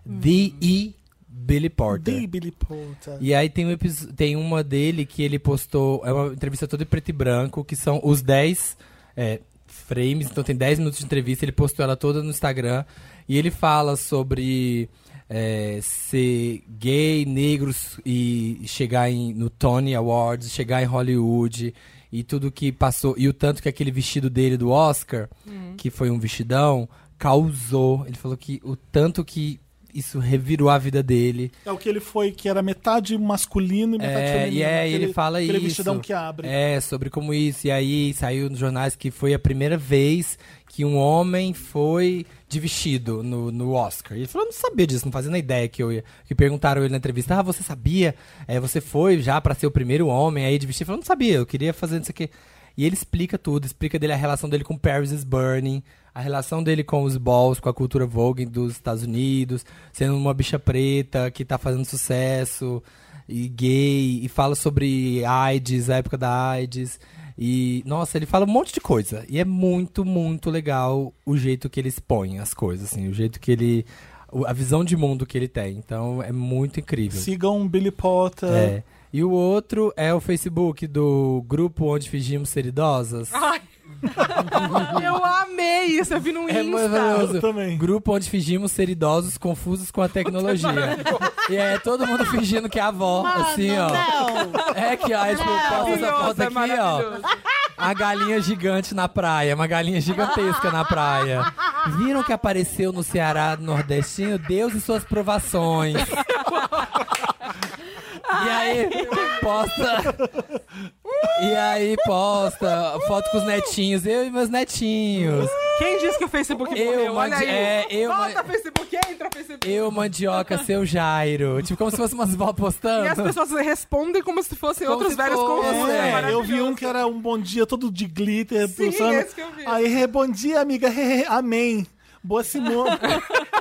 Speaker 3: The E, Billy Porter.
Speaker 1: The Billy Porter.
Speaker 3: E aí tem, um episo- tem uma dele que ele postou, é uma entrevista toda em preto e branco, que são os 10 é, frames, então tem 10 minutos de entrevista, ele postou ela toda no Instagram, e ele fala sobre é, ser gay, negros, e chegar em, no Tony Awards, chegar em Hollywood, e tudo que passou, e o tanto que aquele vestido dele do Oscar, que foi um vestidão, causou, ele falou que o tanto que isso revirou a vida dele,
Speaker 1: É o que ele foi, que era metade masculino e metade
Speaker 3: é,
Speaker 1: feminino.
Speaker 3: e é, e
Speaker 1: aquele-
Speaker 3: ele fala
Speaker 1: aquele
Speaker 3: isso.
Speaker 1: vestidão que abre.
Speaker 3: É, sobre como isso. E aí saiu nos jornais que foi a primeira vez que um homem foi de vestido no, no Oscar. E ele falou, eu não sabia disso, não fazia nem ideia que eu ia. Que perguntaram ele na entrevista, ah, você sabia? É, você foi já pra ser o primeiro homem aí de vestido? Ele falou, não sabia, eu queria fazer isso aqui. E ele explica tudo, explica dele a relação dele com Paris is Burning, a relação dele com os balls, com a cultura Vogue dos Estados Unidos, sendo uma bicha preta que tá fazendo sucesso e gay, e fala sobre AIDS, a época da AIDS. E, nossa, ele fala um monte de coisa. E é muito, muito legal o jeito que ele expõe as coisas, assim, o jeito que ele. o- a visão de mundo que ele tem. Então é muito incrível.
Speaker 1: Sigam Billy Potter.
Speaker 3: É. E o outro é o Facebook do grupo onde fingimos ser idosas.
Speaker 4: Ai. eu amei isso, eu vi no
Speaker 3: É
Speaker 4: Insta.
Speaker 3: maravilhoso.
Speaker 1: Eu também.
Speaker 3: Grupo onde fingimos ser idosos confusos com a tecnologia. e é todo mundo fingindo que é a avó, assim, ó. É que, ó, aí, tipo, posta essa foto
Speaker 4: Maravilhoso, é
Speaker 3: aqui, ó.
Speaker 4: maravilhoso.
Speaker 3: A galinha gigante na praia, uma galinha gigantesca na praia. Viram que apareceu no Ceará nordestino Deus e suas provações. E aí, posta. E aí, posta foto com os netinhos, eu e meus netinhos.
Speaker 4: Quem disse que o Facebook
Speaker 3: Eu,
Speaker 4: morreu? Olha
Speaker 3: mandi-
Speaker 4: aí.
Speaker 3: é, eu, ma-
Speaker 4: Volta, Facebook, entra, Facebook.
Speaker 3: Eu, mandioca, seu Jairo. Tipo, como se fosse umas vó postando.
Speaker 4: E as pessoas respondem como se fossem
Speaker 3: Como
Speaker 4: outros
Speaker 3: se
Speaker 4: velhos
Speaker 3: fosse,
Speaker 4: confusos.
Speaker 3: é.
Speaker 4: maravilhoso.
Speaker 1: eu vi um que era um bom dia todo de glitter.
Speaker 4: Sim,
Speaker 1: pulsando.
Speaker 4: esse que eu vi.
Speaker 1: Aí, re, bom dia, amiga. He, he, amém. Boa Simone.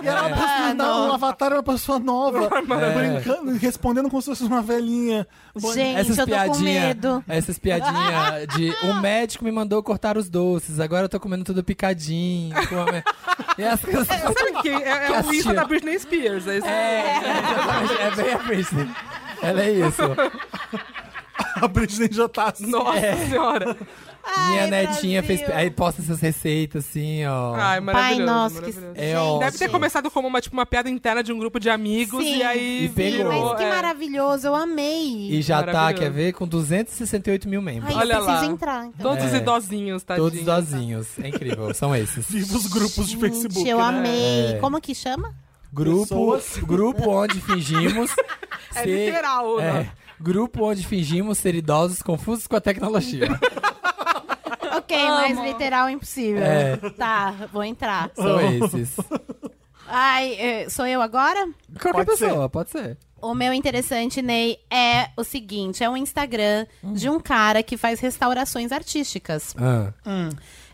Speaker 1: e
Speaker 3: É.
Speaker 1: era uma pessoa, não, um avatar era uma pessoa nova. Brincando, respondendo como se fosse uma velhinha. Bom-
Speaker 5: Gente,
Speaker 3: essas
Speaker 5: eu tô com medo.
Speaker 3: essas piadinhas de o médico me mandou cortar os doces, agora eu tô comendo tudo picadinho. com a me- E as coisas-
Speaker 4: Sabe que é, é o
Speaker 3: Castigo.
Speaker 4: Insta da Britney Spears. É, isso.
Speaker 3: É, exatamente, é bem a Britney. Ela é isso.
Speaker 1: A Britney já tá assim.
Speaker 4: Nossa
Speaker 3: É.
Speaker 4: senhora.
Speaker 3: Minha netinha
Speaker 5: tá? Brasil.
Speaker 3: fez. Aí posta essas receitas assim, ó.
Speaker 4: Ai, maravilhoso.
Speaker 5: nossa, que-
Speaker 4: maravilhoso.
Speaker 3: é
Speaker 5: gente.
Speaker 3: ótimo.
Speaker 4: Deve ter começado como uma, tipo, uma piada interna de um grupo de amigos
Speaker 5: Sim,
Speaker 4: e aí
Speaker 3: E pegou.
Speaker 5: Mas que
Speaker 4: é.
Speaker 5: maravilhoso, eu amei.
Speaker 3: E já tá,
Speaker 4: Maravilhoso.
Speaker 3: quer ver? Com 268 mil membros.
Speaker 5: Ai,
Speaker 4: Olha
Speaker 5: eu preciso
Speaker 4: lá.
Speaker 5: entrar. Então.
Speaker 4: Todos
Speaker 3: É.
Speaker 4: idosinhos, tadinho.
Speaker 3: Todos dozinhos. É incrível, são esses.
Speaker 1: Viva os grupos de Facebook.
Speaker 5: Gente, eu
Speaker 1: né?
Speaker 5: amei.
Speaker 3: É.
Speaker 5: Como que chama?
Speaker 3: Grupo,
Speaker 1: Pessoas.
Speaker 3: grupo onde fingimos
Speaker 4: É
Speaker 3: ser.
Speaker 4: literal,
Speaker 3: é,
Speaker 4: né?
Speaker 3: grupo onde fingimos ser idosos confusos com a tecnologia.
Speaker 5: Ok, mais literal impossível.
Speaker 3: É.
Speaker 5: Tá, vou entrar.
Speaker 3: São esses.
Speaker 5: Ai, eh, sou eu agora?
Speaker 3: Qualquer
Speaker 1: Pode
Speaker 3: pessoa, pode ser.
Speaker 5: O meu interessante, Ney, é o seguinte: é um Instagram de um cara que faz restaurações artísticas.
Speaker 3: Ah.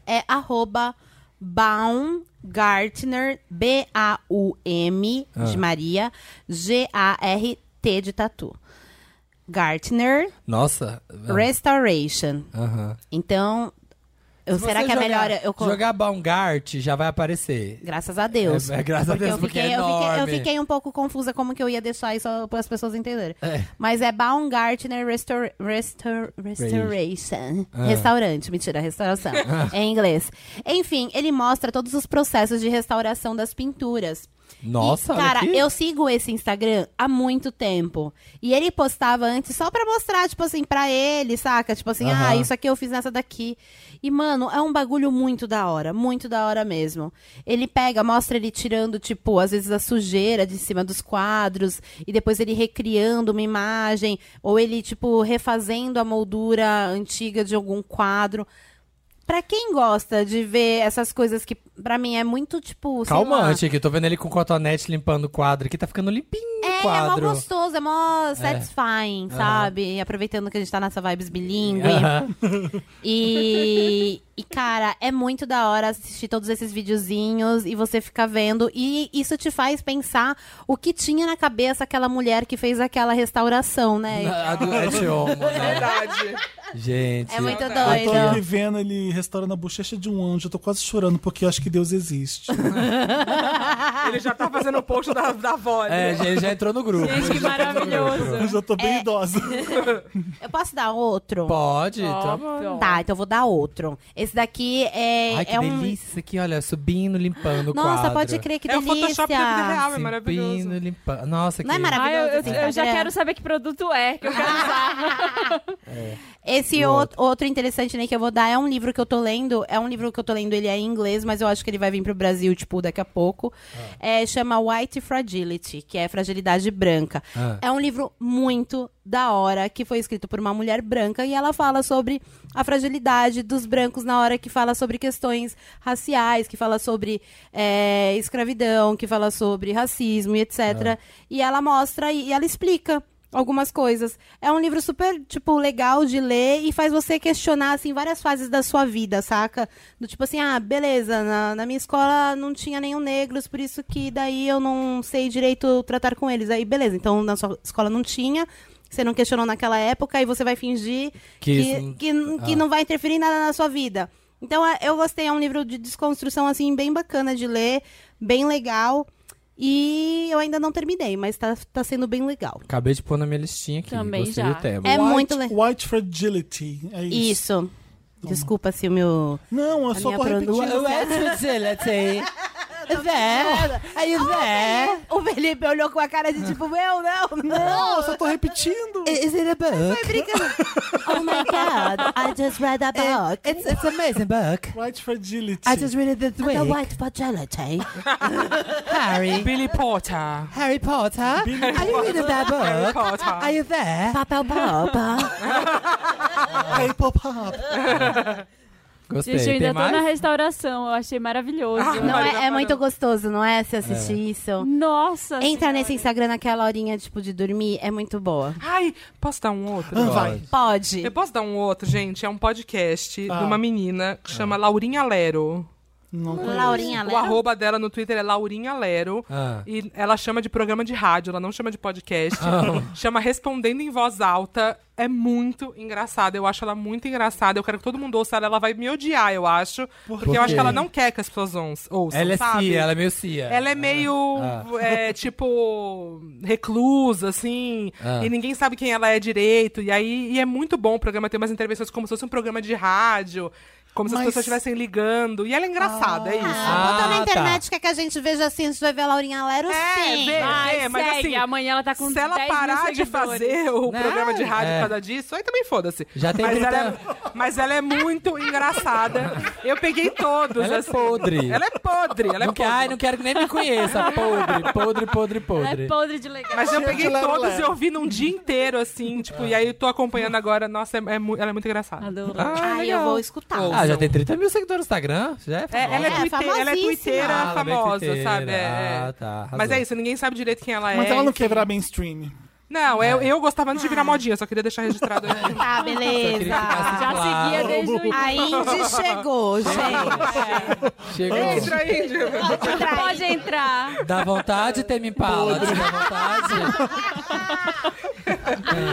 Speaker 5: É arroba Baumgartner, B-A-U-M,
Speaker 3: Ah.
Speaker 5: de Maria, G-A-R-T de Tatu. Gartner
Speaker 3: Nossa.
Speaker 5: Restoration.
Speaker 3: Aham.
Speaker 5: Então, eu-
Speaker 3: Se
Speaker 5: será
Speaker 3: você
Speaker 5: que é
Speaker 3: jogar-
Speaker 5: melhor eu colocar?
Speaker 3: Jogar Baumgart já vai aparecer.
Speaker 5: Graças a Deus.
Speaker 3: É, é, graças a Deus,
Speaker 5: eu
Speaker 3: porque
Speaker 5: fiquei,
Speaker 3: é
Speaker 5: eu fiquei- eu
Speaker 3: enorme.
Speaker 5: fiquei um pouco confusa como que eu ia deixar isso para as pessoas entenderem.
Speaker 3: É.
Speaker 5: Mas é Baumgartner Restor- Restor- Restoration.
Speaker 3: É.
Speaker 5: Restaurante, mentira, restauração. É em inglês. Enfim, ele mostra todos os processos de restauração das pinturas.
Speaker 3: Nossa,
Speaker 5: E,
Speaker 3: olha
Speaker 5: cara,
Speaker 3: aqui.
Speaker 5: eu sigo esse Instagram há muito tempo. E ele postava antes só pra mostrar, tipo assim, pra ele, saca? Tipo assim,
Speaker 3: Aham.
Speaker 5: ah, isso aqui eu fiz nessa daqui. E, mano, é um bagulho muito da hora, muito da hora mesmo. Ele pega, mostra ele tirando, tipo, às vezes a sujeira de cima dos quadros, e depois ele recriando uma imagem, ou ele, tipo, refazendo a moldura antiga de algum quadro. Pra quem gosta de ver essas coisas que, pra mim, é muito, tipo, sei lá,
Speaker 3: Calmante aqui, eu tô vendo ele com cotonete limpando o quadro aqui, tá ficando limpinho o
Speaker 5: é, é mó
Speaker 3: quadro.
Speaker 5: gostoso, é mó satisfying, sabe? Aproveitando que a gente tá nessa vibes bilíngue. E, E, cara, é muito da hora assistir todos esses videozinhos e você ficar vendo. E isso te faz pensar o que tinha na cabeça aquela mulher que fez aquela restauração, né?
Speaker 3: A do Ed Homo, né?
Speaker 4: É Verdade.
Speaker 3: Gente.
Speaker 5: É muito
Speaker 1: Eu tô aqui
Speaker 5: doido.
Speaker 1: vendo ele restaurando a bochecha de um anjo, eu tô quase chorando porque eu acho que Deus existe.
Speaker 4: Ele já tá fazendo o post da, da avó.
Speaker 3: É,
Speaker 4: né?
Speaker 3: gente, já entrou no grupo.
Speaker 6: Gente, que
Speaker 1: Eu
Speaker 6: maravilhoso.
Speaker 1: já tô bem idosa.
Speaker 5: Eu posso dar outro?
Speaker 3: Pode, tá bom.
Speaker 6: Top.
Speaker 5: Tá, então eu vou dar outro. Esse daqui é,
Speaker 3: Ai, que
Speaker 5: é um.
Speaker 3: delícia isso aqui, olha, subindo, limpando o
Speaker 5: Nossa,
Speaker 3: quadro.
Speaker 5: pode crer que
Speaker 4: é o
Speaker 5: delícia.
Speaker 4: Photoshop da vida real, é maravilhoso.
Speaker 3: Subindo, limpando. Nossa,
Speaker 5: Não é
Speaker 3: que-
Speaker 5: maravilhoso?
Speaker 6: Ai, eu, eu-
Speaker 5: esse
Speaker 6: eu já
Speaker 5: Instagram?
Speaker 6: quero saber que produto é. Que eu quero usar.
Speaker 5: Esse outro, outro interessante né, que eu vou dar é um livro que eu tô lendo. É um livro que eu tô lendo, ele é em inglês, mas eu acho que ele vai vir pro Brasil, tipo, daqui a pouco. É, chama White Fragility, que é fragilidade branca.
Speaker 3: Ah.
Speaker 5: É um livro muito da hora, que foi escrito por uma mulher branca, e ela fala sobre a fragilidade dos brancos na hora que fala sobre questões raciais, que fala sobre é, escravidão, que fala sobre racismo e etc. E ela mostra e- e ela explica algumas coisas. É um livro super, tipo, legal de ler e faz você questionar, assim, várias fases da sua vida, saca? Do tipo assim, ah, beleza, na, na minha escola não tinha nenhum negros, por isso que daí eu não sei direito tratar com eles. Aí, beleza, então na sua escola não tinha, você não questionou naquela época, e você vai fingir
Speaker 3: Que
Speaker 5: que,
Speaker 3: isso-
Speaker 5: que- que
Speaker 3: ah.
Speaker 5: não vai interferir em nada na sua vida. Então, é- eu gostei, é um livro de desconstrução, assim, bem bacana de ler, bem legal. E eu ainda não terminei, mas tá, tá sendo bem legal.
Speaker 3: Acabei de pôr na minha listinha aqui.
Speaker 6: Também
Speaker 3: gostei
Speaker 6: já.
Speaker 3: do tema.
Speaker 5: É
Speaker 1: White-
Speaker 5: muito le-
Speaker 1: White fragility. É isso.
Speaker 5: Isso. Desculpa se o meu.
Speaker 1: Não, eu
Speaker 5: A
Speaker 1: só
Speaker 5: minha
Speaker 1: tô repetindo.
Speaker 5: pronúncia-
Speaker 3: é
Speaker 5: É?
Speaker 3: Aí, Zé.
Speaker 5: O Felipe olhou com a cara de tipo, eu não,
Speaker 1: Não,
Speaker 5: não.
Speaker 1: eu só tô repetindo.
Speaker 3: Is it a book?
Speaker 5: oh my god, I just read a book.
Speaker 3: It's, it's amazing book.
Speaker 1: White fragility.
Speaker 3: I just read it this
Speaker 5: The
Speaker 3: week.
Speaker 5: White Fragility.
Speaker 3: Harry.
Speaker 4: Billy Potter.
Speaker 3: Harry Potter. Are you reading that
Speaker 4: Harry
Speaker 3: book?
Speaker 4: Potter.
Speaker 3: Are you there?
Speaker 5: Papel Boba.
Speaker 1: Hey, pop up.
Speaker 3: Gostei.
Speaker 6: Gente, eu ainda
Speaker 3: Tem
Speaker 6: tô
Speaker 3: mais?
Speaker 6: na restauração. Eu achei maravilhoso.
Speaker 5: Não é, é muito gostoso, não é? Se assistir isso.
Speaker 6: Nossa.
Speaker 5: Entrar
Speaker 6: senhora.
Speaker 5: nesse Instagram naquela horinha, tipo, de dormir é muito boa.
Speaker 4: Ai, posso dar um outro?
Speaker 1: Ah, vai.
Speaker 5: Pode.
Speaker 4: Eu posso dar um outro, gente? É um podcast
Speaker 1: Ah.
Speaker 4: de uma menina que
Speaker 3: Ah.
Speaker 4: chama Laurinha Lero.
Speaker 1: Não conheço.
Speaker 5: Laurinha
Speaker 4: O
Speaker 5: Lero.
Speaker 4: arroba dela no Twitter é Laurinha Lero.
Speaker 3: Ah.
Speaker 4: E ela chama de programa de rádio, ela não chama de podcast.
Speaker 3: Ah.
Speaker 4: Chama Respondendo em Voz Alta. É muito engraçada. Eu acho ela muito engraçada. Eu quero que todo mundo ouça ela. Ela vai me odiar, eu acho. Porque
Speaker 3: quê?
Speaker 4: eu acho que ela não quer que as pessoas ons- ouçam,
Speaker 3: Ela é
Speaker 4: sabe?
Speaker 3: cia, ela é Ah. meio cia.
Speaker 4: Ela é meio, é, tipo, reclusa, assim,
Speaker 3: Ah.
Speaker 4: e ninguém sabe quem ela é direito. E aí e é muito bom o programa ter umas intervenções como se fosse um programa de rádio, como se as
Speaker 1: Mas-
Speaker 4: pessoas estivessem ligando. E ela é engraçada, é isso.
Speaker 5: Ah, bota
Speaker 3: Ah,
Speaker 5: na
Speaker 3: tá.
Speaker 5: internet que é que a gente veja assim, a gente vai ver a Laurinha Lero
Speaker 4: É,
Speaker 5: sim.
Speaker 4: vê,
Speaker 6: Ai,
Speaker 4: vê, mas
Speaker 6: segue.
Speaker 4: assim,
Speaker 6: Amanhã ela tá com
Speaker 4: se ela
Speaker 6: 10 mil
Speaker 4: parar de
Speaker 6: seguidores.
Speaker 4: fazer o
Speaker 3: Não,
Speaker 4: programa de rádio
Speaker 3: é.
Speaker 4: por causa disso, aí também foda-se.
Speaker 3: Já tem
Speaker 4: mas,
Speaker 3: 30
Speaker 4: ela é, mas ela é muito engraçada. Eu peguei todos.
Speaker 3: Ela é
Speaker 4: assim.
Speaker 3: podre.
Speaker 4: Ela é podre. Ela é
Speaker 3: Não que-
Speaker 4: podre.
Speaker 3: ai, não quero que nem me conheça. Podre, podre, podre, podre.
Speaker 6: É podre de legal.
Speaker 4: Mas eu peguei
Speaker 1: lero,
Speaker 4: todos
Speaker 1: lero.
Speaker 4: e ouvi num dia inteiro, assim, tipo, e aí eu tô acompanhando agora. Nossa, é, é mu- ela é muito engraçada.
Speaker 6: Adoro.
Speaker 5: Ai, eu vou escutar.
Speaker 3: Ah, já tem 30 mil seguidores no Instagram? Já é
Speaker 4: É, ela, é
Speaker 5: É,
Speaker 4: twitter, ela é
Speaker 5: famosíssima.
Speaker 4: twitteira
Speaker 3: Ah, ela é bem
Speaker 4: famosa,
Speaker 3: twitteira.
Speaker 4: sabe? É, é.
Speaker 3: Ah, tá, arrasou.
Speaker 4: Mas é isso, ninguém sabe direito quem ela é.
Speaker 1: Mas ela não
Speaker 4: enfim.
Speaker 1: quer virar mainstream.
Speaker 4: Não,
Speaker 3: É.
Speaker 4: eu, eu gostava antes de virar modinha, só queria deixar registrado aqui.
Speaker 5: Tá,
Speaker 3: Eu queria
Speaker 5: beleza.
Speaker 3: que ficasse
Speaker 6: Já
Speaker 3: Ah, claro.
Speaker 6: seguia desde o
Speaker 5: A Indy chegou, gente.
Speaker 3: Chegou.
Speaker 4: Entra aí, Diego.
Speaker 6: Pode entrar.
Speaker 3: Dá vontade, Temi Impala. Dá vontade.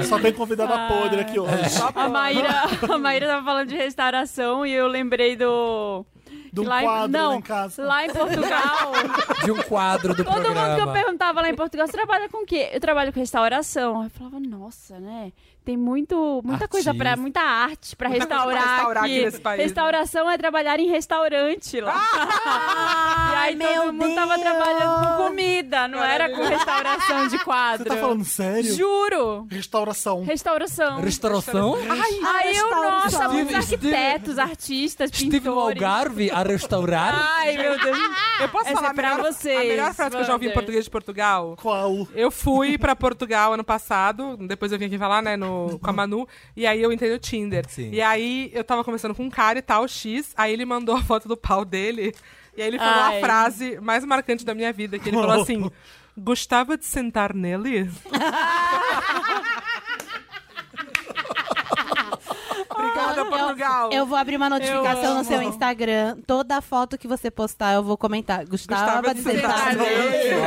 Speaker 1: Só tem convidada podre aqui hoje.
Speaker 4: É.
Speaker 1: Tá
Speaker 4: Tá
Speaker 6: A Maíra, a Maíra tava falando de restauração e eu lembrei do.
Speaker 1: Do
Speaker 6: que lá em-
Speaker 1: um quadro
Speaker 6: não,
Speaker 1: lá em casa.
Speaker 6: lá em Portugal.
Speaker 3: De um quadro do
Speaker 6: Todo mundo que eu
Speaker 3: programa.
Speaker 6: perguntava lá em Portugal, você trabalha com o quê? Eu trabalho com restauração. Aí Eu falava, nossa, né? Tem muito, muita coisa
Speaker 3: Artista.
Speaker 6: para muita arte pra
Speaker 4: Muita coisa pra
Speaker 6: restaurar,
Speaker 4: restaurar
Speaker 6: aqui.
Speaker 4: aqui nesse país, Ah, né?
Speaker 6: Restauração é trabalhar em restaurante lá. e aí
Speaker 5: meu
Speaker 6: todo mundo tava
Speaker 5: Deus.
Speaker 6: trabalhando com comida, não era com restauração de quadro.
Speaker 1: Você tá falando sério?
Speaker 6: Juro.
Speaker 1: Restauração.
Speaker 6: Restauração.
Speaker 3: Restauração?
Speaker 6: Aí eu, nossa,
Speaker 5: Restauração.
Speaker 6: muitos
Speaker 3: Steve-
Speaker 6: arquitetos, artistas,
Speaker 3: Estive no
Speaker 6: pintores.
Speaker 3: Algarve a
Speaker 5: Ah.
Speaker 3: restaurar.
Speaker 6: Ai, meu Deus.
Speaker 4: Eu posso
Speaker 6: Essa
Speaker 4: falar
Speaker 6: é pra
Speaker 4: a melhor,
Speaker 6: vocês,
Speaker 4: a melhor frase que eu já ouvi em
Speaker 6: Wander.
Speaker 4: português de Portugal?
Speaker 1: Qual?
Speaker 4: Eu fui pra Portugal ano passado, depois eu vim aqui falar, né, no, com a Manu, e aí eu entrei no Tinder.
Speaker 3: Sim.
Speaker 4: E aí eu tava conversando com um cara e tal, X, aí ele mandou a foto do pau dele, e aí ele falou
Speaker 6: Ai.
Speaker 4: a frase mais marcante da minha vida, que ele falou assim, gostava de sentar nele? Obrigada Portugal.
Speaker 5: Eu vou abrir uma notificação
Speaker 4: amo.
Speaker 5: no seu Instagram. Toda foto que você postar, eu vou comentar. Gustavo
Speaker 4: Gustavo de
Speaker 5: Azevedo.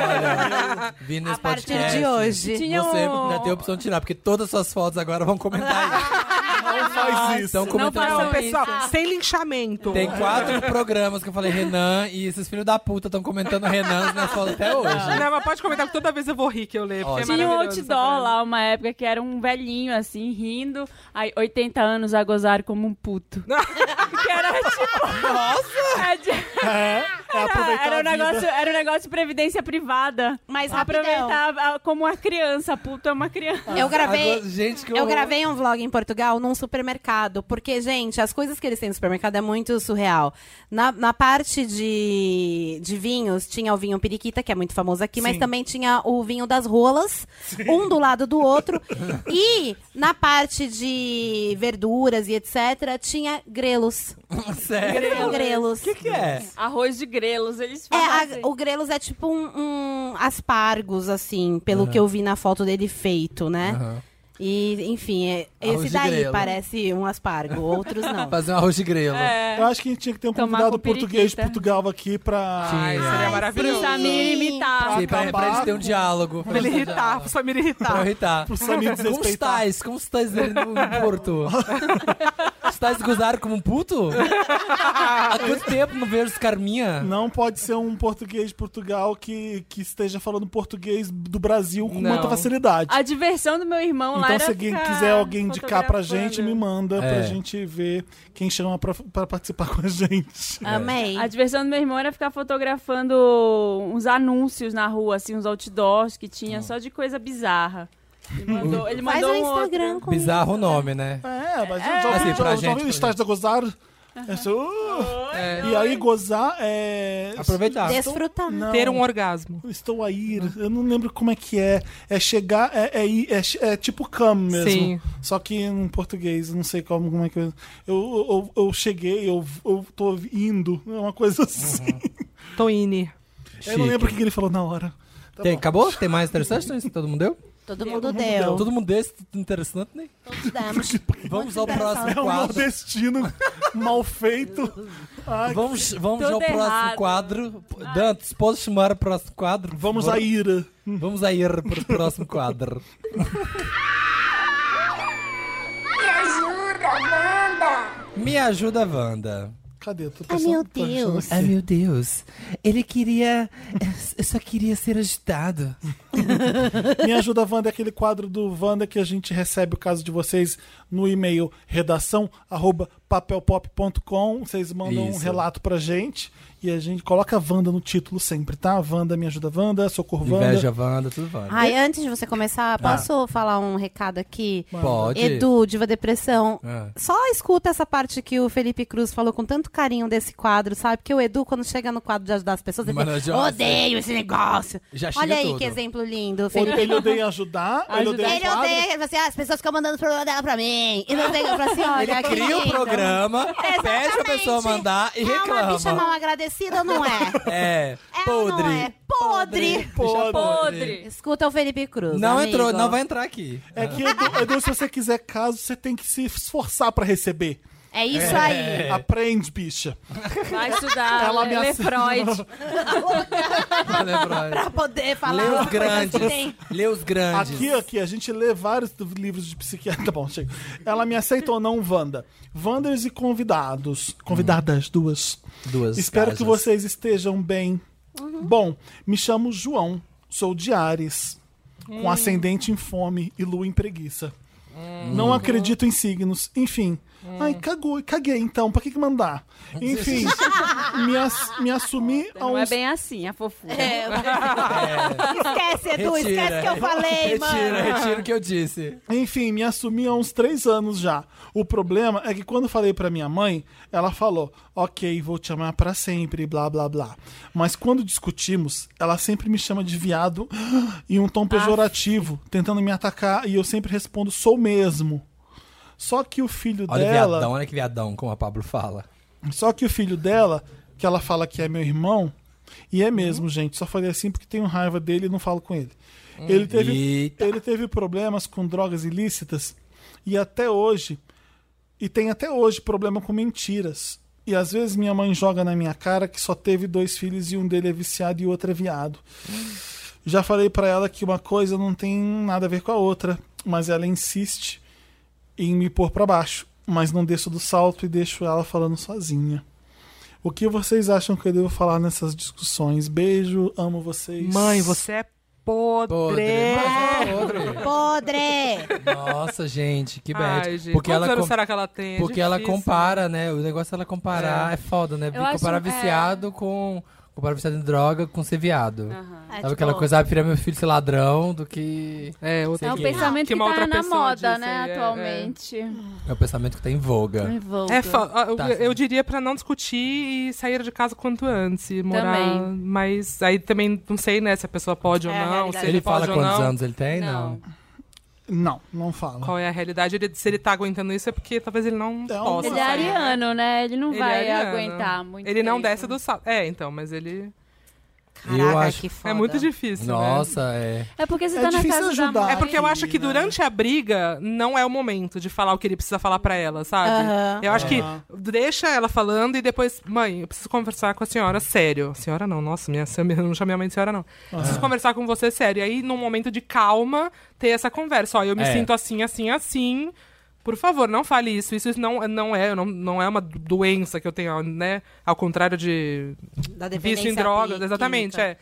Speaker 3: Olha, vi nesse
Speaker 5: A partir
Speaker 3: podcast,
Speaker 5: de hoje.
Speaker 2: Tinha
Speaker 3: Você
Speaker 2: um-
Speaker 3: ainda tem a opção de tirar, porque todas as suas fotos agora vão comentar isso.
Speaker 1: Não faz isso.
Speaker 3: Então comenta
Speaker 2: façam
Speaker 3: no
Speaker 4: Não, pessoal,
Speaker 2: isso.
Speaker 4: sem linchamento.
Speaker 3: Tem quatro programas que eu falei Renan e esses filhos da puta estão comentando Renan nas fotos até hoje.
Speaker 4: Não, mas pode comentar que toda vez eu vou rir que eu leio. porque é
Speaker 3: Ótimo.
Speaker 2: Tinha um
Speaker 4: maravilhoso essa
Speaker 2: outdoor
Speaker 4: parada.
Speaker 2: lá, uma época, que era um velhinho, assim, rindo. Aí, 80 anos a gozar como um puto. que era tipo... Nossa!
Speaker 1: É, é aproveitar
Speaker 2: Era um,
Speaker 1: a vida.
Speaker 2: negócio, era um negócio de previdência privada.
Speaker 5: Mas rapidão.
Speaker 2: Aproveitar a- como uma criança, puto é uma criança.
Speaker 5: Eu gravei.
Speaker 3: Agora, gente, que
Speaker 5: Eu gravei um vlog em Portugal num supermercado, porque, gente, as coisas que eles têm no supermercado é muito surreal. Na, na parte de, de vinhos, tinha o vinho periquita, que é muito famoso aqui, mas
Speaker 1: Sim.
Speaker 5: também tinha o vinho das rolas, um do lado do outro. e na parte de verduras e etc., tinha grelos.
Speaker 3: Sério?
Speaker 5: Tinha grelos.
Speaker 3: O que, que é?
Speaker 2: Arroz de grelos, eles
Speaker 5: É, a-
Speaker 2: fazem.
Speaker 5: o grelos é tipo um, um aspargos, assim, pelo que eu vi na foto dele feito, né?
Speaker 3: Aham.
Speaker 5: E, enfim, é-
Speaker 3: Arroz
Speaker 5: esse
Speaker 3: de
Speaker 5: daí
Speaker 3: grelo.
Speaker 5: parece um aspargo, outros não.
Speaker 3: Fazer um arroz de grelo.
Speaker 5: É.
Speaker 1: Eu acho que a gente tinha que ter um
Speaker 2: Tomar
Speaker 1: convidado
Speaker 2: com periquita.
Speaker 1: português de Portugal aqui pra.
Speaker 4: Ai,
Speaker 3: Tinha.
Speaker 4: seria
Speaker 2: Pro
Speaker 4: maravilhoso.
Speaker 2: Samir
Speaker 1: Ah,
Speaker 2: imitar.
Speaker 3: Sim, pra, pra gente ter um diálogo.
Speaker 4: Pra ele irritar, pro Samir irritar.
Speaker 3: Pra eu irritar.
Speaker 1: Pro Samir
Speaker 3: Como
Speaker 1: desrespeitar.
Speaker 3: estás? Como estás dele no Porto? estás gozar como um puto? Há quanto tempo não vejo os Carminha?
Speaker 1: Não pode ser um português de Portugal que, que esteja falando português do Brasil com
Speaker 3: Não.
Speaker 1: muita facilidade.
Speaker 2: A diversão do meu irmão
Speaker 1: Então,
Speaker 2: lá era
Speaker 1: se alguém
Speaker 2: ficar
Speaker 1: quiser alguém indicar pra
Speaker 2: fotografando.
Speaker 1: gente, me manda pra
Speaker 3: É.
Speaker 1: gente ver quem chama pra, pra participar com a gente.
Speaker 5: Amei.
Speaker 2: A diversão do meu irmão era ficar fotografando uns anúncios na rua, assim, uns outdoors que tinha
Speaker 4: Ah.
Speaker 2: só de coisa bizarra. Ele
Speaker 4: Hum.
Speaker 2: mandou, ele
Speaker 5: Faz
Speaker 2: mandou
Speaker 5: um
Speaker 2: um outro.
Speaker 5: Instagram com
Speaker 3: Bizarro o nome, né?
Speaker 1: É, mas
Speaker 3: assim,
Speaker 1: é,
Speaker 3: pra
Speaker 1: jovem,
Speaker 3: gente,
Speaker 1: jovem
Speaker 3: pra
Speaker 1: estás a gozar. É só, uh, e aí, gozar é.
Speaker 3: Aproveitar.
Speaker 5: desfrutar.
Speaker 1: Não,
Speaker 4: Ter um orgasmo.
Speaker 1: Estou a ir. Eu não lembro como é que é. É chegar, é, é ir, é, che- é tipo come mesmo.
Speaker 4: Sim.
Speaker 1: Só que em português, eu não sei como, como é que eu. Eu, eu, eu cheguei, eu, eu tô indo. É uma coisa assim.
Speaker 4: Toine.
Speaker 1: Eu não
Speaker 3: Chique.
Speaker 1: lembro o que que ele falou na hora. Tá
Speaker 3: Tem,
Speaker 1: bom.
Speaker 3: acabou? Tem mais interessante? Todo mundo deu?
Speaker 5: Todo mundo
Speaker 1: mundo
Speaker 5: deu.
Speaker 1: deu.
Speaker 3: Todo mundo desse interessante, né?
Speaker 5: Todos demos.
Speaker 3: Vamos ao
Speaker 1: É
Speaker 3: próximo
Speaker 1: um
Speaker 3: quadro.
Speaker 1: nordestino mal feito. Ai,
Speaker 3: Vamos, vamos
Speaker 2: Tudo
Speaker 3: ao próximo
Speaker 2: errado.
Speaker 3: quadro. Dantes, posso chamar o próximo quadro?
Speaker 1: vamos à ira.
Speaker 3: Vamos a ir pro próximo quadro.
Speaker 8: Me ajuda, Wanda!
Speaker 3: Me ajuda, Wanda.
Speaker 1: Cadê? Tô assim.
Speaker 5: Ai, meu Deus.
Speaker 3: Ah, meu Deus. Ele queria. Eu só queria ser agitado.
Speaker 1: Me ajuda, Wanda, é aquele quadro do Wanda que a gente recebe o caso de vocês no e-mail redação arroba papelpop.com. Vocês mandam um
Speaker 3: Isso.
Speaker 1: relato pra gente e a gente coloca Wanda no título sempre, tá? Wanda, me ajuda, Wanda, socorro, Wanda.
Speaker 3: Inveja, Wanda, tudo Wanda.
Speaker 5: Ai, antes de você começar, posso falar um recado aqui?
Speaker 3: Ah. Pode.
Speaker 5: Edu, Diva Depressão,
Speaker 3: Ah.
Speaker 5: só escuta essa parte que o Felipe Cruz falou com tanto carinho desse quadro, sabe? Porque o Edu, quando chega no quadro de ajudar as pessoas, ele
Speaker 3: Maravilhosa.
Speaker 5: fala, odeio esse negócio.
Speaker 3: Já chega
Speaker 5: Olha aí
Speaker 3: tudo.
Speaker 5: que exemplo lindo,
Speaker 1: Ele,
Speaker 5: Felipe.
Speaker 1: ele odeia ajudar, ele odeia o
Speaker 5: Ele
Speaker 1: quadro.
Speaker 5: odeia, ele fala assim, ah, as pessoas ficam mandando os problemas dela pra mim. E não tem pra assim, olha, que
Speaker 3: Cria o
Speaker 5: lindo.
Speaker 3: programa, pede pra pessoa
Speaker 5: Exatamente.
Speaker 3: mandar e
Speaker 5: É uma bicha mal
Speaker 3: reclama.
Speaker 5: agradecida ou não é?
Speaker 3: É,
Speaker 5: É ou não
Speaker 3: podre.
Speaker 5: é? Podre.
Speaker 3: Bicha
Speaker 2: Podre.
Speaker 5: Escuta o Felipe Cruz.
Speaker 3: Não
Speaker 5: amigo.
Speaker 3: entrou, não vai entrar aqui.
Speaker 1: É que, Edu, Edu, se você quiser caso, você tem que se esforçar pra receber.
Speaker 5: É isso aí.
Speaker 1: Aprende, bicha.
Speaker 2: Vai
Speaker 4: É
Speaker 2: estudar,
Speaker 1: Ela
Speaker 2: lê, lê
Speaker 1: ameaça-
Speaker 2: Freud.
Speaker 5: pra poder
Speaker 3: Lê
Speaker 5: falar
Speaker 3: os
Speaker 5: as coisas
Speaker 3: grandes.
Speaker 5: que tem.
Speaker 3: Lê os grandes.
Speaker 1: Aqui, aqui, a gente lê vários do- livros de psiquiatra. Tá bom, chega. Ela me aceita ou não, Wanda? Wanders e convidados. Convidadas, duas.
Speaker 3: Duas
Speaker 1: Espero que
Speaker 3: cajas.
Speaker 1: vocês estejam bem.
Speaker 2: Uhum.
Speaker 1: Bom, me chamo João, sou de Ares,
Speaker 2: Hum.
Speaker 1: com ascendente em fome e lua em preguiça.
Speaker 2: Hum.
Speaker 1: Não acredito em signos. Enfim. Ai, cagou, caguei então. Pra que, que mandar? Enfim, me, ass- me assumi a
Speaker 2: Não é
Speaker 1: uns
Speaker 2: bem assim, a fofura.
Speaker 5: É, eu vou- Esquece, Edu,
Speaker 3: Retira.
Speaker 5: esquece que eu falei,
Speaker 3: Retiro,
Speaker 5: mano.
Speaker 3: retiro o que eu disse.
Speaker 1: Enfim, me assumi há uns três anos já. O problema é que quando falei pra minha mãe, ela falou: Ok, vou te amar pra sempre, blá blá blá. Mas quando discutimos, ela sempre me chama de viado em um tom pejorativo, tentando me atacar, e eu sempre respondo: Sou mesmo. Só que o filho
Speaker 3: Olha o
Speaker 1: dela.
Speaker 3: viadão, olha que viadão, como a Pablo fala.
Speaker 1: Só que o filho dela, que ela fala que é meu irmão, e é mesmo, gente, só falei assim porque tenho raiva dele e não falo com ele. Ele teve,
Speaker 3: Eita.
Speaker 1: ele teve problemas com drogas ilícitas e até hoje E tem até hoje problema com mentiras. E às vezes minha mãe joga na minha cara que só teve dois filhos e um dele é viciado e o outro é viado. Já falei pra ela que uma coisa não tem nada a ver com a outra, mas ela insiste em me pôr pra baixo, mas não desço do salto e deixo ela falando sozinha. O que vocês acham que eu devo falar nessas discussões? Beijo, amo vocês.
Speaker 4: Mãe, você é podre.
Speaker 3: Podre. Mas é podre.
Speaker 5: Podre!
Speaker 3: Nossa, gente, que bad.
Speaker 4: Ai, gente,
Speaker 3: porque
Speaker 4: quantos
Speaker 3: ela
Speaker 4: anos
Speaker 3: com-
Speaker 4: será que ela tem? É
Speaker 3: Porque ela
Speaker 4: difícil.
Speaker 3: compara, né? O negócio é ela comparar. É, foda, né?
Speaker 2: Eu acho-
Speaker 3: comparar
Speaker 5: é.
Speaker 3: viciado com. Comparar viciado em droga com ser viado.
Speaker 5: É,
Speaker 3: Sabe
Speaker 5: tipo,
Speaker 3: aquela coisa, ah, prefiro meu filho ser ladrão do que.
Speaker 4: É, outra
Speaker 2: É um
Speaker 3: que-
Speaker 2: pensamento que,
Speaker 4: que uma outra
Speaker 2: tá na
Speaker 4: pessoa
Speaker 2: moda,
Speaker 4: disse
Speaker 2: né,
Speaker 4: aí, é,
Speaker 2: atualmente.
Speaker 3: É o pensamento que tá em voga.
Speaker 2: Ai, volta.
Speaker 4: É, fa- ah, eu,
Speaker 3: Tá.
Speaker 4: eu diria pra não discutir e sair de casa quanto antes. E morar.
Speaker 2: Também.
Speaker 4: Mas aí também não sei, né, se a pessoa pode
Speaker 5: É, a
Speaker 4: ou não.
Speaker 5: realidade.
Speaker 4: Se
Speaker 5: Ele
Speaker 4: ele,
Speaker 3: Ele fala
Speaker 4: pode ou
Speaker 3: quantos
Speaker 4: não.
Speaker 3: anos ele tem? Não.
Speaker 2: Não.
Speaker 1: Não, não fala.
Speaker 4: Qual é a realidade? Ele- se ele tá aguentando isso é porque talvez ele não
Speaker 1: Então,
Speaker 4: possa.
Speaker 2: Ele é
Speaker 4: sair.
Speaker 2: ariano, né? Ele não
Speaker 4: Ele é
Speaker 2: vai
Speaker 4: ariano.
Speaker 2: aguentar muito.
Speaker 4: Ele não
Speaker 2: tempo.
Speaker 4: desce do salto. É, então, mas ele.
Speaker 5: Caraca,
Speaker 3: Eu acho-
Speaker 5: que foda.
Speaker 4: É muito difícil. né?
Speaker 3: Nossa, é.
Speaker 2: É porque você
Speaker 1: É
Speaker 2: tá na
Speaker 1: difícil
Speaker 2: casa
Speaker 1: ajudar.
Speaker 2: da mãe.
Speaker 4: É porque eu acho que
Speaker 1: né?
Speaker 4: durante a briga não é o momento de falar o que ele precisa falar pra ela, sabe?
Speaker 5: Aham.
Speaker 4: Eu acho
Speaker 1: Aham.
Speaker 4: que deixa ela falando e depois, mãe, eu preciso conversar com a senhora sério. Senhora não, nossa, minha, eu não chamei a mãe de senhora não. Preciso conversar com você sério. E aí, num momento de calma, ter essa conversa. Ó, eu me
Speaker 3: É.
Speaker 4: sinto assim, assim, assim. Por favor, não fale isso. Isso não, não é, não, não é uma doença que eu tenho, né? Ao contrário de
Speaker 5: Da
Speaker 4: vício
Speaker 5: dependência
Speaker 4: em drogas,
Speaker 5: química.
Speaker 4: exatamente, é.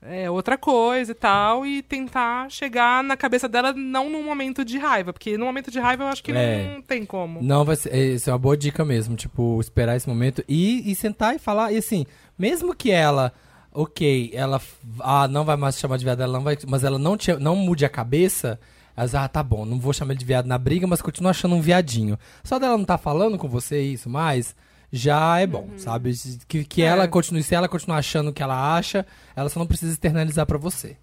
Speaker 4: É outra coisa e tal, e tentar chegar na cabeça dela não num momento de raiva, porque no momento de raiva eu acho que
Speaker 3: É.
Speaker 4: não tem como.
Speaker 3: Não, vai ser, isso é uma boa dica mesmo, tipo, esperar esse momento e, e sentar e falar. E assim, mesmo que ela, ok, ela f- ah, não vai mais chamar de viado, ela não vai, mas ela não, te- não mude a cabeça, ela diz, ah, tá bom, não vou chamar ele de viado na briga, mas continua achando um viadinho. Só dela não tá falando com você isso mais, já é
Speaker 5: Uhum.
Speaker 3: bom, sabe? Que,
Speaker 5: É.
Speaker 3: que ela continue, se ela continuar achando o que ela acha, ela só não precisa externalizar pra você.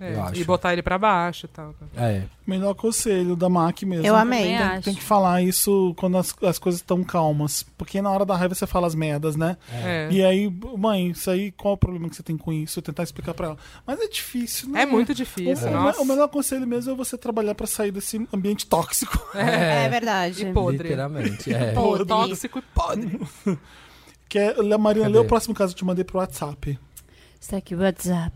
Speaker 4: É,
Speaker 3: eu acho.
Speaker 4: E botar ele pra baixo e tal.
Speaker 3: É.
Speaker 1: Melhor conselho da MAC mesmo.
Speaker 5: Eu amei.
Speaker 2: Também acho.
Speaker 1: Tem que falar isso quando as, as coisas estão calmas. Porque na hora da raiva você fala as merdas, né?
Speaker 4: É,
Speaker 1: E aí, mãe, isso aí, qual o problema que você tem com isso? Eu tentar explicar pra ela. Mas é difícil, né?
Speaker 4: é muito
Speaker 1: O-
Speaker 4: difícil,
Speaker 1: o,
Speaker 4: nossa.
Speaker 1: o melhor conselho mesmo é você trabalhar pra sair desse ambiente tóxico.
Speaker 5: É,
Speaker 3: É,
Speaker 5: verdade.
Speaker 4: E podre.
Speaker 3: literalmente. É.
Speaker 5: Pô. Podre.
Speaker 4: Tóxico e podre.
Speaker 1: Que é, a Marina,
Speaker 3: Cadê?
Speaker 1: lê o próximo caso que eu te mandei pro WhatsApp.
Speaker 2: Está aqui o WhatsApp.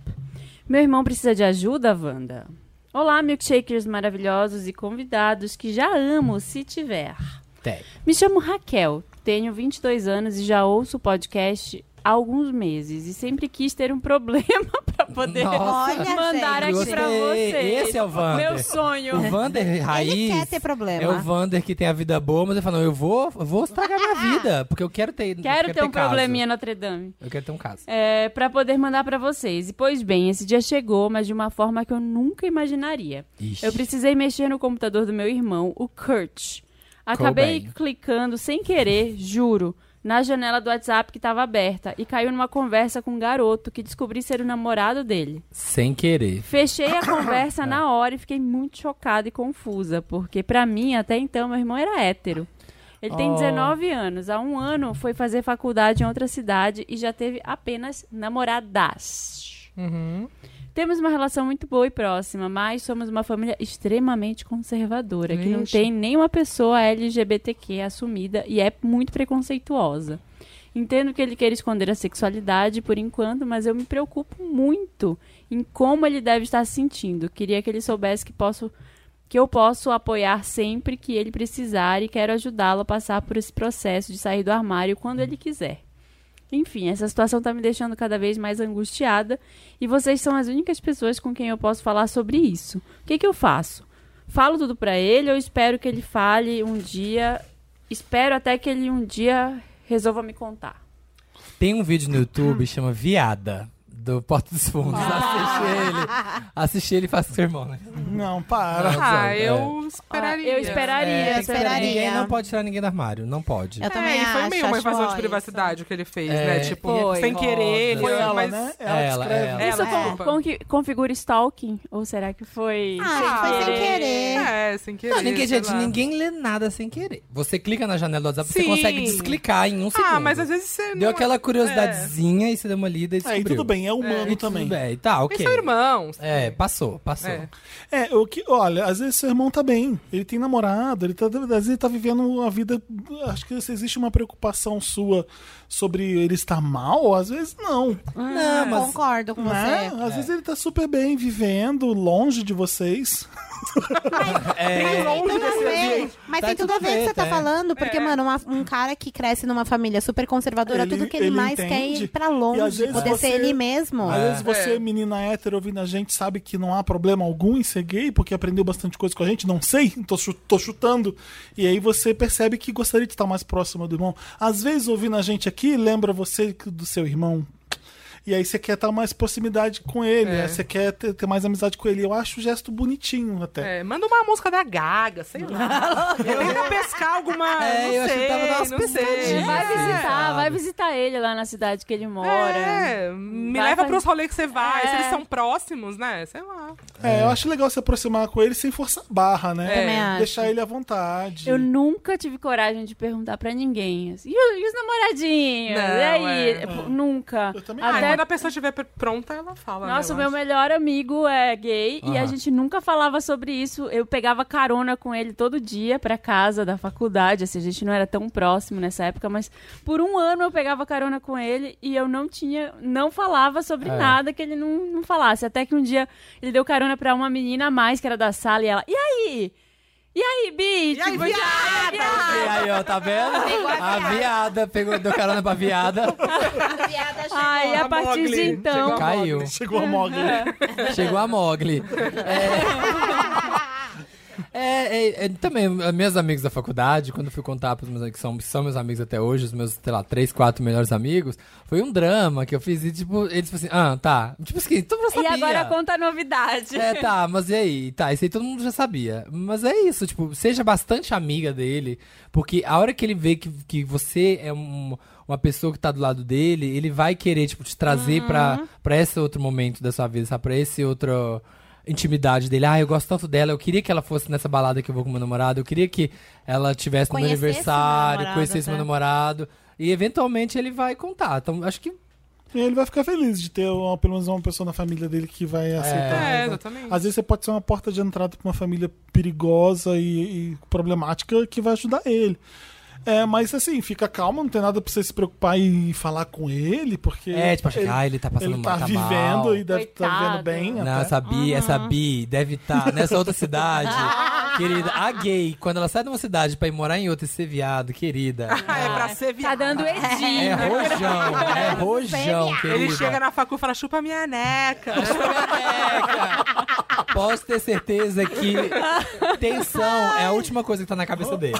Speaker 2: Meu irmão precisa de ajuda, Wanda? Olá, milkshakers maravilhosos e convidados que já amo, se tiver.
Speaker 3: Tem.
Speaker 2: Me chamo Raquel, tenho 22 anos e já ouço o podcast há alguns meses e sempre quis ter um problema para poder
Speaker 3: Nossa.
Speaker 5: Olha,
Speaker 2: mandar
Speaker 5: gente.
Speaker 2: aqui para
Speaker 3: Gostei.
Speaker 2: vocês.
Speaker 3: Esse é o Wander.
Speaker 2: Meu sonho.
Speaker 3: O Vander Raiz.
Speaker 5: Ele quer ter problema.
Speaker 3: É o Vander que tem a vida boa, mas ele fala: não, eu vou, eu vou estragar minha vida, porque eu quero ter. eu
Speaker 2: Quero ter um
Speaker 3: caso.
Speaker 2: probleminha Notre Dame.
Speaker 3: Eu quero ter um caso.
Speaker 2: é, para poder mandar para vocês. E pois bem, esse dia chegou, mas de uma forma que eu nunca imaginaria.
Speaker 3: Ixi.
Speaker 2: Eu precisei mexer no computador do meu irmão, o Kurt. Acabei
Speaker 3: Cobain.
Speaker 2: clicando sem querer, juro, na janela do WhatsApp que estava aberta e caiu numa conversa com um garoto que descobri ser o namorado dele.
Speaker 3: Sem querer.
Speaker 2: Fechei a conversa na hora e fiquei muito chocada e confusa, porque pra mim, até então, meu irmão era hétero. Ele tem
Speaker 3: Oh.
Speaker 2: 19 anos. Há um ano foi fazer faculdade em outra cidade e já teve apenas namoradas. Temos uma relação muito boa e próxima, mas somos uma família extremamente conservadora, que não
Speaker 4: Ixi.
Speaker 2: tem nenhuma pessoa LGBTQ assumida e é muito preconceituosa. Entendo que ele quer esconder a sexualidade por enquanto, mas eu me preocupo muito em como ele deve estar se sentindo. Queria que ele soubesse que posso que eu posso apoiar sempre que ele precisar e quero ajudá-lo a passar por esse processo de sair do armário quando ele quiser. Enfim, essa situação está me deixando cada vez mais angustiada e vocês são as únicas pessoas com quem eu posso falar sobre isso. O que, que eu faço? Falo tudo pra ele ou espero que ele fale um dia? Espero até que ele um dia resolva me contar.
Speaker 3: Tem um vídeo no YouTube chama Viada, do Porta dos Fundos. Ah. Assiste ele. Assiste ele e faça com seu irmão, né?
Speaker 1: Não, para.
Speaker 4: Ah,
Speaker 3: É.
Speaker 4: eu esperaria.
Speaker 2: Eu
Speaker 3: É,
Speaker 2: esperaria.
Speaker 3: tem que
Speaker 2: esperaria.
Speaker 5: esperaria.
Speaker 3: Ninguém não pode tirar ninguém do armário, não pode.
Speaker 5: Eu também
Speaker 4: É, e foi
Speaker 5: acho,
Speaker 4: meio uma
Speaker 5: acho
Speaker 4: invasão de
Speaker 5: mó
Speaker 4: privacidade que ele fez,
Speaker 3: É.
Speaker 4: né? Tipo,
Speaker 2: Foi.
Speaker 4: sem querer, ele,
Speaker 1: Foi ela,
Speaker 4: é. mas
Speaker 1: né? Ela,
Speaker 3: Ela,
Speaker 1: que escreve.
Speaker 3: ela.
Speaker 2: Isso
Speaker 4: Ela,
Speaker 2: con-
Speaker 4: é.
Speaker 2: con- que- configura stalking? Ou será que foi.
Speaker 5: isso. Ah, foi sem querer.
Speaker 4: É, sem querer.
Speaker 3: Não, ninguém,
Speaker 4: sei
Speaker 3: gente,
Speaker 4: lá.
Speaker 3: ninguém lê nada sem querer. Você clica na janela do WhatsApp, você
Speaker 4: Sim.
Speaker 3: consegue desclicar em um segundo.
Speaker 4: Ah, mas às vezes você.
Speaker 3: Deu
Speaker 4: não-
Speaker 3: aquela curiosidadezinha e você deu uma lida e
Speaker 1: Aí
Speaker 3: descobriu.
Speaker 1: tudo bem, é humano também.
Speaker 3: Bem, tá, ok.
Speaker 4: Eles são irmãos. né?
Speaker 3: É, passou, passou.
Speaker 4: É.
Speaker 1: É, o que, olha, às vezes seu irmão tá bem, ele tem namorado, ele tá, às vezes ele tá vivendo uma vida. Acho que se existe uma preocupação sua sobre ele estar mal, às vezes não.
Speaker 5: Não, Concordo com
Speaker 1: Né?
Speaker 5: você.
Speaker 1: Às vezes ele tá super bem vivendo, longe de vocês.
Speaker 3: É,
Speaker 5: Mas tem um tudo a ver, mas
Speaker 3: Tá
Speaker 5: tem tudo
Speaker 3: tudo
Speaker 5: a ver o que você
Speaker 3: preto,
Speaker 5: tá
Speaker 3: é.
Speaker 5: falando, porque, mano, uma- um cara que cresce numa família super conservadora,
Speaker 1: Ele-
Speaker 5: tudo que ele,
Speaker 1: ele
Speaker 5: mais quer é
Speaker 1: entende.
Speaker 5: ir pra
Speaker 1: E às
Speaker 5: longe,
Speaker 1: vezes
Speaker 5: poder
Speaker 1: você-
Speaker 5: ser ele mesmo.
Speaker 1: Às vezes você,
Speaker 4: É.
Speaker 1: menina hétero, ouvindo a gente, sabe que não há problema algum em ser gay, porque aprendeu bastante coisa com a gente, não sei, tô, chu- tô chutando. E aí você percebe que gostaria de estar mais próxima do irmão. Às vezes, ouvindo a gente aqui, lembra você que- do seu irmão. E aí você quer estar mais proximidade com ele,
Speaker 4: É.
Speaker 1: você quer ter, ter mais amizade com ele. Eu acho o gesto bonitinho até.
Speaker 4: É, manda uma música da Gaga, sei lá. Tenta pescar alguma.
Speaker 3: É,
Speaker 4: não
Speaker 3: eu achei
Speaker 4: sei,
Speaker 3: que tava dando umas
Speaker 4: não sei.
Speaker 3: pescadinhas.
Speaker 2: Vai
Speaker 3: Sim,
Speaker 2: visitar,
Speaker 3: sabe.
Speaker 2: vai visitar ele lá na cidade que ele mora.
Speaker 4: É, me
Speaker 2: Vai
Speaker 4: leva
Speaker 2: fazer-
Speaker 4: pros rolês que você vai. Se
Speaker 2: É.
Speaker 4: eles são próximos, né? Sei lá.
Speaker 1: É, eu acho legal se aproximar com ele sem forçar a barra, né?
Speaker 4: É.
Speaker 5: Também acho.
Speaker 1: Deixar ele à vontade.
Speaker 2: Eu nunca tive coragem de perguntar pra ninguém. assim, e, o- e os namoradinhos?
Speaker 4: Não,
Speaker 2: e aí?
Speaker 4: é.
Speaker 2: Pô, Nunca.
Speaker 1: Eu também
Speaker 4: Ah,
Speaker 1: não.
Speaker 2: Até-
Speaker 4: quando a pessoa estiver pr- pronta, ela fala.
Speaker 2: Nossa, o
Speaker 4: né, eu
Speaker 2: meu
Speaker 4: acho.
Speaker 2: melhor amigo é gay e a
Speaker 3: Aham.
Speaker 2: gente nunca falava sobre isso. Eu pegava carona com ele todo dia pra casa da faculdade, assim, a gente não era tão próximo nessa época, mas por um ano eu pegava carona com ele e eu não tinha, não falava sobre
Speaker 3: É.
Speaker 2: nada que ele não, não falasse. Até que um dia ele deu carona pra uma menina a mais que era da sala e ela, e aí? E aí, bicho?
Speaker 4: E aí, viada?
Speaker 3: E aí, ó, tá vendo? A viada pegou, deu carona pra viada,
Speaker 2: Aí a
Speaker 4: a
Speaker 2: partir
Speaker 4: Mogli.
Speaker 2: de então.
Speaker 4: Chegou
Speaker 3: caiu.
Speaker 1: Chegou a Mogli.
Speaker 3: Chegou a Mogli. É... é, é, é, também, eh, meus amigos da faculdade, quando eu fui contar pros meus amigos, que são, que são meus amigos até hoje, os meus, sei lá, três, quatro melhores amigos, foi um drama que eu fiz e, tipo, eles falaram assim, ah, tá. Tipo assim, todo mundo
Speaker 2: E
Speaker 3: sabia.
Speaker 2: agora conta a novidade.
Speaker 3: É, tá, mas e aí? Tá, isso aí todo mundo já sabia. Mas é isso, tipo, seja bastante amiga dele, porque a hora que ele vê que, que você é um- uma pessoa que tá do lado dele, ele vai querer, tipo, te trazer pra,
Speaker 5: Uhum.
Speaker 3: pra esse outro momento da sua vida, sabe? Pra esse outro intimidade dele. Ah, eu gosto tanto dela, eu queria que ela fosse nessa balada que eu vou com meu namorado, eu queria que ela tivesse no meu
Speaker 5: Conhecesse meu
Speaker 3: aniversário,
Speaker 5: namorado, tá.
Speaker 3: conhecesse meu
Speaker 5: até.
Speaker 3: namorado. E eventualmente ele vai contar. Então, acho que
Speaker 1: E ele vai ficar feliz de ter uma- pelo menos uma pessoa na família dele que vai aceitar.
Speaker 4: É,
Speaker 1: né?
Speaker 4: exatamente.
Speaker 1: Às vezes você pode ser uma porta de entrada para uma família perigosa e, e problemática que vai ajudar ele. É, mas assim, fica calma, não tem nada pra você se preocupar e falar com ele, porque.
Speaker 3: É, tipo, achar que, ah, ele tá passando
Speaker 1: ele
Speaker 3: mal,
Speaker 1: tá
Speaker 3: tá
Speaker 1: vivendo
Speaker 3: mal.
Speaker 1: e deve estar
Speaker 2: Coitado.
Speaker 1: vivendo bem.
Speaker 3: Não,
Speaker 1: até.
Speaker 3: essa Bi, essa Bi deve estar nessa outra cidade. querida, a gay, quando ela sai de uma cidade pra ir morar em outra e ser viado, querida.
Speaker 4: Ah, é pra ser
Speaker 2: Tá
Speaker 4: viado.
Speaker 2: dando
Speaker 3: É,
Speaker 2: edinho.
Speaker 3: rojão, é rojão, querida.
Speaker 4: Ele chega na facu e fala, chupa minha neca.
Speaker 3: Peca. Posso ter certeza que tensão é a última coisa que tá na cabeça dele.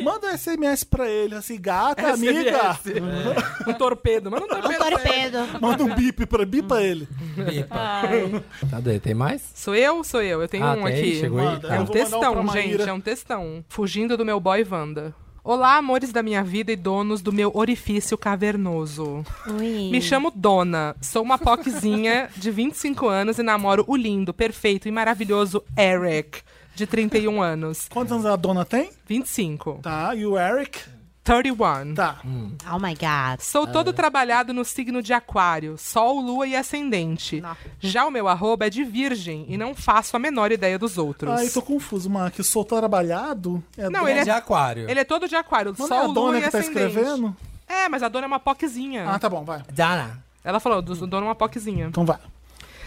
Speaker 1: Manda um SMS pra ele, assim, gata, amiga.
Speaker 3: É.
Speaker 4: um torpedo. Mas não
Speaker 5: Um
Speaker 4: torpedo.
Speaker 5: torpedo.
Speaker 1: Manda um bip pra, bipa ele.
Speaker 3: Bipa. Tá doido, tem mais?
Speaker 4: Sou eu? Sou eu. Eu tenho
Speaker 3: Ah,
Speaker 4: um
Speaker 3: tem?
Speaker 4: aqui.
Speaker 3: Chegou aí?
Speaker 1: Manda.
Speaker 4: É
Speaker 3: Tá.
Speaker 4: um
Speaker 1: Eu vou mandar um pra
Speaker 4: textão,
Speaker 1: Maíra.
Speaker 4: gente, é um textão. Fugindo do meu boy Wanda. Olá, amores da minha vida e donos do meu orifício cavernoso.
Speaker 5: Ui.
Speaker 4: Me chamo Dona, sou uma poquezinha de 25 anos e namoro o lindo, perfeito e maravilhoso Eric, de 31 anos.
Speaker 1: Quantos anos a dona tem?
Speaker 4: 25.
Speaker 1: Tá, e o Eric?
Speaker 4: 31.
Speaker 1: Tá. Ah.
Speaker 5: Oh my God.
Speaker 4: Sou todo trabalhado no signo de aquário, sol, lua e ascendente. Já o meu arroba é de virgem e não faço a menor ideia dos outros.
Speaker 1: Ai, tô confuso, Mark. Sou trabalhado? É
Speaker 4: Não,
Speaker 1: dona-
Speaker 4: ele é-
Speaker 3: De aquário.
Speaker 4: Ele é todo de aquário,
Speaker 1: Não é
Speaker 4: sol,
Speaker 1: a
Speaker 4: lua
Speaker 1: dona
Speaker 4: e
Speaker 1: que tá
Speaker 4: ascendente.
Speaker 1: escrevendo?
Speaker 4: É, mas a dona é uma poquezinha.
Speaker 1: Ah, tá bom, vai.
Speaker 4: é
Speaker 3: Dana.
Speaker 4: Ela falou, do, do dono é uma poquezinha.
Speaker 1: Então vai.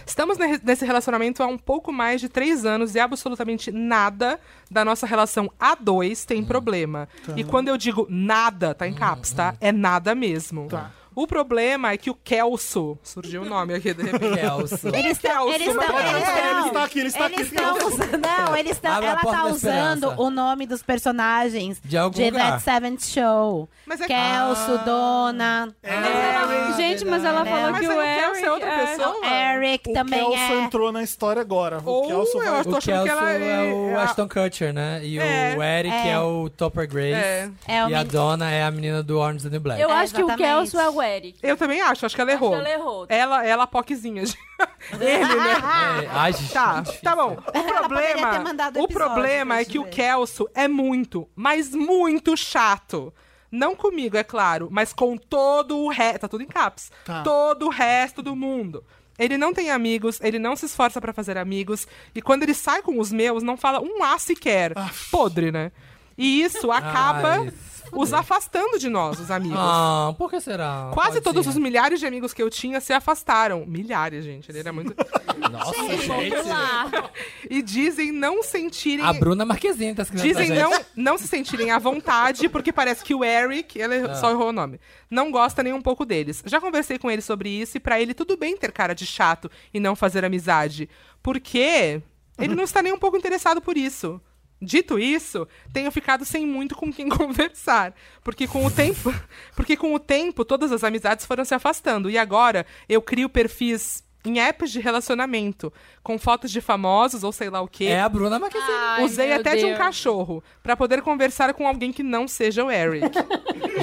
Speaker 4: Estamos ne- nesse relacionamento há um pouco mais de três anos e absolutamente nada da nossa relação A2 tem problema.
Speaker 1: Tá.
Speaker 4: E quando eu digo nada, tá em caps, tá? É nada mesmo.
Speaker 1: Hum, Tá.
Speaker 4: O problema é que o Kelso. Surgiu o nome aqui de repente.
Speaker 3: Kelso.
Speaker 5: Eles
Speaker 1: Ah,
Speaker 5: estão. Eles
Speaker 4: mas
Speaker 5: estão.
Speaker 4: é
Speaker 5: Eles
Speaker 4: Kelso.
Speaker 5: estão.
Speaker 1: Ele está aqui, ele está
Speaker 5: Eles
Speaker 1: aqui.
Speaker 5: estão usando. Não, eles estão.
Speaker 3: Abre a
Speaker 5: Ela
Speaker 3: porta
Speaker 5: tá
Speaker 3: da
Speaker 5: usando
Speaker 3: esperança.
Speaker 5: o nome dos personagens
Speaker 3: De algum
Speaker 5: de
Speaker 3: lugar. Ah.
Speaker 5: That Seventh Show. É,
Speaker 4: Mas é-
Speaker 5: Kelso, Dona.
Speaker 1: É,
Speaker 2: Gente, mas ela falou
Speaker 4: Mas
Speaker 2: que
Speaker 4: é
Speaker 2: o
Speaker 4: o Kelso,
Speaker 2: Eric...
Speaker 4: é outra
Speaker 2: é-
Speaker 4: pessoa?
Speaker 5: Eric
Speaker 1: O
Speaker 5: também
Speaker 1: Kelso
Speaker 5: é.
Speaker 1: entrou na história agora.
Speaker 4: Ou
Speaker 1: o Kelso
Speaker 4: eu
Speaker 1: vai...
Speaker 4: acho tô
Speaker 3: O
Speaker 4: achando
Speaker 3: Kelso
Speaker 4: que ela
Speaker 3: é o
Speaker 4: a-
Speaker 3: Ashton Kutcher, né? E
Speaker 4: É.
Speaker 3: o Eric é,
Speaker 5: É.
Speaker 3: o Topper Grace.
Speaker 4: É.
Speaker 5: É o
Speaker 3: e a
Speaker 5: men-
Speaker 3: dona é a menina do Orange and the Black.
Speaker 2: Eu
Speaker 5: É,
Speaker 2: acho que o
Speaker 5: exatamente.
Speaker 2: Kelso é o Eric.
Speaker 4: Eu também acho, acho que ela errou.
Speaker 2: ela errou.
Speaker 4: Ela, ela a poquezinha. Ele, né?
Speaker 3: É,
Speaker 5: Ah,
Speaker 3: ai, gente, é-
Speaker 4: Tá, tá bom. O
Speaker 5: poderia ter
Speaker 4: problema, é
Speaker 5: mandado
Speaker 4: o
Speaker 5: episódio
Speaker 4: problema
Speaker 5: pra
Speaker 4: é
Speaker 5: gente
Speaker 4: que o
Speaker 5: ver.
Speaker 4: Kelso é muito, mas muito chato. Não comigo, é claro, mas com todo o resto. Tá tudo em caps.
Speaker 1: Tá.
Speaker 4: Todo o resto do mundo. Ele não tem amigos, ele não se esforça pra fazer amigos, e quando ele sai com os meus, não fala um A sequer. Podre, né? E isso acaba
Speaker 3: Ai,
Speaker 4: os afastando de nós, os amigos.
Speaker 3: Ah, por que será?
Speaker 4: Quase
Speaker 3: Tadinha.
Speaker 4: todos os milhares de amigos que eu tinha se afastaram. Milhares, gente. Ele era muito.
Speaker 3: Nossa, gente.
Speaker 4: e dizem não sentirem.
Speaker 3: A Bruna Marquezine tá escrevendo pra
Speaker 4: Dizem
Speaker 3: gente.
Speaker 4: não, não se sentirem à vontade, porque parece que o Eric, ela só errou o nome, não gosta nem um pouco deles. Já conversei com ele sobre isso e pra ele tudo bem ter cara de chato e não fazer amizade, porque ele não está nem um pouco interessado por isso. Dito isso, tenho ficado sem muito com quem conversar, porque com o tempo, porque com o tempo todas as amizades foram se afastando e agora eu crio perfis em apps de relacionamento, com fotos de famosos ou sei lá o quê.
Speaker 3: É a Bruna Marquezine.
Speaker 5: Ah.
Speaker 6: Ai,
Speaker 4: Usei
Speaker 6: meu
Speaker 4: até de um
Speaker 6: Deus.
Speaker 4: cachorro pra poder conversar com alguém que não seja o Eric.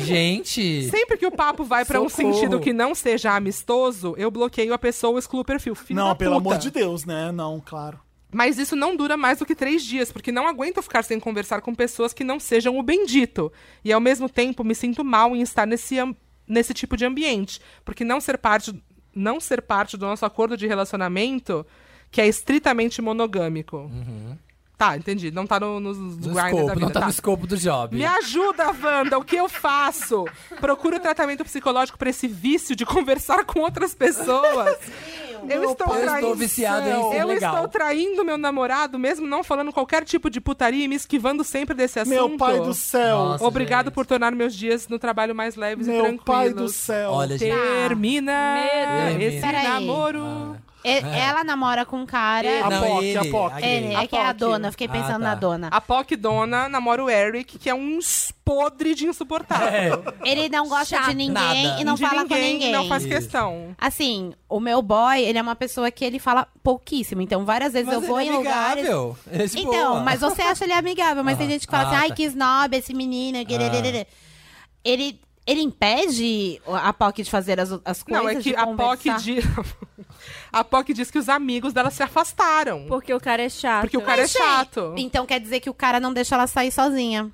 Speaker 3: Gente.
Speaker 4: Sempre que o papo vai pra um
Speaker 3: Socorro.
Speaker 4: sentido que não seja amistoso, eu bloqueio a pessoa, excluo o perfil. Filho
Speaker 1: Não,
Speaker 4: da
Speaker 1: pelo
Speaker 4: puta.
Speaker 1: amor de Deus, né? Não, claro.
Speaker 4: Mas isso não dura mais do que três dias, porque não aguento ficar sem conversar com pessoas que não sejam o bendito. E ao mesmo tempo me sinto mal em estar nesse, am- nesse tipo de ambiente. Porque não ser parte. Não ser parte do nosso acordo de relacionamento, que é estritamente monogâmico. Tá, entendi. Não tá no, nos
Speaker 3: No
Speaker 4: grinders da
Speaker 3: escopo,
Speaker 4: vida.
Speaker 3: não tá,
Speaker 4: tá.
Speaker 3: no escopo do job.
Speaker 4: Me ajuda, Wanda, o que eu faço? Procura tratamento psicológico pra esse vício de conversar com outras pessoas. eu estou
Speaker 3: eu
Speaker 4: traindo.
Speaker 3: estou viciado em ser
Speaker 4: eu
Speaker 3: legal.
Speaker 4: estou traindo meu namorado, mesmo não falando qualquer tipo de putaria e me esquivando sempre desse assunto.
Speaker 1: Meu pai do céu.
Speaker 3: Nossa,
Speaker 4: Obrigado
Speaker 3: gente.
Speaker 4: por tornar meus dias no trabalho mais leves e
Speaker 1: Meu
Speaker 4: tranquilos.
Speaker 1: pai do céu.
Speaker 3: Olha, gente.
Speaker 5: Tá.
Speaker 4: Termina
Speaker 3: Meu
Speaker 4: esse
Speaker 3: Deus.
Speaker 5: Peraí.
Speaker 4: namoro.
Speaker 5: E- Ela namora com um cara.
Speaker 1: a
Speaker 3: Não,
Speaker 1: POC,
Speaker 3: ele,
Speaker 1: a POC.
Speaker 5: É, é que é a
Speaker 4: Apoque.
Speaker 5: dona, fiquei pensando
Speaker 3: Ah, tá.
Speaker 5: na dona.
Speaker 4: A Poc Dona namora o Eric, que é um podre de insuportável.
Speaker 1: É.
Speaker 3: É.
Speaker 5: Ele não gosta
Speaker 3: Chato.
Speaker 5: de ninguém
Speaker 3: Nada.
Speaker 5: e não
Speaker 4: de
Speaker 5: fala
Speaker 4: ninguém,
Speaker 5: com ninguém.
Speaker 4: não faz
Speaker 3: Isso.
Speaker 4: questão.
Speaker 5: Assim, o meu boy, ele é uma pessoa que ele fala pouquíssimo. Então, várias vezes
Speaker 3: Mas
Speaker 5: eu vou
Speaker 3: ele
Speaker 5: em
Speaker 3: é
Speaker 5: lugares.
Speaker 3: amigável. Ele é de
Speaker 5: Então,
Speaker 3: boa.
Speaker 5: mas você acha ele amigável, mas tem gente que fala
Speaker 3: Ah,
Speaker 5: assim, ai,
Speaker 3: tá. Ah.
Speaker 5: que snob esse menino. guerererê." Ele, ele impede a POC de fazer as, as coisas.
Speaker 4: Não, é que
Speaker 5: de
Speaker 4: a POC,
Speaker 5: conversar?
Speaker 4: diz, a POC diz que os amigos dela se afastaram.
Speaker 2: Porque o cara é chato.
Speaker 6: né?
Speaker 4: Porque o cara é
Speaker 5: Gente,
Speaker 4: chato.
Speaker 5: Então quer dizer que o cara não deixa ela sair sozinha.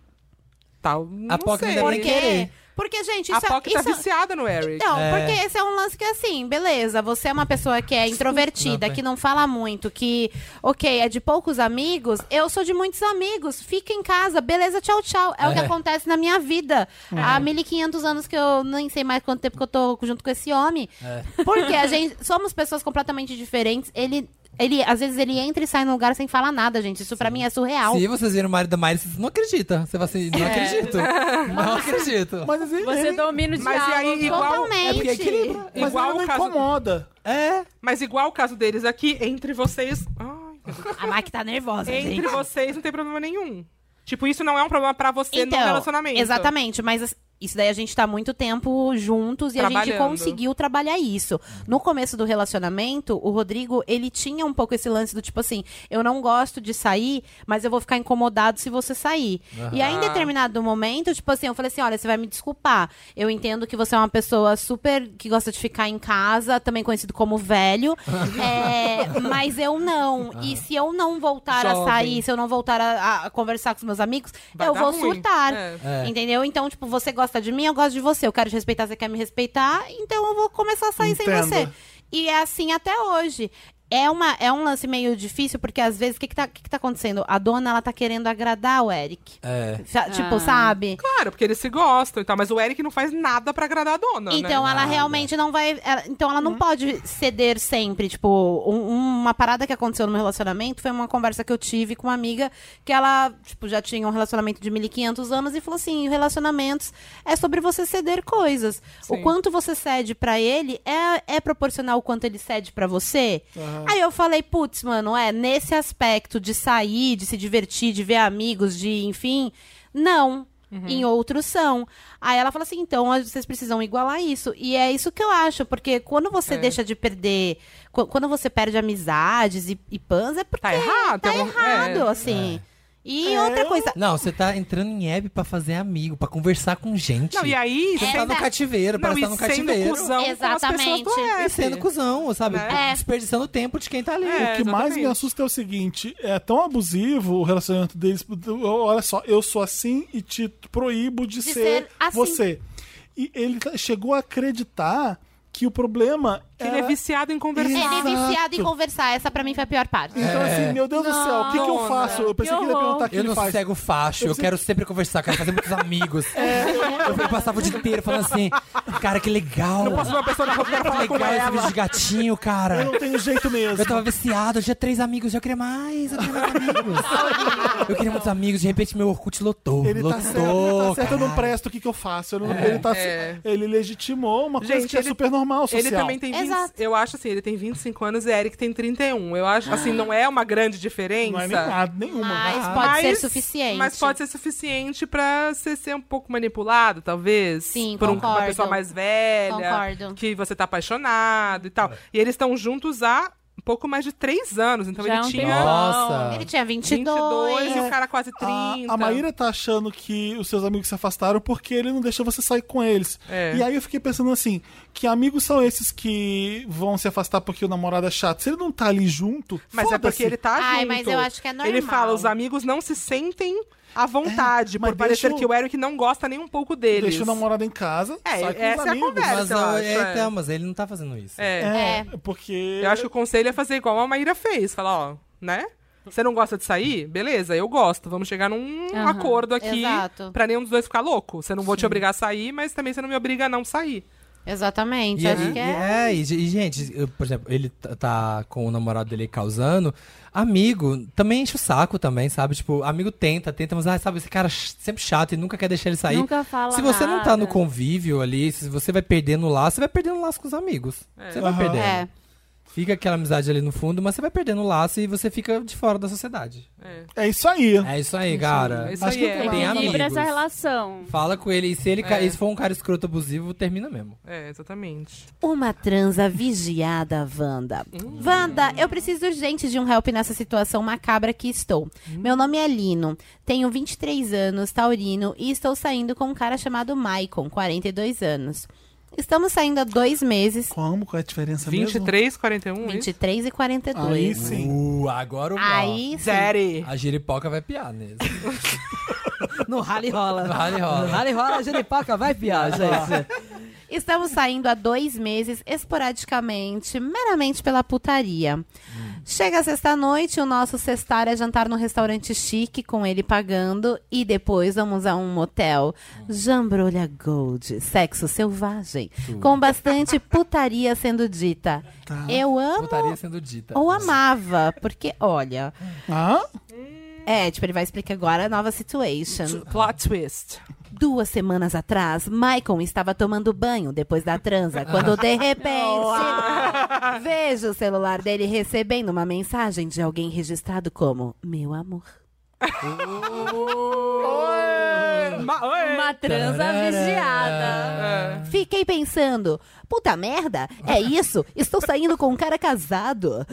Speaker 4: Tal, Tá, não
Speaker 3: A POC
Speaker 4: sei.
Speaker 3: ainda bem
Speaker 5: Porque,
Speaker 3: querer.
Speaker 5: porque gente,
Speaker 4: A
Speaker 5: isso, é-
Speaker 4: POC tá
Speaker 5: isso é-
Speaker 4: viciada no Eric.
Speaker 5: Então,
Speaker 3: É.
Speaker 5: porque esse é um lance que assim, beleza, você é uma pessoa que é introvertida,
Speaker 3: Não,
Speaker 5: que não fala muito, que, ok, é de poucos amigos, eu sou de muitos amigos, fica em casa, beleza, tchau, tchau. É, o que
Speaker 3: É.
Speaker 5: acontece na minha vida. Há 1.500 anos que eu nem sei mais quanto tempo que eu tô junto com esse homem. Porque a gente, somos pessoas completamente diferentes, ele... Ele, às vezes ele entra e sai no lugar sem falar nada, gente. Isso pra mim é surreal.
Speaker 3: Se vocês viram o marido da Mari, vocês não acreditam. Você fala assim, não
Speaker 5: É.
Speaker 3: acredito. Não acredito.
Speaker 1: Mas assim,
Speaker 2: Você
Speaker 1: ele-
Speaker 2: domina o
Speaker 4: Mas e
Speaker 2: diálogo.
Speaker 4: aí, igual,
Speaker 3: É porque é
Speaker 5: Totalmente.
Speaker 3: equilíbrio.
Speaker 1: mas
Speaker 4: igual
Speaker 1: ele
Speaker 4: o
Speaker 1: não
Speaker 4: caso.
Speaker 1: incomoda.
Speaker 3: É.
Speaker 4: Mas igual o caso deles aqui, entre vocês. Ai, meu Deus.
Speaker 5: a Mike tá nervosa, gente.
Speaker 4: entre vocês não tem problema nenhum. Tipo, isso não é um problema pra você no relacionamento.
Speaker 5: Então, Exatamente, mas as- isso daí a gente tá há muito tempo juntos e a gente
Speaker 4: Trabalhando.
Speaker 5: conseguiu trabalhar isso. No começo do relacionamento, o Rodrigo, ele tinha um pouco esse lance do tipo assim, eu não gosto de sair, mas eu vou ficar incomodado se você sair. E aí, em determinado momento, tipo assim, eu falei assim, olha, você vai me desculpar. Eu entendo que você é uma pessoa super que gosta de ficar em casa, também conhecido como velho. é, mas eu não. E se eu não voltar a
Speaker 3: Jovem.
Speaker 5: sair, se eu não voltar a, a conversar com os meus amigos,
Speaker 4: Vai
Speaker 5: eu
Speaker 4: dar
Speaker 5: vou
Speaker 4: ruim.
Speaker 5: surtar.
Speaker 4: É.
Speaker 3: É.
Speaker 5: Entendeu? Então, tipo, você gosta de mim, eu gosto de você. Eu quero te respeitar, você quer me respeitar, então eu vou começar a sair
Speaker 1: Entendo.
Speaker 5: sem você. E é assim até hoje. É, uma, é um lance meio difícil, porque às vezes, o que que tá, o que que tá acontecendo? A dona, ela tá querendo agradar o Eric.
Speaker 3: É.
Speaker 5: Sa- Tipo, sabe?
Speaker 4: Claro, porque eles se gostam e tal. Mas o Eric não faz nada pra agradar a dona, né?
Speaker 5: Então ela realmente não vai. ela- então ela não pode ceder sempre. Tipo, um- uma parada que aconteceu no meu relacionamento foi uma conversa que eu tive com uma amiga que ela, tipo, já tinha um relacionamento de 1.500 anos e falou assim: relacionamentos é sobre você ceder coisas.
Speaker 4: Sim.
Speaker 5: O quanto você cede pra ele é, é proporcional ao quanto ele cede pra você. Aí eu falei: putz, mano, é, nesse aspecto de sair, de se divertir, de ver amigos, de enfim. Não.
Speaker 4: Uhum.
Speaker 5: Em outros são. Aí ela fala assim: então a- vocês precisam igualar isso. E é isso que eu acho, porque quando você
Speaker 4: É.
Speaker 5: deixa de perder. qu- Quando você perde amizades e, e pans, é porque
Speaker 4: Tá errado.
Speaker 5: tá
Speaker 4: tem algum- é.
Speaker 5: errado, assim. E outra coisa.
Speaker 3: Não, você tá entrando em app pra fazer amigo, pra conversar com gente.
Speaker 4: Não, e aí.
Speaker 5: É,
Speaker 3: Você tá no
Speaker 5: Exato.
Speaker 3: cativeiro,
Speaker 4: Não,
Speaker 3: parece
Speaker 4: e
Speaker 3: que tá no
Speaker 4: sendo
Speaker 3: cativeiro.
Speaker 4: cuzão com as pessoas
Speaker 5: Exatamente.
Speaker 4: do app.
Speaker 3: E sendo cuzão, sabe?
Speaker 5: É.
Speaker 3: Desperdiçando o tempo de quem tá ali.
Speaker 4: É.
Speaker 1: O que mais me
Speaker 4: exatamente.
Speaker 1: assusta é o seguinte: é tão abusivo o relacionamento deles. do- Olha só, eu sou assim e te proíbo de,
Speaker 5: De
Speaker 1: ser,
Speaker 5: ser assim.
Speaker 1: você. E ele tá- chegou a acreditar que o problema
Speaker 4: Que ele é
Speaker 1: era-
Speaker 4: viciado em
Speaker 5: Ele
Speaker 4: conversar.
Speaker 5: é viciado em conversar. Essa pra mim foi a pior parte.
Speaker 1: Então, assim, meu Deus do céu, o que, que eu
Speaker 4: Nossa.
Speaker 1: faço? Eu pensei que ele ia perguntar o que
Speaker 3: É. Eu
Speaker 1: ele
Speaker 3: não
Speaker 1: faz.
Speaker 3: sossego facho, eu,
Speaker 1: Eu sei-
Speaker 3: quero sempre conversar, quero fazer muitos amigos. eu, eu passava o dia inteiro falando assim, cara, que legal.
Speaker 4: Não posso ver uma pessoa na rua que eu quero
Speaker 3: que
Speaker 4: falar com
Speaker 3: legal esse
Speaker 4: ela.
Speaker 3: vídeo de gatinho,
Speaker 1: Eu
Speaker 3: cara.
Speaker 1: não tenho jeito mesmo.
Speaker 3: Eu tava viciado, eu tinha três amigos, eu queria mais, eu queria mais amigos. Eu queria muitos amigos, de repente meu Orkut lotou.
Speaker 1: Ele
Speaker 3: lotou,
Speaker 1: tá certo, ele tá certo, eu não
Speaker 3: caralho.
Speaker 1: presto, o que, que eu faço? Eu não- ele, tá-
Speaker 4: É.
Speaker 1: ele legitimou uma coisa
Speaker 4: Gente,
Speaker 1: que é
Speaker 4: ele-
Speaker 1: super normal social.
Speaker 4: Ele também tem 20,
Speaker 5: Exato.
Speaker 4: eu acho assim, ele tem 25 anos e Eric tem 31. Eu acho assim, não é uma grande diferença.
Speaker 1: Não é nem nada, nenhuma.
Speaker 5: Mas
Speaker 1: Ah,
Speaker 5: pode ser
Speaker 4: Mas-
Speaker 5: suficiente.
Speaker 4: Mas pode ser suficiente pra você ser um pouco manipulado, talvez.
Speaker 5: Sim,
Speaker 4: Por um- uma
Speaker 5: concordo.
Speaker 4: pessoa mais velha.
Speaker 5: Concordo.
Speaker 4: Que você tá apaixonado e
Speaker 1: É.
Speaker 4: tal. E eles estão juntos há um pouco mais de três anos. Então
Speaker 2: Já é
Speaker 4: ele
Speaker 2: um
Speaker 4: tinha
Speaker 3: Nossa.
Speaker 5: Ele tinha 22.
Speaker 4: 22 e o
Speaker 1: É.
Speaker 4: cara quase
Speaker 1: A,
Speaker 4: 30.
Speaker 1: a Maíra tá achando que os seus amigos se afastaram porque ele não deixa você sair com eles.
Speaker 4: É.
Speaker 1: E aí eu fiquei pensando assim: que amigos são esses que vão se afastar porque o namorado é chato? Se ele não tá ali junto,
Speaker 4: Mas é
Speaker 1: foda-se.
Speaker 4: porque ele tá
Speaker 5: Ai,
Speaker 4: junto.
Speaker 5: mas eu acho que é normal.
Speaker 4: Ele fala, os amigos não se sentem à vontade,
Speaker 1: É, mas
Speaker 4: por parecer
Speaker 1: deixa o-
Speaker 4: que o Eric não gosta nem um pouco deles.
Speaker 1: deixa o namorado em casa,
Speaker 4: É,
Speaker 1: sai com
Speaker 4: essa
Speaker 1: os
Speaker 4: é a
Speaker 1: amigos.
Speaker 4: conversa.
Speaker 3: Mas,
Speaker 4: eu
Speaker 3: ó,
Speaker 4: acho,
Speaker 3: é,
Speaker 4: é.
Speaker 3: então, mas ele não tá fazendo isso.
Speaker 4: É.
Speaker 1: É, porque.
Speaker 4: Eu acho que o conselho é fazer igual a Maíra fez. Falar, ó, né? Você não gosta de sair? Beleza, eu gosto. Vamos chegar num
Speaker 2: Aham,
Speaker 4: acordo aqui
Speaker 5: exato.
Speaker 4: pra nenhum dos dois ficar louco. Você não vou te obrigar a sair, mas também você não me obriga a não sair.
Speaker 5: Exatamente.
Speaker 3: E,
Speaker 5: acho
Speaker 3: ele-
Speaker 5: que
Speaker 3: e-
Speaker 5: é.
Speaker 3: é, e, e, gente, eu, por exemplo, ele tá- tá com o namorado dele causando. Amigo, também enche o saco também, sabe? Tipo, amigo tenta, tenta, mas ah, sabe, esse cara ch- sempre chato e nunca quer deixar ele sair.
Speaker 2: Nunca fala
Speaker 3: se você não tá no
Speaker 2: nada.
Speaker 3: convívio ali, se você vai perdendo o laço, você vai perdendo o laço com os amigos. Você vai
Speaker 1: Aham.
Speaker 3: perdendo.
Speaker 5: É.
Speaker 3: Fica aquela amizade ali no fundo, mas você vai perdendo o laço e você fica de fora da sociedade.
Speaker 1: É isso aí.
Speaker 3: É isso aí, cara.
Speaker 4: É isso
Speaker 1: Acho
Speaker 4: aí,
Speaker 1: que
Speaker 4: é.
Speaker 1: eu
Speaker 3: Tem amigos.
Speaker 2: Equilibra essa relação.
Speaker 3: Fala com ele e se ele ca-
Speaker 4: É.
Speaker 3: se for um cara escroto abusivo, termina mesmo.
Speaker 4: É, exatamente.
Speaker 5: Uma transa vigiada, Wanda. Wanda, eu preciso urgente de um help nessa situação macabra que estou. Meu nome é Lino, tenho 23 anos, taurino, e estou saindo com um cara chamado Maicon, 42 anos. Estamos saindo há dois meses,
Speaker 1: Como? Qual é a diferença mesmo?
Speaker 4: 23, 41, 20...
Speaker 5: 23 e 42.
Speaker 1: Aí sim.
Speaker 3: Uh, agora o mal.
Speaker 5: Aí sim.
Speaker 4: Zere.
Speaker 3: A giripoca vai piar né? mesmo.
Speaker 9: No rally rola.
Speaker 3: No rally rola.
Speaker 9: No rally rola, a Jeripaca vai piar, gente.
Speaker 5: Estamos saindo há dois meses, esporadicamente, meramente pela putaria. Chega sexta-noite, o nosso sextar é jantar num restaurante chique, com ele pagando, e depois vamos a um motel. Jambrolha Gold, sexo selvagem, com bastante putaria sendo dita. Eu amo
Speaker 3: Putaria sendo dita.
Speaker 5: ou amava, porque, olha...
Speaker 1: Ah?
Speaker 5: É, tipo, ele vai explicar agora a nova situation.
Speaker 4: Plot twist.
Speaker 5: Duas semanas atrás, Maicon estava tomando banho depois da transa, quando de repente vejo o celular dele recebendo uma mensagem de alguém registrado como meu amor.
Speaker 3: Uh.
Speaker 4: Ma- Oi!
Speaker 2: Uma transa vigiada.
Speaker 5: Fiquei pensando, puta merda, é isso? Estou saindo com um cara casado.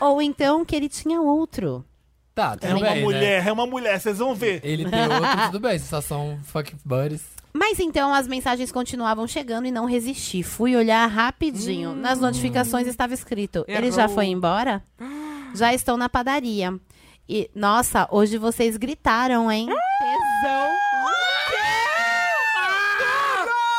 Speaker 5: Ou então que ele tinha outro.
Speaker 3: Tá, tudo
Speaker 1: É uma
Speaker 3: bem, né?
Speaker 1: mulher, é uma mulher, vocês vão ver.
Speaker 3: Ele tem outro, tudo bem. Vocês só são fuck buddies.
Speaker 5: Mas então as mensagens continuavam chegando e não resisti. Fui olhar rapidinho. Nas notificações estava escrito: Ele já
Speaker 4: Errou.
Speaker 5: foi embora? Já estou na padaria. E, nossa, hoje vocês gritaram, hein? Tesão.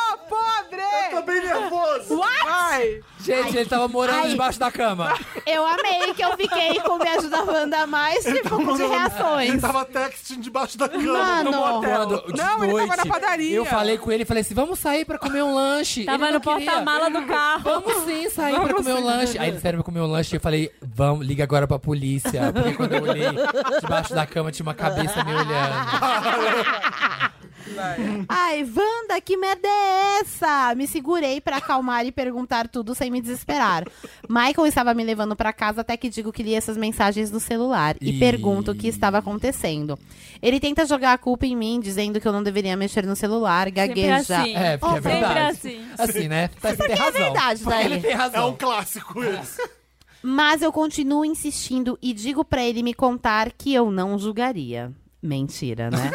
Speaker 4: Ah, podre! Eu tô bem nervoso! Vai!
Speaker 3: Gente, ele tava morando
Speaker 5: Ai.
Speaker 3: debaixo da cama.
Speaker 5: Eu amei que eu fiquei com Me Ajuda Wanda a mais, tipo, de
Speaker 1: Ele tá
Speaker 5: reações.
Speaker 1: tava texting debaixo da cama.
Speaker 5: Mano,
Speaker 3: Quando, de
Speaker 4: Então, Não, ele tava
Speaker 3: noite,
Speaker 4: na padaria.
Speaker 3: Eu falei com ele, falei assim, vamos sair pra comer um lanche.
Speaker 2: Tava
Speaker 3: Ele não
Speaker 2: no
Speaker 3: queria.
Speaker 2: porta-mala do carro.
Speaker 3: Vamos sim sair pra comer um lanche. Aí ele sério pra comer um lanche. Eu falei, vamos, liga agora pra polícia. Porque quando eu olhei debaixo da cama, tinha uma cabeça me olhando.
Speaker 4: Ah,
Speaker 5: ai, Wanda, que merda é essa? Me segurei pra acalmar e perguntar tudo sem me desesperar. Michael estava me levando pra casa até que digo que li essas mensagens no celular e
Speaker 3: Ih.
Speaker 5: pergunto o que estava acontecendo. Ele tenta jogar a culpa em mim, dizendo que eu não deveria mexer no celular, gaguejar.
Speaker 2: assim.
Speaker 3: É, porque é
Speaker 2: Sempre
Speaker 3: verdade.
Speaker 2: assim.
Speaker 3: Assim, né? Tá, você tem razão.
Speaker 5: É verdade,
Speaker 3: Ele
Speaker 5: Zé.
Speaker 3: tem
Speaker 1: É
Speaker 3: razão.
Speaker 1: um clássico isso.
Speaker 5: Mas eu continuo insistindo e digo pra ele me contar que eu não julgaria. Mentira, né?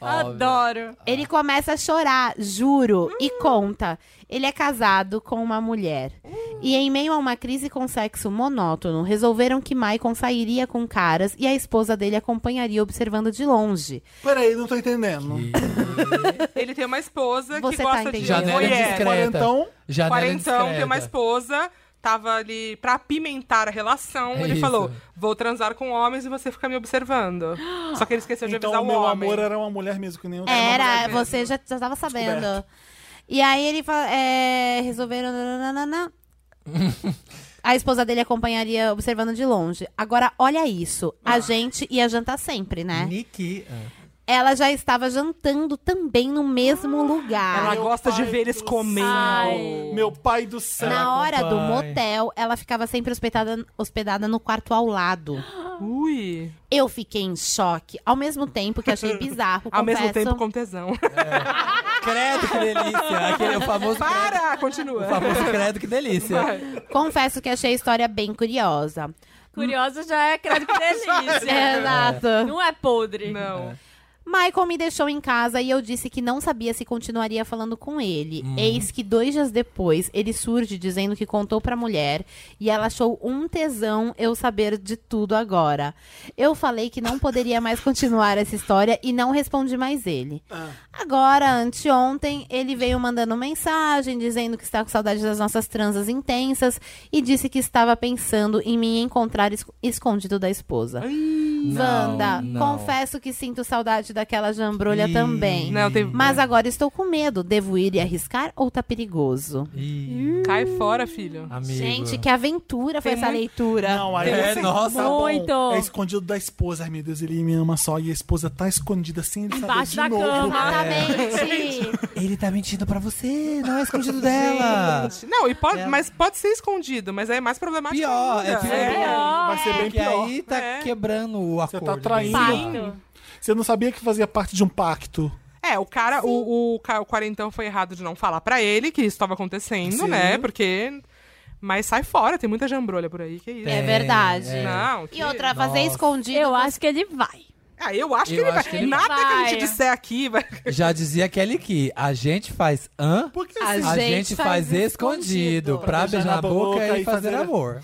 Speaker 6: Adoro.
Speaker 5: Ele começa a chorar, juro, e conta. Ele é casado com uma mulher. E em meio a uma crise com sexo monótono, resolveram que Maicon sairia com caras e a esposa dele acompanharia observando de longe.
Speaker 1: Peraí, não tô
Speaker 4: É
Speaker 1: entendendo.
Speaker 4: um Ele tem uma esposa
Speaker 5: Você
Speaker 4: que
Speaker 5: tá
Speaker 4: gosta de
Speaker 5: entendendo.
Speaker 3: Janela
Speaker 4: mulher.
Speaker 3: discreta.
Speaker 1: É, Quarentão,
Speaker 3: Janela
Speaker 4: Quarentão, é tem uma
Speaker 3: discreta.
Speaker 4: esposa, tava ali pra apimentar a relação.
Speaker 3: É
Speaker 4: ele
Speaker 3: isso.
Speaker 4: falou: vou transar com homens e você fica me observando. Só que ele esqueceu de
Speaker 1: então
Speaker 4: avisar
Speaker 1: o
Speaker 4: o
Speaker 1: meu
Speaker 4: homem.
Speaker 1: amor era uma mulher mesmo, que nem um o
Speaker 5: Era,
Speaker 4: mulher
Speaker 5: você já, já tava sabendo.
Speaker 1: Descoberto.
Speaker 5: E aí ele fala, é, resolveram. nananana. a esposa dele acompanharia observando de longe. Agora, olha isso. A gente ia jantar sempre, né?
Speaker 3: Niki.
Speaker 4: Ah.
Speaker 5: Ela já estava jantando também no mesmo lugar.
Speaker 4: Ela
Speaker 1: Meu
Speaker 4: gosta de
Speaker 1: pai
Speaker 4: ver eles
Speaker 1: do
Speaker 4: comendo.
Speaker 6: Ai.
Speaker 1: Meu pai do céu.
Speaker 5: Na hora do
Speaker 3: acompanha.
Speaker 5: motel, ela ficava sempre hospedada, hospedada no quarto ao lado.
Speaker 4: Ui.
Speaker 5: Eu fiquei em choque, ao mesmo tempo que achei bizarro.
Speaker 4: Ao mesmo
Speaker 5: confesso.
Speaker 4: tempo com tesão.
Speaker 3: Credo, que delícia. Aquele é o famoso credo.
Speaker 4: Para!
Speaker 3: O
Speaker 4: Continua.
Speaker 3: famoso credo, que delícia.
Speaker 5: Confesso que achei a história bem curiosa.
Speaker 6: Curiosa já é credo que
Speaker 4: É.
Speaker 6: delícia.
Speaker 5: Exato.
Speaker 6: Não é podre.
Speaker 4: Não.
Speaker 5: Michael me deixou em casa e eu disse que não sabia se continuaria falando com ele. Eis que dois dias depois, ele surge dizendo que contou pra mulher e ela achou um tesão eu saber de tudo agora. Eu falei que não poderia mais continuar essa história e não respondi mais ele. Agora, anteontem, ele veio mandando mensagem dizendo que está com saudade das nossas transas intensas e disse que estava pensando em me encontrar es- escondido da esposa. Wanda,
Speaker 3: não.
Speaker 5: confesso que sinto saudade daquela jambrolha
Speaker 3: Ih.
Speaker 5: também.
Speaker 4: Não, tem...
Speaker 5: Mas agora estou com medo. Devo ir e arriscar ou tá perigoso?
Speaker 3: Ih,
Speaker 4: Cai fora, filho.
Speaker 3: amigo.
Speaker 5: Gente, que aventura foi
Speaker 4: Tem
Speaker 5: essa
Speaker 4: muito-
Speaker 5: leitura.
Speaker 1: Não, aí
Speaker 3: É,
Speaker 1: assim,
Speaker 3: nossa.
Speaker 1: tá bom,
Speaker 6: Muito.
Speaker 1: É escondido da esposa. Ai, meu Deus, ele me ama só. E a esposa tá escondida sem ele saber
Speaker 6: Embaixo
Speaker 1: de
Speaker 6: da
Speaker 1: novo. É.
Speaker 6: cama. tá
Speaker 5: Exatamente.
Speaker 3: Ele tá mentindo pra você, não é escondido dela.
Speaker 4: Não, e pode, mas pode ser escondido, mas aí é mais problemático.
Speaker 3: É. Pior,
Speaker 4: ainda.
Speaker 3: é pior.
Speaker 1: Vai ser bem
Speaker 3: Porque
Speaker 1: pior.
Speaker 3: aí tá
Speaker 4: É.
Speaker 3: quebrando o
Speaker 1: Você
Speaker 3: acordo. né?
Speaker 1: tá traindo.
Speaker 6: Pacto.
Speaker 1: Você não sabia que fazia parte de um pacto.
Speaker 4: É, o cara, o, o, ca- o quarentão foi errado de não falar pra ele que isso tava acontecendo,
Speaker 1: Sim.
Speaker 4: né? Porque. Mas sai fora, tem muita jambrolha por aí, que isso.
Speaker 5: É verdade.
Speaker 3: É.
Speaker 4: Não, que-
Speaker 5: E outra, fazer
Speaker 3: Nossa.
Speaker 5: escondido.
Speaker 6: Eu acho que ele vai.
Speaker 4: Ah, eu acho que
Speaker 3: Eu
Speaker 4: ele vai.
Speaker 3: acho que ele
Speaker 4: Nada que a
Speaker 6: vai.
Speaker 4: gente disser aqui vai.
Speaker 3: Já dizia Kelly que a gente faz hã?
Speaker 1: Porque
Speaker 5: A
Speaker 1: assim,
Speaker 3: A gente, faz, escondido, pra beijar na boca, e fazer amor.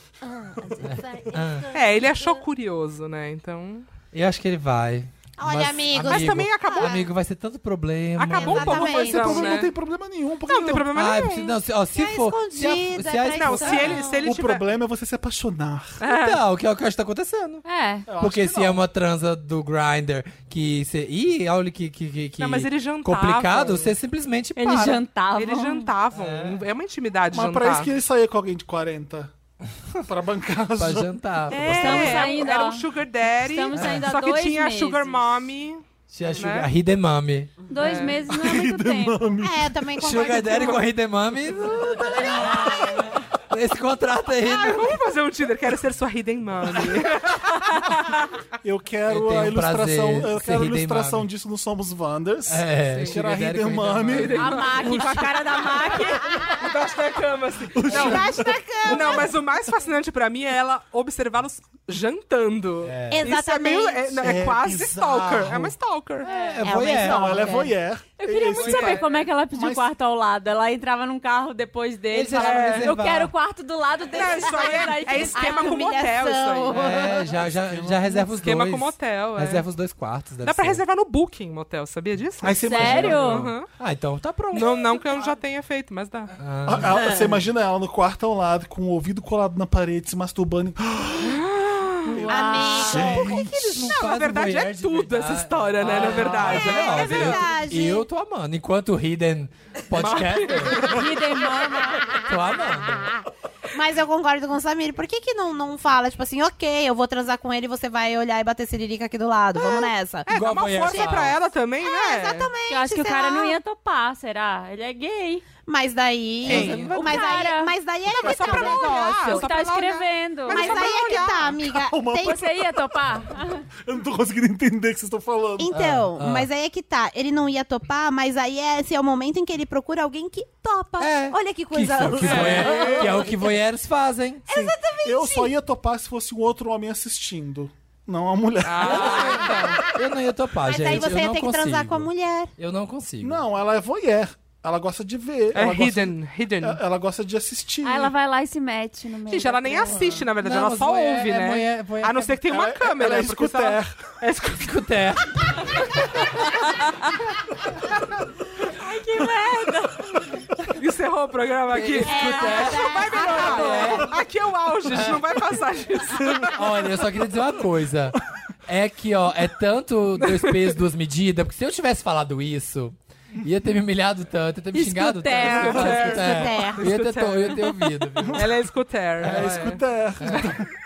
Speaker 4: É, ele achou curioso, né? Então.
Speaker 3: Eu acho que ele vai.
Speaker 5: Olha, amigo,
Speaker 4: Mas também acabou.
Speaker 3: Amigo, vai ser tanto problema.
Speaker 4: Acabou um pouco a
Speaker 5: Exatamente.
Speaker 1: Esse
Speaker 4: coisa,
Speaker 1: problema
Speaker 4: né?
Speaker 1: não tem problema nenhum. porque
Speaker 4: Não, não tem problema
Speaker 3: Ai,
Speaker 4: nenhum.
Speaker 3: se- não, se, ó, se
Speaker 5: É
Speaker 3: for.
Speaker 5: escondido,
Speaker 3: se
Speaker 5: é
Speaker 3: a, se a,
Speaker 5: traição.
Speaker 4: Não, se ele, se ele
Speaker 1: O
Speaker 4: tiver.
Speaker 1: problema é você se apaixonar.
Speaker 3: então, que é o que eu acho que tá acontecendo.
Speaker 6: É.
Speaker 3: Porque se é uma transa do grinder que você. Ih, olha que, que, que, é que
Speaker 4: Não, mas eles jantavam.
Speaker 3: complicado, você simplesmente
Speaker 6: Eles
Speaker 3: para.
Speaker 6: jantavam.
Speaker 4: Eles jantavam. É, uma intimidade
Speaker 1: Mas
Speaker 4: jantar.
Speaker 1: pra isso que ele saía com alguém de 40. pra bancar
Speaker 3: Pra
Speaker 1: já.
Speaker 3: jantar.
Speaker 4: É,
Speaker 6: Estamos
Speaker 4: era um-
Speaker 6: ainda,
Speaker 4: era
Speaker 6: ó.
Speaker 4: um sugar daddy.
Speaker 6: Estamos ainda
Speaker 4: só que
Speaker 6: dois
Speaker 4: tinha a sugar
Speaker 6: meses.
Speaker 4: mommy.
Speaker 3: Tinha
Speaker 4: Né?
Speaker 3: sugar, Hidemami.
Speaker 6: Dois meses não é muito tempo.
Speaker 5: É, eu também
Speaker 3: Sugar
Speaker 5: concordo.
Speaker 3: Daddy com Hidemami.
Speaker 4: Tá
Speaker 3: Esse contrato aí. né?
Speaker 4: Ai, vamos fazer um Tinder. Quero ser sua hidden mommy.
Speaker 1: Eu
Speaker 3: Eu
Speaker 1: quero
Speaker 3: tenho um
Speaker 1: a ilustração.
Speaker 3: prazer
Speaker 1: Eu
Speaker 3: ser
Speaker 1: quero a
Speaker 3: Hidden
Speaker 1: ilustração
Speaker 3: Mami.
Speaker 1: disso no Somos Wanders.
Speaker 3: É,
Speaker 1: Tirar
Speaker 3: Sugar Daddy
Speaker 1: Hidden
Speaker 3: com
Speaker 1: Mami.
Speaker 6: A máquina com a cara da máquina.
Speaker 4: Embaixo da cama, assim. Não,
Speaker 5: Embaixo da cama.
Speaker 4: não, mas o mais fascinante pra mim é ela observá-los jantando. É. Isso é meio. É, não, é
Speaker 1: É
Speaker 4: quase
Speaker 1: bizarro.
Speaker 4: stalker. É uma stalker.
Speaker 3: É,
Speaker 5: uma
Speaker 3: voyeur.
Speaker 1: Não, ela é
Speaker 5: Não,
Speaker 1: voyeur.
Speaker 6: Eu queria muito saber como é que ela pediu o
Speaker 1: Mas-
Speaker 6: quarto ao lado. Ela entrava num carro depois dele.
Speaker 3: Eles
Speaker 6: e Falava,
Speaker 3: achavam
Speaker 6: eu
Speaker 3: reservado.
Speaker 6: quero o quarto do lado dele.
Speaker 4: Não, isso aí é, é esquema
Speaker 5: Ai,
Speaker 4: com motel,
Speaker 5: humilhação.
Speaker 4: isso aí.
Speaker 3: É, já, já, já reserva os
Speaker 4: Esquema
Speaker 3: dois.
Speaker 4: com motel, é.
Speaker 3: Reserva os dois quartos. deve
Speaker 4: Dá pra
Speaker 3: ser.
Speaker 4: reservar no booking motel, sabia disso?
Speaker 1: Aí você
Speaker 6: Sério?
Speaker 1: imagina.
Speaker 4: Aham.
Speaker 3: Ah, então tá pronto.
Speaker 4: Não, não que eu já tenha feito, mas dá.
Speaker 1: Ah, ela- Você imagina ela no quarto ao lado, com o ouvido colado na parede, se masturbando.
Speaker 5: Amigo.
Speaker 4: Não, na verdade é tudo essa história, né?
Speaker 3: Ah,
Speaker 4: Na verdade.
Speaker 5: É, é verdade.
Speaker 3: Eu, tô amando. Enquanto o Hidden Podcast,
Speaker 6: Hidden Mama.
Speaker 3: tô amando.
Speaker 5: Mas eu concordo com o Samir. Por que que não, não fala, tipo assim, ok, eu vou transar com ele, você vai olhar e bater siririca aqui do lado. Vamos nessa.
Speaker 4: É, dá
Speaker 3: Igual
Speaker 4: uma
Speaker 3: banheiro
Speaker 4: força
Speaker 3: faz.
Speaker 4: pra ela também,
Speaker 6: É,
Speaker 4: né?
Speaker 5: Exatamente.
Speaker 6: Eu acho que o
Speaker 5: sei
Speaker 6: cara
Speaker 5: lá.
Speaker 6: não ia topar, será? Ele é gay.
Speaker 5: Mas daí.
Speaker 3: Quem?
Speaker 5: Mas, mas
Speaker 6: O cara.
Speaker 5: aí, mas daí é que
Speaker 4: Mas só
Speaker 5: tá o
Speaker 6: Então,
Speaker 4: pra olhar,
Speaker 5: negócio.
Speaker 4: só
Speaker 6: Você
Speaker 4: pra
Speaker 6: tá
Speaker 4: olhar.
Speaker 6: escrevendo.
Speaker 5: Mas
Speaker 4: só pra
Speaker 5: aí é que
Speaker 4: olhar.
Speaker 5: tá, amiga.
Speaker 1: Calma,
Speaker 5: Tem-
Speaker 6: Você ia topar?
Speaker 1: Eu não tô conseguindo entender o que vocês estão falando.
Speaker 5: Então,
Speaker 3: Ah, ah.
Speaker 5: mas aí é que tá. Ele não ia topar, mas aí é- esse é o momento em que ele procura alguém que topa.
Speaker 3: É.
Speaker 5: Olha que
Speaker 3: Que, né?
Speaker 5: coisa.
Speaker 3: isso, que, voyeur- que é o que voyeurs fazem.
Speaker 1: Eu só ia topar se fosse um outro homem assistindo. Não, a mulher.
Speaker 4: Ah.
Speaker 3: Ah, então. Eu não ia topar,
Speaker 5: Mas
Speaker 3: gente.
Speaker 5: aí você
Speaker 3: eu
Speaker 5: ia
Speaker 3: não
Speaker 5: ter que
Speaker 3: consigo.
Speaker 5: transar com a mulher.
Speaker 3: Eu não consigo.
Speaker 1: Não, ela é voyeur. Ela gosta de ver.
Speaker 4: É
Speaker 1: ela
Speaker 4: hidden, hidden.
Speaker 1: Gosta, ela gosta de assistir.
Speaker 2: Aí Ah, ela vai lá e se mete no meio.
Speaker 4: Gente,
Speaker 2: da
Speaker 4: ela nem
Speaker 2: turma.
Speaker 4: assiste, na verdade,
Speaker 3: Não,
Speaker 4: ela
Speaker 3: mas
Speaker 4: só
Speaker 3: voyeur
Speaker 4: ouve,
Speaker 3: é
Speaker 4: né?
Speaker 3: voyeur- voyeur-
Speaker 4: a não ser que tem uma
Speaker 1: Ela é-
Speaker 4: câmera.
Speaker 1: ela é
Speaker 4: porque se ela- É escuta.
Speaker 3: Escuté.
Speaker 4: Encerrou o programa aqui.
Speaker 3: Escuté.
Speaker 4: Não vai melhorar. Aqui é o auge, a gente não vai passar disso.
Speaker 3: Olha, eu só queria dizer uma coisa. É que, ó, é tanto dois pesos, duas medidas, porque se eu tivesse falado isso, ia ter me humilhado tanto, ia ter me xingado tanto.
Speaker 2: Escuté.
Speaker 3: que eu falo escuté.
Speaker 5: Escuté.
Speaker 3: Eu ia ter, to- eu ia ter ouvido. viu?
Speaker 4: Ela é escuter.
Speaker 1: Ela é escutar.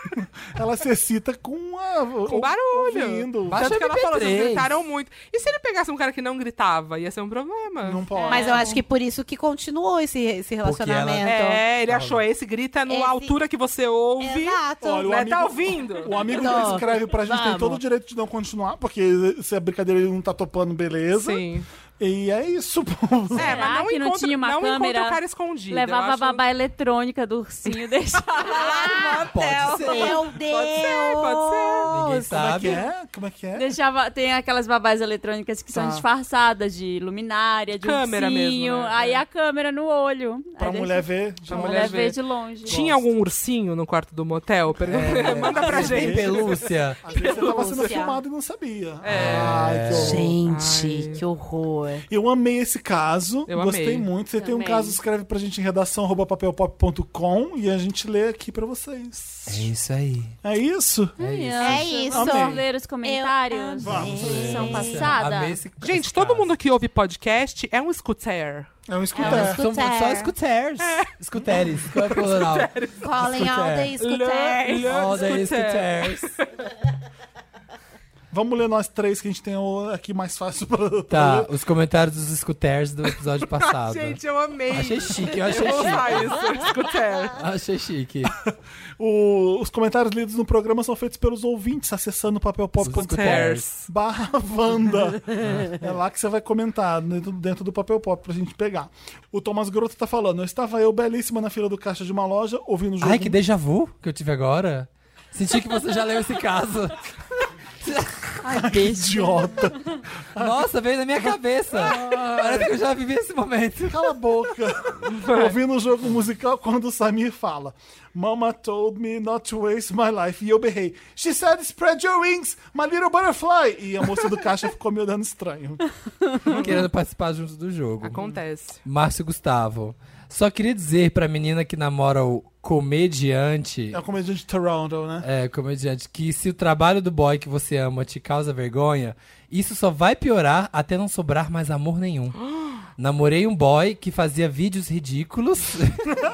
Speaker 1: ela se excita com a.
Speaker 4: É. Com barulho.
Speaker 1: Ouvindo.
Speaker 3: Ba- Acho
Speaker 4: Tanto que ela falou,
Speaker 3: MP3.
Speaker 4: vocês gritaram muito. E se ele pegasse um cara que não gritava? Ia ser um problema.
Speaker 1: Não pode.
Speaker 5: Mas eu acho que por isso que continuou esse, esse relacionamento.
Speaker 4: É, ele achou esse grita no
Speaker 5: Esse-
Speaker 4: altura que você ouve.
Speaker 5: Exato.
Speaker 1: Olha, o
Speaker 4: Né? Tá
Speaker 1: amigo-
Speaker 4: ouvindo?
Speaker 1: O amigo
Speaker 5: Não.
Speaker 1: que escreve pra gente tem todo o direito de não continuar, porque se a brincadeira ele não tá topando, beleza.
Speaker 4: Sim.
Speaker 1: E é isso, povo.
Speaker 4: É, mas
Speaker 2: Será
Speaker 4: não
Speaker 2: que não
Speaker 4: encontra,
Speaker 2: tinha uma
Speaker 4: não encontra
Speaker 2: câmera?
Speaker 4: o cara escondido. eu
Speaker 2: Levava a
Speaker 4: acho-
Speaker 2: babá Ah, eletrônica do ursinho, deixava lá,
Speaker 3: Pode ser.
Speaker 5: Meu Deus!
Speaker 4: ser, pode ser.
Speaker 3: Ninguém
Speaker 1: Como é que
Speaker 3: sabe.
Speaker 1: é? Como é que é?
Speaker 2: deixava. Tem aquelas babás eletrônicas que são disfarçadas de luminária, de
Speaker 4: Tá. Câmera
Speaker 2: ursinho.
Speaker 4: mesmo, né?
Speaker 2: Aí
Speaker 4: É.
Speaker 2: a câmera no olho.
Speaker 1: Pra
Speaker 2: Aí
Speaker 1: mulher
Speaker 2: deixa-
Speaker 1: ver.
Speaker 4: Pra
Speaker 2: pra
Speaker 1: Não.
Speaker 2: mulher
Speaker 4: mulher
Speaker 2: ver
Speaker 4: ver.
Speaker 2: de longe. É
Speaker 4: Tinha algum ursinho no quarto do motel? Pergunta-
Speaker 3: É.
Speaker 4: Manda pra
Speaker 3: Tem
Speaker 4: gente.
Speaker 3: pelúcia.
Speaker 1: Às vezes você tava sendo
Speaker 5: Pelúcia.
Speaker 1: filmado e não sabia.
Speaker 4: É.
Speaker 1: Ai, que horror.
Speaker 5: Gente, que horror.
Speaker 1: Eu amei esse caso.
Speaker 4: Eu
Speaker 1: gostei
Speaker 4: amei.
Speaker 1: muito. Você tem um
Speaker 2: Também.
Speaker 1: caso, escreve pra gente em redação arroba papelpop.com e a gente lê aqui pra vocês.
Speaker 3: É isso aí.
Speaker 1: É isso?
Speaker 5: É isso.
Speaker 2: Vamos ler os comentários.
Speaker 5: Eu amei.
Speaker 2: São passada.
Speaker 3: É. Amei esse-
Speaker 4: Gente,
Speaker 3: esse
Speaker 4: todo
Speaker 3: caso.
Speaker 4: mundo que ouve podcast é um scooter.
Speaker 1: É um escutar.
Speaker 5: É um
Speaker 3: São
Speaker 5: Scooter.
Speaker 3: só scooters. Scooters. Qual é o plural?
Speaker 5: Colin
Speaker 3: é.
Speaker 5: Alda e
Speaker 4: Le-
Speaker 5: Scooter.
Speaker 4: le-
Speaker 3: All the
Speaker 4: é um scooter.
Speaker 3: scooters.
Speaker 1: Vamos ler nós três que a gente tem o- aqui mais fácil pra.
Speaker 3: Tá, os comentários dos scooters do episódio passado.
Speaker 4: Gente, eu amei.
Speaker 3: Achei chique, eu
Speaker 4: Eu
Speaker 3: achei
Speaker 4: vou
Speaker 3: chique.
Speaker 4: usar isso, scooter.
Speaker 3: Achei chique.
Speaker 1: O- os comentários lidos no programa são feitos pelos ouvintes acessando papelpop.com.
Speaker 4: Scooters.
Speaker 1: barra Wanda. é lá que você vai comentar dentro, dentro do papel pop pra gente pegar. O Thomas Groto tá falando: eu estava eu belíssima na fila do caixa de uma loja, ouvindo o jogo.
Speaker 3: Ai, que déjà vu que eu tive agora. Senti que você já leu esse caso.
Speaker 1: idiota.
Speaker 3: Nossa, veio na minha cabeça. Parece que eu já vivi esse momento.
Speaker 1: Cala a boca. ouvindo o jogo musical quando o Samir fala: Mama told me not to waste my life. E eu berrei: She said spread your wings, my little butterfly. E a moça do caixa ficou me olhando estranho.
Speaker 3: Querendo participar junto do jogo.
Speaker 4: Acontece.
Speaker 3: Márcio Gustavo. Só queria dizer pra menina que namora o comediante.
Speaker 1: É o comediante de Toronto, né?
Speaker 3: É, comediante, que se o trabalho do boy que você ama te causa vergonha, isso só vai piorar até não sobrar mais amor nenhum. Namorei um boy que fazia vídeos ridículos.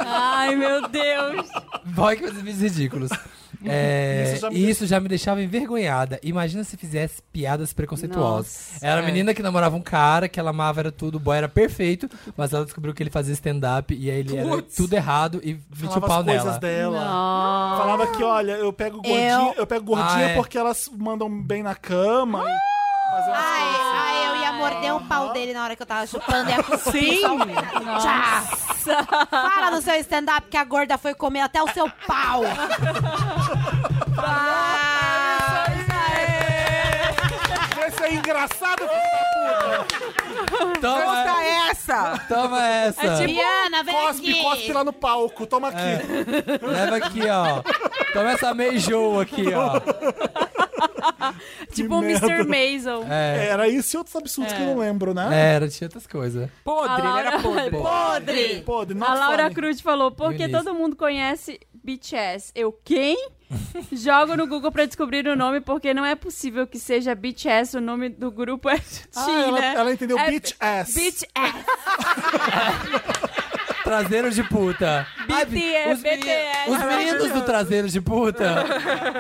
Speaker 2: Ai, meu Deus.
Speaker 3: boy que fazia vídeos ridículos. É,
Speaker 1: Isso já me
Speaker 3: e isso já me deixava envergonhada. Imagina se fizesse piadas preconceituosas.
Speaker 2: Nossa,
Speaker 3: era
Speaker 4: é.
Speaker 3: uma menina que namorava um cara, que ela amava, era tudo, o boy era perfeito, mas ela descobriu que ele fazia stand-up e aí ele era
Speaker 4: Putz.
Speaker 3: tudo errado e metia o
Speaker 1: Falava
Speaker 3: pau
Speaker 1: as coisas
Speaker 3: nela.
Speaker 1: dela.
Speaker 2: Nossa.
Speaker 1: Falava que, olha, eu pego gordinha, eu, pego gordinha
Speaker 3: Ah, é.
Speaker 1: porque elas mandam bem na cama. e fazer umas
Speaker 5: Ai,
Speaker 1: coisas assim.
Speaker 5: ai, eu ia morder o pau dele na hora que eu tava chupando. Ia cuspir
Speaker 4: Sim.
Speaker 5: só um pedaço. Fala no seu stand-up que a gorda foi comer até o seu pau. Ah,
Speaker 1: Esse é engraçado.
Speaker 3: Toma,
Speaker 4: Justa essa!
Speaker 3: toma essa.
Speaker 1: É tipo-
Speaker 2: Tipo,
Speaker 5: Diana, vem
Speaker 1: Cospe,
Speaker 5: aqui.
Speaker 1: cospe lá no palco. Toma aqui.
Speaker 3: Leva aqui, ó. Toma essa meijoa aqui, ó.
Speaker 2: Tipo o
Speaker 1: merda.
Speaker 2: Mr. Maisel.
Speaker 3: É.
Speaker 1: Era isso e outros absurdos
Speaker 2: É.
Speaker 1: que eu não lembro, né?
Speaker 3: Era, tinha outras coisas.
Speaker 4: Podre,
Speaker 2: A
Speaker 4: ele era
Speaker 2: Laura-
Speaker 4: podre.
Speaker 3: É.
Speaker 1: Podre. Podre. Not
Speaker 2: A Laura
Speaker 1: funny.
Speaker 2: Cruz falou, porque
Speaker 3: Delícia.
Speaker 2: todo mundo conhece BTS. Eu, quem? Jogo no Google pra descobrir o nome, porque não é possível que seja BTS, o nome do grupo é
Speaker 1: Ah,
Speaker 2: Tina.
Speaker 1: ela, ela entendeu
Speaker 2: É
Speaker 1: bitch ass.
Speaker 2: BTS.
Speaker 3: Traseiro de puta. Ai,
Speaker 2: BTS,
Speaker 3: os, meni-
Speaker 2: BTS.
Speaker 3: os meninos do traseiro de puta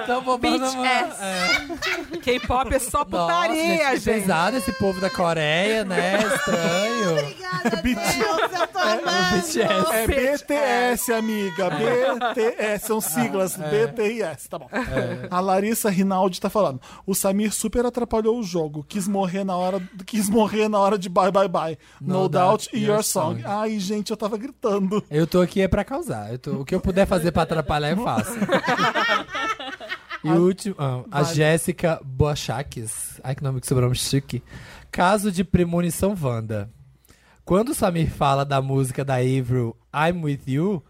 Speaker 3: estão bombando.
Speaker 2: Bitch
Speaker 3: uma-
Speaker 2: ass.
Speaker 3: É.
Speaker 4: K-pop é só
Speaker 3: Nossa,
Speaker 4: putaria,
Speaker 3: que
Speaker 4: gente.
Speaker 3: pesado esse povo da Coreia, né? Estranho.
Speaker 5: É,
Speaker 3: BTS.
Speaker 1: É BTS, amiga. BTS. São siglas. BT e S. Tá bom. A Larissa Rinaldi tá falando. O Samir super atrapalhou o jogo. Quis morrer na hora, quis morrer na hora de Bye Bye Bye. No, Doubt e Your Song. Ai, gente, eu tava gritando.
Speaker 3: Eu tô aqui é pra causar. Eu tô- o que eu puder fazer pra atrapalhar, eu faço. E o último, ah, a Jéssica Boachaques. Ai, que nome que sobrou um chique. Caso de premonição Wanda. Quando o Samir fala da música da Avril, I'm With You,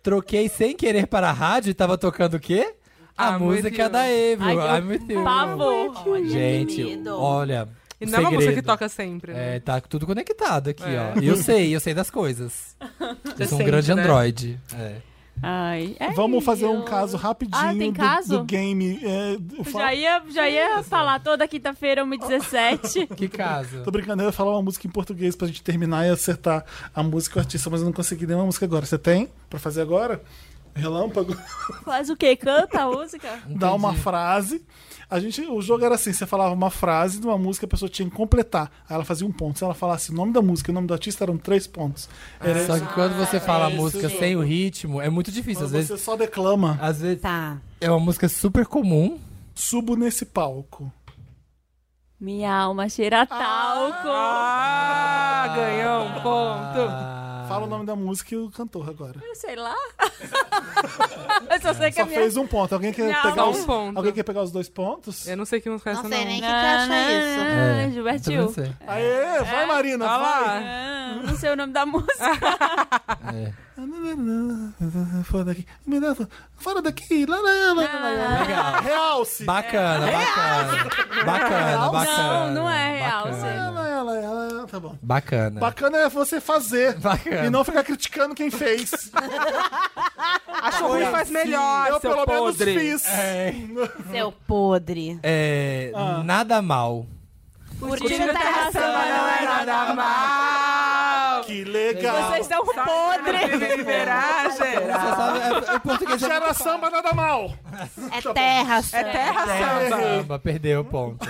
Speaker 3: troquei sem querer para a rádio e tava tocando o quê? A
Speaker 4: I'm with
Speaker 3: música
Speaker 4: you.
Speaker 3: da Avril,
Speaker 2: Ai,
Speaker 3: I'm With You.
Speaker 2: Pavor.
Speaker 3: Gente, olha...
Speaker 4: E
Speaker 3: o
Speaker 4: não é uma música que
Speaker 3: segredo.
Speaker 4: toca sempre. né?
Speaker 3: É, tá tudo conectado aqui,
Speaker 4: É.
Speaker 3: ó. E eu sei, eu sei das coisas. Eu sou um
Speaker 4: sente,
Speaker 3: grande
Speaker 4: né?
Speaker 3: androide. É.
Speaker 2: Ai, é
Speaker 1: Vamos fazer um
Speaker 2: isso.
Speaker 1: caso rapidinho
Speaker 2: Ah, tem
Speaker 1: do-
Speaker 2: caso?
Speaker 1: Do, game. é, do- fala-
Speaker 2: Já ia, já ia falar toda quinta-feira, 1h17.
Speaker 3: Que caso?
Speaker 1: Tô brincando, eu ia falar uma música em português pra gente terminar e acertar a música e o artista, mas eu não consegui nenhuma música agora. Você tem pra fazer agora? Relâmpago?
Speaker 2: Faz o quê? Canta a música?
Speaker 1: Dá uma frase. A gente, o jogo era assim: você falava uma frase de uma música, a pessoa tinha que completar. Aí ela fazia um ponto. Se ela falasse o nome da música e o nome do artista, eram três pontos. Era
Speaker 3: Só É, que quando você
Speaker 2: É
Speaker 3: fala a
Speaker 1: isso,
Speaker 3: música
Speaker 1: gente.
Speaker 3: sem o ritmo, é muito difícil.
Speaker 1: Quando
Speaker 3: Às
Speaker 1: você
Speaker 3: vezes,
Speaker 1: só declama,
Speaker 3: às vezes
Speaker 5: Tá.
Speaker 3: é uma música super comum.
Speaker 1: subo nesse palco.
Speaker 2: Minha alma cheira a talco.
Speaker 4: Ah, ganhou um ponto.
Speaker 3: Ah,
Speaker 1: Fala o nome da música e o cantor agora.
Speaker 2: Eu sei lá. Eu só sei que a
Speaker 1: Só
Speaker 2: minha...
Speaker 1: fez um ponto. Alguém quer,
Speaker 2: Não.
Speaker 1: pegar
Speaker 4: Só um
Speaker 1: os,
Speaker 4: ponto.
Speaker 1: alguém quer pegar os dois pontos?
Speaker 4: Eu não sei que música é essa,
Speaker 5: Não sei nem o que, que
Speaker 2: Ah,
Speaker 5: acha
Speaker 3: é.
Speaker 5: isso.
Speaker 2: ah, Gilbertinho.
Speaker 3: Também sei.
Speaker 2: É,
Speaker 1: Aê, vai Marina,
Speaker 2: tá
Speaker 4: Olha
Speaker 1: vai.
Speaker 4: lá.
Speaker 2: Ah, não sei o nome da música.
Speaker 1: Fora daqui. Me dá- Fora daqui. Lá, lá, lá, lá, lá.
Speaker 2: Ah.
Speaker 3: Legal.
Speaker 1: Realce.
Speaker 3: Bacana, bacana. Bacana, bacana.
Speaker 2: É. Não, não é real,
Speaker 1: Lá,
Speaker 3: Bacana.
Speaker 1: lá, lá, lá, lá. Tá bom.
Speaker 3: Bacana.
Speaker 1: Bacana é você fazer.
Speaker 3: Bacana.
Speaker 1: E não ficar criticando quem fez.
Speaker 4: Acho ruim, faz melhor,
Speaker 1: Eu
Speaker 4: seu
Speaker 1: pelo
Speaker 4: podre.
Speaker 1: menos fiz.
Speaker 3: É,
Speaker 5: Seu podre.
Speaker 3: é,
Speaker 1: Ah.
Speaker 3: Nada mal.
Speaker 5: Curtindo
Speaker 1: tá
Speaker 5: terra samba não é nada
Speaker 4: mal.
Speaker 1: Que legal.
Speaker 2: Vocês estão podre.
Speaker 4: Liberagem.
Speaker 3: Você sabe, é, é português é
Speaker 1: Gera samba nada mal.
Speaker 5: É terra samba.
Speaker 4: É terra
Speaker 3: terra
Speaker 4: samba.
Speaker 3: samba. Perdeu o ponto.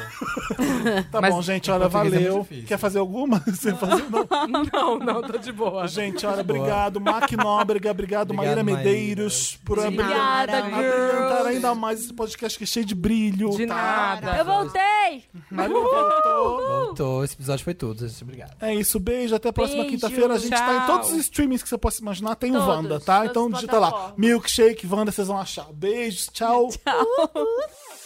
Speaker 1: Tá
Speaker 4: Mas
Speaker 1: bom, gente, olha,
Speaker 3: português é muito
Speaker 1: valeu.
Speaker 3: difícil.
Speaker 1: Quer fazer alguma? Você fazer não.
Speaker 4: Não, não, tô de boa.
Speaker 1: Gente, olha, obrigado, Mac Nóbrega, obrigado, Maíra
Speaker 3: Maíra.
Speaker 1: Medeiros, por abrilhantar
Speaker 2: Obrigada,
Speaker 5: Maravilha.
Speaker 1: abrilhantar ainda mais esse podcast que é cheio de brilho.
Speaker 4: De
Speaker 1: tá?
Speaker 4: nada.
Speaker 2: Eu voltei.
Speaker 1: Marina voltou.
Speaker 3: Voltou, esse episódio foi tudo. Gente, obrigado.
Speaker 1: É isso, beijo, até a próxima
Speaker 2: Beijo,
Speaker 1: quinta-feira. A gente tá em
Speaker 4: tchau.
Speaker 1: todos os streamings que você possa imaginar, tem o
Speaker 2: Todos,
Speaker 1: Wanda, tá?
Speaker 2: todas
Speaker 1: Então
Speaker 2: as
Speaker 1: digita lá,
Speaker 2: plataformas.
Speaker 1: milkshake, Wanda, vocês vão achar. Beijos, tchau.
Speaker 2: Tchau.